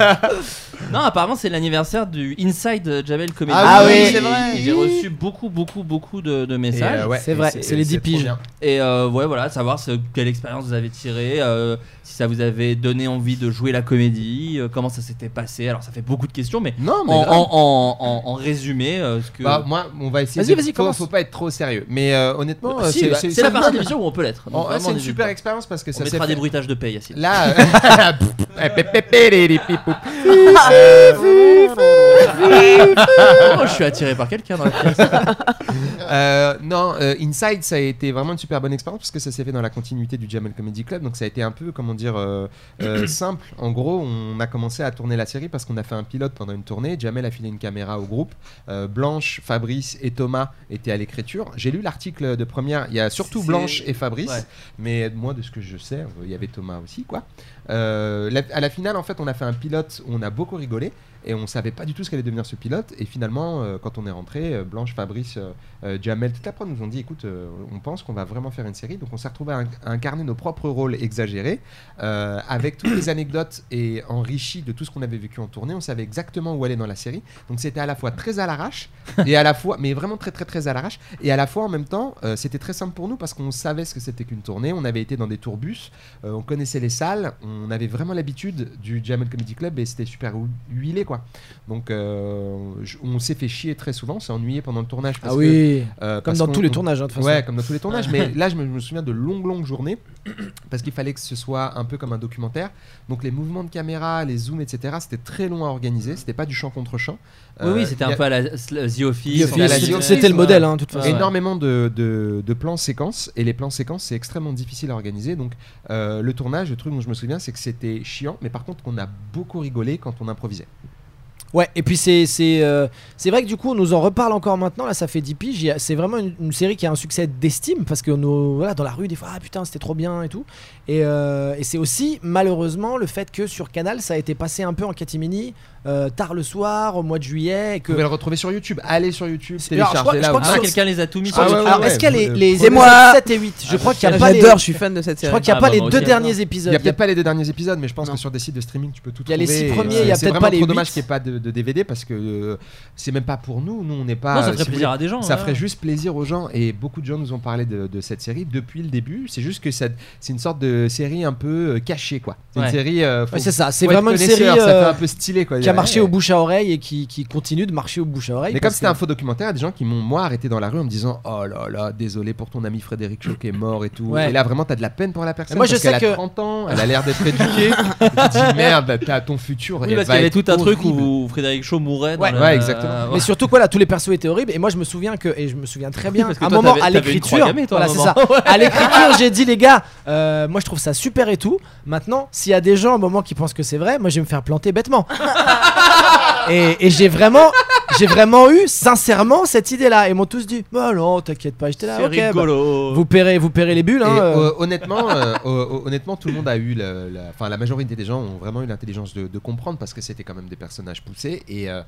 Speaker 6: Non, apparemment c'est l'anniversaire du Inside euh, Javel Comedy.
Speaker 7: Ah Ah oui, oui,
Speaker 6: Et
Speaker 7: c'est vrai.
Speaker 6: J'ai reçu beaucoup, beaucoup, beaucoup de, de messages.
Speaker 7: Et, euh, ouais, C'est et vrai, c'est- c'est les c'est 10 trop piges. bien.
Speaker 6: Et euh, ouais, voilà, savoir ce- quelle expérience vous avez tirée, euh, si ça vous avait donné envie de jouer la comédie, euh, comment ça s'était passé. Alors ça fait beaucoup de questions, mais,
Speaker 10: Non, mais
Speaker 6: en,
Speaker 10: grave.
Speaker 6: en- en- en- en résumé, euh, ce que.
Speaker 10: Bah, moi, on va essayer.
Speaker 6: Vas-y,
Speaker 10: de-
Speaker 6: vas-y,
Speaker 10: faut-
Speaker 6: commence.
Speaker 10: Faut pas être trop sérieux. Mais euh, honnêtement,
Speaker 6: Bah,
Speaker 10: euh,
Speaker 6: si, bah, c'est la
Speaker 10: une bonne-
Speaker 6: partie de l'émission où on peut l'être.
Speaker 10: Oh,
Speaker 6: Donc,
Speaker 10: ah,
Speaker 6: vraiment,
Speaker 10: c'est une
Speaker 6: n'hésite
Speaker 10: super
Speaker 6: pas.
Speaker 10: expérience parce que
Speaker 6: On
Speaker 10: ça
Speaker 6: mettra
Speaker 10: s'est
Speaker 6: des
Speaker 10: fait-
Speaker 6: bruitages de paye, Yacine.
Speaker 10: Là, euh,
Speaker 6: Oh, je suis attiré par quelqu'un dans la pièce.
Speaker 10: Euh, non, euh, Inside, ça a été vraiment une super bonne expérience parce que ça s'est fait dans la continuité du Jamel Comedy Club. Donc ça a été un peu, comment dire, euh, euh, simple. En gros, on a commencé à tourner la série parce qu'on a fait un pilote pendant une tournée. Jamel a filé une caméra au groupe. Euh, Blanche, Fabrice et Thomas étaient à l'écriture. J'ai lu l'article de première. Il y a surtout
Speaker 13: C'est-
Speaker 10: Blanche et Fabrice.
Speaker 13: Ouais.
Speaker 10: Mais moi, de ce que je sais, euh, il y avait Thomas aussi, quoi. Euh, la- à la finale, en fait, on a fait un pilote où on a beaucoup rigolé et on savait pas du tout ce qu'allait devenir ce pilote. Et finalement, euh, quand on est rentré, euh, Blanche, Fabrice, euh, euh, Jamel, toute la prod nous ont dit écoute, euh, on pense qu'on va vraiment faire une série. Donc, on s'est retrouvé à, inc- à incarner nos propres rôles exagérés euh, avec toutes les anecdotes et enrichi de tout ce qu'on avait vécu en tournée. On savait exactement où aller dans la série. Donc, c'était à la fois très à l'arrache et à la fois, mais vraiment très, très, très à l'arrache. Et à la fois, en même temps, euh, c'était très simple pour nous parce qu'on savait ce que c'était qu'une tournée. On avait été dans des tourbus, euh, on connaissait les salles, on avait vraiment l'habitude du Jamel Comedy Club et c'était super hu- huilé. quoi. quoi. Donc euh, je- on s'est fait chier très souvent, on s'est ennuyé pendant le tournage. parce
Speaker 7: Ah oui.
Speaker 10: que, euh,
Speaker 7: Comme
Speaker 10: parce
Speaker 7: dans
Speaker 10: qu'on-
Speaker 7: tous les
Speaker 10: on-
Speaker 7: tournages, hein, de toute
Speaker 10: Ouais,
Speaker 7: façon.
Speaker 10: comme dans tous les tournages. mais là, je me, je me souviens de longues, longues journées parce qu'il fallait que ce soit un peu comme un documentaire. Donc les mouvements de caméra, les zooms, etc. C'était très long à organiser. C'était pas du champ contre champ. Euh,
Speaker 6: Oui, oui, c'était un peu à la- The Office.
Speaker 10: C'était à la
Speaker 6: The
Speaker 10: The
Speaker 6: Office,
Speaker 10: Office,
Speaker 6: ouais.
Speaker 7: hein,
Speaker 6: Ouais.
Speaker 10: Énormément de, de- de plans séquences et les plans séquences c'est extrêmement difficile à organiser. Donc euh, le tournage, le truc dont je me souviens, c'est que c'était chiant, mais par contre on a beaucoup rigolé quand on improvisait.
Speaker 7: Ouais, et puis c'est c'est euh, c'est vrai que du coup on nous en reparle encore maintenant. Là, ça fait 10 piges. Il y a- C'est vraiment une, une série qui a un succès d'estime parce que nous voilà dans la rue des fois ah putain c'était trop bien et tout. Et, euh, et c'est aussi malheureusement le fait que sur Canal ça a été passé un peu en catimini euh, tard le soir au mois de juillet. et Que...
Speaker 10: Vous pouvez le retrouver sur YouTube. Allez sur YouTube.
Speaker 7: Alors, je crois- je
Speaker 10: téléchargez-la.
Speaker 7: crois
Speaker 10: Ah,
Speaker 7: que sur-
Speaker 10: quelqu'un les a tout mis
Speaker 7: je
Speaker 10: sur
Speaker 7: crois-
Speaker 10: YouTube.
Speaker 7: alors,
Speaker 10: Ah ouais,
Speaker 7: Est-ce qu'il y a les,
Speaker 10: vous-
Speaker 7: les
Speaker 10: vous-
Speaker 7: épisodes
Speaker 10: moi
Speaker 7: 7 et 8 Je crois qu'il n'y a
Speaker 10: Ah,
Speaker 7: pas les-
Speaker 10: j'adore, je suis fan de cette
Speaker 7: Je
Speaker 10: série.
Speaker 7: crois qu'il n'y a
Speaker 10: Ah,
Speaker 7: pas
Speaker 10: bah,
Speaker 7: les
Speaker 10: moi
Speaker 7: deux
Speaker 10: aussi,
Speaker 7: derniers
Speaker 10: j'adore.
Speaker 7: épisodes.
Speaker 10: Il y
Speaker 7: Il y
Speaker 10: a
Speaker 7: a
Speaker 10: peut-être pas les deux derniers épisodes, mais je pense que sur des sites de streaming, tu peux tout
Speaker 7: Il y a les
Speaker 10: trouver.
Speaker 7: six
Speaker 10: Et,
Speaker 7: premiers,
Speaker 10: euh,
Speaker 7: il y a
Speaker 10: c'est
Speaker 7: peut-être
Speaker 10: vraiment
Speaker 7: pas les
Speaker 10: trop dommage
Speaker 7: huit.
Speaker 10: qu'il n'y ait pas de, de DVD parce que euh, c'est même pas pour nous. Nous, on n'est pas.
Speaker 6: Non, ça
Speaker 10: euh,
Speaker 6: ferait
Speaker 10: si vous
Speaker 6: plaisir
Speaker 10: voulez,
Speaker 6: à des gens, hein.
Speaker 10: Ça
Speaker 6: ouais.
Speaker 10: ferait juste plaisir aux gens. Et beaucoup de gens nous ont parlé de, de cette série depuis le début. C'est juste que ça- c'est une sorte de série un peu euh, cachée, quoi. C'est
Speaker 7: Ouais.
Speaker 10: Une série. euh, faut-
Speaker 7: Ouais, c'est ça, c'est
Speaker 10: faut être
Speaker 7: vraiment une série
Speaker 10: connaisseur, Ça
Speaker 7: euh,
Speaker 10: fait un peu stylé, quoi.
Speaker 7: qui a
Speaker 10: Ouais.
Speaker 7: marché au bouche à oreille et qui, qui continue de marcher au bouche à oreille.
Speaker 10: Mais comme
Speaker 7: parce
Speaker 10: c'était
Speaker 7: que-
Speaker 10: un faux documentaire, il y a des gens qui m'ont moi arrêté dans la rue en me disant Oh là là, désolé pour ton ami Frédéric Cho qui est mort et tout.
Speaker 7: Ouais.
Speaker 10: Et là, vraiment, t'as de la peine pour la personne.
Speaker 7: moi, je
Speaker 10: parce
Speaker 7: sais
Speaker 10: qu'elle
Speaker 7: que-
Speaker 10: a 30 ans, elle a l'air d'être éduquée. tu te dis Merde, t'as ton futur.
Speaker 6: Oui,
Speaker 10: et
Speaker 6: parce qu'il y
Speaker 10: elle va
Speaker 6: avait
Speaker 10: être
Speaker 6: tout un truc
Speaker 10: horrible.
Speaker 6: où Frédéric Shaw mourait. dans
Speaker 10: Ouais.
Speaker 6: la-
Speaker 10: Ouais, exactement.
Speaker 6: euh,
Speaker 7: Mais surtout quoi là tous les persos étaient horribles et moi je me souviens que et je me souviens très bien
Speaker 6: Parce que
Speaker 7: à un
Speaker 6: toi,
Speaker 7: moment
Speaker 6: t'avais-
Speaker 7: à
Speaker 6: t'avais une croix
Speaker 7: l'écriture
Speaker 6: gammée, toi, à
Speaker 7: voilà
Speaker 6: un
Speaker 7: c'est ça
Speaker 6: moment.
Speaker 7: à l'écriture j'ai dit les gars euh, moi je trouve ça super et tout maintenant s'il y a des gens au moment qui pensent que c'est vrai moi je vais me faire planter bêtement et, et j'ai vraiment j'ai vraiment eu sincèrement cette idée là et ils m'ont tous dit bah non t'inquiète pas j'étais là
Speaker 6: C'est
Speaker 7: ok bah,
Speaker 6: rigolo.
Speaker 7: vous paierez vous paierez les bulles hein,
Speaker 10: Et,
Speaker 7: euh.
Speaker 10: euh, honnêtement, euh, ho- ho- honnêtement, tout le monde a eu, la- la- enfin la, majorité des gens ont vraiment eu l'intelligence de, de comprendre parce que c'était quand même des personnages poussés et euh,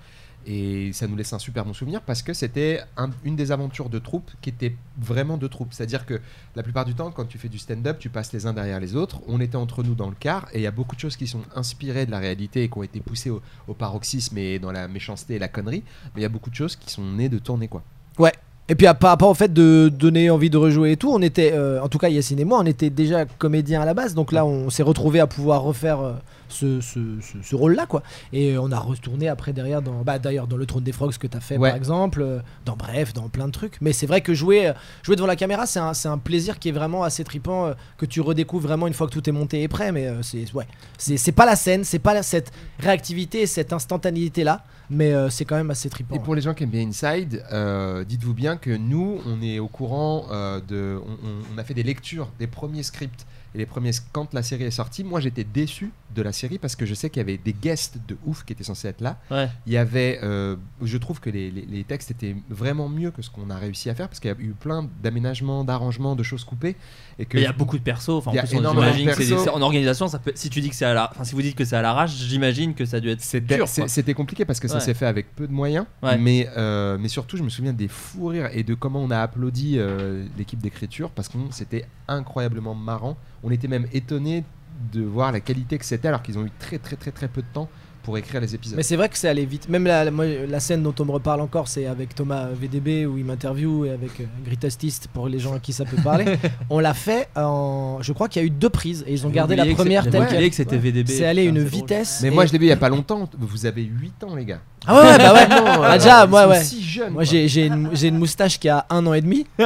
Speaker 10: et ça nous laisse un super bon souvenir parce que c'était un- une des aventures de troupe qui était vraiment de troupe. C'est-à-dire que la plupart du temps, quand tu fais du stand-up, tu passes les uns derrière les autres. On était entre nous dans le car et il y a beaucoup de choses qui sont inspirées de la réalité et qui ont été poussées au, au paroxysme et dans la méchanceté et la connerie. Mais il y a beaucoup de choses qui sont nées de tourner quoi.
Speaker 7: Ouais. Et puis à- par rapport au fait de donner envie de rejouer et tout, on était, euh, en tout cas Yacine et moi, on était déjà comédiens à la base, donc là on s'est retrouvé à pouvoir refaire euh, ce, ce, ce- ce rôle-là, quoi. Et euh, on a retourné après derrière dans, bah d'ailleurs dans le Trône des Frogs que t'as fait
Speaker 10: Ouais.
Speaker 7: par exemple, euh, dans Bref, dans plein de trucs. Mais c'est vrai que jouer, euh, jouer devant la caméra, c'est un, c'est un plaisir qui est vraiment assez tripant, euh, que tu redécouvres vraiment une fois que tout est monté et prêt. Mais euh, c'est ouais, c'est c'est pas la scène, c'est pas la- cette réactivité, cette instantanéité là, mais euh, c'est quand même assez tripant.
Speaker 10: Et pour les gens qui aiment bien Inside, euh, dites-vous bien que nous, on est au courant euh, de. On, on- on a fait des lectures des premiers scripts et les premiers. Quand la série est sortie, moi j'étais déçu de la série parce que je sais qu'il y avait des guests de ouf qui étaient censés être là.
Speaker 6: Ouais.
Speaker 10: Il y avait. euh, je trouve que les, les- les textes étaient vraiment mieux que ce qu'on a réussi à faire parce qu'il y a eu plein d'aménagements, d'arrangements, de choses coupées. Et que
Speaker 6: Mais il y a beaucoup de persos. Enfin, en
Speaker 10: Il y a
Speaker 6: plus, on
Speaker 10: énormément de
Speaker 6: imagine que c'est des-
Speaker 10: persos.
Speaker 6: c'est- en organisation, ça peut- si tu dis que c'est à la, enfin, si vous dites que c'est à l'arrache, j'imagine que ça a dû être
Speaker 10: C'était-
Speaker 6: dur.
Speaker 10: c'est-
Speaker 6: quoi.
Speaker 10: C'était compliqué parce que ça
Speaker 6: Ouais.
Speaker 10: s'est fait avec peu de moyens,
Speaker 6: Ouais.
Speaker 10: mais, euh, mais surtout je me souviens des fous rires et de comment on a applaudi euh, l'équipe d'écriture parce que c'était incroyablement marrant. On était même étonné de voir la qualité que c'était alors qu'ils ont eu très très très très peu de temps pour écrire les épisodes.
Speaker 7: Mais c'est vrai que c'est allé vite. Même la, la- moi, la scène dont on me reparle encore, c'est avec Thomas euh, VDB où il m'interviewe et avec euh, Gritastist pour les gens à qui ça peut parler. on l'a fait en. Je crois qu'il y a eu deux prises et ils ont
Speaker 6: J'avais
Speaker 7: gardé la
Speaker 6: oublié que
Speaker 7: première
Speaker 6: c'était-
Speaker 7: telle
Speaker 6: j'avais oublié
Speaker 7: qu'elle.
Speaker 6: que c'était VDB.
Speaker 7: C'est allé
Speaker 6: Putain,
Speaker 7: une
Speaker 6: c'est drôle.
Speaker 7: vitesse.
Speaker 10: Mais
Speaker 7: et-
Speaker 10: moi je l'ai vu il y a pas longtemps, vous avez 8 ans les gars.
Speaker 7: Ah ouais, ouais, bah ouais.
Speaker 10: Vraiment, euh,
Speaker 7: Bah déjà,
Speaker 10: ils
Speaker 7: moi,
Speaker 10: sont
Speaker 7: ouais.
Speaker 10: si jeunes,
Speaker 7: moi
Speaker 10: quoi.
Speaker 7: j'ai j'ai une, j'ai une moustache qui a un an et demi. qui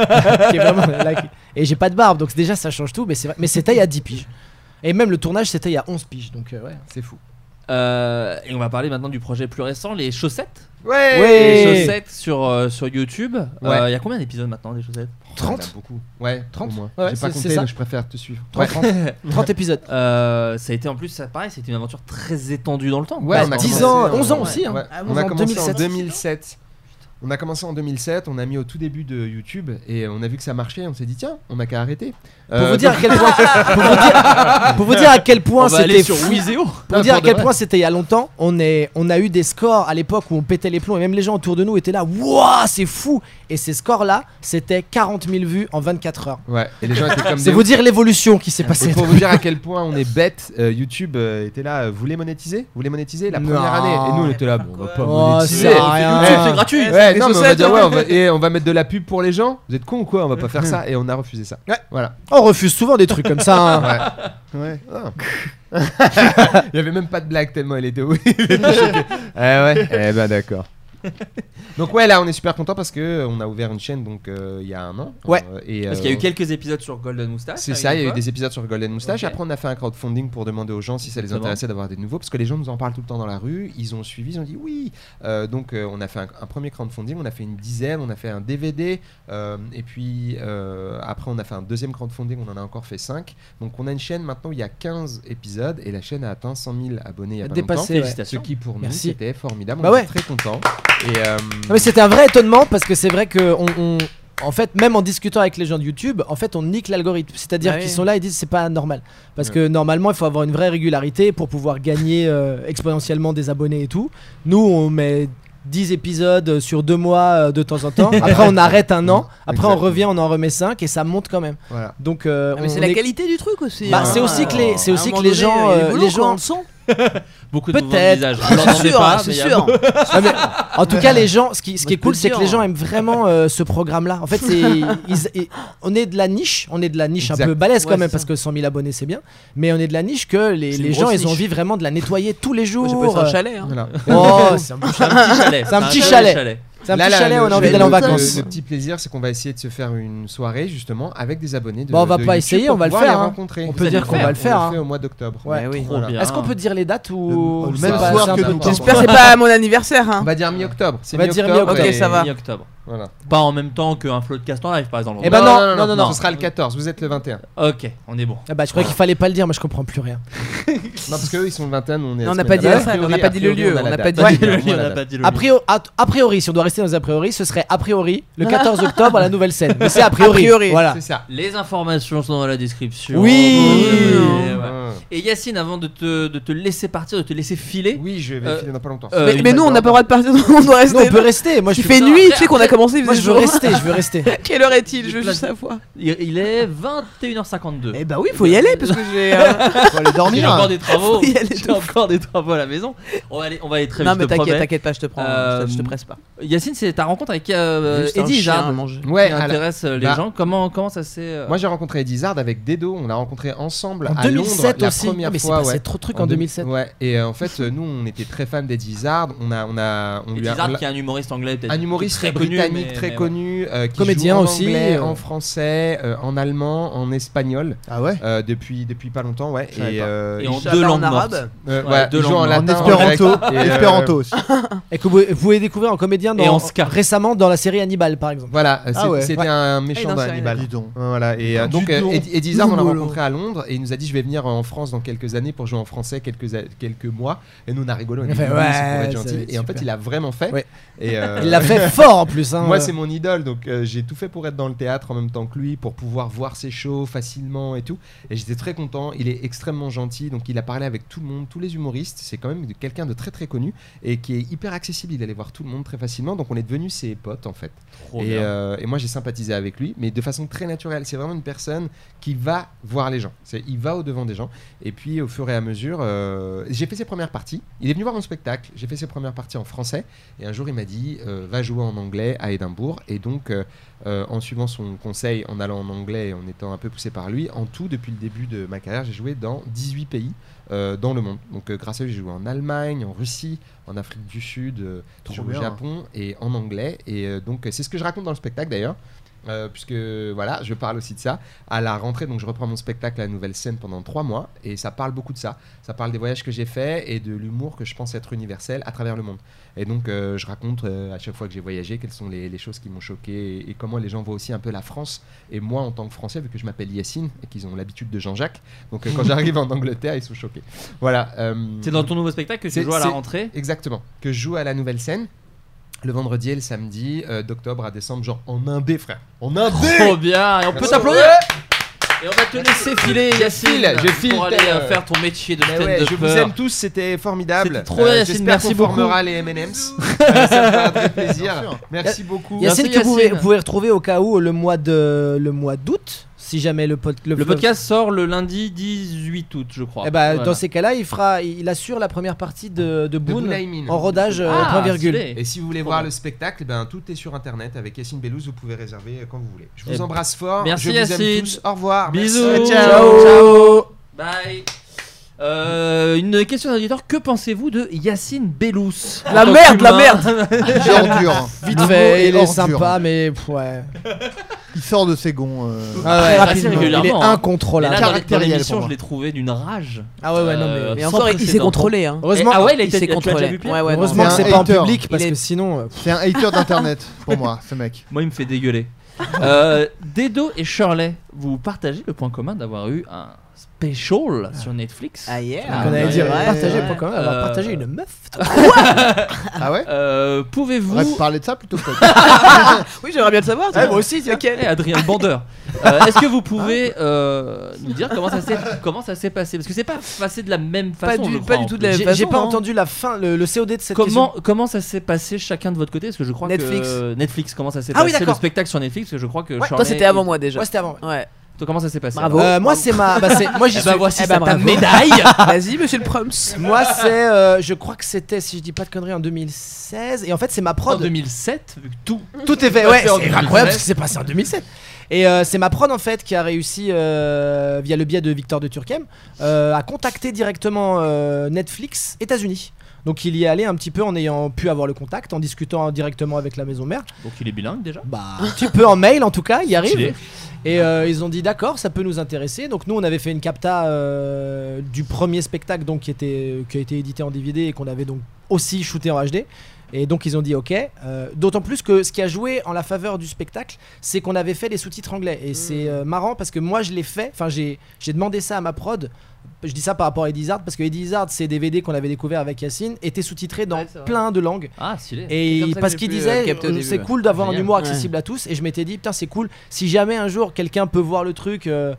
Speaker 7: est vraiment là, qui- et j'ai pas de barbe, donc déjà ça change tout. Mais c'est vrai- mais c'était il y a 10 piges. Et même le tournage, c'était il y a 11 piges. Donc euh, ouais.
Speaker 10: C'est fou.
Speaker 6: Euh, et on va parler maintenant du projet plus récent, les chaussettes.
Speaker 10: Ouais.
Speaker 6: Les chaussettes sur, euh, sur YouTube. Euh, Il
Speaker 10: Ouais.
Speaker 6: y a combien d'épisodes maintenant des chaussettes
Speaker 10: 30 Il y en a beaucoup. Ouais, 30 au moins.
Speaker 6: Ouais,
Speaker 10: J'ai
Speaker 6: c'est-
Speaker 10: pas
Speaker 6: c'est
Speaker 10: compté,
Speaker 6: ça.
Speaker 10: donc je préfère te suivre.
Speaker 6: 30,
Speaker 10: Ouais.
Speaker 7: 30 épisodes.
Speaker 6: Euh, ça a été en plus, ça pareil, c'était une aventure très étendue dans le temps.
Speaker 10: Ouais,
Speaker 6: Parce
Speaker 10: on a
Speaker 6: qu'en fait,
Speaker 10: commencé en-
Speaker 6: c'est-
Speaker 10: ouais, ouais.
Speaker 6: Ah,
Speaker 10: On
Speaker 6: en
Speaker 10: a commencé
Speaker 6: 2007.
Speaker 10: hein. en 2007. On a commencé en 2007, on a mis au tout début de YouTube et on a vu que ça marchait. On s'est dit tiens, on n'a qu'à arrêter. Euh,
Speaker 7: Pour vous dire à quel point, pour vous dire, pour vous dire à quel point c'était fou. Pour vous dire à quel point c'était il y a longtemps, on est, on a eu des scores à l'époque où on pétait les plombs et même les gens autour de nous étaient là, waouh, c'est fou. Et ces scores là, c'était 40 000 vues en 24 heures.
Speaker 10: Ouais, et les gens étaient comme
Speaker 7: C'est
Speaker 10: des
Speaker 7: vous
Speaker 10: ouf.
Speaker 7: dire l'évolution qui s'est passée.
Speaker 10: Et pour vous dire à quel point on est bête, euh, YouTube euh, était là. euh, vous voulez monétiser Vous voulez monétiser la première
Speaker 7: Non.
Speaker 10: année Et nous on était là, bon, on va pas
Speaker 7: Oh,
Speaker 10: monétiser.
Speaker 7: ça sert à rien.
Speaker 10: Ouais.
Speaker 7: C'est gratuit.
Speaker 10: Ouais,
Speaker 7: Ouais,
Speaker 10: Ouais,
Speaker 8: Les
Speaker 10: non, mais on va
Speaker 8: chaussettes,
Speaker 10: dire,
Speaker 8: hein.
Speaker 10: ouais, on va, et on va mettre de la pub pour les gens. Vous êtes cons ou quoi On va pas faire ça. Et on a refusé ça. Ouais, voilà.
Speaker 7: On refuse souvent des trucs comme ça. hein.
Speaker 10: Ouais. Ah. Il y avait même pas de blague tellement elle était où Ah ouais, eh ben d'accord. Donc ouais, là on est super content parce que euh, on a ouvert une chaîne donc euh, il y a un an.
Speaker 6: Ouais.
Speaker 10: Euh, et,
Speaker 6: Parce qu'il y a eu
Speaker 10: euh,
Speaker 6: quelques épisodes sur Golden
Speaker 7: Ah,
Speaker 6: Moustache. hein,
Speaker 10: C'est ça, il y a eu
Speaker 6: fois.
Speaker 10: des épisodes sur Golden Moustache. Après, on a fait un crowdfunding pour demander aux gens si ça les
Speaker 6: Exactement.
Speaker 10: intéressait d'avoir des nouveaux, parce que les gens nous en parlent tout le temps dans la rue. Ils ont suivi, ils ont dit oui. Euh, donc, euh, on a fait un, un premier crowdfunding, on a fait une dizaine, on a fait un DVD, euh, et puis euh, après, on a fait un deuxième crowdfunding, on en a encore fait cinq. Donc, on a une chaîne maintenant où il y a 15 épisodes, et la chaîne a atteint 100 000 abonnés il y a pas
Speaker 7: Dépassé,
Speaker 10: longtemps.
Speaker 7: ouais.
Speaker 10: Ce qui, pour nous,
Speaker 7: Merci.
Speaker 10: c'était formidable.
Speaker 7: Bah
Speaker 10: on
Speaker 7: ouais.
Speaker 10: est très contents. Et, euh,
Speaker 7: Non, mais c'était un vrai étonnement parce que c'est vrai que on, on- en fait, même en discutant avec les gens de YouTube, en fait, on nique l'algorithme. C'est-à-dire
Speaker 8: Ah oui.
Speaker 7: qu'ils sont là et disent c'est pas normal. Parce
Speaker 10: Ouais.
Speaker 7: que normalement, il faut avoir une vraie régularité pour pouvoir gagner euh, exponentiellement des abonnés et tout. Nous, on met 10 épisodes sur deux mois euh, de temps en temps. Après, on arrête un an.
Speaker 8: Mmh.
Speaker 7: Après, on
Speaker 10: Exactement.
Speaker 7: revient, on en remet 5 et ça monte quand même.
Speaker 10: Voilà.
Speaker 7: Donc, euh,
Speaker 8: Ah, mais
Speaker 7: on
Speaker 8: c'est la
Speaker 7: est-
Speaker 8: qualité du truc aussi.
Speaker 7: Bah,
Speaker 8: hein.
Speaker 7: c'est aussi que les, c'est
Speaker 8: À un
Speaker 7: aussi
Speaker 8: moment
Speaker 7: que les
Speaker 8: donné,
Speaker 7: gens,
Speaker 8: euh, il est
Speaker 7: euh,
Speaker 8: boulot,
Speaker 7: les
Speaker 8: quoi, on
Speaker 7: gens,
Speaker 8: le sent.
Speaker 6: Beaucoup de mouvements de visage.
Speaker 7: Peut-être.
Speaker 6: Je l'entendais
Speaker 8: sûr,
Speaker 6: pas,
Speaker 8: c'est
Speaker 6: mais il y a-
Speaker 8: sûr.
Speaker 7: Ah, mais en tout cas, les gens, ce qui, ce qui est
Speaker 8: Moi, je
Speaker 7: cool,
Speaker 8: peux
Speaker 7: c'est
Speaker 8: le
Speaker 7: que
Speaker 8: dire,
Speaker 7: les gens
Speaker 8: hein.
Speaker 7: aiment vraiment euh, ce programme-là. En fait, c'est, ils- ils- on est de la niche, on est de la niche
Speaker 10: Exact.
Speaker 7: un peu balèze quand
Speaker 8: Ouais,
Speaker 7: même,
Speaker 8: c'est
Speaker 7: parce que 100 000 abonnés, c'est bien. Mais on est de la niche que les,
Speaker 8: C'est une
Speaker 7: les gens,
Speaker 8: grosse
Speaker 7: ils ont
Speaker 8: niche.
Speaker 7: envie vraiment de la nettoyer tous les jours.
Speaker 8: Moi, j'appelle ça un
Speaker 7: euh,
Speaker 8: chalet. hein.
Speaker 10: voilà.
Speaker 7: Oh, c'est un,
Speaker 6: C'est un petit chalet.
Speaker 7: c'est un petit chalet. C'est un
Speaker 10: Là,
Speaker 7: petit
Speaker 10: là,
Speaker 7: chalet,
Speaker 10: le-
Speaker 7: on a envie
Speaker 10: le-
Speaker 7: d'aller en
Speaker 10: le-
Speaker 7: vacances.
Speaker 10: Le, petit plaisir, c'est qu'on va essayer de se faire une soirée justement avec des abonnés de.
Speaker 7: Bon, Bah, on va
Speaker 10: de
Speaker 7: pas
Speaker 10: YouTube
Speaker 7: essayer,
Speaker 10: pour
Speaker 7: on va le
Speaker 10: pouvoir
Speaker 7: faire,
Speaker 10: les
Speaker 7: hein.
Speaker 10: rencontrer.
Speaker 7: On
Speaker 10: Vous
Speaker 7: peut
Speaker 10: allez
Speaker 7: dire qu'on va le faire,
Speaker 10: On le fait
Speaker 7: hein.
Speaker 10: au mois d'octobre.
Speaker 7: Ouais.
Speaker 10: Mais
Speaker 8: Mais
Speaker 10: oui.
Speaker 8: oui.
Speaker 6: Trop bien.
Speaker 7: Est-ce qu'on peut dire les dates ou
Speaker 5: Le- le
Speaker 7: c'est
Speaker 5: même
Speaker 7: pas-
Speaker 5: soir
Speaker 7: c'est un
Speaker 5: que
Speaker 7: peu
Speaker 5: nous,
Speaker 7: important.
Speaker 8: J'espère que c'est pas à mon anniversaire.
Speaker 10: On
Speaker 8: Hein.
Speaker 10: va dire mi-octobre. C'est
Speaker 7: On va dire
Speaker 10: mi-octobre,
Speaker 7: mi-octobre.
Speaker 8: Ok,
Speaker 10: et-
Speaker 8: ça va.
Speaker 6: Mi-octobre.
Speaker 10: Voilà.
Speaker 6: Pas en même temps qu'un flow de cast en live, par exemple.
Speaker 7: Eh ben non, non, non, non.
Speaker 10: Ce sera le 14. Vous êtes le 21. Non,
Speaker 6: Ok, on est bon.
Speaker 7: Ah bah, je croyais qu'il fallait pas le dire, mais je comprends plus rien.
Speaker 10: parce qu'eux, ils sont le 21. Nous, on est. la
Speaker 8: Non, on n'a
Speaker 10: semaine
Speaker 8: pas dit
Speaker 10: d'après.
Speaker 8: la salle, on n'a
Speaker 10: A
Speaker 8: pas dit le
Speaker 10: priori,
Speaker 8: lieu,
Speaker 10: a
Speaker 8: on
Speaker 10: la
Speaker 8: n'a pas
Speaker 10: date.
Speaker 8: dit le
Speaker 10: Ouais, on a
Speaker 6: Le
Speaker 10: la
Speaker 6: lieu, on n'a
Speaker 10: date.
Speaker 6: pas dit le
Speaker 7: A
Speaker 6: lieu.
Speaker 7: priori, a, a priori, si on doit rester dans les a priori, ce serait a priori le 14 octobre à la nouvelle scène. Mais c'est a priori.
Speaker 8: A priori.
Speaker 7: Voilà.
Speaker 10: C'est ça.
Speaker 6: Les informations sont dans la description.
Speaker 7: Oui.
Speaker 6: Et, ouais.
Speaker 10: Ouais.
Speaker 6: Et Yacine, avant de te, de te laisser partir, de te laisser filer.
Speaker 10: Oui, je vais
Speaker 6: Euh,
Speaker 10: filer dans pas longtemps.
Speaker 6: euh,
Speaker 8: Mais,
Speaker 6: une
Speaker 8: mais nous, on n'a pas le droit de partir, on doit
Speaker 7: Nous, on
Speaker 8: rester.
Speaker 7: peut rester. Moi, je
Speaker 8: Il
Speaker 7: suis-
Speaker 8: fait
Speaker 6: Non,
Speaker 8: nuit,
Speaker 6: après-
Speaker 8: tu sais qu'on a commencé, vous
Speaker 7: Moi,
Speaker 8: êtes
Speaker 7: je veux
Speaker 8: chaud.
Speaker 7: rester. Je veux rester.
Speaker 8: Quelle heure est-il Je veux
Speaker 6: Place-
Speaker 8: juste savoir.
Speaker 6: Il, il est 21h52.
Speaker 8: Eh bah oui, faut y aller parce que j'ai. euh,
Speaker 5: Faut aller
Speaker 6: J'ai
Speaker 5: dormir.
Speaker 6: encore des travaux.
Speaker 8: Il y a les
Speaker 6: J'ai encore des travaux à la maison. On va aller, on va aller très
Speaker 8: Non,
Speaker 6: vite.
Speaker 8: mais
Speaker 6: je te
Speaker 8: t'inquiète,
Speaker 6: promets.
Speaker 8: t'inquiète pas, je te prends.
Speaker 6: Euh,
Speaker 8: je te- Je te presse pas.
Speaker 6: Yacine, c'est ta rencontre avec euh,
Speaker 8: Juste un
Speaker 6: Eddie
Speaker 8: chien
Speaker 6: Jarre
Speaker 8: à manger.
Speaker 10: Ouais.
Speaker 6: qui
Speaker 10: alors-
Speaker 6: intéresse euh, les
Speaker 10: bah-
Speaker 6: gens. Comment, comment ça s'est. euh,
Speaker 10: Moi j'ai rencontré Eddie Zard avec Dedo, on l'a rencontré ensemble
Speaker 7: En
Speaker 10: à Londres
Speaker 7: 2007
Speaker 10: la
Speaker 7: aussi.
Speaker 10: première
Speaker 7: Ah, mais c'est
Speaker 10: fois. ouais.
Speaker 7: passé trop de trucs en
Speaker 10: deux-
Speaker 7: 2007.
Speaker 10: Ouais, et euh, en fait, euh, nous on était très fans d'Eddie Zard. On a, on a, on
Speaker 6: Eddie
Speaker 10: lui a, on
Speaker 6: Jarre,
Speaker 10: l'a-
Speaker 6: qui est un humoriste anglais, peut-être.
Speaker 10: un humoriste
Speaker 6: très connu,
Speaker 10: britannique
Speaker 6: mais-
Speaker 10: très
Speaker 6: mais ouais.
Speaker 10: connu, euh, qui
Speaker 7: Comédien
Speaker 10: joue en
Speaker 7: aussi,
Speaker 10: anglais,
Speaker 7: euh.
Speaker 10: en français, euh, en allemand, en espagnol
Speaker 5: Ah ouais
Speaker 10: euh, depuis depuis pas longtemps, ouais.
Speaker 5: Je savais
Speaker 10: Et,
Speaker 5: pas.
Speaker 10: euh,
Speaker 6: Et
Speaker 10: il-
Speaker 6: en
Speaker 8: Chat
Speaker 6: deux
Speaker 8: en
Speaker 6: langues
Speaker 8: arabe.
Speaker 6: mortes.
Speaker 10: euh,
Speaker 6: ouais,
Speaker 10: ouais,
Speaker 6: deux
Speaker 10: il joue
Speaker 6: langues
Speaker 10: en
Speaker 6: mortes.
Speaker 5: En
Speaker 10: latin,
Speaker 5: espéranto.
Speaker 10: grec, et, euh,
Speaker 5: Espéranto aussi.
Speaker 7: Et que vous, vous pouvez découvrir en comédien dans,
Speaker 6: Et en ska.
Speaker 7: récemment dans la série Hannibal, par exemple.
Speaker 10: Voilà, euh,
Speaker 5: Ah
Speaker 10: c'est-
Speaker 5: ouais.
Speaker 10: c'était un méchant
Speaker 8: non,
Speaker 10: dans
Speaker 8: c'est
Speaker 10: Hannibal.
Speaker 5: Dis donc.
Speaker 10: Voilà, et euh,
Speaker 5: Du
Speaker 10: donc euh,
Speaker 5: don.
Speaker 10: Eddie, Eddie Izzard, on l'a
Speaker 5: Loulou.
Speaker 10: rencontré à Londres et il nous a dit je vais venir en France dans quelques années pour jouer en français quelques, a- quelques mois. Et nous on a rigolé, on a dit
Speaker 7: Il fait,
Speaker 10: oui, c'est pour
Speaker 7: ouais,
Speaker 10: être
Speaker 7: ça va
Speaker 10: gentil.
Speaker 7: être
Speaker 10: Et en
Speaker 7: super.
Speaker 10: fait il a vraiment fait.
Speaker 7: Ouais.
Speaker 10: Et, euh,
Speaker 7: Il l'a fait fort en plus. hein.
Speaker 10: Moi, c'est mon idole, donc euh, j'ai tout fait pour être dans le théâtre en même temps que lui, pour pouvoir voir ses shows facilement et tout. Et j'étais très content. Il est extrêmement gentil, donc il a parlé avec tout le monde, tous les humoristes. C'est quand même de- quelqu'un de très très connu et qui est hyper accessible. Il allait voir tout le monde très facilement, donc on est devenus ses potes en fait.
Speaker 6: Trop
Speaker 10: Et,
Speaker 6: bien.
Speaker 10: euh, et moi, j'ai sympathisé avec lui, mais de façon très naturelle. C'est vraiment une personne qui va voir les gens. C'est, il va au devant des gens. Et puis, au fur et à mesure, euh, j'ai fait ses premières parties. Il est venu voir mon spectacle. J'ai fait ses premières parties en français. Et un jour, il m'a dit euh, va jouer en anglais à Édimbourg. Et donc, euh, euh, en suivant son conseil, en allant en anglais et en étant un peu poussé par lui, en tout, depuis le début de ma carrière, j'ai joué dans 18 pays. euh, dans le monde. Donc, euh, grâce à lui, j'ai joué en Allemagne, en Russie, en Afrique du Sud, euh,
Speaker 5: Trop
Speaker 10: j'ai joué au
Speaker 5: bien.
Speaker 10: Japon et en anglais. Et euh, donc, euh, c'est ce que je raconte dans le spectacle d'ailleurs. euh, puisque voilà, je parle aussi de ça. À la rentrée, donc je reprends mon spectacle à la nouvelle scène pendant trois mois et ça parle beaucoup de ça. Ça parle des voyages que j'ai faits et de l'humour que je pense être universel à travers le monde. Et donc euh, je raconte euh, à chaque fois que j'ai voyagé quelles sont les, les choses qui m'ont choqué et, et comment les gens voient aussi un peu la France. Et moi en tant que Français, vu que je m'appelle Yacine et qu'ils ont l'habitude de Jean-Jacques, donc euh, quand j'arrive en Angleterre, ils sont choqués. Voilà. euh,
Speaker 6: C'est dans ton nouveau spectacle que tu
Speaker 10: C'est-
Speaker 6: joues à la
Speaker 10: c'est-
Speaker 6: rentrée.
Speaker 10: Exactement. Que je joue à la nouvelle scène le vendredi et le samedi, euh, d'octobre à décembre, genre en indé, frère. En indé
Speaker 6: Trop Oh, bien. Et on peut
Speaker 10: Ouais.
Speaker 6: t'applaudir. Et on va te laisser filer, Yacine.
Speaker 10: file, je file,
Speaker 6: Pour aller
Speaker 10: tel,
Speaker 6: euh,
Speaker 10: euh,
Speaker 6: faire ton métier de
Speaker 10: Mais ouais,
Speaker 6: stand
Speaker 10: je vous aime
Speaker 6: upper
Speaker 10: tous, c'était formidable. Euh,
Speaker 6: C'était trop bien, Yacine,
Speaker 10: j'espère
Speaker 6: merci
Speaker 10: qu'on
Speaker 6: beaucoup.
Speaker 10: formera les M&M's. Euh, ça me fera très plaisir. Merci beaucoup.
Speaker 7: Yacine,
Speaker 6: Merci,
Speaker 7: que vous pouvez,
Speaker 6: Yacine.
Speaker 7: vous pouvez retrouver au cas où le mois de le mois d'août Si jamais le, pod-
Speaker 6: Le podcast sort le lundi 18 août, je crois.
Speaker 7: Eh ben,
Speaker 6: Voilà.
Speaker 7: dans ces cas-là, il fera, il assure la première partie de, de Boone
Speaker 10: Boone Laimin.
Speaker 7: en rodage euh,
Speaker 10: Ah,
Speaker 7: point virgule.
Speaker 10: stylé. Et si vous voulez
Speaker 7: Trop
Speaker 10: voir
Speaker 7: bien.
Speaker 10: le spectacle, ben, tout est sur internet avec Yacine Bellouz, vous pouvez réserver euh, quand vous voulez. Je
Speaker 6: Eh
Speaker 10: vous
Speaker 6: ben.
Speaker 10: embrasse fort.
Speaker 6: Merci,
Speaker 10: je vous aime
Speaker 6: Yacine.
Speaker 10: tous. Au revoir.
Speaker 6: Bisous.
Speaker 10: Merci.
Speaker 6: Ciao. Bye. Euh, une question d'auditeur que pensez-vous de Yacine Bellous
Speaker 7: La
Speaker 6: En tant
Speaker 7: merde, la
Speaker 6: qu'humain.
Speaker 7: merde. J'ai ordure.
Speaker 6: Vite
Speaker 7: Le mot
Speaker 6: fait,
Speaker 7: est
Speaker 6: il est
Speaker 7: ordure.
Speaker 6: sympa,
Speaker 7: mais pff, ouais.
Speaker 5: Il sort de ses gonds. euh,
Speaker 7: Ah ouais,
Speaker 5: très
Speaker 7: assez
Speaker 5: rapidement.
Speaker 6: régulièrement, hein.
Speaker 7: Oh,
Speaker 6: Mais là, dans les- dans
Speaker 5: Caractériel pour
Speaker 6: l'émission,
Speaker 5: moi.
Speaker 6: je Euh, l'ai trouvé d'une rage.
Speaker 7: Ah ouais, ouais, non, mais- mais
Speaker 6: sans
Speaker 7: encore, il s'est
Speaker 6: précédent.
Speaker 7: contrôlé, hein.
Speaker 6: Et-
Speaker 7: Heureusement-
Speaker 6: ah ouais, il, a
Speaker 7: il
Speaker 6: été-
Speaker 7: s'est
Speaker 6: tu l'as
Speaker 7: contrôlé.
Speaker 6: déjà vu pire
Speaker 7: Ouais, ouais, non, Heureusement mais- que
Speaker 5: C'est
Speaker 7: c'est
Speaker 5: un
Speaker 7: pas en
Speaker 5: hater.
Speaker 7: public, parce que sinon, euh, pff.
Speaker 5: C'est un hater d'internet pour moi, ce mec.
Speaker 6: Moi, il me fait dégueuler. Euh, Dedo et Shirley, vous partagez le point commun d'avoir eu un special sur Netflix. Ah
Speaker 8: yeah.
Speaker 7: Donc on allait dire, partagez le point commun d'avoir partagé une meuf, toi.
Speaker 5: Ah ouais
Speaker 6: Euh, Pouvez-vous
Speaker 5: On va parler de ça plutôt que
Speaker 8: oui, j'aimerais bien le savoir.
Speaker 6: Eh, moi aussi,
Speaker 8: lequel
Speaker 6: Eh, Adrien Bandeur. Euh, Est-ce que vous pouvez euh, nous dire comment ça s'est comment ça s'est passé Parce que c'est pas passé de la même façon.
Speaker 7: du-
Speaker 6: je
Speaker 7: pas
Speaker 6: crois,
Speaker 7: du
Speaker 6: en
Speaker 7: tout de
Speaker 6: plus.
Speaker 7: la même
Speaker 6: J'ai-
Speaker 7: façon,
Speaker 6: J'ai pas
Speaker 7: hein.
Speaker 6: entendu
Speaker 7: la fin, le, COD de cette
Speaker 6: comment, Comment ça s'est passé chacun de votre côté Parce que je crois
Speaker 7: Netflix.
Speaker 6: que Netflix. Comment ça s'est
Speaker 7: Ah oui,
Speaker 6: passé le
Speaker 7: d'accord.
Speaker 6: spectacle sur Netflix Parce que je crois que
Speaker 7: Ouais,
Speaker 6: Shirley
Speaker 7: toi, c'était avant
Speaker 6: et-
Speaker 7: moi, déjà. Ouais, c'était avant,
Speaker 8: Ouais.
Speaker 6: Toi, comment ça s'est passé
Speaker 7: Bravo. Euh, moi, c'est ma- bah, c'est- moi, j'y
Speaker 6: Eh ben,
Speaker 7: suis-
Speaker 6: voici
Speaker 7: eh ben,
Speaker 6: ça, ta
Speaker 7: bravo.
Speaker 6: médaille.
Speaker 8: Vas-y, monsieur le Proms.
Speaker 7: Moi, c'est, euh, je crois que c'était, si je dis pas de conneries, en 2016. Et en fait, c'est ma prod.
Speaker 6: En 2007, vu que tout.
Speaker 7: Tout est fait,
Speaker 6: s'est
Speaker 7: ouais,
Speaker 6: passé en
Speaker 7: c'est
Speaker 6: 2016.
Speaker 7: incroyable parce que c'est passé en 2007. Et euh, c'est ma prod en fait qui a réussi, euh, via le biais de Victor de Turquem, euh, à contacter directement euh, Netflix États-Unis. Donc il y est allé un petit peu en ayant pu avoir le contact, en discutant directement avec la maison mère.
Speaker 6: Donc il est bilingue déjà
Speaker 7: Bah. Un petit peu en mail en tout cas, il
Speaker 6: Stylé.
Speaker 7: arrive. Et euh, ils ont dit d'accord, ça peut nous intéresser. Donc nous on avait fait une capta euh, du premier spectacle donc qui était qui a été édité en DVD et qu'on avait donc aussi shooté en HD. Et donc ils ont dit ok. Euh, D'autant plus que ce qui a joué en la faveur du spectacle, c'est qu'on avait fait les sous-titres anglais. Et c'est euh, marrant parce que moi je l'ai fait. Enfin j'ai j'ai demandé ça à ma prod. Je dis ça par rapport à Eddie Izzard parce que Eddie Izzard, ces DVD qu'on avait découvert avec Yacine, étaient sous-titrés dans plein de langues.
Speaker 6: Ah, stylé.
Speaker 7: Et
Speaker 6: C'est comme ça
Speaker 7: il-
Speaker 6: que
Speaker 7: parce
Speaker 6: j'ai
Speaker 7: qu'il
Speaker 6: pu, euh,
Speaker 7: disait,
Speaker 6: capter au
Speaker 7: euh,
Speaker 6: début,
Speaker 7: c'est
Speaker 6: ouais.
Speaker 7: cool d'avoir un
Speaker 6: Génial.
Speaker 7: humour
Speaker 6: Ouais.
Speaker 7: accessible à tous. Et je m'étais dit, putain, c'est cool. Si jamais un jour quelqu'un peut voir le truc euh,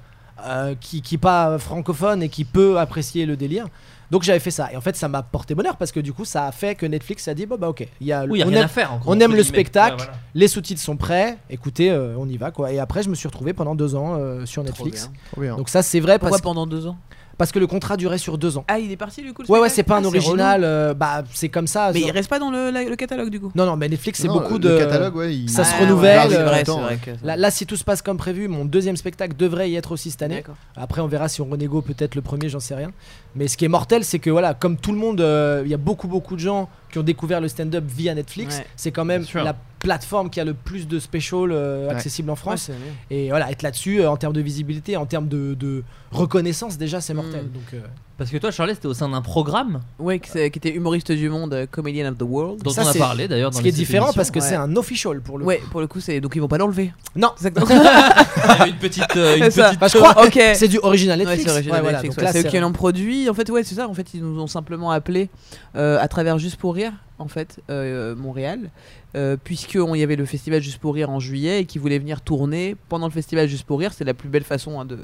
Speaker 7: euh, qui qui est pas francophone et qui peut apprécier le délire. Donc j'avais fait ça et en fait ça m'a porté bonheur parce que du coup ça a fait que Netflix a dit bon bah ok il y a,
Speaker 6: Oui, il y a
Speaker 7: on
Speaker 6: rien
Speaker 7: aime,
Speaker 6: à faire, en gros,
Speaker 7: on aime le
Speaker 6: entre guillemets.
Speaker 7: spectacle
Speaker 6: Ouais, voilà.
Speaker 7: les sous-titres sont prêts écoutez euh, on y va quoi et après je me suis retrouvé pendant deux ans euh, sur Netflix
Speaker 8: bien.
Speaker 5: Trop bien.
Speaker 7: donc ça c'est vrai
Speaker 8: Pourquoi
Speaker 7: parce-
Speaker 8: pendant deux ans
Speaker 7: parce que le contrat durait sur deux ans
Speaker 8: Ah, il est parti du coup. le
Speaker 7: ouais ouais
Speaker 8: spectacle
Speaker 7: c'est pas un
Speaker 8: Ah,
Speaker 7: original
Speaker 8: relou.
Speaker 7: euh, bah c'est comme ça
Speaker 8: Mais
Speaker 7: sur-
Speaker 8: il reste pas dans le, la- le catalogue du coup. Ah,
Speaker 7: non, non, mais Netflix, c'est
Speaker 5: Non,
Speaker 7: beaucoup
Speaker 5: le
Speaker 7: de.
Speaker 5: catalogue, ouais, il-
Speaker 7: Ça se
Speaker 5: Ouais,
Speaker 7: renouvelle.
Speaker 5: ouais, c'est
Speaker 7: euh,
Speaker 5: vrai, c'est vrai que ça-
Speaker 7: là, là, si tout se passe comme prévu, mon deuxième spectacle devrait y être aussi cette année.
Speaker 8: D'accord.
Speaker 7: Après, on verra si on renégo peut-être le premier, j'en sais rien. Mais ce qui est mortel, c'est que voilà, comme tout le monde, euh, il y a beaucoup, beaucoup de gens qui ont découvert le stand-up via Netflix.
Speaker 8: Ouais.
Speaker 7: C'est quand même
Speaker 8: sûr.
Speaker 7: la plateforme qui a le plus de specials euh,
Speaker 8: Ouais.
Speaker 7: accessibles en France.
Speaker 8: Ouais, c'est
Speaker 7: et voilà, être là-dessus, euh, en termes de visibilité, en termes de, de reconnaissance, déjà, c'est mortel.
Speaker 8: Hmm.
Speaker 7: Donc, euh,
Speaker 6: Parce que toi, Charlie, c'était au sein d'un programme.
Speaker 8: Ouais, qui c'est- qui était humoriste du monde, euh, Comedian of the World.
Speaker 6: Dont Ça, on a c'est- parlé, d'ailleurs, dans
Speaker 7: ce qui est
Speaker 6: cette
Speaker 7: différent
Speaker 6: émission.
Speaker 7: parce que
Speaker 8: Ouais.
Speaker 7: c'est un official pour le
Speaker 8: Ouais, pour le coup, c'est donc ils vont pas l'enlever.
Speaker 7: Non,
Speaker 8: exactement.
Speaker 6: avait une petite, euh, une
Speaker 8: C'est ça.
Speaker 6: petite-
Speaker 7: Bah, je crois-
Speaker 8: Ok.
Speaker 7: c'est du original Netflix.
Speaker 8: Ouais, c'est original
Speaker 7: Ouais, voilà,
Speaker 8: Netflix,
Speaker 7: donc
Speaker 8: ouais,
Speaker 7: là,
Speaker 8: c'est
Speaker 7: c'est-
Speaker 8: eux qui l'ont produit. En fait, ouais, c'est ça. En fait, ils nous ont simplement appelé euh, à travers Juste pour rire, en fait, euh, Montréal, euh, puisque on y avait le festival Juste pour rire en juillet et qu'ils voulaient venir tourner pendant le festival Juste pour rire. C'est la plus belle façon hein, de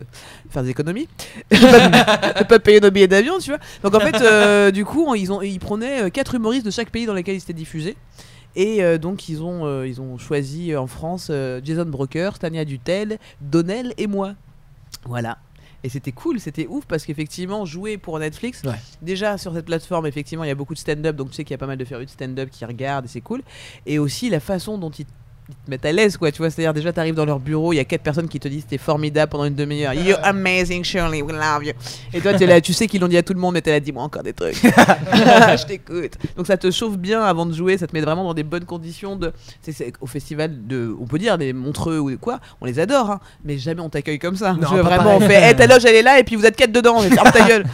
Speaker 8: faire des économies, de pas- de pas payer nos billets d'avion, tu vois. Donc en fait, euh, du coup, on- ils ont ils prenaient euh, quatre humoristes de chaque pays dans lesquels ils étaient diffusés. Et euh, donc ils ont, euh, ils ont choisi euh, en France euh, Jason Broker, Tania Dutel, Donnel et moi. Voilà. Et c'était cool, c'était ouf parce qu'effectivement, jouer pour Netflix,
Speaker 7: Ouais.
Speaker 8: déjà sur cette plateforme, effectivement, il y a beaucoup de stand-up, donc tu sais qu'il y a pas mal de férus de stand-up qui regardent et c'est cool. Et aussi la façon dont ils ils te mettent à l'aise quoi tu vois c'est à dire déjà t'arrives dans leur bureau il y a quatre personnes qui te disent t'es formidable pendant une demi-heure you're
Speaker 7: Euh.
Speaker 8: amazing Shirley we love you et toi t'es là tu sais qu'ils l'ont dit à tout le monde mais t'es là dis-moi encore des trucs je t'écoute donc ça te chauffe bien avant de jouer ça te met vraiment dans des bonnes conditions de c'est- c'est- au festival de on peut dire des montreux ou quoi on les adore hein, mais jamais on t'accueille comme ça
Speaker 7: Non,
Speaker 8: Tu vois,
Speaker 7: pas
Speaker 8: vraiment on
Speaker 7: pareil.
Speaker 8: fait hey, ta loge elle est là et puis vous êtes quatre dedans mais ferme ta gueule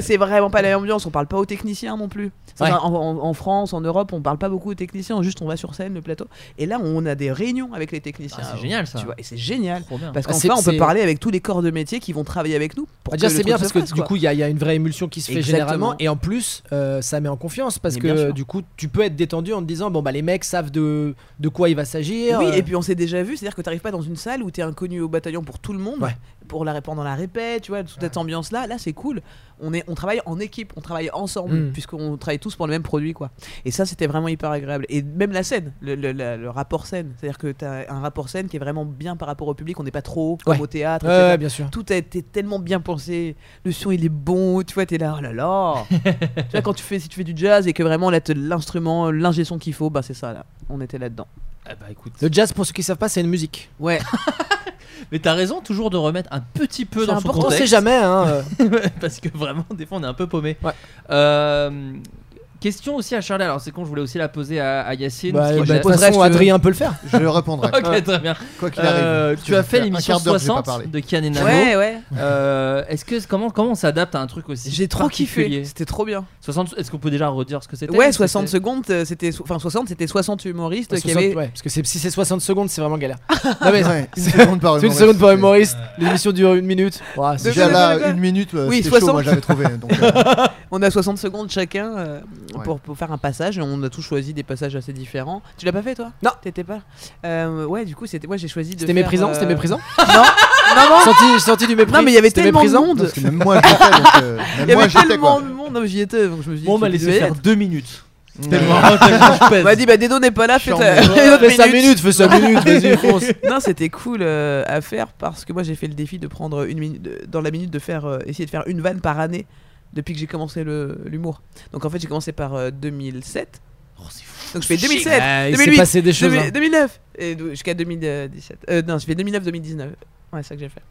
Speaker 8: c'est vraiment pas la même ambiance on parle pas aux techniciens non plus C'est
Speaker 7: Ouais.
Speaker 8: un- en, en- en France, en Europe, on parle pas beaucoup aux techniciens, juste on va sur scène, le plateau. Et là, on a des réunions avec les techniciens.
Speaker 6: Ah, c'est génial, ça.
Speaker 8: Tu vois, et c'est génial.
Speaker 6: bien.
Speaker 8: Parce
Speaker 7: Ah,
Speaker 8: qu'enfin,
Speaker 7: c'est-
Speaker 8: on peut
Speaker 7: c'est-
Speaker 8: parler avec tous les corps de métier qui vont travailler avec nous. Pour
Speaker 7: Bah, déjà
Speaker 8: que le
Speaker 7: c'est bien parce
Speaker 8: truc se
Speaker 7: que
Speaker 8: fasse,
Speaker 7: du
Speaker 8: quoi.
Speaker 7: coup il y, a- il y a une vraie émulsion qui se fait
Speaker 8: Exactement.
Speaker 7: généralement et en plus euh, ça met en confiance parce
Speaker 8: Mais bien
Speaker 7: que
Speaker 8: sûr.
Speaker 7: du coup tu peux être détendu en te disant bon bah les mecs savent de, de quoi il va s'agir.
Speaker 8: Oui,
Speaker 7: euh,
Speaker 8: et puis on s'est déjà vu, c'est-à-dire que t'arrives pas dans une salle où t'es inconnu au bataillon pour tout le monde,
Speaker 7: Ouais.
Speaker 8: pour la pendant la répète, tu vois, toute cette ambiance-là. Là, c'est cool. On est, on travaille en équipe, on travaille ensemble,
Speaker 7: Mm.
Speaker 8: puisqu'on travaille tous pour le même produit, quoi. Et ça, c'était vraiment hyper agréable. Et même la scène, le, le- la- le rapport scène scène. C'est-à-dire que tu as un rapport scène qui est vraiment bien par rapport au public. On n'est pas trop haut comme
Speaker 7: Ouais.
Speaker 8: au théâtre.
Speaker 7: Ouais,
Speaker 8: etc.
Speaker 7: ouais, bien sûr.
Speaker 8: Tout a été tellement bien pensé. Le son, il est bon. Tu vois, tu es là, oh là là. tu vois, quand tu fais, si tu fais du jazz et que vraiment là, t'as l'instrument, l'ingé son qu'il faut, bah c'est ça là. On était là-dedans.
Speaker 6: bah écoute.
Speaker 7: Le jazz, pour ceux qui savent pas, c'est une musique.
Speaker 8: Ouais.
Speaker 6: Mais t'as raison toujours de remettre un petit peu
Speaker 7: C'est
Speaker 6: dans son
Speaker 7: important, on
Speaker 6: contexte.
Speaker 7: sait jamais, hein,
Speaker 6: Parce que vraiment, des fois, on est un peu paumé. Euh, question aussi à Charlie. Alors, c'est con, je voulais aussi la poser à, à Yacine.
Speaker 7: Bah,
Speaker 6: parce qu'il
Speaker 7: bah, de
Speaker 6: est
Speaker 7: toute
Speaker 6: là.
Speaker 7: façon, Adrien peut le faire.
Speaker 5: Je le répondrai.
Speaker 6: Ok,
Speaker 5: Ouais.
Speaker 6: très bien.
Speaker 5: Quoi qu'il arrive.
Speaker 6: Euh, tu as
Speaker 5: Ça fait
Speaker 6: fait
Speaker 5: un
Speaker 6: l'émission
Speaker 5: quart d'heure que j'ai pas
Speaker 6: 60
Speaker 5: parlé.
Speaker 6: de Kian et Nano.
Speaker 8: Ouais, ouais.
Speaker 6: Euh, est-ce que comment comment on s'adapte à un truc aussi
Speaker 8: J'ai trop kiffé,
Speaker 6: particulier
Speaker 8: c'était trop bien.
Speaker 6: 60 Est-ce qu'on peut déjà redire ce que c'était
Speaker 8: Ouais,
Speaker 6: Est-ce que
Speaker 8: 60
Speaker 6: c'est-
Speaker 8: secondes, euh, c'était so- enfin 60, c'était 60 humoristes qui
Speaker 7: 60,
Speaker 8: avaient
Speaker 7: ouais, parce que c'est- si c'est 60 secondes, c'est vraiment galère. non, mais
Speaker 5: Ouais,
Speaker 7: c'est-
Speaker 5: une seconde par
Speaker 7: c'est une
Speaker 5: humoriste,
Speaker 7: seconde par
Speaker 5: c'est-
Speaker 7: humoriste. L'émission dure une minute. Ouah, c'est
Speaker 5: Déjà
Speaker 7: chaud.
Speaker 5: là, une minute, euh,
Speaker 8: Oui,
Speaker 5: c'était chaud,
Speaker 8: 60.
Speaker 5: moi j'avais trouvé. Donc, euh,
Speaker 8: On a 60 secondes chacun euh,
Speaker 5: Ouais.
Speaker 8: pour, pour faire un passage. et On a tous choisi des passages assez différents. Tu l'as pas fait toi Non. T'étais pas. Euh, ouais, du coup, c'était moi j'ai choisi de.
Speaker 7: C'était
Speaker 8: faire,
Speaker 7: méprisant,
Speaker 8: euh,
Speaker 7: c'était méprisant.
Speaker 8: Non, non, non.
Speaker 7: Senti, senti du mépris.
Speaker 8: Non, mais il y avait
Speaker 7: C'était
Speaker 8: tellement de
Speaker 7: méprisant.
Speaker 8: monde.
Speaker 5: parce que même moi j'étais. Donc, euh,
Speaker 8: Il
Speaker 5: même
Speaker 8: y
Speaker 5: moi
Speaker 8: avait
Speaker 5: j'étais
Speaker 8: tellement
Speaker 5: quoi.
Speaker 8: de monde. Non, mais j'y étais. Donc je me suis dit.
Speaker 6: Bon, on
Speaker 8: faut
Speaker 6: va
Speaker 8: que je
Speaker 6: laisser
Speaker 8: vais
Speaker 6: faire
Speaker 8: être.
Speaker 6: 2 minutes.
Speaker 5: Ouais.
Speaker 6: Tellement, tellement je
Speaker 8: On
Speaker 6: pèse.
Speaker 8: m'a dit, bah Dedo n'est pas là, fais
Speaker 5: Charmant.
Speaker 8: ta.
Speaker 7: Fais 5 minutes, fais 5 minutes, vas-y, fonce.
Speaker 8: non, c'était cool euh, à faire parce que moi j'ai fait le défi de prendre une minute de- dans la minute de faire euh, essayer de faire une vanne par année depuis que j'ai commencé le- l'humour. Donc en fait j'ai commencé par euh, 2007. Donc je fais 2007,
Speaker 7: Ah, il s'est
Speaker 8: 2008,
Speaker 7: passé des choses,
Speaker 8: 2000,
Speaker 7: hein.
Speaker 8: 2009 et d- jusqu'à 2017. Euh, non, je fais 2009-2019. Ouais, c'est ça que j'ai fait.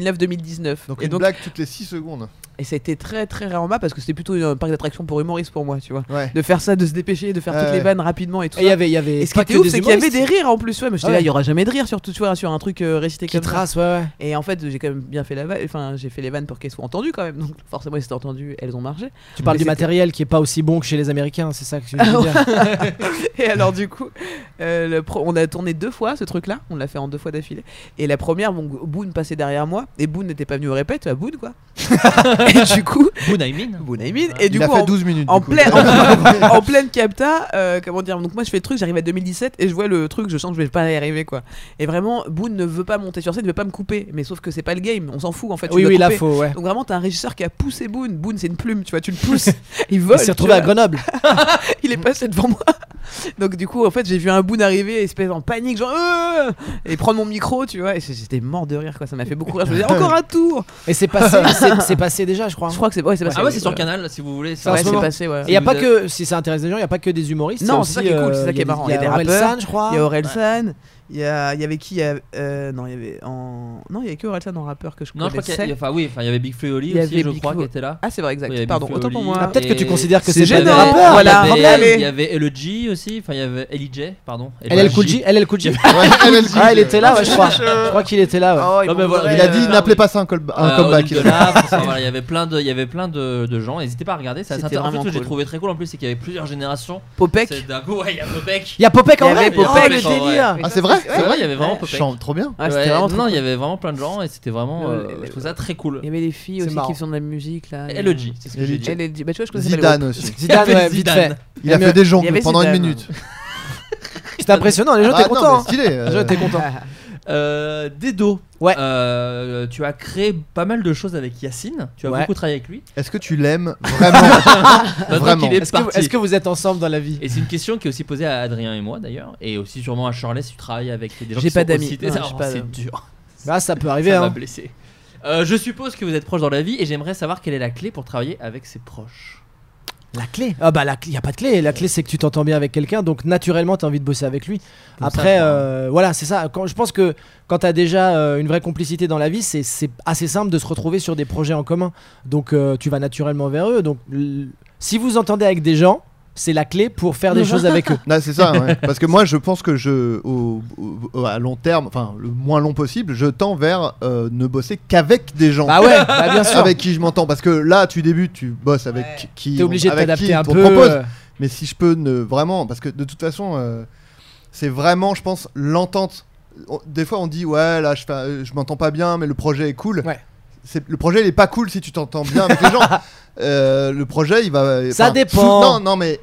Speaker 8: 2009-2019.
Speaker 5: Donc
Speaker 8: et
Speaker 5: une blague toutes les 6 secondes.
Speaker 8: et ça a été très très rarement parce que c'était plutôt un parc d'attractions pour humoristes pour moi, tu vois.
Speaker 5: Ouais.
Speaker 8: De faire ça, de se dépêcher, de faire
Speaker 5: Ouais,
Speaker 8: toutes les
Speaker 5: ouais.
Speaker 8: vannes rapidement et tout.
Speaker 7: Et il y
Speaker 8: ça.
Speaker 7: avait, il y avait.
Speaker 8: Et ce qui
Speaker 7: pas
Speaker 8: était
Speaker 7: que
Speaker 8: ouf,
Speaker 7: des
Speaker 8: c'est qu'il y avait
Speaker 7: humoristes
Speaker 8: des rires en plus, ouais. Mais j'étais
Speaker 7: Ah
Speaker 8: là,
Speaker 7: ouais.
Speaker 8: il y aura jamais de rire, surtout, tu vois, sur un truc euh, récité
Speaker 7: qui
Speaker 8: comme ça.
Speaker 7: trace, ouais, ouais.
Speaker 8: Et en fait, j'ai quand même bien fait la vanne. Enfin, j'ai fait les vannes pour qu'elles soient entendues quand même. Donc, forcément, elles étaient entendues, elles ont marché.
Speaker 7: Tu parles
Speaker 8: Mais
Speaker 7: du
Speaker 8: c'était-
Speaker 7: matériel qui est pas aussi bon que chez les Américains, c'est ça que je veux dire.
Speaker 8: Et alors, du coup, euh, le pro- on a tourné deux fois ce truc-là. On l'a fait en deux fois d'affilée. Et la première, bon, Boone passait derrière moi. Et Boone n'était pas venu au répète, à Boone, quoi. et du coup,
Speaker 6: Boone, I mean.
Speaker 8: Boone I mean. Et du
Speaker 5: Il a
Speaker 8: coup,
Speaker 5: fait
Speaker 8: en-
Speaker 5: 12 minutes.
Speaker 8: en,
Speaker 5: du coup.
Speaker 8: pleine, en, en pleine capta, euh, comment dire Donc moi je fais le truc, j'arrive à 2017 et je vois le truc, je sens que je vais pas y arriver quoi. Et vraiment, Boone ne veut pas monter sur scène, ne veut pas me couper. Mais sauf que c'est pas le game, on s'en fout en fait. tu
Speaker 7: oui,
Speaker 8: dois
Speaker 7: oui, là,
Speaker 8: couper.
Speaker 7: faut, ouais.
Speaker 8: Donc vraiment, t'as un régisseur qui a poussé Boone. Boone c'est une plume, tu vois, tu le pousses, il vole.
Speaker 7: Il s'est
Speaker 8: tu
Speaker 7: retrouvé à
Speaker 8: vois.
Speaker 7: Grenoble.
Speaker 8: Il est passé devant moi. Donc du coup, en fait, j'ai vu un Boone arriver, espèce en panique, genre Euh et prendre mon micro, tu vois. Et j'étais mort de rire quoi, ça m'a fait beaucoup rire. Je me disais encore un tour.
Speaker 7: Et c'est passé, c'est- c'est passé déjà, je crois.
Speaker 8: Je crois que c'est ouais, c'est passé.
Speaker 6: Ah ouais, c'est sur Canal si vous voulez.
Speaker 7: en
Speaker 8: Ouais,
Speaker 7: ce
Speaker 8: c'est
Speaker 7: moment.
Speaker 8: passé, ouais.
Speaker 7: Et y a
Speaker 6: Vous
Speaker 7: pas
Speaker 6: avez-
Speaker 7: que, si ça intéresse les gens, y a pas que des humoristes.
Speaker 8: Non,
Speaker 7: y a
Speaker 8: c'est ça qui est
Speaker 7: aussi,
Speaker 8: cool, c'est
Speaker 7: euh,
Speaker 8: ça qui est
Speaker 7: y a des-
Speaker 8: marrant.
Speaker 7: Y
Speaker 8: Il y a des
Speaker 7: a Aurel
Speaker 8: rappeurs,
Speaker 7: San, je crois.
Speaker 8: Il y a Orelsan, il y, a- il y avait qui il y a- euh, Non, il y avait en non, il y avait que Orelsan en rappeur que je
Speaker 6: Non, je crois
Speaker 8: connaissais.
Speaker 6: qu'il y a- il y a- enfin, oui, enfin, il y avait Big Fleu
Speaker 8: Il
Speaker 6: Oli
Speaker 8: y
Speaker 6: aussi,
Speaker 8: avait
Speaker 6: je
Speaker 8: Big
Speaker 6: crois,
Speaker 8: Fleu.
Speaker 6: qui était là.
Speaker 8: Ah, c'est vrai, exact.
Speaker 6: Il y avait
Speaker 8: Pardon,
Speaker 6: Big Fleu
Speaker 8: autant pour
Speaker 6: Oli.
Speaker 8: moi.
Speaker 7: Ah, peut-être que
Speaker 6: Et-
Speaker 7: tu considères que
Speaker 8: c'est
Speaker 7: c'est pas des
Speaker 8: gênant,
Speaker 7: rappeurs,
Speaker 8: hein, voilà,
Speaker 6: il y
Speaker 8: problème.
Speaker 6: avait, il y avait LG aussi, enfin il y avait LJ, pardon.
Speaker 7: LL Cool J, LL Cool J.
Speaker 5: Ouais, elle, elle dit,
Speaker 7: Ah, il était là, ouais, je crois. Je crois qu'il était là, ouais.
Speaker 8: Ah ouais,
Speaker 6: Non,
Speaker 8: bon,
Speaker 6: mais voilà,
Speaker 8: ouais,
Speaker 5: Il a
Speaker 8: euh,
Speaker 5: dit n'appelez pas ça un, call- un
Speaker 6: Euh,
Speaker 5: comeback.
Speaker 6: Odile Delap, enfin, voilà, il y avait plein de, il y avait plein de, de gens. N'hésitez pas à regarder. Ça,
Speaker 8: C'était
Speaker 6: c'est intéressant. En fait,
Speaker 8: vraiment
Speaker 6: Ce que j'ai
Speaker 8: cool.
Speaker 6: trouvé très cool en plus, c'est qu'il y avait plusieurs générations.
Speaker 8: Popek.
Speaker 6: C'est d'un coup, ouais, il y a Popek.
Speaker 7: Il y a Popek en
Speaker 8: Il y
Speaker 7: vrai,
Speaker 8: avait
Speaker 7: oh,
Speaker 8: Popek,
Speaker 7: le
Speaker 6: genre, ouais.
Speaker 7: délire.
Speaker 5: Ah, c'est vrai
Speaker 6: Ouais,
Speaker 5: C'est
Speaker 6: ouais,
Speaker 5: vrai
Speaker 6: il y avait vraiment Popek.
Speaker 5: Chante trop bien.
Speaker 8: hein. Ah, c'était
Speaker 6: Ouais,
Speaker 8: vraiment trop
Speaker 6: non,
Speaker 8: cool.
Speaker 6: il y avait vraiment plein de gens et c'était vraiment.
Speaker 8: Le-
Speaker 6: euh,
Speaker 8: le-
Speaker 6: je trouve ça très cool.
Speaker 8: Il y avait les filles
Speaker 7: C'est
Speaker 8: aussi
Speaker 7: marrant.
Speaker 8: qui font de la musique là.
Speaker 6: Et LG, c'est ce que j'ai
Speaker 5: LG.
Speaker 6: dit.
Speaker 8: Elle Bah tu vois, je connaissais pas le
Speaker 5: Zidane
Speaker 8: groupe.
Speaker 5: aussi.
Speaker 7: Zidane, ouais, vite
Speaker 6: Zidane.
Speaker 7: fait.
Speaker 5: Il a
Speaker 7: Mais-
Speaker 5: fait des
Speaker 8: Il y avait
Speaker 5: jongles pendant une
Speaker 8: Zidane.
Speaker 5: minute.
Speaker 7: C'était impressionnant, les gens
Speaker 5: Ah,
Speaker 7: étaient
Speaker 5: non,
Speaker 7: contents.
Speaker 5: mais stylé. euh,
Speaker 7: Les gens étaient contents.
Speaker 6: Euh, Dedo.
Speaker 7: Ouais.
Speaker 6: Euh, tu as créé pas mal de choses avec Yacine. Tu as
Speaker 7: Ouais.
Speaker 6: beaucoup travaillé avec lui.
Speaker 5: Est-ce que tu l'aimes vraiment
Speaker 6: Maintenant
Speaker 5: Vraiment.
Speaker 6: qu'il est
Speaker 7: Est-ce que, vous-
Speaker 6: parti.
Speaker 7: est-ce que vous êtes ensemble dans la vie
Speaker 6: Et c'est une question qui est aussi posée à Adrien et moi d'ailleurs, et aussi sûrement à Charlet si tu travailles avec des gens
Speaker 8: J'ai
Speaker 6: qui
Speaker 8: pas
Speaker 6: sont
Speaker 8: d'amis.
Speaker 6: aussi-
Speaker 8: Non,
Speaker 6: Ça,
Speaker 8: j'ai
Speaker 6: oh,
Speaker 8: pas
Speaker 6: c'est
Speaker 8: d'amis.
Speaker 6: dur.
Speaker 7: Bah, ça peut
Speaker 6: Ça
Speaker 7: arriver,
Speaker 6: m'a
Speaker 7: hein.
Speaker 6: blessé. Euh, je suppose que vous êtes proche dans la vie et j'aimerais savoir quelle est la clé pour travailler avec ses proches.
Speaker 7: La clé Ah bah la clé, y a pas de clé. La clé c'est que tu t'entends bien avec quelqu'un, donc naturellement t'as envie de bosser avec lui.
Speaker 6: Comme ça,
Speaker 7: Après,
Speaker 6: quoi.
Speaker 7: euh, voilà, c'est ça. Quand, je pense que quand t'as déjà euh, une vraie complicité dans la vie, c'est c'est assez simple de se retrouver sur des projets en commun. Donc euh, tu vas naturellement vers eux. Donc l- si vous entendez avec des gens, c'est la clé pour faire des choses avec eux.
Speaker 5: Non, c'est ça. ouais. Parce que moi, je pense que je, au, au- à long terme, enfin le moins long possible, je tends vers euh, ne bosser qu'avec des gens.
Speaker 7: Bah ouais, bah bien sûr.
Speaker 5: Avec qui je m'entends, parce que là, tu débutes, tu bosses avec qui
Speaker 7: T'es obligé de
Speaker 5: avec qui
Speaker 7: t'adapter un
Speaker 5: on te
Speaker 7: peu.
Speaker 5: propose.
Speaker 7: euh,
Speaker 5: Mais si je peux ne vraiment, parce que de toute façon, euh, c'est vraiment, je pense, l'entente. On- Des fois, on dit ouais, là, je, fais- euh, je m'entends pas bien, mais le projet est cool.
Speaker 7: Ouais.
Speaker 5: C'est- le projet, il est pas cool si tu t'entends bien avec les gens. Euh, le projet, il va.
Speaker 7: Ça
Speaker 5: enfin,
Speaker 7: dépend.
Speaker 5: sous- non, non, mais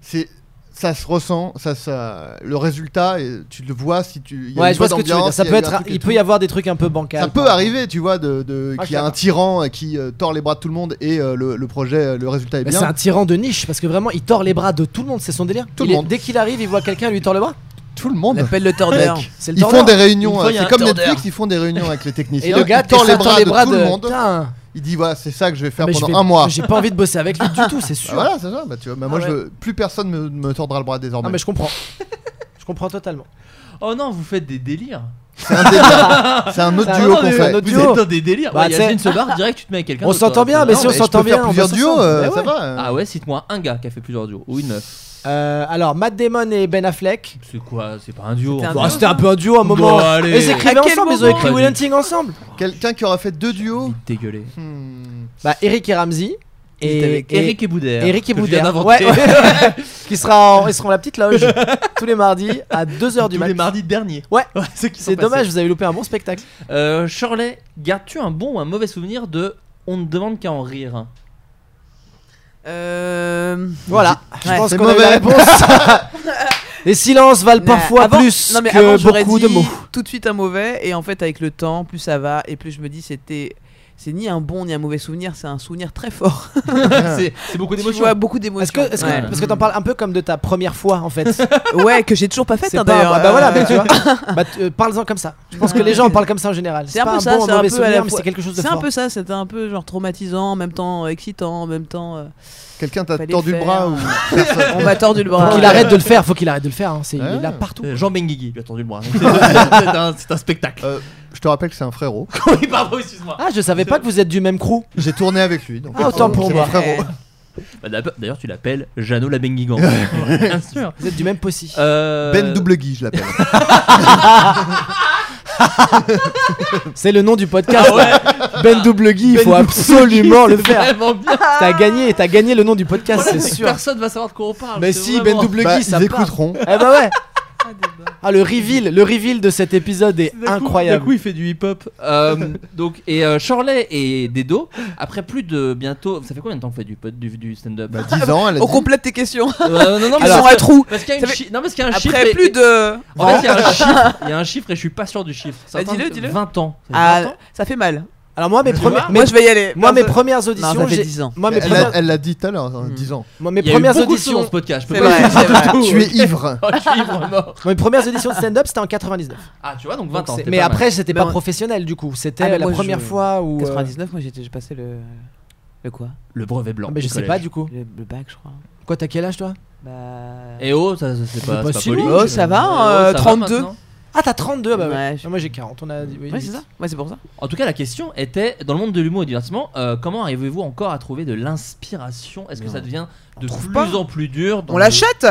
Speaker 5: c'est. Ça se ressent, ça, ça, le résultat, et tu le vois si tu. il y a
Speaker 7: Ouais,
Speaker 5: une
Speaker 7: je vois ce
Speaker 5: bonne
Speaker 7: que tu veux dire.
Speaker 5: ambiance,
Speaker 7: Ça
Speaker 5: il y a
Speaker 7: peut
Speaker 5: eu un
Speaker 7: être,
Speaker 5: truc et
Speaker 7: il
Speaker 5: tout.
Speaker 7: peut y avoir des trucs un peu bancals.
Speaker 5: Ça peut arriver, tu vois, de, de
Speaker 7: Ah,
Speaker 5: qu'il y a
Speaker 7: je
Speaker 5: un
Speaker 7: sais
Speaker 5: tyran euh, qui euh, tord les bras de tout le monde et euh, le, le projet, euh, le résultat est
Speaker 7: Bah,
Speaker 5: bien.
Speaker 7: c'est un tyran de niche parce que vraiment il tord les bras de tout le monde, c'est son délire.
Speaker 5: Tout le
Speaker 7: Il est-
Speaker 5: monde.
Speaker 7: dès qu'il arrive, il voit quelqu'un, il lui tord le bras.
Speaker 5: tout le monde.
Speaker 8: On appelle le tordeur.
Speaker 5: Mec,
Speaker 8: C'est le
Speaker 5: ils
Speaker 8: tordeur.
Speaker 5: font des réunions.
Speaker 8: Une fois,
Speaker 5: euh,
Speaker 8: il y a
Speaker 5: C'est
Speaker 8: un
Speaker 5: comme
Speaker 8: tordeur.
Speaker 5: Netflix, ils font des réunions avec les techniciens.
Speaker 7: Et le gars
Speaker 5: il tend
Speaker 7: tend
Speaker 5: les bras
Speaker 7: les
Speaker 5: de
Speaker 7: bras
Speaker 5: tout
Speaker 7: de-
Speaker 5: le monde.
Speaker 7: Putain.
Speaker 5: Il dit voilà, c'est ça que je vais faire
Speaker 7: Mais je
Speaker 5: pendant
Speaker 7: vais-
Speaker 5: un mois.
Speaker 7: J'ai pas envie de bosser avec lui du tout, c'est sûr.
Speaker 5: Ah, voilà, c'est ça. Bah, tu vois, bah, moi,
Speaker 7: Ah
Speaker 5: je
Speaker 7: ouais.
Speaker 5: veux- plus personne me, me tordra le bras désormais.
Speaker 7: Ah, mais je comprends. je comprends totalement.
Speaker 6: Oh non, vous faites des délires.
Speaker 5: C'est un délire. C'est un autre
Speaker 7: Ah,
Speaker 5: duo qu'on fait.
Speaker 6: Vous êtes dans des délires.
Speaker 7: Bah,
Speaker 6: Ouais,
Speaker 7: tu
Speaker 6: Yacine
Speaker 7: sais-
Speaker 6: se barre direct, tu te mets avec quelqu'un.
Speaker 7: On
Speaker 6: d'autre,
Speaker 7: s'entend
Speaker 6: toi.
Speaker 7: bien, mais si on
Speaker 5: mais je peux
Speaker 7: s'entend
Speaker 5: faire
Speaker 7: bien, on
Speaker 5: plusieurs
Speaker 7: bosse
Speaker 5: duos,
Speaker 7: ensemble.
Speaker 5: euh,
Speaker 7: Mais
Speaker 5: ça
Speaker 7: ouais.
Speaker 5: va. euh.
Speaker 6: Ah ouais, cite-moi un gars qui a fait plusieurs duos ou une meuf.
Speaker 7: Euh, alors, Matt Damon et Ben Affleck.
Speaker 6: C'est quoi C'est pas un duo.
Speaker 8: C'était un
Speaker 6: enfin.
Speaker 8: duo,
Speaker 7: Ah, c'était un peu un duo à un
Speaker 6: Bon,
Speaker 7: moment.
Speaker 6: allez.
Speaker 7: Ils écrivaient
Speaker 8: À quel
Speaker 7: ensemble, ils ont
Speaker 8: moment
Speaker 7: écrit Will Hunting ensemble.
Speaker 5: Quelqu'un qui aura fait deux duos.
Speaker 6: Dégueulé.
Speaker 5: Hmm.
Speaker 7: Bah, Eric et Ramsey.
Speaker 6: T'es
Speaker 7: Et,
Speaker 6: avec
Speaker 7: et-
Speaker 6: Eric et Boudère.
Speaker 7: Eric et
Speaker 6: que je viens
Speaker 7: Boudère.
Speaker 6: d'inventer.
Speaker 7: Ouais, ouais. qui sera en, ils seront à la petite loge tous les mardis à 2h du
Speaker 6: Tous les
Speaker 7: mat.
Speaker 6: mardis derniers.
Speaker 7: Ouais.
Speaker 6: ceux qui sont
Speaker 7: C'est dommage,
Speaker 6: passés.
Speaker 7: vous avez loupé un bon spectacle.
Speaker 6: Euh, Shirley, gardes-tu un bon ou un mauvais souvenir de On ne demande qu'à en rire hein
Speaker 8: Euh,
Speaker 7: Voilà, je
Speaker 8: Ouais.
Speaker 7: pense
Speaker 5: C'est
Speaker 7: qu'on a eu la
Speaker 5: mauvais.
Speaker 7: réponse. Les silences valent
Speaker 8: mais
Speaker 7: parfois
Speaker 8: avant-
Speaker 7: plus
Speaker 8: non, mais
Speaker 7: que
Speaker 8: avant, j'aurais
Speaker 7: beaucoup de
Speaker 8: dit
Speaker 7: mots.
Speaker 8: Tout de suite un mauvais, et en fait, avec le temps, plus ça va, et plus je me dis, c'était. C'est ni un bon ni un mauvais souvenir, c'est un souvenir très fort.
Speaker 6: C'est c'est beaucoup
Speaker 8: Tu
Speaker 6: d'émotions. Euh,
Speaker 8: vois, beaucoup d'émotions.
Speaker 7: Est-ce que, est-ce que-
Speaker 8: ouais.
Speaker 7: parce que t'en parles un peu comme de ta première fois en fait.
Speaker 8: Ouais, que j'ai toujours pas fait
Speaker 7: C'est
Speaker 8: hein,
Speaker 7: pas-
Speaker 8: d'ailleurs.
Speaker 7: bah, bah voilà,
Speaker 8: Euh,
Speaker 7: mais tu vois. Bah, tu- euh, parle-en comme ça. Je pense que les gens en parlent comme ça en général.
Speaker 8: C'est un
Speaker 7: pas
Speaker 8: peu
Speaker 7: un
Speaker 8: ça,
Speaker 7: bon
Speaker 8: c'est
Speaker 7: ou un
Speaker 8: un
Speaker 7: mauvais
Speaker 8: peu à la
Speaker 7: souvenir, mais
Speaker 8: fois-
Speaker 7: c'est quelque chose de
Speaker 8: C'est un
Speaker 7: fort.
Speaker 8: peu ça, c'était un peu genre traumatisant, en même temps euh, excitant, en même temps. euh,
Speaker 5: Quelqu'un t'a
Speaker 8: Fallait
Speaker 5: tordu le
Speaker 8: faire.
Speaker 5: bras ou personne
Speaker 8: on m'a tordu le bras.
Speaker 7: Faut qu'il arrête de le faire, faut qu'il arrête de le faire. hein, c'est- Il est là
Speaker 5: Ouais.
Speaker 7: partout.
Speaker 6: Euh, Jean Benguigui, lui a tendu le bras. Donc, C'est c'est un, c'est un spectacle.
Speaker 5: Euh, Je te rappelle que c'est un frérot.
Speaker 6: oui, pardon, excuse-moi.
Speaker 7: Ah, je savais pas que vous êtes du même crew.
Speaker 5: J'ai tourné avec lui. donc
Speaker 7: Ah, autant pour
Speaker 5: c'est
Speaker 7: moi.
Speaker 5: mon frérot.
Speaker 6: Bah, d'ab- D'ailleurs, tu l'appelles Jeannot la Benguigan. Bien sûr.
Speaker 7: Vous êtes du même possi. Eh,
Speaker 6: Euh,
Speaker 5: Ben Double Guy, je l'appelle.
Speaker 7: C'est le nom du podcast.
Speaker 8: Ah
Speaker 7: Ben Double Guy, il faut absolument le faire.
Speaker 6: Vraiment bien.
Speaker 7: T'as gagné, t'as gagné le nom du podcast,
Speaker 6: Voilà,
Speaker 7: Ah, c'est
Speaker 6: mais
Speaker 7: sûr.
Speaker 6: Personne va savoir de quoi on parle.
Speaker 7: Mais
Speaker 6: c'est
Speaker 7: si,
Speaker 6: vraiment-
Speaker 7: Ben Double
Speaker 5: Bah,
Speaker 7: Guy, ça
Speaker 5: ils
Speaker 7: part.
Speaker 5: écouteront.
Speaker 7: Eh bah ouais. Ah le reveal, le reveal de cet épisode est
Speaker 6: D'un coup-
Speaker 7: incroyable.
Speaker 6: D'un coup, il fait du hip-hop. Euh, donc, et euh, Shirley et Dedo, après plus de bientôt. Ça fait combien de temps que vous faites du, pod- du, du stand-up
Speaker 5: Bah, 10 ans, elle a
Speaker 8: On
Speaker 5: dit.
Speaker 8: complète tes questions.
Speaker 6: Euh, Non, non,
Speaker 8: Ils sont
Speaker 6: parce
Speaker 8: à
Speaker 6: que-
Speaker 8: trou.
Speaker 6: Parce qu'il y a, une
Speaker 8: Ça fait-
Speaker 6: chi- non, parce qu'il y a un chiffre.
Speaker 8: Après
Speaker 6: et-
Speaker 8: plus de.
Speaker 6: En fait, il y a un chiffre, il y a un chiffre et je suis pas sûr du chiffre. Ça
Speaker 8: Bah,
Speaker 6: atteint
Speaker 8: dis-le, dis-le.
Speaker 6: 20 ans. Ça fait 20
Speaker 8: Ah,
Speaker 6: ans
Speaker 8: ça fait mal.
Speaker 7: Alors moi mes
Speaker 6: Tu
Speaker 7: premières,
Speaker 6: vois
Speaker 7: mes-
Speaker 8: Moi je vais y aller.
Speaker 7: moi, mes
Speaker 8: Perso-
Speaker 7: premières
Speaker 8: Non,
Speaker 7: auditions,
Speaker 8: ça fait
Speaker 7: j'ai-
Speaker 8: 10 ans.
Speaker 7: moi mes
Speaker 5: Elle l'a-
Speaker 7: premières,
Speaker 5: Elle l'a dit tout à l'heure, hein,
Speaker 8: Hmm.
Speaker 5: 10 ans.
Speaker 7: moi, mes
Speaker 6: Il y a eu
Speaker 7: premières
Speaker 6: beaucoup de choses
Speaker 7: auditions,
Speaker 6: dans ce podcast. Je peux
Speaker 8: C'est
Speaker 6: pas
Speaker 8: vrai,
Speaker 6: dire
Speaker 8: c'est vrai.
Speaker 6: tout.
Speaker 5: Tu es ivre.
Speaker 6: Oh, je suis ivre mort.
Speaker 7: mes premières auditions de stand-up, c'était en 99.
Speaker 6: Ah, tu vois, donc 20 ans.
Speaker 7: C'est-
Speaker 6: c'était
Speaker 7: Mais
Speaker 6: pas mal.
Speaker 7: après, j'étais
Speaker 8: Mais
Speaker 7: pas
Speaker 8: on-
Speaker 7: professionnel du coup. C'était
Speaker 8: Ah, mais
Speaker 7: la
Speaker 8: moi,
Speaker 7: première
Speaker 8: je-
Speaker 7: fois où. euh,
Speaker 8: 99, moi j'étais- j'ai passé le. Le quoi
Speaker 6: le brevet blanc.
Speaker 7: ah, mais je
Speaker 6: au
Speaker 7: sais
Speaker 6: collège.
Speaker 7: pas du coup.
Speaker 8: le, le bac, je crois.
Speaker 7: Quoi, t'as quel âge toi
Speaker 8: Bah.
Speaker 6: Et oh, ça, ça, c'est pas,
Speaker 7: pas
Speaker 6: c'est pas
Speaker 7: si
Speaker 6: poli.
Speaker 7: loin.
Speaker 8: Oh, ça va, hein,
Speaker 6: Oh, ça va
Speaker 8: 32.
Speaker 6: maintenant.
Speaker 7: Ah, t'as 32, bah ouais.
Speaker 8: Ouais, je-
Speaker 7: Ah, Moi j'ai 40, on a dit. oui,
Speaker 8: Ouais,
Speaker 7: huit.
Speaker 8: c'est ça. Ouais, c'est pour ça.
Speaker 6: En tout cas, la question était dans le monde de l'humour et du divertissement, euh, comment arrivez-vous encore à trouver de l'inspiration Est-ce que ça devient de plus
Speaker 8: pas.
Speaker 6: en plus dur dans
Speaker 8: On
Speaker 6: le-
Speaker 8: l'achète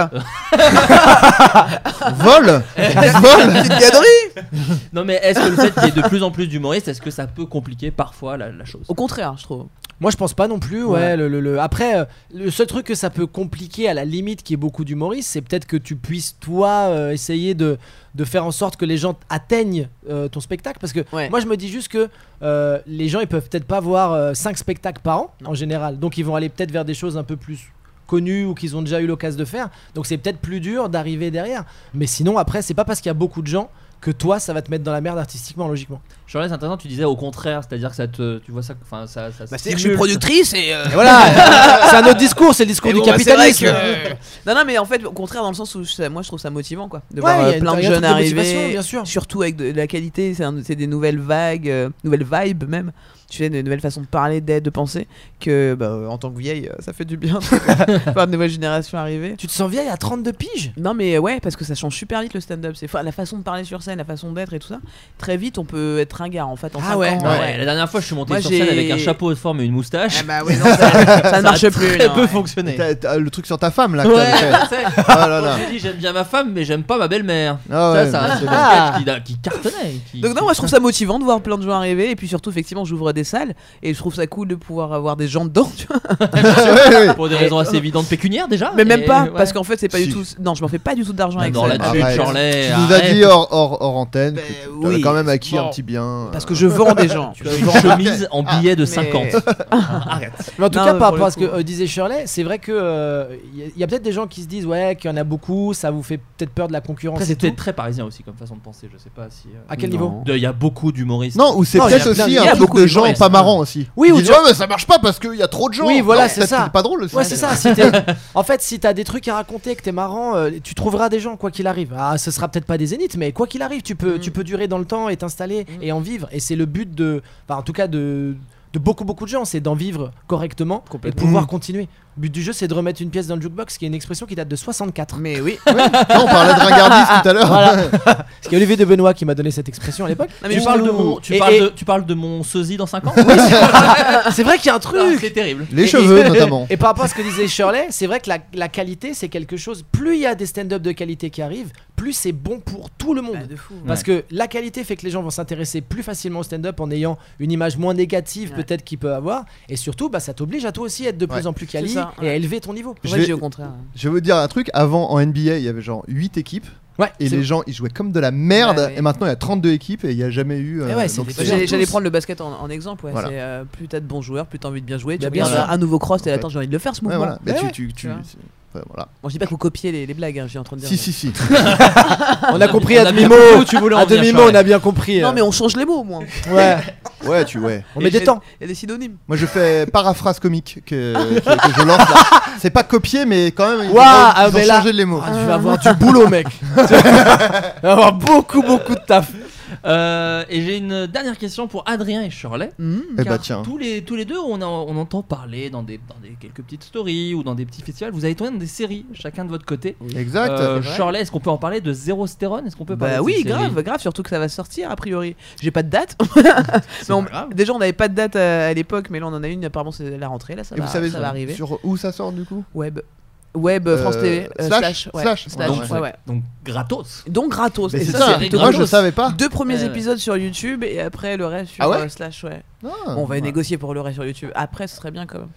Speaker 5: Vol Vol
Speaker 8: Petite galerie
Speaker 6: Non, mais est-ce que le fait qu'il y ait de plus en plus d'humoristes, est-ce que ça peut compliquer parfois la, la chose
Speaker 8: Au contraire, je trouve.
Speaker 7: Moi je pense pas non plus, ouais.
Speaker 8: Ouais.
Speaker 7: Le, le- le- Après, euh, le seul truc que ça peut compliquer à la limite qui est beaucoup d'humoristes, c'est peut-être que tu puisses toi euh, essayer de, de faire en sorte que les gens atteignent euh, ton spectacle. Parce que
Speaker 8: Ouais.
Speaker 7: moi je me dis juste que euh, les gens ils peuvent peut-être pas voir 5 spectacles par an en général. Donc ils vont aller peut-être vers des choses un peu plus connues ou qu'ils ont déjà eu l'occasion de faire. Donc c'est peut-être plus dur d'arriver derrière. Mais sinon après, c'est pas parce qu'il y a beaucoup de gens que toi ça va te mettre dans la merde artistiquement, logiquement.
Speaker 6: Charles, c'est intéressant, tu disais au contraire, c'est-à-dire que ça te. Tu vois ça. Enfin, ça, ça
Speaker 8: C'est-à-dire que je suis
Speaker 6: stimule,
Speaker 8: productrice et. euh,
Speaker 7: Et voilà, c'est un autre discours, c'est le discours
Speaker 8: et
Speaker 7: du
Speaker 8: bon, bah, c'est vrai
Speaker 7: capitalisme.
Speaker 8: que- Non, non, mais en fait, au contraire, dans le sens où ça- moi je trouve ça motivant, quoi. De
Speaker 7: Ouais,
Speaker 8: voir euh,
Speaker 7: il y a-
Speaker 8: plein de
Speaker 7: il y a un
Speaker 8: jeunes
Speaker 7: truc de motivation,
Speaker 8: arriver.
Speaker 7: bien sûr.
Speaker 8: Surtout avec de, de la qualité, c'est un- c'est des nouvelles vagues, euh, nouvelles vibes même. Tu sais, des nouvelles façons de parler, d'être, de penser. Que bah, euh, en tant que vieille, euh, ça fait du bien. euh, Enfin, de nouvelles générations arriver.
Speaker 7: Tu te sens vieille à 32 piges
Speaker 8: Non mais ouais parce que ça change super vite le stand-up, c'est fa- la façon de parler sur scène, la façon d'être et tout ça. Très vite on peut être ringard en fait en
Speaker 7: Ah
Speaker 8: cinq
Speaker 7: ouais.
Speaker 8: ans,
Speaker 6: Ouais, la dernière fois, je suis monté
Speaker 8: Moi,
Speaker 6: sur scène
Speaker 8: j'ai-
Speaker 6: avec un chapeau de forme et une moustache.
Speaker 8: Ah bah ouais, non, ça, ça ne marche
Speaker 6: a
Speaker 8: plus.
Speaker 6: Très
Speaker 8: non,
Speaker 6: peu
Speaker 8: ouais.
Speaker 6: fonctionné.
Speaker 5: T'as- t'as Le truc sur ta femme là que
Speaker 6: Ouais,
Speaker 5: t'avais fait.
Speaker 6: tu sais.
Speaker 5: Ah là là.
Speaker 6: Moi, J'ai dit j'aime bien ma femme, mais j'aime pas ma belle-mère.
Speaker 5: Ah
Speaker 6: ça,
Speaker 5: ouais,
Speaker 6: c'est un
Speaker 5: c'est
Speaker 6: sketch
Speaker 5: bon.
Speaker 6: qui, qui cartonnait. qui-
Speaker 8: Donc non, moi je trouve ça motivant de voir plein de gens arriver et puis surtout effectivement j'ouvre des salles et je trouve ça cool de pouvoir avoir des gens dedans, tu vois.
Speaker 5: Ouais, ouais.
Speaker 6: pour des raisons assez évidentes pécuniaires déjà.
Speaker 8: Mais même
Speaker 6: et-
Speaker 8: pas
Speaker 6: ouais.
Speaker 8: parce qu'en fait c'est pas
Speaker 5: Si.
Speaker 8: du tout non, je m'en fais pas du tout d'argent
Speaker 6: Non,
Speaker 8: avec
Speaker 6: non,
Speaker 8: ça. Ah,
Speaker 5: là-dessus,
Speaker 6: là-dessus,
Speaker 7: Eh,
Speaker 5: Arrête.
Speaker 6: Shirley,
Speaker 8: oh.
Speaker 5: Tu nous as
Speaker 6: arrête.
Speaker 5: dit hors, hors, hors antenne
Speaker 8: Ben
Speaker 5: que tu
Speaker 8: oui.
Speaker 5: avais quand même acquis
Speaker 6: Bon.
Speaker 5: un petit bien. main.
Speaker 8: Parce que je vends des gens.
Speaker 6: Tu as une chemise en billet de
Speaker 8: Ah, mais-
Speaker 6: 50. Arrête.
Speaker 7: Mais en tout
Speaker 8: Non,
Speaker 7: cas,
Speaker 8: mais
Speaker 7: par
Speaker 8: pour
Speaker 7: rapport
Speaker 8: le
Speaker 7: à ce que
Speaker 8: coup-
Speaker 7: euh, disait Shirley, c'est vrai que euh, y a- y a, peut-être des gens qui se disent ouais qu'il y en a beaucoup, ça vous fait peut-être peur de la concurrence.
Speaker 6: Après, c'est
Speaker 7: et tout.
Speaker 6: peut-être très parisien aussi comme façon de penser. Je sais pas si. euh,
Speaker 7: À quel
Speaker 6: non.
Speaker 7: niveau
Speaker 6: De- Il y a beaucoup d'humoristes.
Speaker 5: Non, ou c'est
Speaker 7: Non,
Speaker 5: peut-être
Speaker 7: il y a- il
Speaker 5: aussi
Speaker 7: y a
Speaker 5: un truc
Speaker 7: beaucoup
Speaker 5: de
Speaker 7: de
Speaker 5: gens
Speaker 7: humoristes.
Speaker 5: pas marrants aussi.
Speaker 7: Oui,
Speaker 5: Ils
Speaker 7: ou
Speaker 5: disent,
Speaker 7: tu-
Speaker 5: ouais, mais ça marche pas parce qu'il y a trop de gens.
Speaker 7: Oui, voilà,
Speaker 5: Non,
Speaker 7: c'est
Speaker 5: peut-être
Speaker 7: ça.
Speaker 5: que pas drôle aussi.
Speaker 7: Ouais, c'est ça. Si t'es- en fait, si t'as des trucs à raconter, que t'es marrant, euh, tu trouveras des gens quoi qu'il arrive. Ah, ce sera peut-être pas des zéniths, mais quoi qu'il arrive, tu peux,
Speaker 8: Mm.
Speaker 7: tu peux durer dans le temps et t'installer et en vivre. Et c'est le but de, enfin, en tout cas de, de beaucoup beaucoup de gens, c'est d'en vivre correctement et de
Speaker 6: Mm.
Speaker 7: pouvoir continuer. Le but du jeu, c'est de remettre une pièce dans le jukebox, qui est une expression qui date de 64.
Speaker 8: Mais oui.
Speaker 5: Non, on parlait de ringardise tout à l'heure.
Speaker 7: Voilà. Parce qu'il y a Olivier de Benoît qui m'a donné cette expression à l'époque.
Speaker 8: Non, mais
Speaker 6: Tu
Speaker 8: je-
Speaker 6: parles, de mon, tu,
Speaker 7: Et-
Speaker 6: parles
Speaker 7: et-
Speaker 6: de, tu parles de mon sosie dans 5 ans
Speaker 7: C'est vrai qu'il y a un
Speaker 6: Ah,
Speaker 7: truc.
Speaker 6: C'est terrible.
Speaker 5: Les
Speaker 7: Et-
Speaker 5: cheveux,
Speaker 7: et-
Speaker 5: notamment.
Speaker 7: Et par rapport à ce que disait Shirley, c'est vrai que la, la qualité, c'est quelque chose. Plus il y a des stand-up de qualité qui arrivent, plus c'est bon pour tout le monde.
Speaker 8: Bah, de fou.
Speaker 7: Parce que la qualité fait que les gens vont s'intéresser plus facilement au stand-up en ayant une image moins négative
Speaker 8: Ouais.
Speaker 7: peut-être qu'il peut avoir. Et surtout, bah, ça t'oblige à toi aussi à être de plus
Speaker 5: Ouais.
Speaker 7: en plus quali
Speaker 8: C'est ça,
Speaker 7: et à
Speaker 8: ouais.
Speaker 7: élever ton niveau.
Speaker 5: Je
Speaker 8: Moi,
Speaker 5: vais-
Speaker 8: je dis au contraire.
Speaker 5: Je vais vous dire un truc. Avant, en NBA, il y avait genre 8 équipes.
Speaker 7: Ouais,
Speaker 5: Et
Speaker 7: c'est-
Speaker 5: les gens, ils jouaient comme de la merde.
Speaker 8: Ouais, ouais.
Speaker 5: Et maintenant, il y a 32 équipes et il n'y a jamais eu.
Speaker 7: Eh
Speaker 5: euh,
Speaker 7: ouais, c'est
Speaker 5: donc
Speaker 7: des
Speaker 5: c'est-
Speaker 7: gens
Speaker 8: J'allais j'allais
Speaker 7: tous.
Speaker 8: prendre le basket en, en exemple. Ouais.
Speaker 5: Voilà.
Speaker 8: C'est, euh, plus t'as de bons joueurs, plus t'as envie de bien jouer. Tu
Speaker 7: Bah, bien
Speaker 8: regardes
Speaker 7: sûr.
Speaker 8: un nouveau cross, t'es
Speaker 5: En
Speaker 8: là,
Speaker 5: fait.
Speaker 8: attends, j'ai envie de le faire ce
Speaker 5: Ouais,
Speaker 8: mouvement.
Speaker 5: voilà. Mais
Speaker 7: Ouais,
Speaker 5: tu-
Speaker 7: ouais.
Speaker 5: tu- tu-
Speaker 8: vois.
Speaker 5: c'est- ouais, voilà.
Speaker 8: Bon, je dis pas que vous copiez les, les blagues, hein, j'ai en train de dire.
Speaker 5: Si,
Speaker 8: mais-
Speaker 5: si, si.
Speaker 7: On a compris
Speaker 6: On
Speaker 7: à
Speaker 6: a bien
Speaker 7: demi-mot.
Speaker 6: compris où tu voulais en
Speaker 7: À
Speaker 6: venir,
Speaker 7: demi-mot,
Speaker 6: Charles.
Speaker 7: on a bien compris.
Speaker 8: Non,
Speaker 7: euh.
Speaker 8: mais on change les mots au moins.
Speaker 7: Ouais,
Speaker 5: Ouais, tu ouais.
Speaker 7: on
Speaker 8: Et
Speaker 7: met des
Speaker 8: j'ai-
Speaker 7: temps.
Speaker 8: Il y a des synonymes.
Speaker 5: Moi, je fais paraphrase comique que, que- que je lance là. C'est pas copier, mais quand même, ils,
Speaker 7: Ouah,
Speaker 5: ont- ils
Speaker 7: ah,
Speaker 5: ont
Speaker 7: mais là-
Speaker 5: changé les mots.
Speaker 7: Ah, tu vas avoir du boulot, mec. tu vas avoir beaucoup, beaucoup de taf.
Speaker 6: Euh, et j'ai une dernière question pour Adrien et Shirley.
Speaker 8: Mm.
Speaker 5: Eh
Speaker 6: Car
Speaker 5: bah, tiens.
Speaker 6: Tous les, tous les deux, on, en- on entend parler dans des, dans des quelques petites stories ou dans des petits festivals. Vous avez tourné dans des séries, chacun de votre côté.
Speaker 5: Exact.
Speaker 6: Euh, Shirley, est-ce qu'on peut en parler de Zéro Stérone Est-ce qu'on peut parler
Speaker 8: Bah
Speaker 6: de
Speaker 8: oui,
Speaker 6: cette série
Speaker 8: grave, grave, surtout que ça va sortir a priori. J'ai pas de date.
Speaker 6: C'est
Speaker 8: Mais on-
Speaker 6: pas grave.
Speaker 8: déjà, on n'avait pas de date euh, à, l'époque, mais là on en a une. Apparemment, c'est la rentrée. Là, ça,
Speaker 5: et
Speaker 8: va,
Speaker 5: vous savez
Speaker 8: ça va arriver.
Speaker 5: sur où ça sort du coup
Speaker 8: Web, web
Speaker 5: Euh,
Speaker 8: France TV euh, euh,
Speaker 5: slash,
Speaker 8: slash, ouais,
Speaker 5: slash,
Speaker 6: Donc,
Speaker 8: ouais, ouais.
Speaker 6: donc gratos.
Speaker 8: Donc gratos.
Speaker 5: Mais
Speaker 8: Et
Speaker 5: C'est
Speaker 8: ça,
Speaker 5: ça.
Speaker 8: c'est
Speaker 5: Moi, je
Speaker 8: gratos.
Speaker 5: savais pas.
Speaker 8: Deux premiers
Speaker 6: Ouais, ouais.
Speaker 8: épisodes sur YouTube et après le reste sur
Speaker 5: Euh. Ah ouais
Speaker 8: euh, slash. Ouais.
Speaker 5: Ah.
Speaker 8: Bon, on va négocier pour le reste sur YouTube. Après, ce serait bien quand même.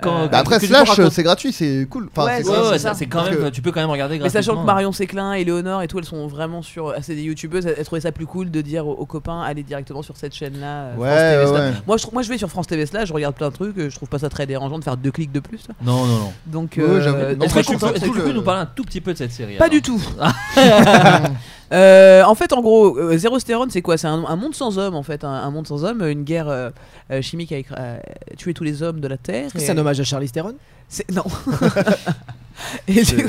Speaker 6: Quand-
Speaker 8: Euh,
Speaker 5: Bah, après,
Speaker 6: Que tu
Speaker 5: slash,
Speaker 6: peux raconter.
Speaker 5: c'est gratuit, c'est cool. Enfin,
Speaker 8: Ouais,
Speaker 5: c'est
Speaker 8: ouais,
Speaker 5: cool.
Speaker 8: ouais,
Speaker 6: ouais,
Speaker 8: c'est
Speaker 6: ça,
Speaker 8: ça.
Speaker 6: c'est quand
Speaker 5: Parce
Speaker 6: même.
Speaker 5: que-
Speaker 6: Tu peux quand même regarder
Speaker 8: Mais
Speaker 6: gratuitement.
Speaker 8: sachant que Marion Séclin et Léonore et tout, elles sont vraiment sur. euh, C'est des youtubeuses, elles, elles trouvaient ça plus cool de dire aux, aux copains, allez directement sur cette chaîne-là. euh,
Speaker 5: Ouais,
Speaker 8: France TV
Speaker 5: Ah ouais,
Speaker 8: Slash.
Speaker 5: ouais.
Speaker 8: Moi, je, trouve- moi, je vais sur France TV Slash, je regarde plein de trucs, euh, je trouve pas ça très dérangeant de faire deux clics de plus. là.
Speaker 6: Non, non, non.
Speaker 8: Donc,
Speaker 5: Ouais,
Speaker 8: euh,
Speaker 5: j'avoue. Non,
Speaker 6: Est-ce
Speaker 5: moi,
Speaker 6: que
Speaker 5: je
Speaker 6: tu
Speaker 5: trouve ça
Speaker 6: peux, est-ce que tu
Speaker 5: cool,
Speaker 6: peux
Speaker 5: euh,
Speaker 6: nous parler un tout petit peu de cette série
Speaker 8: Pas
Speaker 6: alors
Speaker 8: du tout. Euh, en fait, en gros, euh, Zéro Stérone, c'est quoi C'est un, un monde sans hommes, en fait. Un, un monde sans hommes, une guerre euh, euh, chimique avec euh, tuer tous les hommes de la Terre.
Speaker 7: C'est
Speaker 8: et-
Speaker 7: un hommage à Charlie Theron.
Speaker 8: c'est- Non. et du-
Speaker 5: C'est-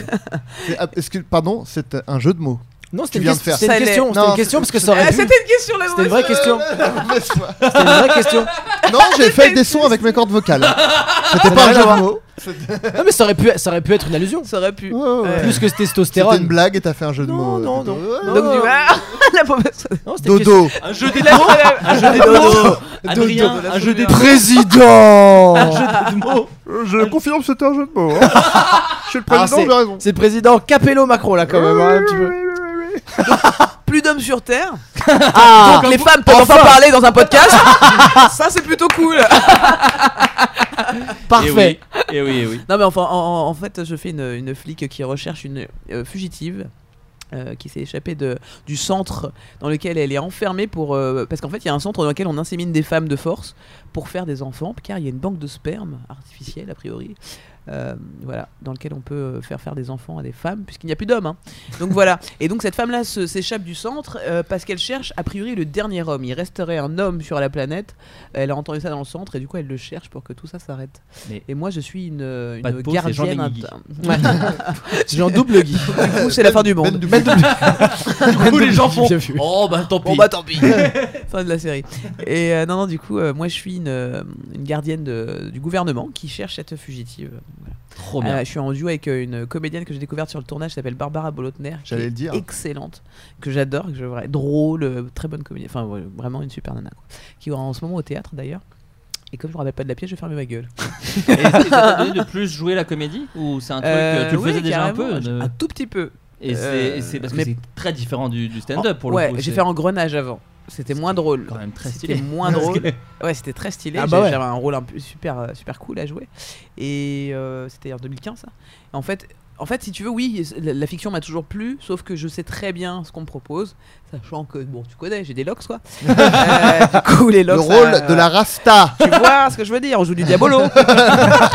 Speaker 5: ah, Est-ce que, pardon, c'est un jeu de mots
Speaker 7: Non,
Speaker 5: Tu
Speaker 7: c'était une,
Speaker 5: viens de
Speaker 7: question-
Speaker 5: faire.
Speaker 7: c'était une
Speaker 8: Ça l'est.
Speaker 7: question. C'était
Speaker 5: Non,
Speaker 7: une question parce que ça aurait
Speaker 8: Ah,
Speaker 7: pu.
Speaker 8: C'était une question, la
Speaker 7: C'était une
Speaker 8: mauvaise-
Speaker 7: vraie question. C'était une vraie question.
Speaker 5: Non, j'ai fait des sons avec mes cordes vocales. C'était pas un jeu de mots.
Speaker 7: Non, mais ça aurait pu, ça aurait pu être une allusion.
Speaker 8: Ça aurait pu.
Speaker 5: Ouais, ouais, ouais.
Speaker 7: Plus que
Speaker 5: C'était une
Speaker 7: testostérone.
Speaker 5: blague et t'as fait un jeu de
Speaker 7: Non,
Speaker 5: mots.
Speaker 7: non, non.
Speaker 5: Ouais.
Speaker 7: Non.
Speaker 8: Donc, du Ah, la mauvaise-
Speaker 7: Non, c'était une
Speaker 5: Dodo.
Speaker 6: Un jeu des mots Un jeu des mots Adrien, un jeu
Speaker 8: Eh
Speaker 6: des mots
Speaker 7: Président.
Speaker 6: Un jeu des mots
Speaker 11: Je confirme, c'était un jeu de mots. hein. Je suis le
Speaker 7: Ah,
Speaker 11: président, j'ai raison.
Speaker 7: C'est le président Capello Macron là quand même. hein, un petit peu.
Speaker 8: Plus d'hommes sur Terre.
Speaker 7: Ah.
Speaker 8: Donc les femmes peuvent enfin parler dans un podcast. Ça c'est plutôt cool.
Speaker 7: Parfait.
Speaker 6: Et Eh oui, et oui.
Speaker 8: Non mais enfin en, en fait je fais une, une flic qui recherche une euh, fugitive. euh, qui s'est échappée de, du centre dans lequel elle est enfermée pour euh, parce qu'en fait il y a un centre dans lequel on insémine des femmes de force pour faire des enfants car il y a une banque de sperme artificielle a priori euh, voilà dans lequel on peut euh, faire faire des enfants à des femmes puisqu'il n'y a plus d'hommes hein. donc voilà et donc cette femme là s'échappe du centre euh, parce qu'elle cherche a priori le dernier homme il resterait un homme sur la planète elle a entendu ça dans le centre et du coup elle le cherche pour que tout ça s'arrête
Speaker 6: Mais-
Speaker 8: et moi je suis une, euh,
Speaker 6: Pas de
Speaker 8: une
Speaker 6: peau, c'est Jean
Speaker 8: gardienne
Speaker 6: Benguigui.
Speaker 8: int- Ouais.
Speaker 7: J'ai en double Guy.
Speaker 8: Du coup, c'est la fin du monde.
Speaker 5: Ben Doubs-
Speaker 6: Du coup, les gens font.
Speaker 7: Bien vu.
Speaker 6: Oh bah tant pis.
Speaker 8: Bon bah tant pis. fin de la série. Et euh, non non du coup euh, moi je suis une, euh, une gardienne de- du gouvernement qui cherche cette fugitive. Voilà.
Speaker 6: Trop bien.
Speaker 8: Euh, je suis en duo avec euh, une comédienne que j'ai découverte sur le tournage qui s'appelle Barbara Bolotner. qui
Speaker 5: J'allais
Speaker 8: est
Speaker 5: le dire.
Speaker 8: Excellente, que j'adore, que je vra- drôle, euh, très bonne comédienne. Enfin ouais, vraiment une super nana quoi. Qui est en ce moment au théâtre d'ailleurs. Et comme je me rappelle pas de la pièce, je vais fermer ma gueule.
Speaker 6: Et ça t'a donné de plus jouer la comédie Ou c'est un truc.
Speaker 8: Euh,
Speaker 6: tu le faisais
Speaker 8: ouais,
Speaker 6: déjà un
Speaker 8: carrément,
Speaker 6: peu de-
Speaker 8: Un tout petit peu.
Speaker 6: Et c'est- et c'est parce que
Speaker 8: mais- Oh,
Speaker 6: c'est très différent du, du stand-up pour
Speaker 8: ouais,
Speaker 6: le coup.
Speaker 8: j'ai
Speaker 6: c'est
Speaker 8: fait engrenage avant. C'était moins drôle.
Speaker 6: quand même très
Speaker 8: C'était
Speaker 6: stylé.
Speaker 8: moins drôle. Ouais, c'était très stylé.
Speaker 7: Ah bah
Speaker 8: J'ai-
Speaker 7: ouais.
Speaker 8: J'avais un rôle un peu super, euh, super cool à jouer. Et euh, c'était en 2015, ça. En fait, en fait, si tu veux, oui, la, la fiction m'a toujours plu, sauf que je sais très bien ce qu'on me propose, sachant que, bon, tu connais, j'ai des locks, quoi. Euh, du coup, les locks.
Speaker 5: Le rôle
Speaker 8: ça-
Speaker 5: de la Rasta.
Speaker 8: Tu vois ce que je veux dire On joue du Diabolo.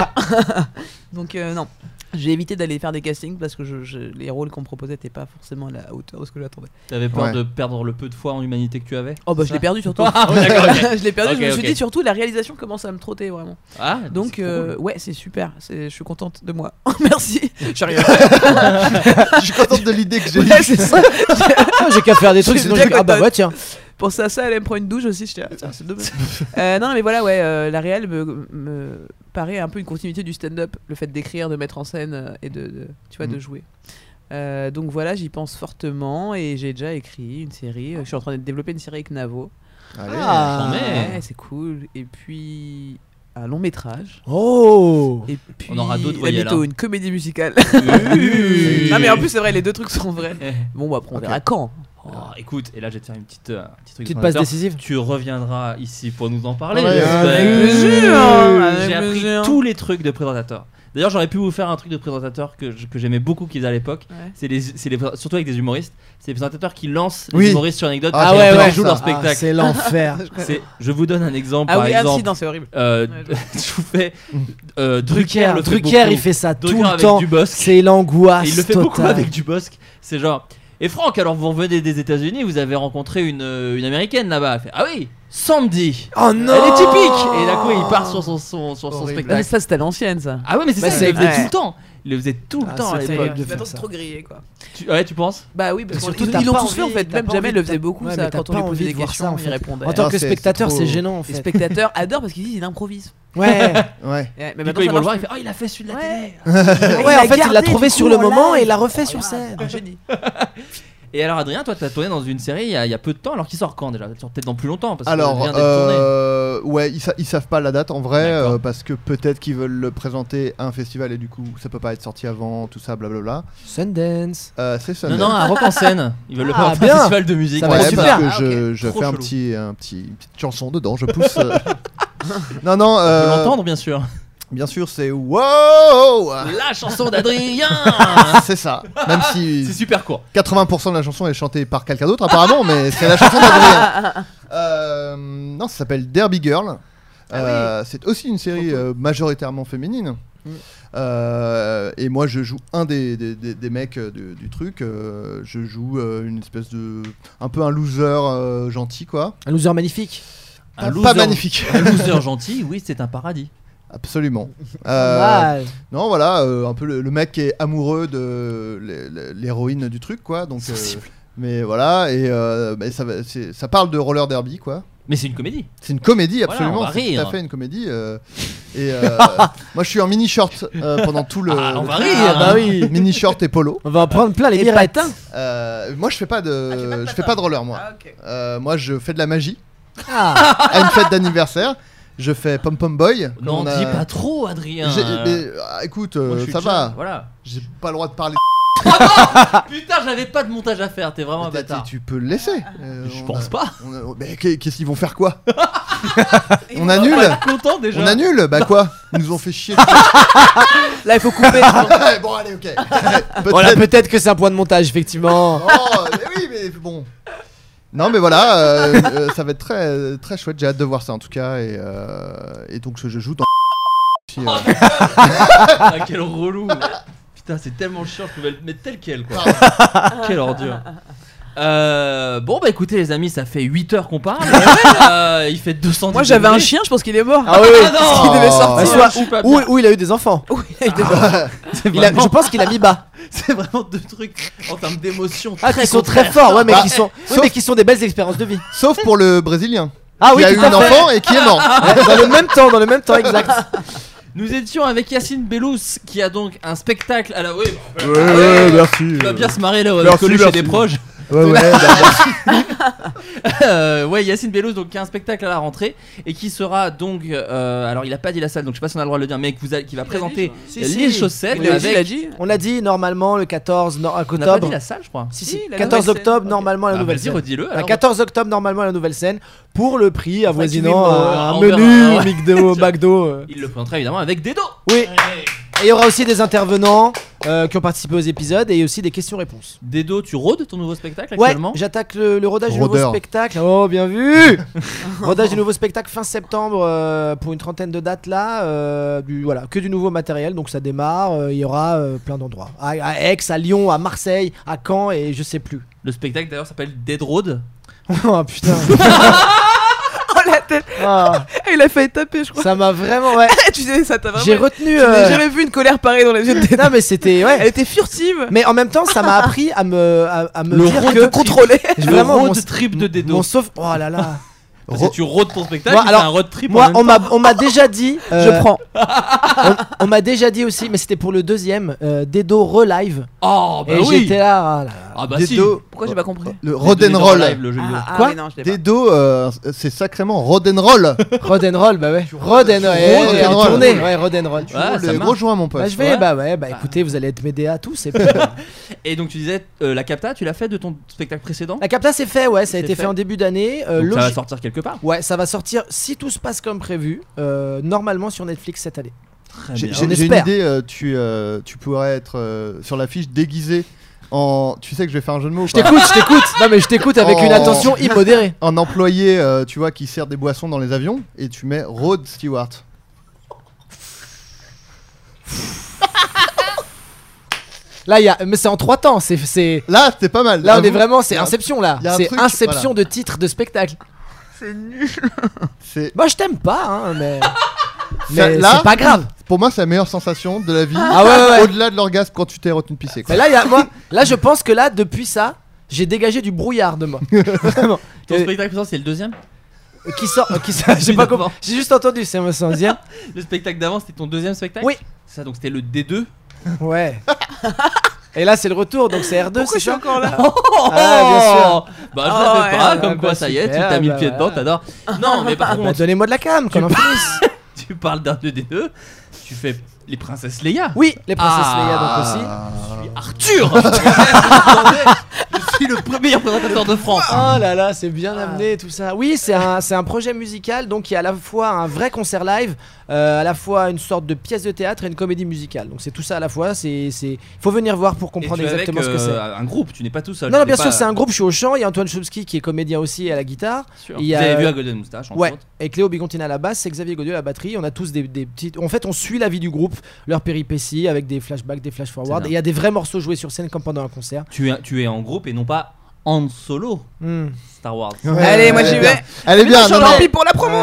Speaker 8: Donc, euh, non. J'ai évité d'aller faire des castings parce que je- je- les rôles qu'on me proposait n'étaient pas forcément à la hauteur de ce que j'attendais.
Speaker 6: T'avais peur
Speaker 5: Ouais.
Speaker 6: de perdre le peu de foi en humanité que tu avais
Speaker 8: Oh bah je
Speaker 6: Ça
Speaker 8: l'ai perdu surtout.
Speaker 6: Ah, ouais, d'accord, ok.
Speaker 8: je l'ai perdu.
Speaker 6: Ok,
Speaker 8: je me suis
Speaker 6: ok.
Speaker 8: dit surtout la réalisation commence à me trotter vraiment.
Speaker 6: Ah,
Speaker 8: donc euh, ouais c'est super. C'est- Je suis contente de moi. Merci. Je rigole.
Speaker 5: Je suis contente de l'idée que j'ai
Speaker 8: Ouais,
Speaker 5: eue.
Speaker 8: c'est ça.
Speaker 7: Ah, j'ai qu'à faire des trucs,
Speaker 8: Je suis
Speaker 7: sinon
Speaker 8: bien
Speaker 7: je fais- ah bah
Speaker 8: contente.
Speaker 7: ouais, tiens.
Speaker 8: Pensez à ça, elle me prend une douche aussi. Je dis, ah, tiens, c'est dommage. Euh, non, mais voilà, ouais, euh, la réelle me, me paraît un peu une continuité du stand-up, le fait d'écrire, de mettre en scène euh, et de, de- tu vois, de
Speaker 5: Mm.
Speaker 8: jouer. Euh, donc voilà, j'y pense fortement et j'ai déjà écrit une série. Euh, Je suis en train de développer une série avec Navo.
Speaker 5: Allez. euh,
Speaker 7: Ah.
Speaker 6: Ouais.
Speaker 8: Ouais, c'est cool. Et puis un long métrage.
Speaker 7: Oh
Speaker 8: Et puis
Speaker 6: On aura d'autres
Speaker 8: la
Speaker 6: voyelles,
Speaker 8: mytho,
Speaker 6: hein.
Speaker 8: une comédie musicale.
Speaker 6: Euh.
Speaker 8: non mais en plus c'est vrai, les deux trucs sont vrais.
Speaker 6: Eh.
Speaker 8: Bon bah après on verra quand.
Speaker 6: Oh, écoute, et là je vais te faire une petite, euh, un petit truc
Speaker 7: Petite
Speaker 6: de
Speaker 7: passe
Speaker 6: fondateur.
Speaker 7: décisive.
Speaker 6: Tu reviendras ici pour nous en parler.
Speaker 5: Ouais,
Speaker 6: parce
Speaker 5: avec
Speaker 6: que-
Speaker 8: plaisir, avec
Speaker 6: J'ai appris
Speaker 8: plaisir.
Speaker 6: tous les trucs de présentateur. D'ailleurs, j'aurais pu vous faire un truc de présentateur que, je- que j'aimais beaucoup qu'ils aient à l'époque.
Speaker 8: Ouais.
Speaker 6: C'est les, c'est les- surtout avec des humoristes. C'est les présentateurs qui lancent
Speaker 5: Oui.
Speaker 6: les humoristes sur une anecdote
Speaker 5: Ah
Speaker 6: quand
Speaker 5: ouais,
Speaker 6: ils
Speaker 5: ouais.
Speaker 6: jouent
Speaker 5: Ah,
Speaker 6: leur
Speaker 7: Ah,
Speaker 6: spectacle.
Speaker 7: c'est l'enfer.
Speaker 6: C'est- je vous donne un exemple.
Speaker 8: Ah
Speaker 6: par
Speaker 8: oui, ah, si,
Speaker 6: exemple,
Speaker 8: non, c'est horrible.
Speaker 6: euh,
Speaker 8: Ouais,
Speaker 6: je vous fais euh, Drucker. le fait
Speaker 7: Drucker,
Speaker 6: beaucoup.
Speaker 7: il fait ça
Speaker 6: Drucker
Speaker 7: tout le
Speaker 6: avec
Speaker 7: temps.
Speaker 6: Dubosc.
Speaker 7: C'est l'angoisse.
Speaker 6: Et il le fait
Speaker 7: totale.
Speaker 6: beaucoup avec Dubosc. C'est genre. Et Franck, alors vous revenez des États-Unis, vous avez rencontré une, euh, une américaine là-bas. Elle fait, ah oui, Sandy.
Speaker 7: Oh non
Speaker 6: Elle est typique. Et d'un coup, il part sur son, son, sur son
Speaker 5: Horrible.
Speaker 8: Ah, mais
Speaker 6: spectacle.
Speaker 8: ça c'était à l'ancienne ça.
Speaker 6: Ah ouais, mais c'est
Speaker 7: Mais
Speaker 6: ça. Il le
Speaker 7: Bah, c'est-
Speaker 6: faisait
Speaker 8: ouais.
Speaker 6: tout le temps. Il le faisait tout le
Speaker 7: Ah,
Speaker 6: temps. à
Speaker 7: c'est
Speaker 6: l'époque.
Speaker 7: terrible de faire
Speaker 8: Attends, c'est
Speaker 7: ça.
Speaker 8: trop grillé quoi.
Speaker 6: Tu- ouais, tu penses
Speaker 8: Bah oui, parce
Speaker 7: Et
Speaker 8: qu'on
Speaker 7: surtout,
Speaker 8: ils-
Speaker 7: t'as
Speaker 8: ils l'ont
Speaker 7: pas
Speaker 8: tous fait en
Speaker 7: envie-
Speaker 8: fait.
Speaker 7: t'as
Speaker 8: Même
Speaker 7: pas
Speaker 8: Jamel
Speaker 7: envie-
Speaker 8: le faisait
Speaker 7: t'as-
Speaker 8: beaucoup
Speaker 7: ouais,
Speaker 8: ça.
Speaker 7: mais t'as
Speaker 8: Quand
Speaker 7: pas
Speaker 8: on lui
Speaker 7: envie
Speaker 8: posait
Speaker 7: de
Speaker 8: des
Speaker 7: voir ça,
Speaker 8: questions,
Speaker 7: en
Speaker 8: il
Speaker 7: fait.
Speaker 8: répondait.
Speaker 7: En tant
Speaker 5: Ah,
Speaker 7: que
Speaker 5: c'est-
Speaker 7: spectateur,
Speaker 5: c'est
Speaker 7: c'est
Speaker 5: trop-
Speaker 7: gênant en
Speaker 8: Les
Speaker 7: fait.
Speaker 8: spectateurs adorent parce qu'ils disent il improvise.
Speaker 7: Ouais.
Speaker 5: Ouais.
Speaker 8: Ouais, mais
Speaker 6: Mais
Speaker 8: maintenant,
Speaker 6: quand ils
Speaker 8: ça
Speaker 6: vont le voir,
Speaker 8: marche
Speaker 6: il fait, oh, il a fait celui de la
Speaker 8: Ouais.
Speaker 6: télé.
Speaker 8: plus.
Speaker 7: Ouais, en fait, il l'a
Speaker 8: euh, gardé,
Speaker 7: trouvé
Speaker 8: du
Speaker 7: sur
Speaker 8: coup,
Speaker 7: le
Speaker 8: en
Speaker 7: moment
Speaker 8: live.
Speaker 7: et il l'a refait
Speaker 8: Oh,
Speaker 7: sur
Speaker 8: là,
Speaker 7: scène.
Speaker 8: un génie.
Speaker 6: Et alors, Adrien, toi, t'as tourné dans une série il y, a, il y a peu de temps, alors qu'il sort quand déjà Il sort peut-être dans plus longtemps. Parce que ça
Speaker 5: Alors,
Speaker 6: vient d'être tourné.
Speaker 5: euh, ouais, ils, sa- ils savent pas la date en vrai,
Speaker 6: D'accord.
Speaker 5: euh, parce que peut-être qu'ils veulent le présenter à un festival et du coup ça peut pas être sorti avant, tout ça, blablabla.
Speaker 7: Sundance.
Speaker 5: Euh, c'est ça.
Speaker 6: Non, non, un rock en scène. Ils veulent le
Speaker 7: Ah,
Speaker 6: faire
Speaker 7: bien.
Speaker 6: un festival de musique.
Speaker 7: Ça
Speaker 5: Ouais,
Speaker 7: va
Speaker 5: parce
Speaker 7: super.
Speaker 5: que
Speaker 8: Ah, ok.
Speaker 5: je, je
Speaker 6: Trop
Speaker 5: fais un
Speaker 6: chelou.
Speaker 5: petit, un petit, une petite chanson dedans, je pousse. euh. non, non,
Speaker 6: On peut
Speaker 5: euh,
Speaker 6: l'entendre, bien sûr.
Speaker 5: bien sûr, c'est wow Ah,
Speaker 6: La chanson d'Adrien
Speaker 5: C'est ça. Même
Speaker 6: C'est
Speaker 5: si
Speaker 6: super court.
Speaker 5: 80% de la chanson est chantée par quelqu'un d'autre, apparemment, mais c'est la chanson d'Adrien. Euh, non, ça s'appelle Derby Girl.
Speaker 6: Ah
Speaker 5: Euh, C'est aussi une série euh, majoritairement féminine.
Speaker 6: Mm.
Speaker 5: Euh, et moi, je joue un des, des- des- des mecs euh, du, du truc. Euh, je joue euh, une espèce de. un peu un loser euh, gentil, quoi.
Speaker 7: Un loser magnifique.
Speaker 5: Pas,
Speaker 6: Un
Speaker 5: pas
Speaker 6: loser-
Speaker 5: magnifique.
Speaker 6: Un loser gentil, oui, c'est un paradis.
Speaker 5: Absolument.
Speaker 6: Ah,
Speaker 5: Euh,
Speaker 7: Mal.
Speaker 5: non, voilà, euh, un peu le, le mec qui est amoureux de l'hé- l'hé- l'héroïne du truc, quoi. Donc, euh, mais voilà, et euh, mais ça, va- c'est- ça parle de roller derby, quoi.
Speaker 6: Mais c'est une comédie.
Speaker 5: C'est une comédie,
Speaker 6: Voilà,
Speaker 5: absolument.
Speaker 6: on va
Speaker 5: c'est tout à
Speaker 6: rire.
Speaker 5: fait une comédie. euh, et euh, moi, je suis en mini short pendant tout le.
Speaker 6: Ah, on va rire.
Speaker 7: Ah bah oui.
Speaker 5: Mini short et polo.
Speaker 7: On va en prendre plein les
Speaker 8: Et
Speaker 7: mirettes.
Speaker 8: patin.
Speaker 5: Euh, moi, je fais pas de,
Speaker 6: Ah,
Speaker 8: tu fais pas de
Speaker 5: je fais pas de roller, moi.
Speaker 8: Ah, ok.
Speaker 5: Euh, moi, je fais de la magie.
Speaker 7: Ah,
Speaker 5: à une fête d'anniversaire, je fais pom pom boy. comme
Speaker 6: N'en
Speaker 5: on a-
Speaker 6: dis pas trop, Adrien.
Speaker 5: J'ai-
Speaker 6: Euh,
Speaker 5: mais, ah, écoute,
Speaker 6: moi,
Speaker 5: euh,
Speaker 6: je suis
Speaker 5: ça
Speaker 6: déjà-
Speaker 5: va.
Speaker 6: Voilà.
Speaker 5: J'ai pas le droit de parler.
Speaker 6: Putain, j'avais pas de montage à faire, t'es vraiment un
Speaker 5: T'as-
Speaker 6: Oh, bâtard.
Speaker 5: Tu peux le laisser. Euh,
Speaker 6: Ah. Je
Speaker 5: on
Speaker 6: pense
Speaker 5: a-
Speaker 6: pas.
Speaker 5: on a- mais qu'est- qu'est-ce qu'ils vont faire quoi On
Speaker 6: Je suis
Speaker 5: annule
Speaker 6: pas content déjà.
Speaker 5: On annule Bah quoi Ils nous ont fait chier.
Speaker 8: Là il faut couper.
Speaker 5: bon allez ok.
Speaker 7: voilà,
Speaker 5: Peut-être.
Speaker 7: peut-être que c'est un point de montage, effectivement.
Speaker 5: Non, mais oui mais bon. Non mais voilà, euh, euh, ça va être très très chouette. J'ai hâte de voir ça en tout cas et, euh, et donc je joue dans. Puis, euh,
Speaker 6: Ah, quel relou. Putain, c'est tellement chiant, je pouvais le mettre tel quel quoi. Quelle ordure. Euh, bon bah écoutez les amis ça fait 8 heures qu'on parle Euh, Il fait 200
Speaker 8: Moi j'avais un chien, je pense qu'il est mort.
Speaker 7: Ah oui, oui.
Speaker 6: non
Speaker 5: qui devait sortir.
Speaker 7: Bah, soit-
Speaker 6: Je suis pas
Speaker 7: ou, ou il a eu des enfants. Il a- je pense qu'il a mis bas.
Speaker 6: C'est vraiment deux trucs en termes d'émotion
Speaker 7: Ah,
Speaker 6: très
Speaker 7: qui sont très
Speaker 6: contraires.
Speaker 7: forts, ouais, mais
Speaker 5: Bah,
Speaker 7: qui sont, oui,
Speaker 5: sauf-
Speaker 7: mais qui sont des belles expériences de vie.
Speaker 5: Sauf pour le Brésilien
Speaker 7: Ah
Speaker 5: qui
Speaker 7: oui,
Speaker 5: a eu
Speaker 7: tout à
Speaker 5: un
Speaker 7: fait.
Speaker 5: enfant et qui est mort.
Speaker 7: Ouais, dans le même temps, dans le même temps, exact.
Speaker 6: Nous étions avec Yacine Bellous qui a donc un spectacle à la oui, bah,
Speaker 5: Ouais, ouais, merci.
Speaker 6: Tu vas bien se marrer là avec
Speaker 5: Euh, Merci,
Speaker 6: Coluche et
Speaker 5: merci.
Speaker 6: des proches.
Speaker 5: Ouais, ouais, bah,
Speaker 6: Euh, ouais, Yacine Bellous donc qui a un spectacle à la rentrée et qui sera donc euh, alors il a pas dit la salle donc je sais pas si on a le droit de le dire mais que vous allez- qui va présenter
Speaker 7: Si, si.
Speaker 6: l'île Chaussette
Speaker 8: Il l'a dit, il l'a
Speaker 6: avec
Speaker 8: dit.
Speaker 7: On l'a dit normalement le 14 no-
Speaker 6: on a pas dit
Speaker 7: octobre.
Speaker 6: la salle je crois.
Speaker 7: Si,
Speaker 8: Si,
Speaker 7: si,
Speaker 8: la
Speaker 7: 14
Speaker 8: nouvelle
Speaker 7: octobre
Speaker 8: scène.
Speaker 7: normalement à la
Speaker 6: Ah,
Speaker 7: nouvelle
Speaker 6: Vas-y
Speaker 7: scène.
Speaker 6: redis-le.
Speaker 7: Enfin,
Speaker 6: alors.
Speaker 7: 14 octobre normalement à la nouvelle scène pour le prix avoisinant
Speaker 6: qu'il y ait,
Speaker 7: euh,
Speaker 6: euh,
Speaker 7: un
Speaker 6: on
Speaker 7: menu
Speaker 6: verra, ouais.
Speaker 7: McDo, McDo. euh.
Speaker 6: Il le présentera évidemment avec Dedo.
Speaker 7: Oui. Et il y aura aussi des intervenants euh, qui ont participé aux épisodes et aussi des questions-réponses.
Speaker 6: Dedo, tu rôdes ton nouveau spectacle
Speaker 7: Ouais,
Speaker 6: actuellement
Speaker 7: j'attaque le, le rodage du nouveau
Speaker 6: Rodeur.
Speaker 7: spectacle. Oh, bien vu Rodage du nouveau spectacle fin septembre euh, pour une trentaine de dates là. euh, du, voilà, que du nouveau matériel, donc ça démarre. euh, Il y aura euh, plein d'endroits. À, à Aix, à Lyon, à Marseille, à Caen et je sais plus.
Speaker 6: Le spectacle d'ailleurs s'appelle Dead Road.
Speaker 7: oh putain Ah,
Speaker 8: Oh la tête Il a failli taper, je crois.
Speaker 7: Ça m'a vraiment. Ouais.
Speaker 8: tu sais, ça t'a vraiment.
Speaker 7: J'ai retenu,
Speaker 8: Je n'ai
Speaker 7: euh,
Speaker 8: jamais vu une colère pareille dans les yeux de Dedo.
Speaker 7: Non mais c'était ouais.
Speaker 8: Elle était furtive.
Speaker 7: Mais en même temps, ça m'a appris à me à, à me
Speaker 6: Le
Speaker 7: dire
Speaker 6: road
Speaker 7: que
Speaker 6: trip.
Speaker 7: contrôler.
Speaker 6: Le road trip de Dedo.
Speaker 7: Mon sauf. Oh là là.
Speaker 6: Parce que tu rôdes ton spectacle,
Speaker 7: Moi,
Speaker 6: c'est
Speaker 7: alors,
Speaker 6: un road trip.
Speaker 7: Moi,
Speaker 6: en même
Speaker 7: on m'a,
Speaker 6: temps.
Speaker 7: on m'a déjà dit. euh,
Speaker 6: Je prends.
Speaker 7: on on m'a déjà dit aussi, mais c'était pour le deuxième, euh, Dedo Relive.
Speaker 6: Oh, bah
Speaker 7: Et
Speaker 6: oui.
Speaker 7: j'étais là. ah là.
Speaker 6: Ah bah
Speaker 5: Des
Speaker 6: si.
Speaker 5: dos.
Speaker 8: Pourquoi j'ai pas compris
Speaker 5: Le
Speaker 6: Rodenroll
Speaker 5: rock'n'roll.
Speaker 6: le jeu vidéo.
Speaker 8: Ah,
Speaker 5: Quoi
Speaker 8: mais non, je l'ai
Speaker 5: Des dos, euh, c'est sacrément rock'n'roll.
Speaker 7: Rodenroll, bah ouais. Rodenroll.
Speaker 5: rôdes,
Speaker 7: Ouais,
Speaker 5: rock'n'roll.
Speaker 7: tournée, Ouais, Rodenroll.
Speaker 5: Tu roules les gros joints, mon pote.
Speaker 7: Bah, je vais,
Speaker 6: hein. Ouais.
Speaker 7: bah ouais, bah écoutez, vous allez être m'aider à tous. Et puis, euh,
Speaker 6: Et donc tu disais, euh, la capta, tu l'as fait de ton spectacle précédent
Speaker 7: la capta, c'est fait, ouais, ça a été fait, en début d'année. euh,
Speaker 6: Donc, Ça va
Speaker 7: logi-
Speaker 6: sortir quelque part.
Speaker 7: Ouais, ça va sortir si tout se passe comme prévu, euh, normalement sur Netflix cette année.
Speaker 5: J'ai j'ai-
Speaker 7: bien. Ah, On
Speaker 5: j'ai une
Speaker 7: espère.
Speaker 5: idée, euh, tu, euh, tu pourrais être euh, sur l'affiche déguisé en. Tu sais que je vais faire un jeu de mots. ou
Speaker 7: Je
Speaker 5: pas
Speaker 7: t'écoute, je t'écoute. Non mais je t'écoute avec une
Speaker 5: En-
Speaker 7: attention immodérée.
Speaker 5: Un employé, euh, tu vois, qui sert des boissons dans les avions et tu mets Rod Stewart.
Speaker 7: Là, il y a, mais c'est en trois temps. C'est, c'est-
Speaker 5: Là, c'est pas mal.
Speaker 7: là, on est
Speaker 5: J'avoue,
Speaker 7: vraiment, c'est
Speaker 5: y a-
Speaker 7: Inception là.
Speaker 5: y a un
Speaker 7: C'est
Speaker 5: truc,
Speaker 7: Inception de titre de spectacle.
Speaker 8: C'est nul.
Speaker 5: C'est.
Speaker 7: Moi, je t'aime pas, hein, mais,
Speaker 5: ça-
Speaker 7: mais
Speaker 5: là,
Speaker 7: c'est pas grave.
Speaker 5: Pour moi, c'est la meilleure sensation de la vie.
Speaker 7: Ah ouais, ouais, ouais.
Speaker 5: Au-delà de l'orgasme quand tu t'es retenu pisser.
Speaker 7: Mais
Speaker 5: Quoi.
Speaker 7: là, il y a, moi, là, je pense que là, depuis ça, j'ai dégagé du brouillard de moi. Vraiment.
Speaker 6: Ton
Speaker 7: Euh,
Speaker 6: spectacle précédent, c'est le deuxième
Speaker 7: qui sort, euh, qui sort- j'ai pas compris. J'ai juste entendu, c'est mon sens dire.
Speaker 6: Le spectacle d'avant, c'était ton deuxième spectacle
Speaker 7: Oui.
Speaker 6: Ça, donc c'était le D2.
Speaker 7: Ouais. Et là, c'est le retour, donc c'est R2,
Speaker 8: Pourquoi
Speaker 7: c'est
Speaker 8: je suis
Speaker 7: ça
Speaker 8: encore là
Speaker 7: Ah, bien
Speaker 6: Bah, je l'avais
Speaker 8: Oh,
Speaker 6: pas,
Speaker 7: ouais.
Speaker 6: comme
Speaker 7: Ah,
Speaker 6: quoi,
Speaker 7: bah,
Speaker 6: ça y est, tu
Speaker 7: super,
Speaker 6: t'as mis le
Speaker 7: bah,
Speaker 6: pied dedans,
Speaker 7: voilà.
Speaker 6: t'adores. Non, mais par
Speaker 7: Bah,
Speaker 6: contre,
Speaker 7: donnez-moi de la cam, qu'on en finisse.
Speaker 6: tu parles d'un de D2, tu fais les princesses Leia.
Speaker 7: Oui, les princesses
Speaker 6: Ah.
Speaker 7: Leia, donc aussi.
Speaker 6: Arthur Je suis le premier représentateur de France
Speaker 7: Oh là là, c'est
Speaker 6: Ah.
Speaker 7: bien amené tout ça. Oui, c'est un, c'est un projet musical, donc il y a à la fois un vrai concert live, euh, à la fois une sorte de pièce de théâtre et une comédie musicale. Donc c'est tout ça à la fois. C'est, c'est... faut venir voir pour
Speaker 6: Et
Speaker 7: comprendre
Speaker 6: tu es
Speaker 7: exactement
Speaker 6: avec,
Speaker 7: ce que c'est.
Speaker 6: euh, Un groupe, tu n'es pas tout seul.
Speaker 7: Non, non,
Speaker 6: tu n'es
Speaker 7: bien
Speaker 6: pas-
Speaker 7: sûr, c'est un groupe. Je suis au chant. Il y a Antoine Chomsky qui est comédien aussi à la guitare.
Speaker 6: Sûr.
Speaker 7: Il
Speaker 6: Vous
Speaker 7: y a-
Speaker 6: avez vu à Golden Moustache, entre
Speaker 7: Ouais,
Speaker 6: autres.
Speaker 7: et Cléo Bigontina à la basse, c'est Xavier Godieu à la batterie. On a tous des, des petites. En fait, on suit la vie du groupe, leurs péripéties avec des flashbacks, des flash forwards.
Speaker 6: C'est
Speaker 7: Et il y a des vrais morceaux joués sur scène comme pendant un concert.
Speaker 6: Tu es, tu es en groupe et non pas en solo
Speaker 7: Hmm.
Speaker 6: Star Wars.
Speaker 5: Ouais,
Speaker 8: Allez, moi
Speaker 5: elle
Speaker 8: j'y
Speaker 5: est
Speaker 8: vais.
Speaker 5: bien. Elle est bien.
Speaker 8: Je
Speaker 5: non, non.
Speaker 8: suis pour la promo.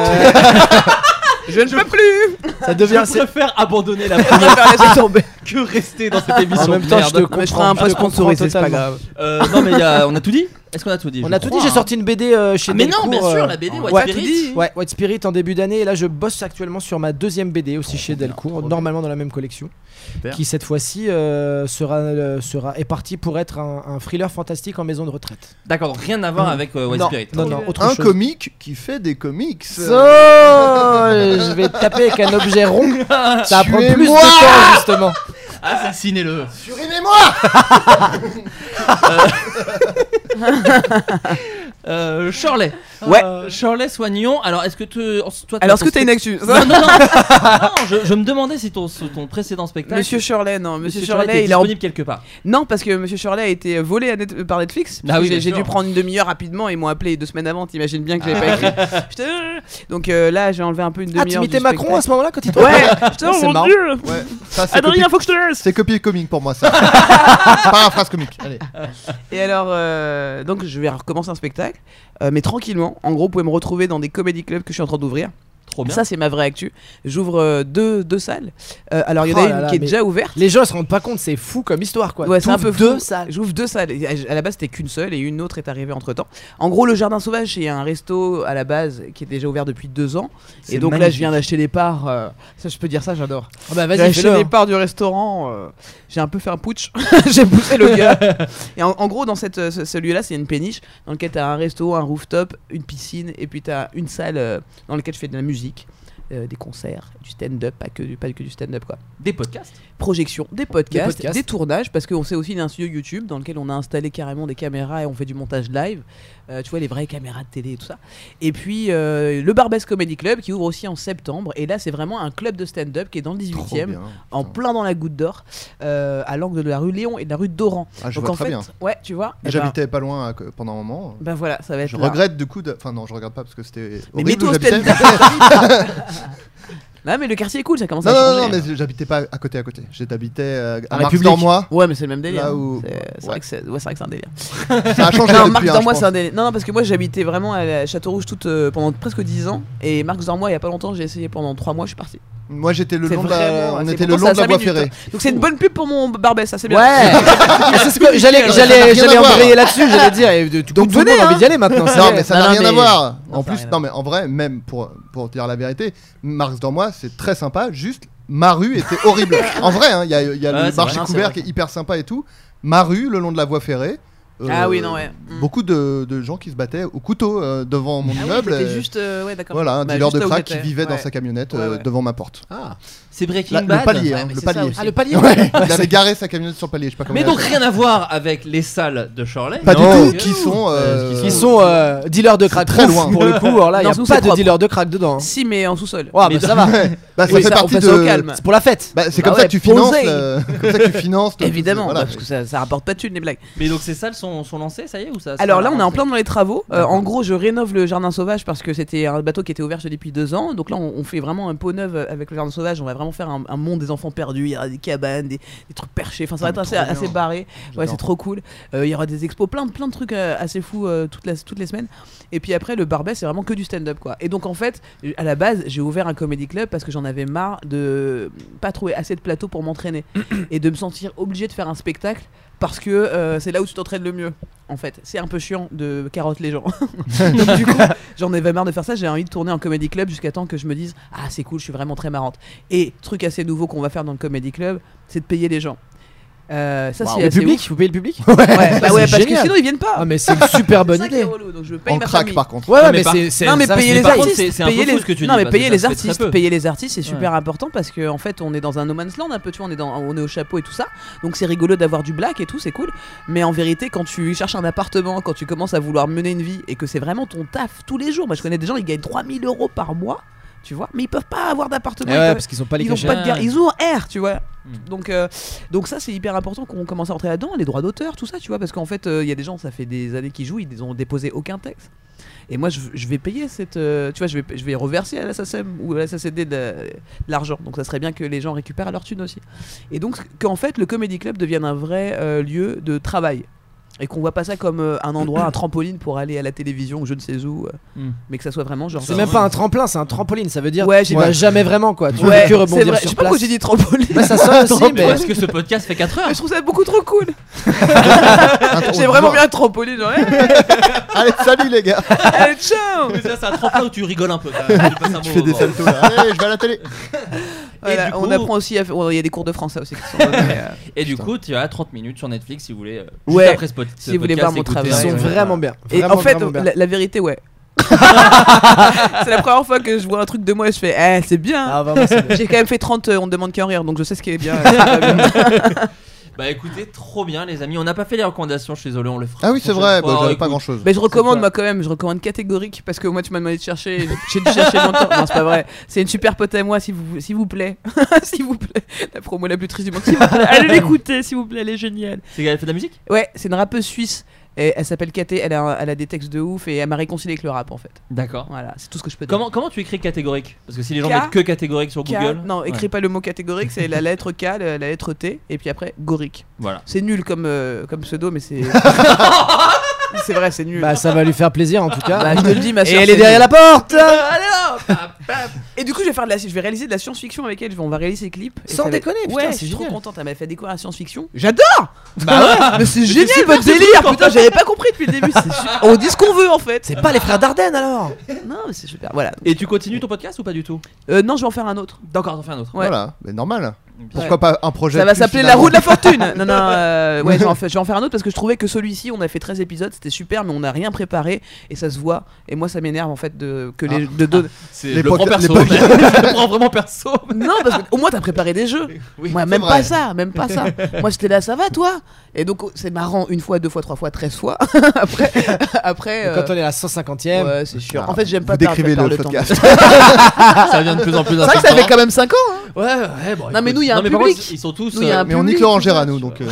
Speaker 8: Je ne peux plus.
Speaker 7: Ça
Speaker 6: Je
Speaker 7: devient. c'est-
Speaker 6: préfère abandonner la première
Speaker 8: Je vais faire laisser tomber.
Speaker 6: que rester dans cette émission.
Speaker 7: En même
Speaker 6: de
Speaker 7: temps,
Speaker 6: merde.
Speaker 7: je te comprends.
Speaker 8: Mais je ferai un
Speaker 7: je
Speaker 8: post
Speaker 7: te comprends
Speaker 8: sponsorisé, c'est pas
Speaker 7: totalement.
Speaker 8: grave.
Speaker 6: Euh, non, mais il y a- on a tout dit Est-ce qu'on a tout dit
Speaker 7: On
Speaker 6: Je
Speaker 7: a tout dit,
Speaker 6: crois,
Speaker 7: j'ai
Speaker 6: hein.
Speaker 7: sorti une BD euh, chez
Speaker 6: Ah, mais non,
Speaker 7: Delcourt,
Speaker 6: bien sûr,
Speaker 7: euh,
Speaker 6: la BD
Speaker 7: en-
Speaker 6: White
Speaker 7: ouais,
Speaker 6: Spirit.
Speaker 7: tout dit. Ouais, White Spirit en début d'année. Et là, je bosse actuellement sur ma deuxième BD aussi chez
Speaker 6: bien,
Speaker 7: Delcourt,
Speaker 6: trop bien.
Speaker 7: normalement dans la même collection.
Speaker 6: Super.
Speaker 7: Qui cette fois-ci euh, sera, euh, sera, est partie pour être un, un thriller fantastique en maison de retraite.
Speaker 6: D'accord, donc rien à voir avec euh, White
Speaker 5: Non,
Speaker 6: Spirit.
Speaker 7: Non, non, autre
Speaker 5: Un
Speaker 7: chose.
Speaker 5: comique qui fait des comics.
Speaker 7: So, je vais te taper avec un objet rond. Ça prend plus de
Speaker 5: Tuez-moi
Speaker 7: temps justement.
Speaker 6: Assassinez-le
Speaker 5: Surinez-moi
Speaker 6: euh, Shirley
Speaker 8: Ouais.
Speaker 6: Euh, Shirley Soignon, alors est-ce que tu. toi, t'as
Speaker 8: Alors, est-ce
Speaker 6: ton
Speaker 8: que t'as une actu
Speaker 6: spect- Non, non, non, Non, je, je me demandais si ton, ce- ton précédent spectacle.
Speaker 8: Monsieur Shirley, non, Monsieur,
Speaker 6: Shirley
Speaker 8: Shirley,
Speaker 6: était
Speaker 8: il est en...
Speaker 6: disponible quelque part.
Speaker 8: Non, parce que Monsieur Shirley a été euh, volé à Net- par Netflix. parce
Speaker 6: Ah
Speaker 8: que
Speaker 6: oui,
Speaker 8: j'ai-
Speaker 6: bien
Speaker 8: j'ai
Speaker 6: sûr.
Speaker 8: dû prendre une demi-heure rapidement, ils m'ont appelé deux semaines avant, t'imagines bien que j'avais pas écrit. Putain. Donc euh, là, j'ai enlevé un peu une demi-heure.
Speaker 7: Ah, tu
Speaker 8: du
Speaker 7: imitais Macron à
Speaker 8: spectacle.
Speaker 7: ce moment-là quand il te
Speaker 8: Ouais, putain,
Speaker 7: C'est
Speaker 8: mon
Speaker 7: marrant.
Speaker 8: dieu
Speaker 5: Ouais, ça
Speaker 7: Ah,
Speaker 5: c'est
Speaker 8: Adrien,
Speaker 5: copier-
Speaker 8: faut que je te laisse
Speaker 5: c'est copier comique pour moi ça. Paraphrase comique. Allez.
Speaker 8: Et alors, euh, donc je vais recommencer un spectacle, euh, mais tranquillement. En gros, vous pouvez me retrouver dans des comédie clubs que je suis en train d'ouvrir.
Speaker 6: Trop bien.
Speaker 8: Ça, c'est ma vraie actu. J'ouvre euh, deux, deux salles. Euh, alors, il y en
Speaker 7: Oh
Speaker 8: a
Speaker 7: là
Speaker 8: une
Speaker 7: là,
Speaker 8: qui est
Speaker 7: mais-
Speaker 8: déjà ouverte.
Speaker 7: Les gens ils se rendent pas compte, c'est fou comme histoire quoi.
Speaker 8: Ouais, c'est un peu
Speaker 7: T'ouvres
Speaker 8: fou.
Speaker 7: deux salles.
Speaker 8: J'ouvre deux salles. Et euh, À à la base, c'était qu'une seule et une autre est arrivée entre temps. En gros, le Jardin Sauvage, c'est un resto à la base qui est déjà ouvert depuis deux ans.
Speaker 6: C'est
Speaker 8: Et donc là,
Speaker 6: magnifique.
Speaker 8: je viens d'acheter les parts. euh, ça, je peux dire ça, j'adore.
Speaker 7: Ah bah
Speaker 8: J'ai
Speaker 7: vas-y,
Speaker 8: acheté
Speaker 7: fais-le.
Speaker 8: les parts du restaurant. euh, j'ai un peu fait un putsch. j'ai poussé le gars. Et en, en gros, dans cette, euh, ce, ce lieu-là, c'est une péniche dans lequel t'as un resto, un rooftop, une piscine et puis t'as une salle euh, dans laquelle je fais de la musique. euh, des concerts, du stand-up, pas que du, pas que du stand-up quoi.
Speaker 6: Des podcasts
Speaker 8: Projection, des podcasts, des,
Speaker 6: Des podcasts.
Speaker 8: tournages, parce qu'on sait aussi d'un studio YouTube dans lequel on a installé carrément des caméras et on fait du montage live. Euh, tu vois, les vraies caméras de télé et tout ça. Et puis euh, le Barbès Comedy Club qui ouvre aussi en septembre. Et là, c'est vraiment un club de stand-up qui est dans le 18 e
Speaker 5: bien,
Speaker 8: en plein dans la goutte d'or, euh, à l'angle de la rue Léon et de la rue Doran.
Speaker 5: Ah, je
Speaker 8: Donc
Speaker 5: vois
Speaker 8: en
Speaker 5: très
Speaker 8: fait,
Speaker 5: bien.
Speaker 8: ouais, tu vois. eh ben,
Speaker 5: J'habitais pas loin euh, que- pendant un moment.
Speaker 8: Ben voilà, ça va être
Speaker 5: Je
Speaker 8: là.
Speaker 5: regrette du coup de. Enfin, non, je regrette pas parce que c'était.
Speaker 8: Mais
Speaker 5: horrible
Speaker 8: mets-toi
Speaker 5: où
Speaker 8: au
Speaker 5: j'habitais,
Speaker 8: stand-up. Non, mais le quartier est cool, ça commence
Speaker 5: Non,
Speaker 8: à
Speaker 5: non,
Speaker 8: changer.
Speaker 5: non, mais j'habitais pas à côté, à côté. J'habitais euh, à
Speaker 8: En
Speaker 5: Marx
Speaker 8: République.
Speaker 5: dans moi.
Speaker 8: Ouais, mais c'est le même délire.
Speaker 5: Là
Speaker 8: hein.
Speaker 5: où.
Speaker 8: C'est c'est vrai que c'est ouais, c'est vrai que c'est un délire.
Speaker 5: Ça a changé
Speaker 8: Non,
Speaker 5: depuis,
Speaker 8: Marc
Speaker 5: hein,
Speaker 8: Dormois,
Speaker 5: je
Speaker 8: c'est un
Speaker 5: pense.
Speaker 8: délire. Non, non, parce que moi j'habitais vraiment à la Château Rouge toute, euh, pendant presque 10 ans. Et Marc Dormois, il y a pas longtemps, j'ai essayé pendant 3 mois, je suis parti.
Speaker 5: Moi, j'étais le
Speaker 8: C'est
Speaker 5: long de la-
Speaker 8: vraiment-
Speaker 5: on
Speaker 8: c'est
Speaker 5: était le
Speaker 8: pourtant,
Speaker 5: long
Speaker 8: c'est
Speaker 5: de la
Speaker 8: à
Speaker 5: voie
Speaker 8: cinq minutes,
Speaker 5: ferrée.
Speaker 8: hein. Donc c'est une bonne pub pour mon Barbès, ça c'est bien.
Speaker 7: Ouais. C'est ce que j'allais,
Speaker 8: Eh,
Speaker 7: j'allais, j'allais embrayer là-dessus, j'allais dire. et de- du coup,
Speaker 5: Donc
Speaker 8: ah
Speaker 7: tout le monde
Speaker 5: venez,
Speaker 7: a envie
Speaker 5: hein.
Speaker 7: d'y aller maintenant. c'est
Speaker 5: Non,
Speaker 7: vrai.
Speaker 5: mais ça n'a rien
Speaker 7: mais-
Speaker 5: à voir.
Speaker 7: Non,
Speaker 5: En
Speaker 7: ça a rien
Speaker 5: plus,
Speaker 7: à
Speaker 5: non, mais en vrai, même pour pour dire la vérité, Marx dans moi, c'est très sympa. Juste, ma rue était horrible. En vrai, hein, il y a, il y a
Speaker 6: Ouais,
Speaker 5: le
Speaker 6: c'est
Speaker 5: marché
Speaker 6: vrai, c'est
Speaker 5: couvert
Speaker 6: vrai.
Speaker 5: qui est hyper sympa et tout. Ma rue, le long de la voie ferrée. euh,
Speaker 8: Ah oui, non, ouais.
Speaker 5: Beaucoup de, de gens qui se battaient au couteau euh, devant mon
Speaker 8: Ah oui,
Speaker 5: immeuble.
Speaker 8: t'étais
Speaker 5: et-
Speaker 8: juste, euh, ouais, d'accord.
Speaker 5: Voilà, un
Speaker 8: Bah,
Speaker 5: dealer
Speaker 8: juste
Speaker 5: de
Speaker 8: là où
Speaker 5: crack qui
Speaker 8: t'étais,
Speaker 5: vivait dans
Speaker 8: ouais.
Speaker 5: sa camionnette
Speaker 8: Ouais,
Speaker 5: euh,
Speaker 8: ouais.
Speaker 5: devant ma porte.
Speaker 6: Ah, c'est Breaking
Speaker 5: Là,
Speaker 6: Bad.
Speaker 5: Le palier,
Speaker 6: Ouais,
Speaker 5: hein,
Speaker 6: mais
Speaker 5: le
Speaker 6: c'est ça
Speaker 5: palier.
Speaker 6: aussi. Ah, le palier.
Speaker 5: Ouais, Il avait garé sa camionnette sur le palier, je sais pas comment
Speaker 6: Mais
Speaker 5: il a
Speaker 6: donc
Speaker 5: fait.
Speaker 6: rien à voir avec les salles de Shirley.
Speaker 5: Pas du
Speaker 6: Non.
Speaker 5: tout, qui sont, euh,
Speaker 7: Qui sont euh, dealers de crack
Speaker 5: très
Speaker 7: ouf,
Speaker 5: loin.
Speaker 7: pour le coup. Alors là, il
Speaker 8: Non,
Speaker 7: n'y a
Speaker 8: sous,
Speaker 7: pas
Speaker 8: c'est
Speaker 7: de
Speaker 8: propre.
Speaker 7: dealers de crack dedans. hein.
Speaker 8: Si, mais en sous-sol.
Speaker 7: Ouais, bah ça va.
Speaker 5: Ouais. Bah, ça
Speaker 8: Oui,
Speaker 5: fait
Speaker 8: ça, on
Speaker 5: partie
Speaker 8: fait
Speaker 5: de.
Speaker 8: ça au calme.
Speaker 7: C'est pour la fête.
Speaker 5: Bah, c'est
Speaker 8: Bah
Speaker 5: comme,
Speaker 8: ouais,
Speaker 5: ça que tu finances,
Speaker 8: posez.
Speaker 5: le- comme ça que tu finances. ton-
Speaker 8: Évidemment,
Speaker 5: voilà.
Speaker 8: bah, parce que ça, ça rapporte pas de thunes les blagues.
Speaker 6: Mais donc ces salles sont, sont lancées, ça y est ou ça
Speaker 8: Alors là, on est en
Speaker 6: plein
Speaker 8: plein dans les travaux. Euh, en gros, je rénove le jardin sauvage parce que c'était un bateau qui était ouvert depuis deux ans. Donc là, on, on fait vraiment un pot neuf avec le jardin sauvage. On va vraiment faire un, un monde des enfants perdus. Il y aura des cabanes, des, des trucs perchés. Enfin, ça va être assez, assez barré. Ouais, c'est trop cool. Euh, il y aura des expos, plein, de- plein de trucs euh, assez fous euh, toutes, la- toutes les semaines. Et puis après, le barbet, c'est vraiment que du stand-up quoi. Et donc en fait, à la base, j'ai ouvert un comedy club parce que j'en avais marre de pas trouver assez de plateaux pour m'entraîner et de me sentir obligé de faire un spectacle parce que euh, c'est là où tu t'entraînes le mieux. En fait, c'est un peu chiant de carotte les gens. Donc, du coup, j'en avais marre de faire ça. J'ai envie de tourner en comedy club jusqu'à temps que je me dise ah c'est cool, je suis vraiment très marrante. Et truc assez nouveau qu'on va faire dans le comedy club, c'est de payer les gens. Euh, ça c'est
Speaker 7: le
Speaker 8: assez
Speaker 7: public,
Speaker 8: ouf.
Speaker 7: vous payez le public
Speaker 8: Ouais, bah
Speaker 7: C'est
Speaker 8: ouais, parce que
Speaker 7: génial.
Speaker 8: sinon ils viennent pas.
Speaker 7: Ah, mais c'est une super bonne
Speaker 8: C'est ça qui
Speaker 7: idée.
Speaker 8: est relou, donc je paye
Speaker 5: En
Speaker 8: ma
Speaker 5: crack,
Speaker 8: famille.
Speaker 5: par contre.
Speaker 7: Ouais,
Speaker 6: Non,
Speaker 7: ouais,
Speaker 6: mais
Speaker 7: mais
Speaker 6: par-
Speaker 7: c'est. c'est-
Speaker 8: Non mais
Speaker 7: ça,
Speaker 8: payer
Speaker 7: c'est
Speaker 8: les
Speaker 7: par contre,
Speaker 8: artistes,
Speaker 6: c'est- c'est un
Speaker 8: payer
Speaker 6: peu
Speaker 8: les...
Speaker 6: fou ce que tu
Speaker 8: non
Speaker 6: dis,
Speaker 8: mais
Speaker 6: bah,
Speaker 8: payer
Speaker 6: déjà, c'est
Speaker 8: les
Speaker 6: très
Speaker 8: artistes,
Speaker 6: peu.
Speaker 8: payer les artistes c'est super important parce que en fait on est dans un no man's land un peu, tu vois, on est dans, on est au chapeau et tout ça, donc c'est rigolo d'avoir du black et tout, c'est cool. Mais en vérité quand tu cherches un appartement, quand tu commences à vouloir mener une vie et que c'est vraiment ton taf tous les jours, moi je connais des gens ils gagnent 3000 euros par mois, tu vois, mais ils peuvent pas avoir d'appartement.
Speaker 7: Eh
Speaker 8: ils
Speaker 7: ouais,
Speaker 8: peuvent-
Speaker 7: parce qu'ils ont pas les
Speaker 8: ils ont
Speaker 7: cachets.
Speaker 8: pas de gar-
Speaker 6: Ah.
Speaker 8: ils ont R, tu vois.
Speaker 7: Hmm.
Speaker 8: Donc, euh, donc ça c'est hyper important qu'on commence à rentrer là-dedans, les droits d'auteur, tout ça, tu vois, parce qu'en fait euh, il y a des gens, ça fait des années qu'ils jouent, ils ont déposé aucun texte. Et moi je, je vais payer cette, euh, tu vois, je vais, je vais reverser à la SACEM ou à la SACD de, de l'argent, donc ça serait bien que les gens récupèrent leur thune aussi. Et donc qu'en fait le comedy club devienne un vrai euh, lieu de travail. Et qu'on voit pas ça comme euh, un endroit, un trampoline pour aller à la télévision ou je ne sais où, euh,
Speaker 6: Mm.
Speaker 8: mais que ça soit vraiment genre.
Speaker 7: Hmm. C'est même pas un tremplin, c'est un trampoline. Ça veut dire
Speaker 8: Ouais,
Speaker 7: que tu
Speaker 8: j'ai-
Speaker 7: vas jamais vraiment quoi.
Speaker 8: Ouais,
Speaker 7: Tu veux que
Speaker 8: c'est vrai.
Speaker 7: rebondir
Speaker 8: Je sais
Speaker 7: sur
Speaker 8: pas pourquoi
Speaker 7: place.
Speaker 8: j'ai dit trampoline.
Speaker 7: Bah, ça sonne aussi, mais.
Speaker 6: Parce que ce podcast fait 4 heures.
Speaker 8: Je trouve ça beaucoup trop cool.
Speaker 5: Attends,
Speaker 8: J'ai vraiment
Speaker 5: genre-
Speaker 8: bien trampoline, genre, hey,
Speaker 5: Allez, salut les gars
Speaker 8: allez, ciao
Speaker 6: Mais ça, c'est un tremplin où tu rigoles un peu. quand même, tu passes un
Speaker 5: Tu
Speaker 6: bon
Speaker 5: fais des
Speaker 6: moment.
Speaker 5: saltos là. Allez, je vais à la télé
Speaker 8: Voilà,
Speaker 6: du
Speaker 8: On
Speaker 6: coup-
Speaker 8: apprend aussi à faire. oh, Il y a des cours de français aussi qui sont donnés, euh.
Speaker 6: Et du coup, tu as 30 minutes sur Netflix si vous voulez. euh, juste
Speaker 8: Ouais,
Speaker 6: après ce pod-
Speaker 8: si
Speaker 6: ce
Speaker 8: vous voulez
Speaker 6: podcast,
Speaker 8: voir mon
Speaker 6: écoutez,
Speaker 8: travail.
Speaker 7: Ils sont
Speaker 6: euh,
Speaker 7: vraiment bien.
Speaker 8: Et en
Speaker 7: Vraiment,
Speaker 8: fait,
Speaker 7: vraiment bien.
Speaker 8: la, la vérité, ouais. c'est la première fois que je vois un truc de moi et je fais, eh, c'est bien.
Speaker 7: Ah, vraiment, c'est bien.
Speaker 8: J'ai quand même fait 30, euh, on ne demande qu'à en rire, donc je sais ce qui est bien. euh, c'est pas bien.
Speaker 6: Bah écoutez, trop bien les amis. On n'a pas fait les recommandations, je suis désolé, on le fera.
Speaker 5: Ah oui, c'est vrai, bah,
Speaker 6: Oh,
Speaker 5: j'avais pas
Speaker 6: écoute,
Speaker 5: grand chose.
Speaker 8: Mais je recommande,
Speaker 6: pas-
Speaker 8: moi, quand même, je recommande catégorique parce que moi, tu m'as demandé de chercher. J'ai dû chercher longtemps. Non, c'est pas vrai. C'est une super pote à moi, s'il vous, s'il vous plaît. s'il vous plaît. La promo la plus triste du monde. S'il vous plaît, Allez l'écouter, s'il vous plaît, elle est géniale.
Speaker 6: C'est qu'elle fait de la musique
Speaker 8: Ouais, c'est une rappeuse suisse. Et elle s'appelle Katé, elle a, elle a des textes de ouf et elle m'a réconcilié avec le rap en fait.
Speaker 6: D'accord.
Speaker 8: Voilà, c'est tout ce que je peux dire.
Speaker 6: Comment, comment tu écris catégorique Parce que si les gens
Speaker 8: K-
Speaker 6: mettent que catégorique sur
Speaker 8: K-
Speaker 6: Google.
Speaker 8: Non,
Speaker 6: ouais.
Speaker 8: écris pas le mot catégorique, c'est la lettre K, la, la lettre T, et puis après, gorique.
Speaker 6: Voilà.
Speaker 8: C'est nul comme, euh, comme pseudo, mais c'est. c'est vrai, c'est nul.
Speaker 7: Bah, ça va lui faire plaisir en tout cas.
Speaker 8: Bah, je te le dis, ma
Speaker 7: Et
Speaker 8: sœur,
Speaker 7: elle
Speaker 8: c'est
Speaker 7: est derrière
Speaker 8: nul.
Speaker 7: la porte
Speaker 8: Ah, non Et du coup, je vais faire de la, je vais réaliser de la science-fiction avec elle. On va réaliser des clips. et
Speaker 7: Sans
Speaker 8: ça va-
Speaker 7: déconner, putain,
Speaker 8: ouais,
Speaker 7: c'est
Speaker 8: je suis trop
Speaker 7: génial.
Speaker 8: contente. Elle m'a fait découvrir la science-fiction. J'adore.
Speaker 6: Bah ouais
Speaker 8: Mais c'est génial votre délire. Putain, j'avais pas compris depuis le début. C'est super- On dit ce qu'on veut en fait.
Speaker 7: C'est pas les frères Dardenne alors
Speaker 8: Non, mais c'est super. Voilà.
Speaker 6: Et tu continues ton podcast ou pas du tout
Speaker 8: Euh, non, je vais en faire un autre.
Speaker 6: D'accord, t'en fais un autre.
Speaker 8: Ouais.
Speaker 5: Voilà, mais normal. Pourquoi pas un projet
Speaker 8: Ça va
Speaker 5: plus,
Speaker 8: s'appeler la roue de la
Speaker 5: finalement.
Speaker 8: fortune. non, non, euh, ouais, j'en fais, j'en fais un autre parce que je trouvais que celui-ci, on a fait 13 épisodes, c'était super, mais on n'a rien préparé et ça se voit. Et moi, ça m'énerve en fait de que les de, de-
Speaker 6: C'est- je le L'époque- prends perso, l'époque- je le prends vraiment perso.
Speaker 8: Non, parce qu'au moins t'as préparé des jeux. moi,
Speaker 6: c'est
Speaker 8: même
Speaker 6: vrai.
Speaker 8: pas ça, même pas ça. moi, j'étais là, ça va, toi Et donc, oh, c'est marrant une fois, deux fois, trois fois, 13 fois. après, après.
Speaker 7: Quand
Speaker 8: euh,
Speaker 7: on est à la 150ème.
Speaker 8: Ouais, c'est
Speaker 5: Ah,
Speaker 8: sûr. En fait, j'aime pas perdre- perdre le temps.
Speaker 6: ça vient de plus en plus
Speaker 8: Ah. C'est vrai que ça fait quand même 5 ans. hein.
Speaker 6: Ouais, ouais, bon.
Speaker 8: Non, mais
Speaker 6: écoute,
Speaker 8: nous, il y a un
Speaker 6: mais par
Speaker 8: public.
Speaker 6: contre, ils sont tous.
Speaker 8: Nous, il y a
Speaker 6: euh,
Speaker 8: un
Speaker 5: Mais on
Speaker 8: public.
Speaker 5: nique Laurent Gérard, nous, donc. euh,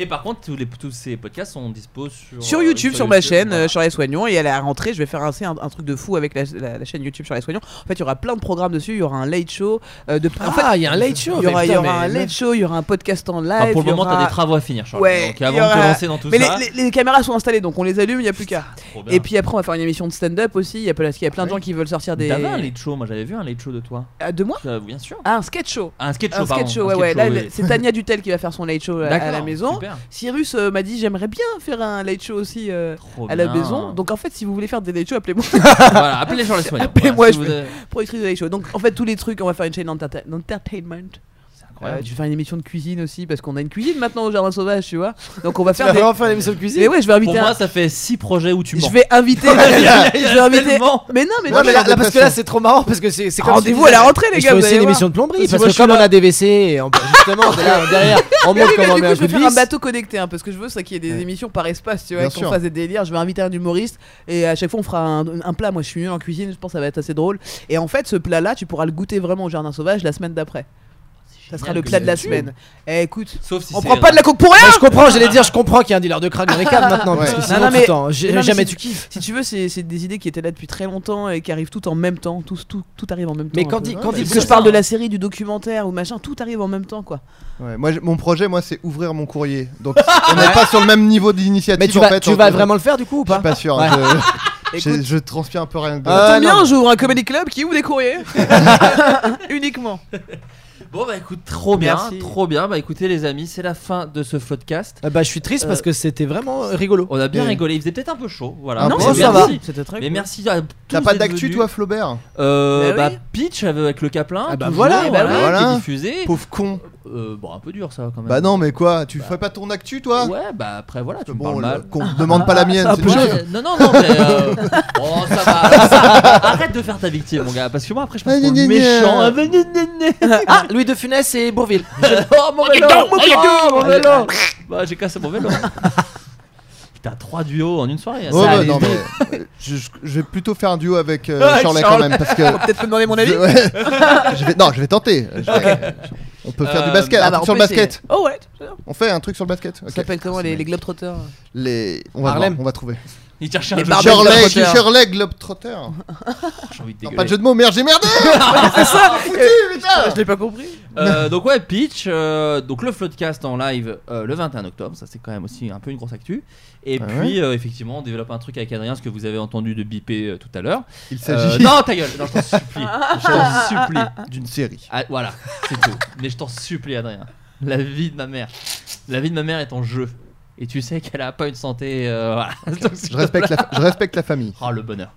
Speaker 6: Et par contre, tous, les, tous ces podcasts sont dispos sur.
Speaker 8: Sur
Speaker 6: euh,
Speaker 8: YouTube, sur ma chaîne,
Speaker 6: voilà.
Speaker 8: euh, Charles Soignon, et à la rentrée, je vais faire un, c'est un, un truc de fou avec la, la- la chaîne YouTube Charles Soignon. En fait, il y aura plein de programmes dessus, il y aura un late show. euh, de... en
Speaker 1: Ah,
Speaker 8: fait,
Speaker 1: il y a un late show,
Speaker 8: Il y aura,
Speaker 1: mais
Speaker 8: il y
Speaker 1: putain,
Speaker 8: aura un
Speaker 1: mais-
Speaker 8: late show, il y aura un podcast en live.
Speaker 6: Ah, pour le
Speaker 8: il y
Speaker 6: moment, t'as
Speaker 8: aura-
Speaker 6: des travaux à finir, Charles.
Speaker 8: Ouais,
Speaker 6: Donc,
Speaker 8: il y
Speaker 6: avant de te
Speaker 8: aura-
Speaker 6: lancer dans tout
Speaker 8: mais
Speaker 6: ça-
Speaker 8: les- les, les caméras sont installées, donc on les allume, il n'y a plus qu'à.
Speaker 6: bien.
Speaker 8: Et puis après, on va faire une émission de stand-up aussi. Il y a plein, il y a plein de gens qui veulent sortir des.
Speaker 6: T'avais un late show, moi j'avais vu un late show de toi. Euh,
Speaker 8: de moi
Speaker 6: Bien sûr.
Speaker 8: Ah, un sketch show.
Speaker 6: Un sketch show,
Speaker 8: Un sketch
Speaker 6: pardon,
Speaker 8: show,
Speaker 6: un
Speaker 8: ouais,
Speaker 6: sketch
Speaker 8: ouais.
Speaker 6: show,
Speaker 8: Là,
Speaker 6: oui.
Speaker 8: c'est Tania Dutel qui va faire son late show à- à la
Speaker 6: D'accord,
Speaker 8: maison.
Speaker 6: super.
Speaker 8: Cyrus euh, m'a dit j'aimerais bien faire un late show aussi euh, à la
Speaker 6: bien.
Speaker 8: maison. Donc en fait, si vous voulez faire des late shows, appelez-moi.
Speaker 6: Voilà, appelez Charles Soignon.
Speaker 8: Appelez-moi,
Speaker 6: Voilà, si
Speaker 8: je
Speaker 6: vous
Speaker 8: fais
Speaker 6: avez-
Speaker 8: productrice de late show. Donc en fait, tous les trucs, on va faire une chaîne d'enterta- d'entertainment.
Speaker 6: incroyable.
Speaker 8: Euh, je vais faire une émission de cuisine aussi parce qu'on a une cuisine maintenant au jardin sauvage, tu vois. Donc on va
Speaker 6: Tu
Speaker 8: faire
Speaker 6: vas
Speaker 8: des-
Speaker 6: vraiment faire une émission de cuisine
Speaker 8: Mais ouais, je vais inviter
Speaker 6: Pour
Speaker 8: un-
Speaker 6: moi, ça fait 6 projets où tu mens.
Speaker 8: je vais inviter. je vais inviter. Mais non, mais
Speaker 7: Non,
Speaker 8: non,
Speaker 7: mais là, là, parce que là, c'est trop marrant parce que c'est c'est comme.
Speaker 8: Rendez-vous
Speaker 7: si-
Speaker 8: à la rentrée, les
Speaker 7: Et
Speaker 8: gars,
Speaker 7: Je
Speaker 8: vous
Speaker 7: fais aussi
Speaker 8: allez
Speaker 7: une
Speaker 8: voir.
Speaker 7: émission de plomberie
Speaker 8: Parce que
Speaker 7: parce
Speaker 8: moi,
Speaker 7: que
Speaker 8: je suis
Speaker 7: comme on
Speaker 8: là-
Speaker 7: a des WC, et on peut- justement, derrière- derrière, on
Speaker 8: Mais Ah oui,
Speaker 7: montre
Speaker 8: mais
Speaker 7: comment on
Speaker 8: du
Speaker 7: met
Speaker 8: coup,
Speaker 7: un
Speaker 8: je vais
Speaker 7: peu
Speaker 8: faire un
Speaker 7: de
Speaker 8: bateau connecté hein, parce que je veux ça qu'il y ait des émissions par espace, tu vois,
Speaker 7: Bien
Speaker 8: qu'on
Speaker 7: sûr.
Speaker 8: fasse des délires. Je vais inviter un humoriste et à chaque fois on fera un, un plat. Moi, je suis nul en cuisine, je pense que ça va être assez drôle. Et en fait, ce plat-là, tu pourras le goûter vraiment au jardin sauvage la semaine d'après. Ça sera
Speaker 6: génial
Speaker 8: le
Speaker 6: comme
Speaker 8: plat de la
Speaker 6: idée.
Speaker 8: semaine. Eh, écoute,
Speaker 6: Sauf si
Speaker 8: on
Speaker 6: c'est-
Speaker 8: prend pas de la coke pour rien.
Speaker 7: Ouais, je comprends, j'allais dire, je comprends qu'il y a un dealer de crack dans les caves maintenant, parce que sinon, tout le temps, j'ai-
Speaker 8: mais non, mais
Speaker 7: jamais
Speaker 8: si-
Speaker 7: tu kiffes.
Speaker 8: Si tu veux, c'est c'est des idées qui étaient là depuis très longtemps et qui arrivent toutes en même temps. Tout, tout, tout arrive en même temps.
Speaker 7: Mais
Speaker 8: un
Speaker 7: quand
Speaker 8: peu.
Speaker 7: dit- quand dit
Speaker 8: Parce
Speaker 7: tout
Speaker 8: que je
Speaker 7: ça,
Speaker 8: parle de
Speaker 7: hein.
Speaker 8: la série, du documentaire ou machin, tout arrive en même temps quoi.
Speaker 5: Ouais, moi, j'ai- mon projet, moi, c'est ouvrir mon courrier. Donc, on n'est pas sur le même niveau d'initiative.
Speaker 7: Mais tu
Speaker 5: en
Speaker 7: vas-
Speaker 5: fait,
Speaker 7: tu
Speaker 5: entre
Speaker 7: vas
Speaker 5: nous.
Speaker 7: vraiment le faire, du coup, ou pas
Speaker 5: Je suis pas sûr.
Speaker 7: Ouais.
Speaker 5: hein, je-
Speaker 7: Écoute.
Speaker 5: j'ai- Je transpire un peu rien que de.
Speaker 7: Ah
Speaker 8: Tant bien, j'ouvre un comedy club qui ouvre des courriers. Uniquement.
Speaker 6: Bon, bah écoute, trop bien,
Speaker 8: Merci.
Speaker 6: trop bien. Bah écoutez, les amis, c'est la fin de ce podcast.
Speaker 7: Bah, je suis triste parce que c'était vraiment euh, rigolo.
Speaker 6: On a bien
Speaker 7: Et-
Speaker 6: rigolé, il faisait peut-être un peu chaud. Voilà.
Speaker 7: Ah Non,
Speaker 6: Mais
Speaker 7: bon,
Speaker 6: bah,
Speaker 7: ça
Speaker 6: merci.
Speaker 7: va. C'était très
Speaker 6: Mais
Speaker 7: cool.
Speaker 6: merci à tous.
Speaker 5: T'as pas
Speaker 6: d'être
Speaker 5: d'actu,
Speaker 6: venus.
Speaker 5: toi, Flaubert
Speaker 6: euh,
Speaker 5: Bah
Speaker 6: Bah,
Speaker 5: oui.
Speaker 6: Pitch avec le Caplin.
Speaker 5: Ah bah
Speaker 6: toujours,
Speaker 8: eh
Speaker 5: voilà,
Speaker 8: ben
Speaker 5: bah oui.
Speaker 6: qui est
Speaker 5: Voilà.
Speaker 6: diffusé.
Speaker 5: Pauvre con.
Speaker 6: Euh, bon, un peu dur ça quand même.
Speaker 5: Bah non, mais quoi Tu fais pas ton actu, toi
Speaker 6: Ouais, bah après voilà, tu me
Speaker 5: Bon,
Speaker 6: parles
Speaker 5: le-
Speaker 6: mal.
Speaker 5: qu'on me demande pas la mienne,
Speaker 6: Ah,
Speaker 5: c'est
Speaker 6: bah,
Speaker 5: une chose.
Speaker 6: Non, non, non, mais. euh, Oh, ça va. ça va. Arrête de faire ta victime, mon gars, parce que moi après je passe pour le méchant. Ah, bah,
Speaker 7: Ah, Louis de Funès et Bourville.
Speaker 6: Oh, mon vélo
Speaker 7: Oh, mon vélo,
Speaker 6: Oh,
Speaker 7: mon vélo.
Speaker 6: Bah, j'ai cassé mon vélo Putain, trois duos en une soirée hein.
Speaker 5: Ouais,
Speaker 6: ça
Speaker 5: ouais,
Speaker 6: allait
Speaker 5: Oh, bah, non,
Speaker 6: vite.
Speaker 5: mais, euh, je, je- je vais plutôt faire un duo avec euh,
Speaker 6: Avec
Speaker 5: Shirley quand
Speaker 6: Shirley.
Speaker 5: même parce que.
Speaker 6: Faut peut-être me demander mon avis.
Speaker 5: Je- ouais. Je vais- non, je vais tenter. Je vais- On peut faire
Speaker 8: Euh,
Speaker 5: du basket,
Speaker 8: ah
Speaker 5: un
Speaker 8: bah,
Speaker 5: truc
Speaker 8: on
Speaker 5: sur le
Speaker 8: peut essayer.
Speaker 5: basket.
Speaker 8: Oh ouais.
Speaker 5: On fait un truc sur le basket.
Speaker 8: Ça s'appelle comment les, les Globetrotters euh
Speaker 5: Les. On va,
Speaker 8: Harlem.
Speaker 5: voir, on va trouver.
Speaker 6: Il cherchait un
Speaker 8: Les
Speaker 6: jeu.
Speaker 8: barbes
Speaker 5: Shirley,
Speaker 8: Globetrotter.
Speaker 5: Shirley Globetrotter.
Speaker 6: J'ai envie de
Speaker 5: Non,
Speaker 6: dégueuler.
Speaker 5: pas de jeu de mots, merde, j'ai merdé
Speaker 6: C'est ça.
Speaker 5: Foutu, putain
Speaker 8: Je l'ai pas compris.
Speaker 6: Euh, donc ouais, Pitch, euh, donc le Floodcast en live euh, le 21 octobre, ça c'est quand même aussi un peu une grosse actu. Et
Speaker 5: Ah
Speaker 6: puis euh, effectivement, on développe un truc avec Adrien, ce que vous avez entendu de biper euh, tout à l'heure.
Speaker 5: Il
Speaker 6: Euh,
Speaker 5: s'agit-
Speaker 6: non, ta gueule, non, je t'en supplie, je t'en supplie.
Speaker 5: D'une série.
Speaker 6: Ah, voilà, c'est tout. Mais je t'en supplie, Adrien. La vie de ma mère, la vie de ma mère est en jeu. Et tu sais qu'elle a pas une santé. euh, voilà. Donc, s'il
Speaker 5: Je
Speaker 6: te
Speaker 5: respecte,
Speaker 6: plaît.
Speaker 5: la, je respecte la famille.
Speaker 6: Oh le bonheur.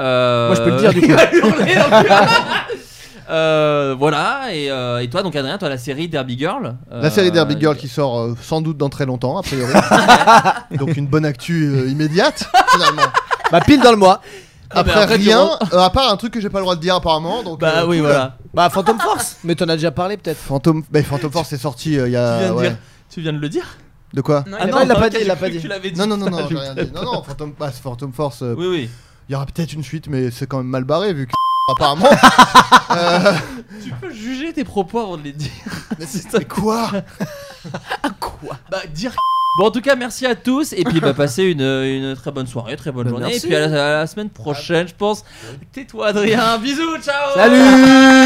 Speaker 6: Euh,
Speaker 5: Moi, je peux le dire, du
Speaker 6: il
Speaker 5: coup.
Speaker 6: va hurler, en plus. Euh, voilà et, euh, et toi donc Adrien toi la série Derby Girl euh,
Speaker 5: La série Derby Girl qui sort euh, sans doute dans très longtemps, a priori. Donc une bonne actu euh, immédiate, finalement.
Speaker 7: Bah, pile dans le mois.
Speaker 5: Après,
Speaker 7: mais après, tu
Speaker 5: rien,
Speaker 7: rends-
Speaker 5: euh, à part un truc que j'ai pas le droit de dire apparemment. Donc,
Speaker 6: Bah
Speaker 5: euh,
Speaker 6: oui,
Speaker 5: cool.
Speaker 6: voilà.
Speaker 7: Bah, Phantom Force. Mais t'en as déjà parlé, peut-être.
Speaker 5: Phantom, bah, Phantom Force est sorti euh, il y
Speaker 6: tu
Speaker 5: a.
Speaker 6: viens, de
Speaker 5: ouais.
Speaker 6: dire- tu viens de le dire
Speaker 5: De quoi
Speaker 7: Ah non, il l'a pas dit,
Speaker 6: ok,
Speaker 7: il l'a
Speaker 6: j'ai
Speaker 7: pas
Speaker 6: cru
Speaker 7: dit.
Speaker 6: que tu l'avais dit
Speaker 5: Non, non, non,
Speaker 6: Putain,
Speaker 5: non,
Speaker 6: je
Speaker 5: j'ai
Speaker 6: me
Speaker 5: rien
Speaker 6: tape.
Speaker 5: dit. Non, non, Phantom, bah, Phantom Force. euh,
Speaker 6: oui oui
Speaker 5: Il y aura peut-être une suite, mais c'est quand même mal barré vu que. Apparemment. Euh,
Speaker 6: tu peux juger tes propos avant de les dire
Speaker 5: mais
Speaker 6: Si
Speaker 5: c'est-
Speaker 6: ça-
Speaker 5: mais quoi
Speaker 6: bah dire Bon en tout cas merci à tous et puis bah passez une, une très bonne soirée, très bonne
Speaker 7: Bah,
Speaker 6: journée
Speaker 7: merci. Ah, bah.
Speaker 6: et puis à la, à la semaine prochaine je pense. Tais-toi Adrien, bisous, ciao
Speaker 7: Salut